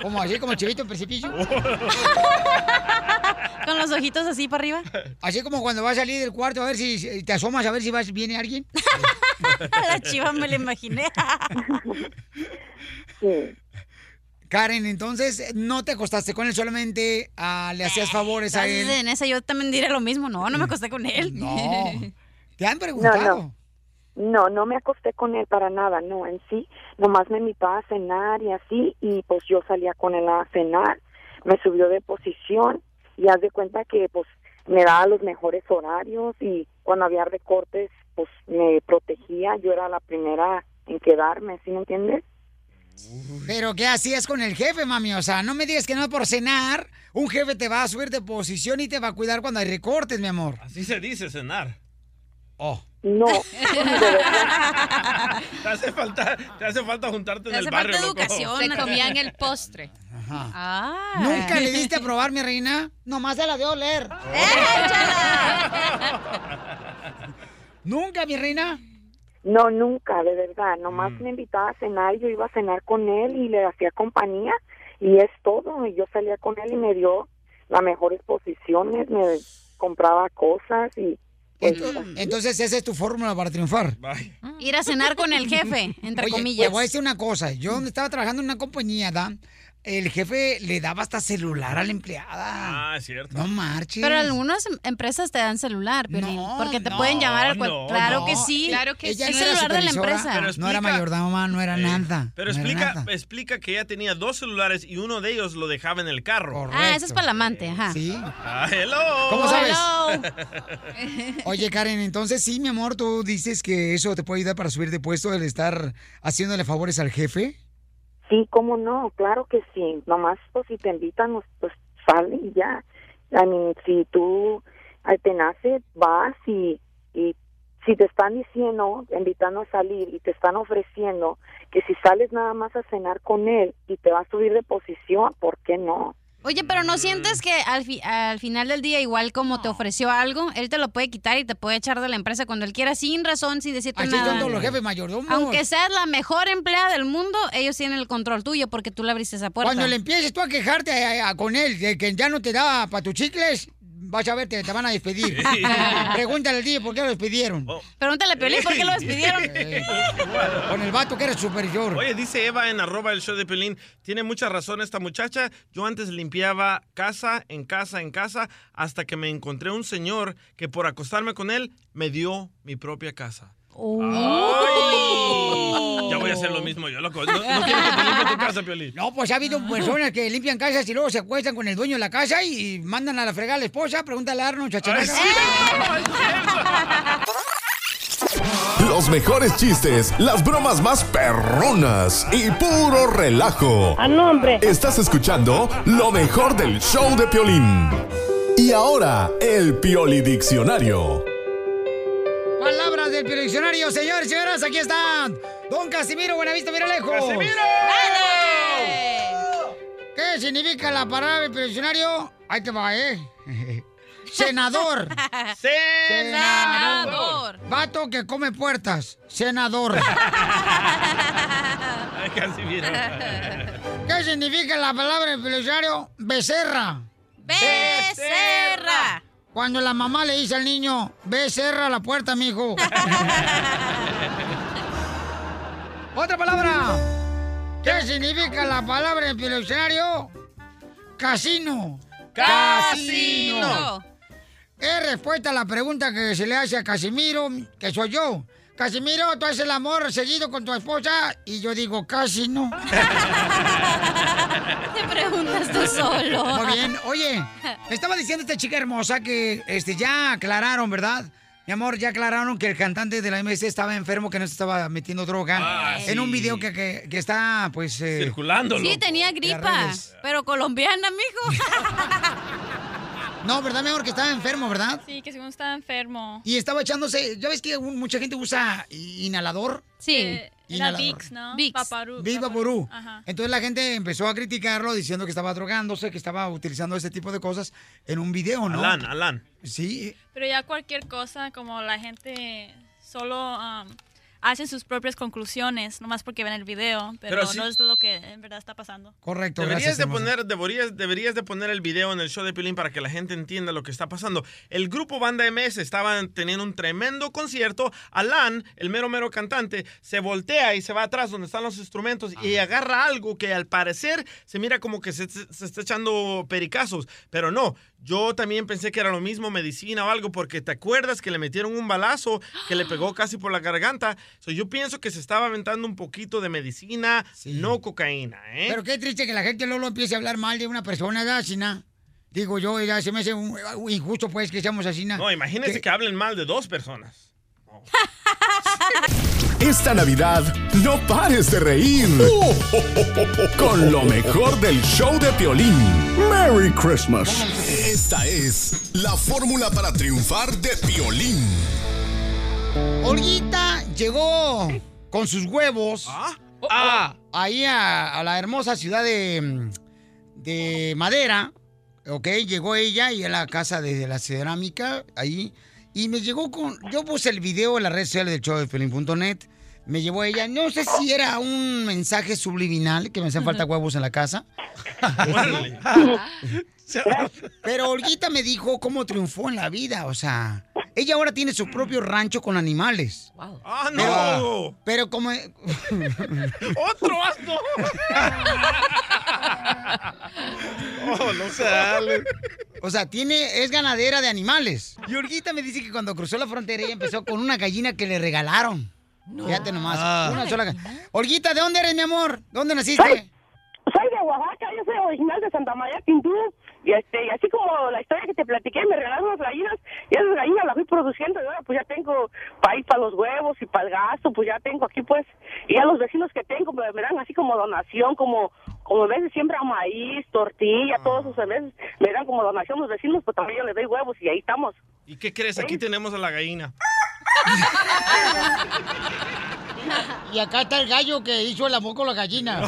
Speaker 4: ¿Cómo así, como chivito en precipicio?
Speaker 6: Con los ojitos así para arriba.
Speaker 4: Así como cuando vas a salir del cuarto a ver si si te asomas a ver si vas- viene alguien.
Speaker 6: La chiva me la imaginé.
Speaker 4: Karen, entonces no te acostaste con él, solamente ah, le hacías favores a
Speaker 6: Entonces,
Speaker 4: él.
Speaker 6: en esa yo también diré lo mismo. No, no me acosté con él.
Speaker 4: Mm. No. ¿Te han
Speaker 19: No, no. No, no me acosté con él para nada, no, en sí. Nomás me invitaba a cenar y así, y pues yo salía con él a cenar. Me subió de posición y haz de cuenta que pues me daba los mejores horarios y cuando había recortes, pues me protegía. Yo era la primera en quedarme, ¿sí me entiendes?
Speaker 4: Pero ¿qué hacías con el jefe, mami? O sea, no me digas que no por cenar. Un jefe te va a subir de posición y te va a cuidar cuando hay recortes, mi amor.
Speaker 7: Así se dice cenar.
Speaker 4: Oh.
Speaker 19: No.
Speaker 7: te, hace falta, te hace falta juntarte en
Speaker 2: Te
Speaker 7: el
Speaker 2: hace
Speaker 7: barrio.
Speaker 2: falta
Speaker 7: loco.
Speaker 2: educación. Se comían el postre.
Speaker 6: Ah.
Speaker 4: ¿Nunca le diste a probar, mi reina? Nomás se la dio leer.
Speaker 6: ¡Eh,
Speaker 4: ¿Nunca, mi reina?
Speaker 19: No, nunca, de verdad. Nomás me invitaba a cenar, yo iba a cenar con él y le hacía compañía y es todo. Y yo salía con él y me dio las mejores posiciones, me compraba cosas y... pues,
Speaker 4: Ento- Entonces esa es tu fórmula para triunfar.
Speaker 6: Ah. Ir a cenar con el jefe, entre
Speaker 4: Oye,
Speaker 6: comillas.
Speaker 4: Te voy a decir una cosa. Yo donde estaba trabajando en una compañía, ¿da? el jefe le daba hasta celular a la empleada.
Speaker 7: Ah, es cierto.
Speaker 4: No marches.
Speaker 6: Pero algunas em- empresas te dan celular, Piolín, porque te
Speaker 4: no,
Speaker 6: pueden llamar al cual-
Speaker 4: no,
Speaker 6: Claro
Speaker 4: no.
Speaker 6: que sí.
Speaker 4: Claro que Ella sí.
Speaker 6: El
Speaker 4: no era
Speaker 6: celular de la
Speaker 4: supervisora,
Speaker 6: empresa. Eh.
Speaker 4: pero No era mayordoma, no era nada.
Speaker 7: Pero
Speaker 4: No era
Speaker 7: explica,
Speaker 4: nada.
Speaker 7: explica que ella tenía dos celulares y uno de ellos lo dejaba en el carro.
Speaker 6: Ah, eso es para el amante, ajá.
Speaker 4: Sí.
Speaker 7: Ah, hello.
Speaker 4: ¿Cómo sabes? Oye, Karen, entonces sí, mi amor, tú dices que eso te puede ayudar para subir de puesto el estar haciéndole favores al jefe.
Speaker 19: Sí, cómo no, claro que sí. Nomás, pues, si te invitan, pues, pues, sale y ya. A mí, si tú eh, te nace, vas y, y si te están diciendo, invitando a salir y te están ofreciendo que si sales nada más a cenar con él y te va a subir de posición, ¿por qué no?
Speaker 6: Oye, pero
Speaker 4: Mm.
Speaker 6: ¿no sientes que al, fi- al final del día, igual como te ofreció algo, él te lo puede quitar y te puede echar de la empresa cuando él quiera, sin razón, sin decirte
Speaker 4: Así
Speaker 6: nada?
Speaker 4: son todos los jefes mayordomos.
Speaker 6: Aunque seas la mejor empleada del mundo, ellos tienen el control tuyo porque tú le abriste esa puerta.
Speaker 4: Cuando le empieces tú a quejarte a- a- con él de que ya no te da para tus chicles, vas a ver, te, te van a despedir. Pregúntale al tío por qué lo despidieron.
Speaker 6: Pregúntale a Piolín por qué lo despidieron.
Speaker 4: Con el vato que era superior.
Speaker 7: Oye, dice Eva en arroba el show de Pelín, tiene mucha razón esta muchacha. Yo antes limpiaba casa en casa en casa hasta que me encontré un señor que por acostarme con él me dio mi propia casa. Ay, Ya voy a hacer lo mismo yo, loco. No, no quiero que te limpie tu casa, Piolín.
Speaker 4: No, pues ha habido personas que limpian casas y luego se acuestan con el dueño de la casa y mandan a la fregada a la esposa. Pregúntale a Arnold Schwarzenegger.
Speaker 3: Los mejores chistes, las bromas más perronas y puro relajo.
Speaker 23: ¡A nombre!
Speaker 3: Estás escuchando lo mejor del show de Piolín. Y ahora, el Pioli Diccionario.
Speaker 4: Palabras del diccionario, señores y señoras, aquí están. Don Casimiro Buenavista Miralejos.
Speaker 5: ¡Casimiro!
Speaker 4: ¿Qué significa la palabra del diccionario? Ahí te va, ¿eh? Senador.
Speaker 5: Senador.
Speaker 4: Vato que come puertas. Senador.
Speaker 7: Ay, casi vieron.
Speaker 4: ¿Qué significa la palabra del diccionario? Becerra.
Speaker 6: Becerra.
Speaker 4: Cuando la mamá le dice al niño, becerra la puerta, mijo. Otra palabra. ¿Qué significa la palabra en el diccionario? Casino.
Speaker 5: Casino.
Speaker 4: Es respuesta a la pregunta que se le hace a Casimiro, que soy yo. Casimiro, tú haces el amor seguido con tu esposa y yo digo, casi no.
Speaker 6: Te preguntas tú solo.
Speaker 4: Muy bien. Oye, me estaba diciendo esta chica hermosa que este, ya aclararon, ¿verdad? Mi amor, ya aclararon que el cantante de la MS estaba enfermo, que no se estaba metiendo droga.
Speaker 7: Ah,
Speaker 4: en un
Speaker 7: sí.
Speaker 4: video que, que- que está, pues... eh,
Speaker 7: Circulándolo.
Speaker 6: Sí, tenía gripa,
Speaker 4: redes.
Speaker 6: pero colombiana, mijo.
Speaker 4: No, ¿verdad, mi amor? Que estaba enfermo, ¿verdad?
Speaker 24: Sí, que según estaba enfermo.
Speaker 4: Y estaba echándose... ¿Ya ves que un- mucha gente usa i- inhalador? Eh,
Speaker 24: Sí. Eh, Era
Speaker 4: Inhalador.
Speaker 24: Vicks, ¿no?
Speaker 6: Vicks.
Speaker 24: Vaporub.
Speaker 4: Viva Ború.
Speaker 24: Ajá.
Speaker 4: Entonces la gente empezó a criticarlo diciendo que estaba drogándose, que estaba utilizando este tipo de cosas en un video, ¿no?
Speaker 7: Alan, Alan.
Speaker 4: Sí,
Speaker 24: Pero ya cualquier cosa, como la gente solo um, hace sus propias conclusiones, nomás porque ven el video, pero,
Speaker 7: Pero sí-
Speaker 24: no es lo que en verdad está pasando.
Speaker 4: Correcto,
Speaker 7: Deberías
Speaker 4: gracias,
Speaker 7: de
Speaker 4: hermosa.
Speaker 7: poner, deberías, deberías de poner el video en el show de Pilín para que la gente entienda lo que está pasando. El grupo Banda MS estaban teniendo un tremendo concierto. Alan, el mero mero cantante, se voltea y se va atrás donde están los instrumentos y agarra algo que al parecer se mira como que se, se está echando pericazos, pero no. Yo también pensé que era lo mismo, medicina o algo, porque te acuerdas que le metieron un balazo que le pegó casi por la garganta. So, yo pienso que se estaba aventando un poquito de medicina, no cocaína, ¿eh?
Speaker 4: Pero qué triste que la gente luego empiece a hablar mal de una persona, ¿verdad, Sina? Digo yo, ya se me hace un- un injusto, pues, que seamos así,
Speaker 7: No, imagínense que hablen mal de dos personas.
Speaker 3: Esta Navidad, no pares de reír. Con lo mejor del show de Piolín. Merry Christmas. Esta es la fórmula para triunfar de Piolín.
Speaker 4: Olguita llegó con sus huevos
Speaker 7: Ah.
Speaker 4: ahí a, a la hermosa ciudad de, mm, de Madera. Ok, llegó ella y a la casa de, de la cerámica ahí. Y me llegó con. Yo puse el video en las redes sociales del show de Piolín.net. Me llevó ella. No sé si era un mensaje subliminal que me hacían falta huevos en la casa. Pero Olguita me dijo cómo triunfó en la vida, o sea, ella ahora tiene su propio rancho con animales.
Speaker 7: ¡Ah,
Speaker 4: Pero, pero como...
Speaker 7: ¡Otro asno!
Speaker 4: oh, no sale. O sea, tiene, es ganadera de animales. Y Olguita me dice que cuando cruzó la frontera ella empezó con una gallina que le regalaron. Fíjate nomás,
Speaker 5: Ah.
Speaker 4: una sola gallina. Olguita, ¿de dónde eres, mi amor? ¿Dónde naciste?
Speaker 23: Soy de Oaxaca, yo soy original de Santa María Tintú. Y, este, y así como la historia que te platiqué, me regalaron unas gallinas y esas gallinas las fui produciendo. Y ahora pues ya tengo país para los huevos y para el gasto, pues ya tengo aquí pues. Y a los vecinos que tengo pues, me, me dan así como donación, como como a veces siembra maíz, tortilla, todos esos a veces me dan como donación los vecinos, pues también yo les doy huevos y ahí estamos.
Speaker 7: ¿Y qué crees? Aquí tenemos a la gallina.
Speaker 4: Y acá está el gallo que hizo el amor con la gallina.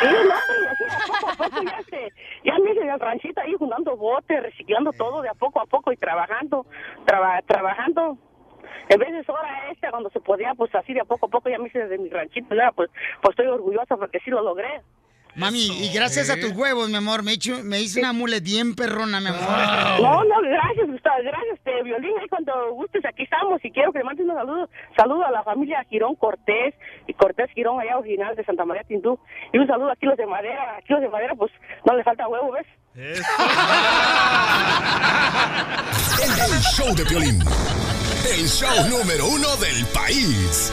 Speaker 23: Sí, no, y así poco a poco ya, este, ya mi el ranchito ahí juntando botes, reciclando todo de a poco a poco y trabajando, traba- trabajando. En veces hora esta, cuando se podía, pues así de a poco a poco ya me hice de mi ranchito, ya, pues, pues estoy orgullosa porque sí lo logré.
Speaker 4: Mami, y gracias a tus huevos, mi amor, me hice, me hice una mule bien perrona, mi amor.
Speaker 23: No, no, gracias, Gustavo, gracias, este, Violín, ahí cuando gustes, aquí estamos, y quiero que le mandes un saludo, saludo a la familia Girón Cortés, y Cortés Girón, allá original de Santa María Tindú, y un saludo a Kilos de Madera, a Kilos de Madera, pues, no le falta huevo, ¿ves?
Speaker 3: El show de Piolín. El show número uno del país.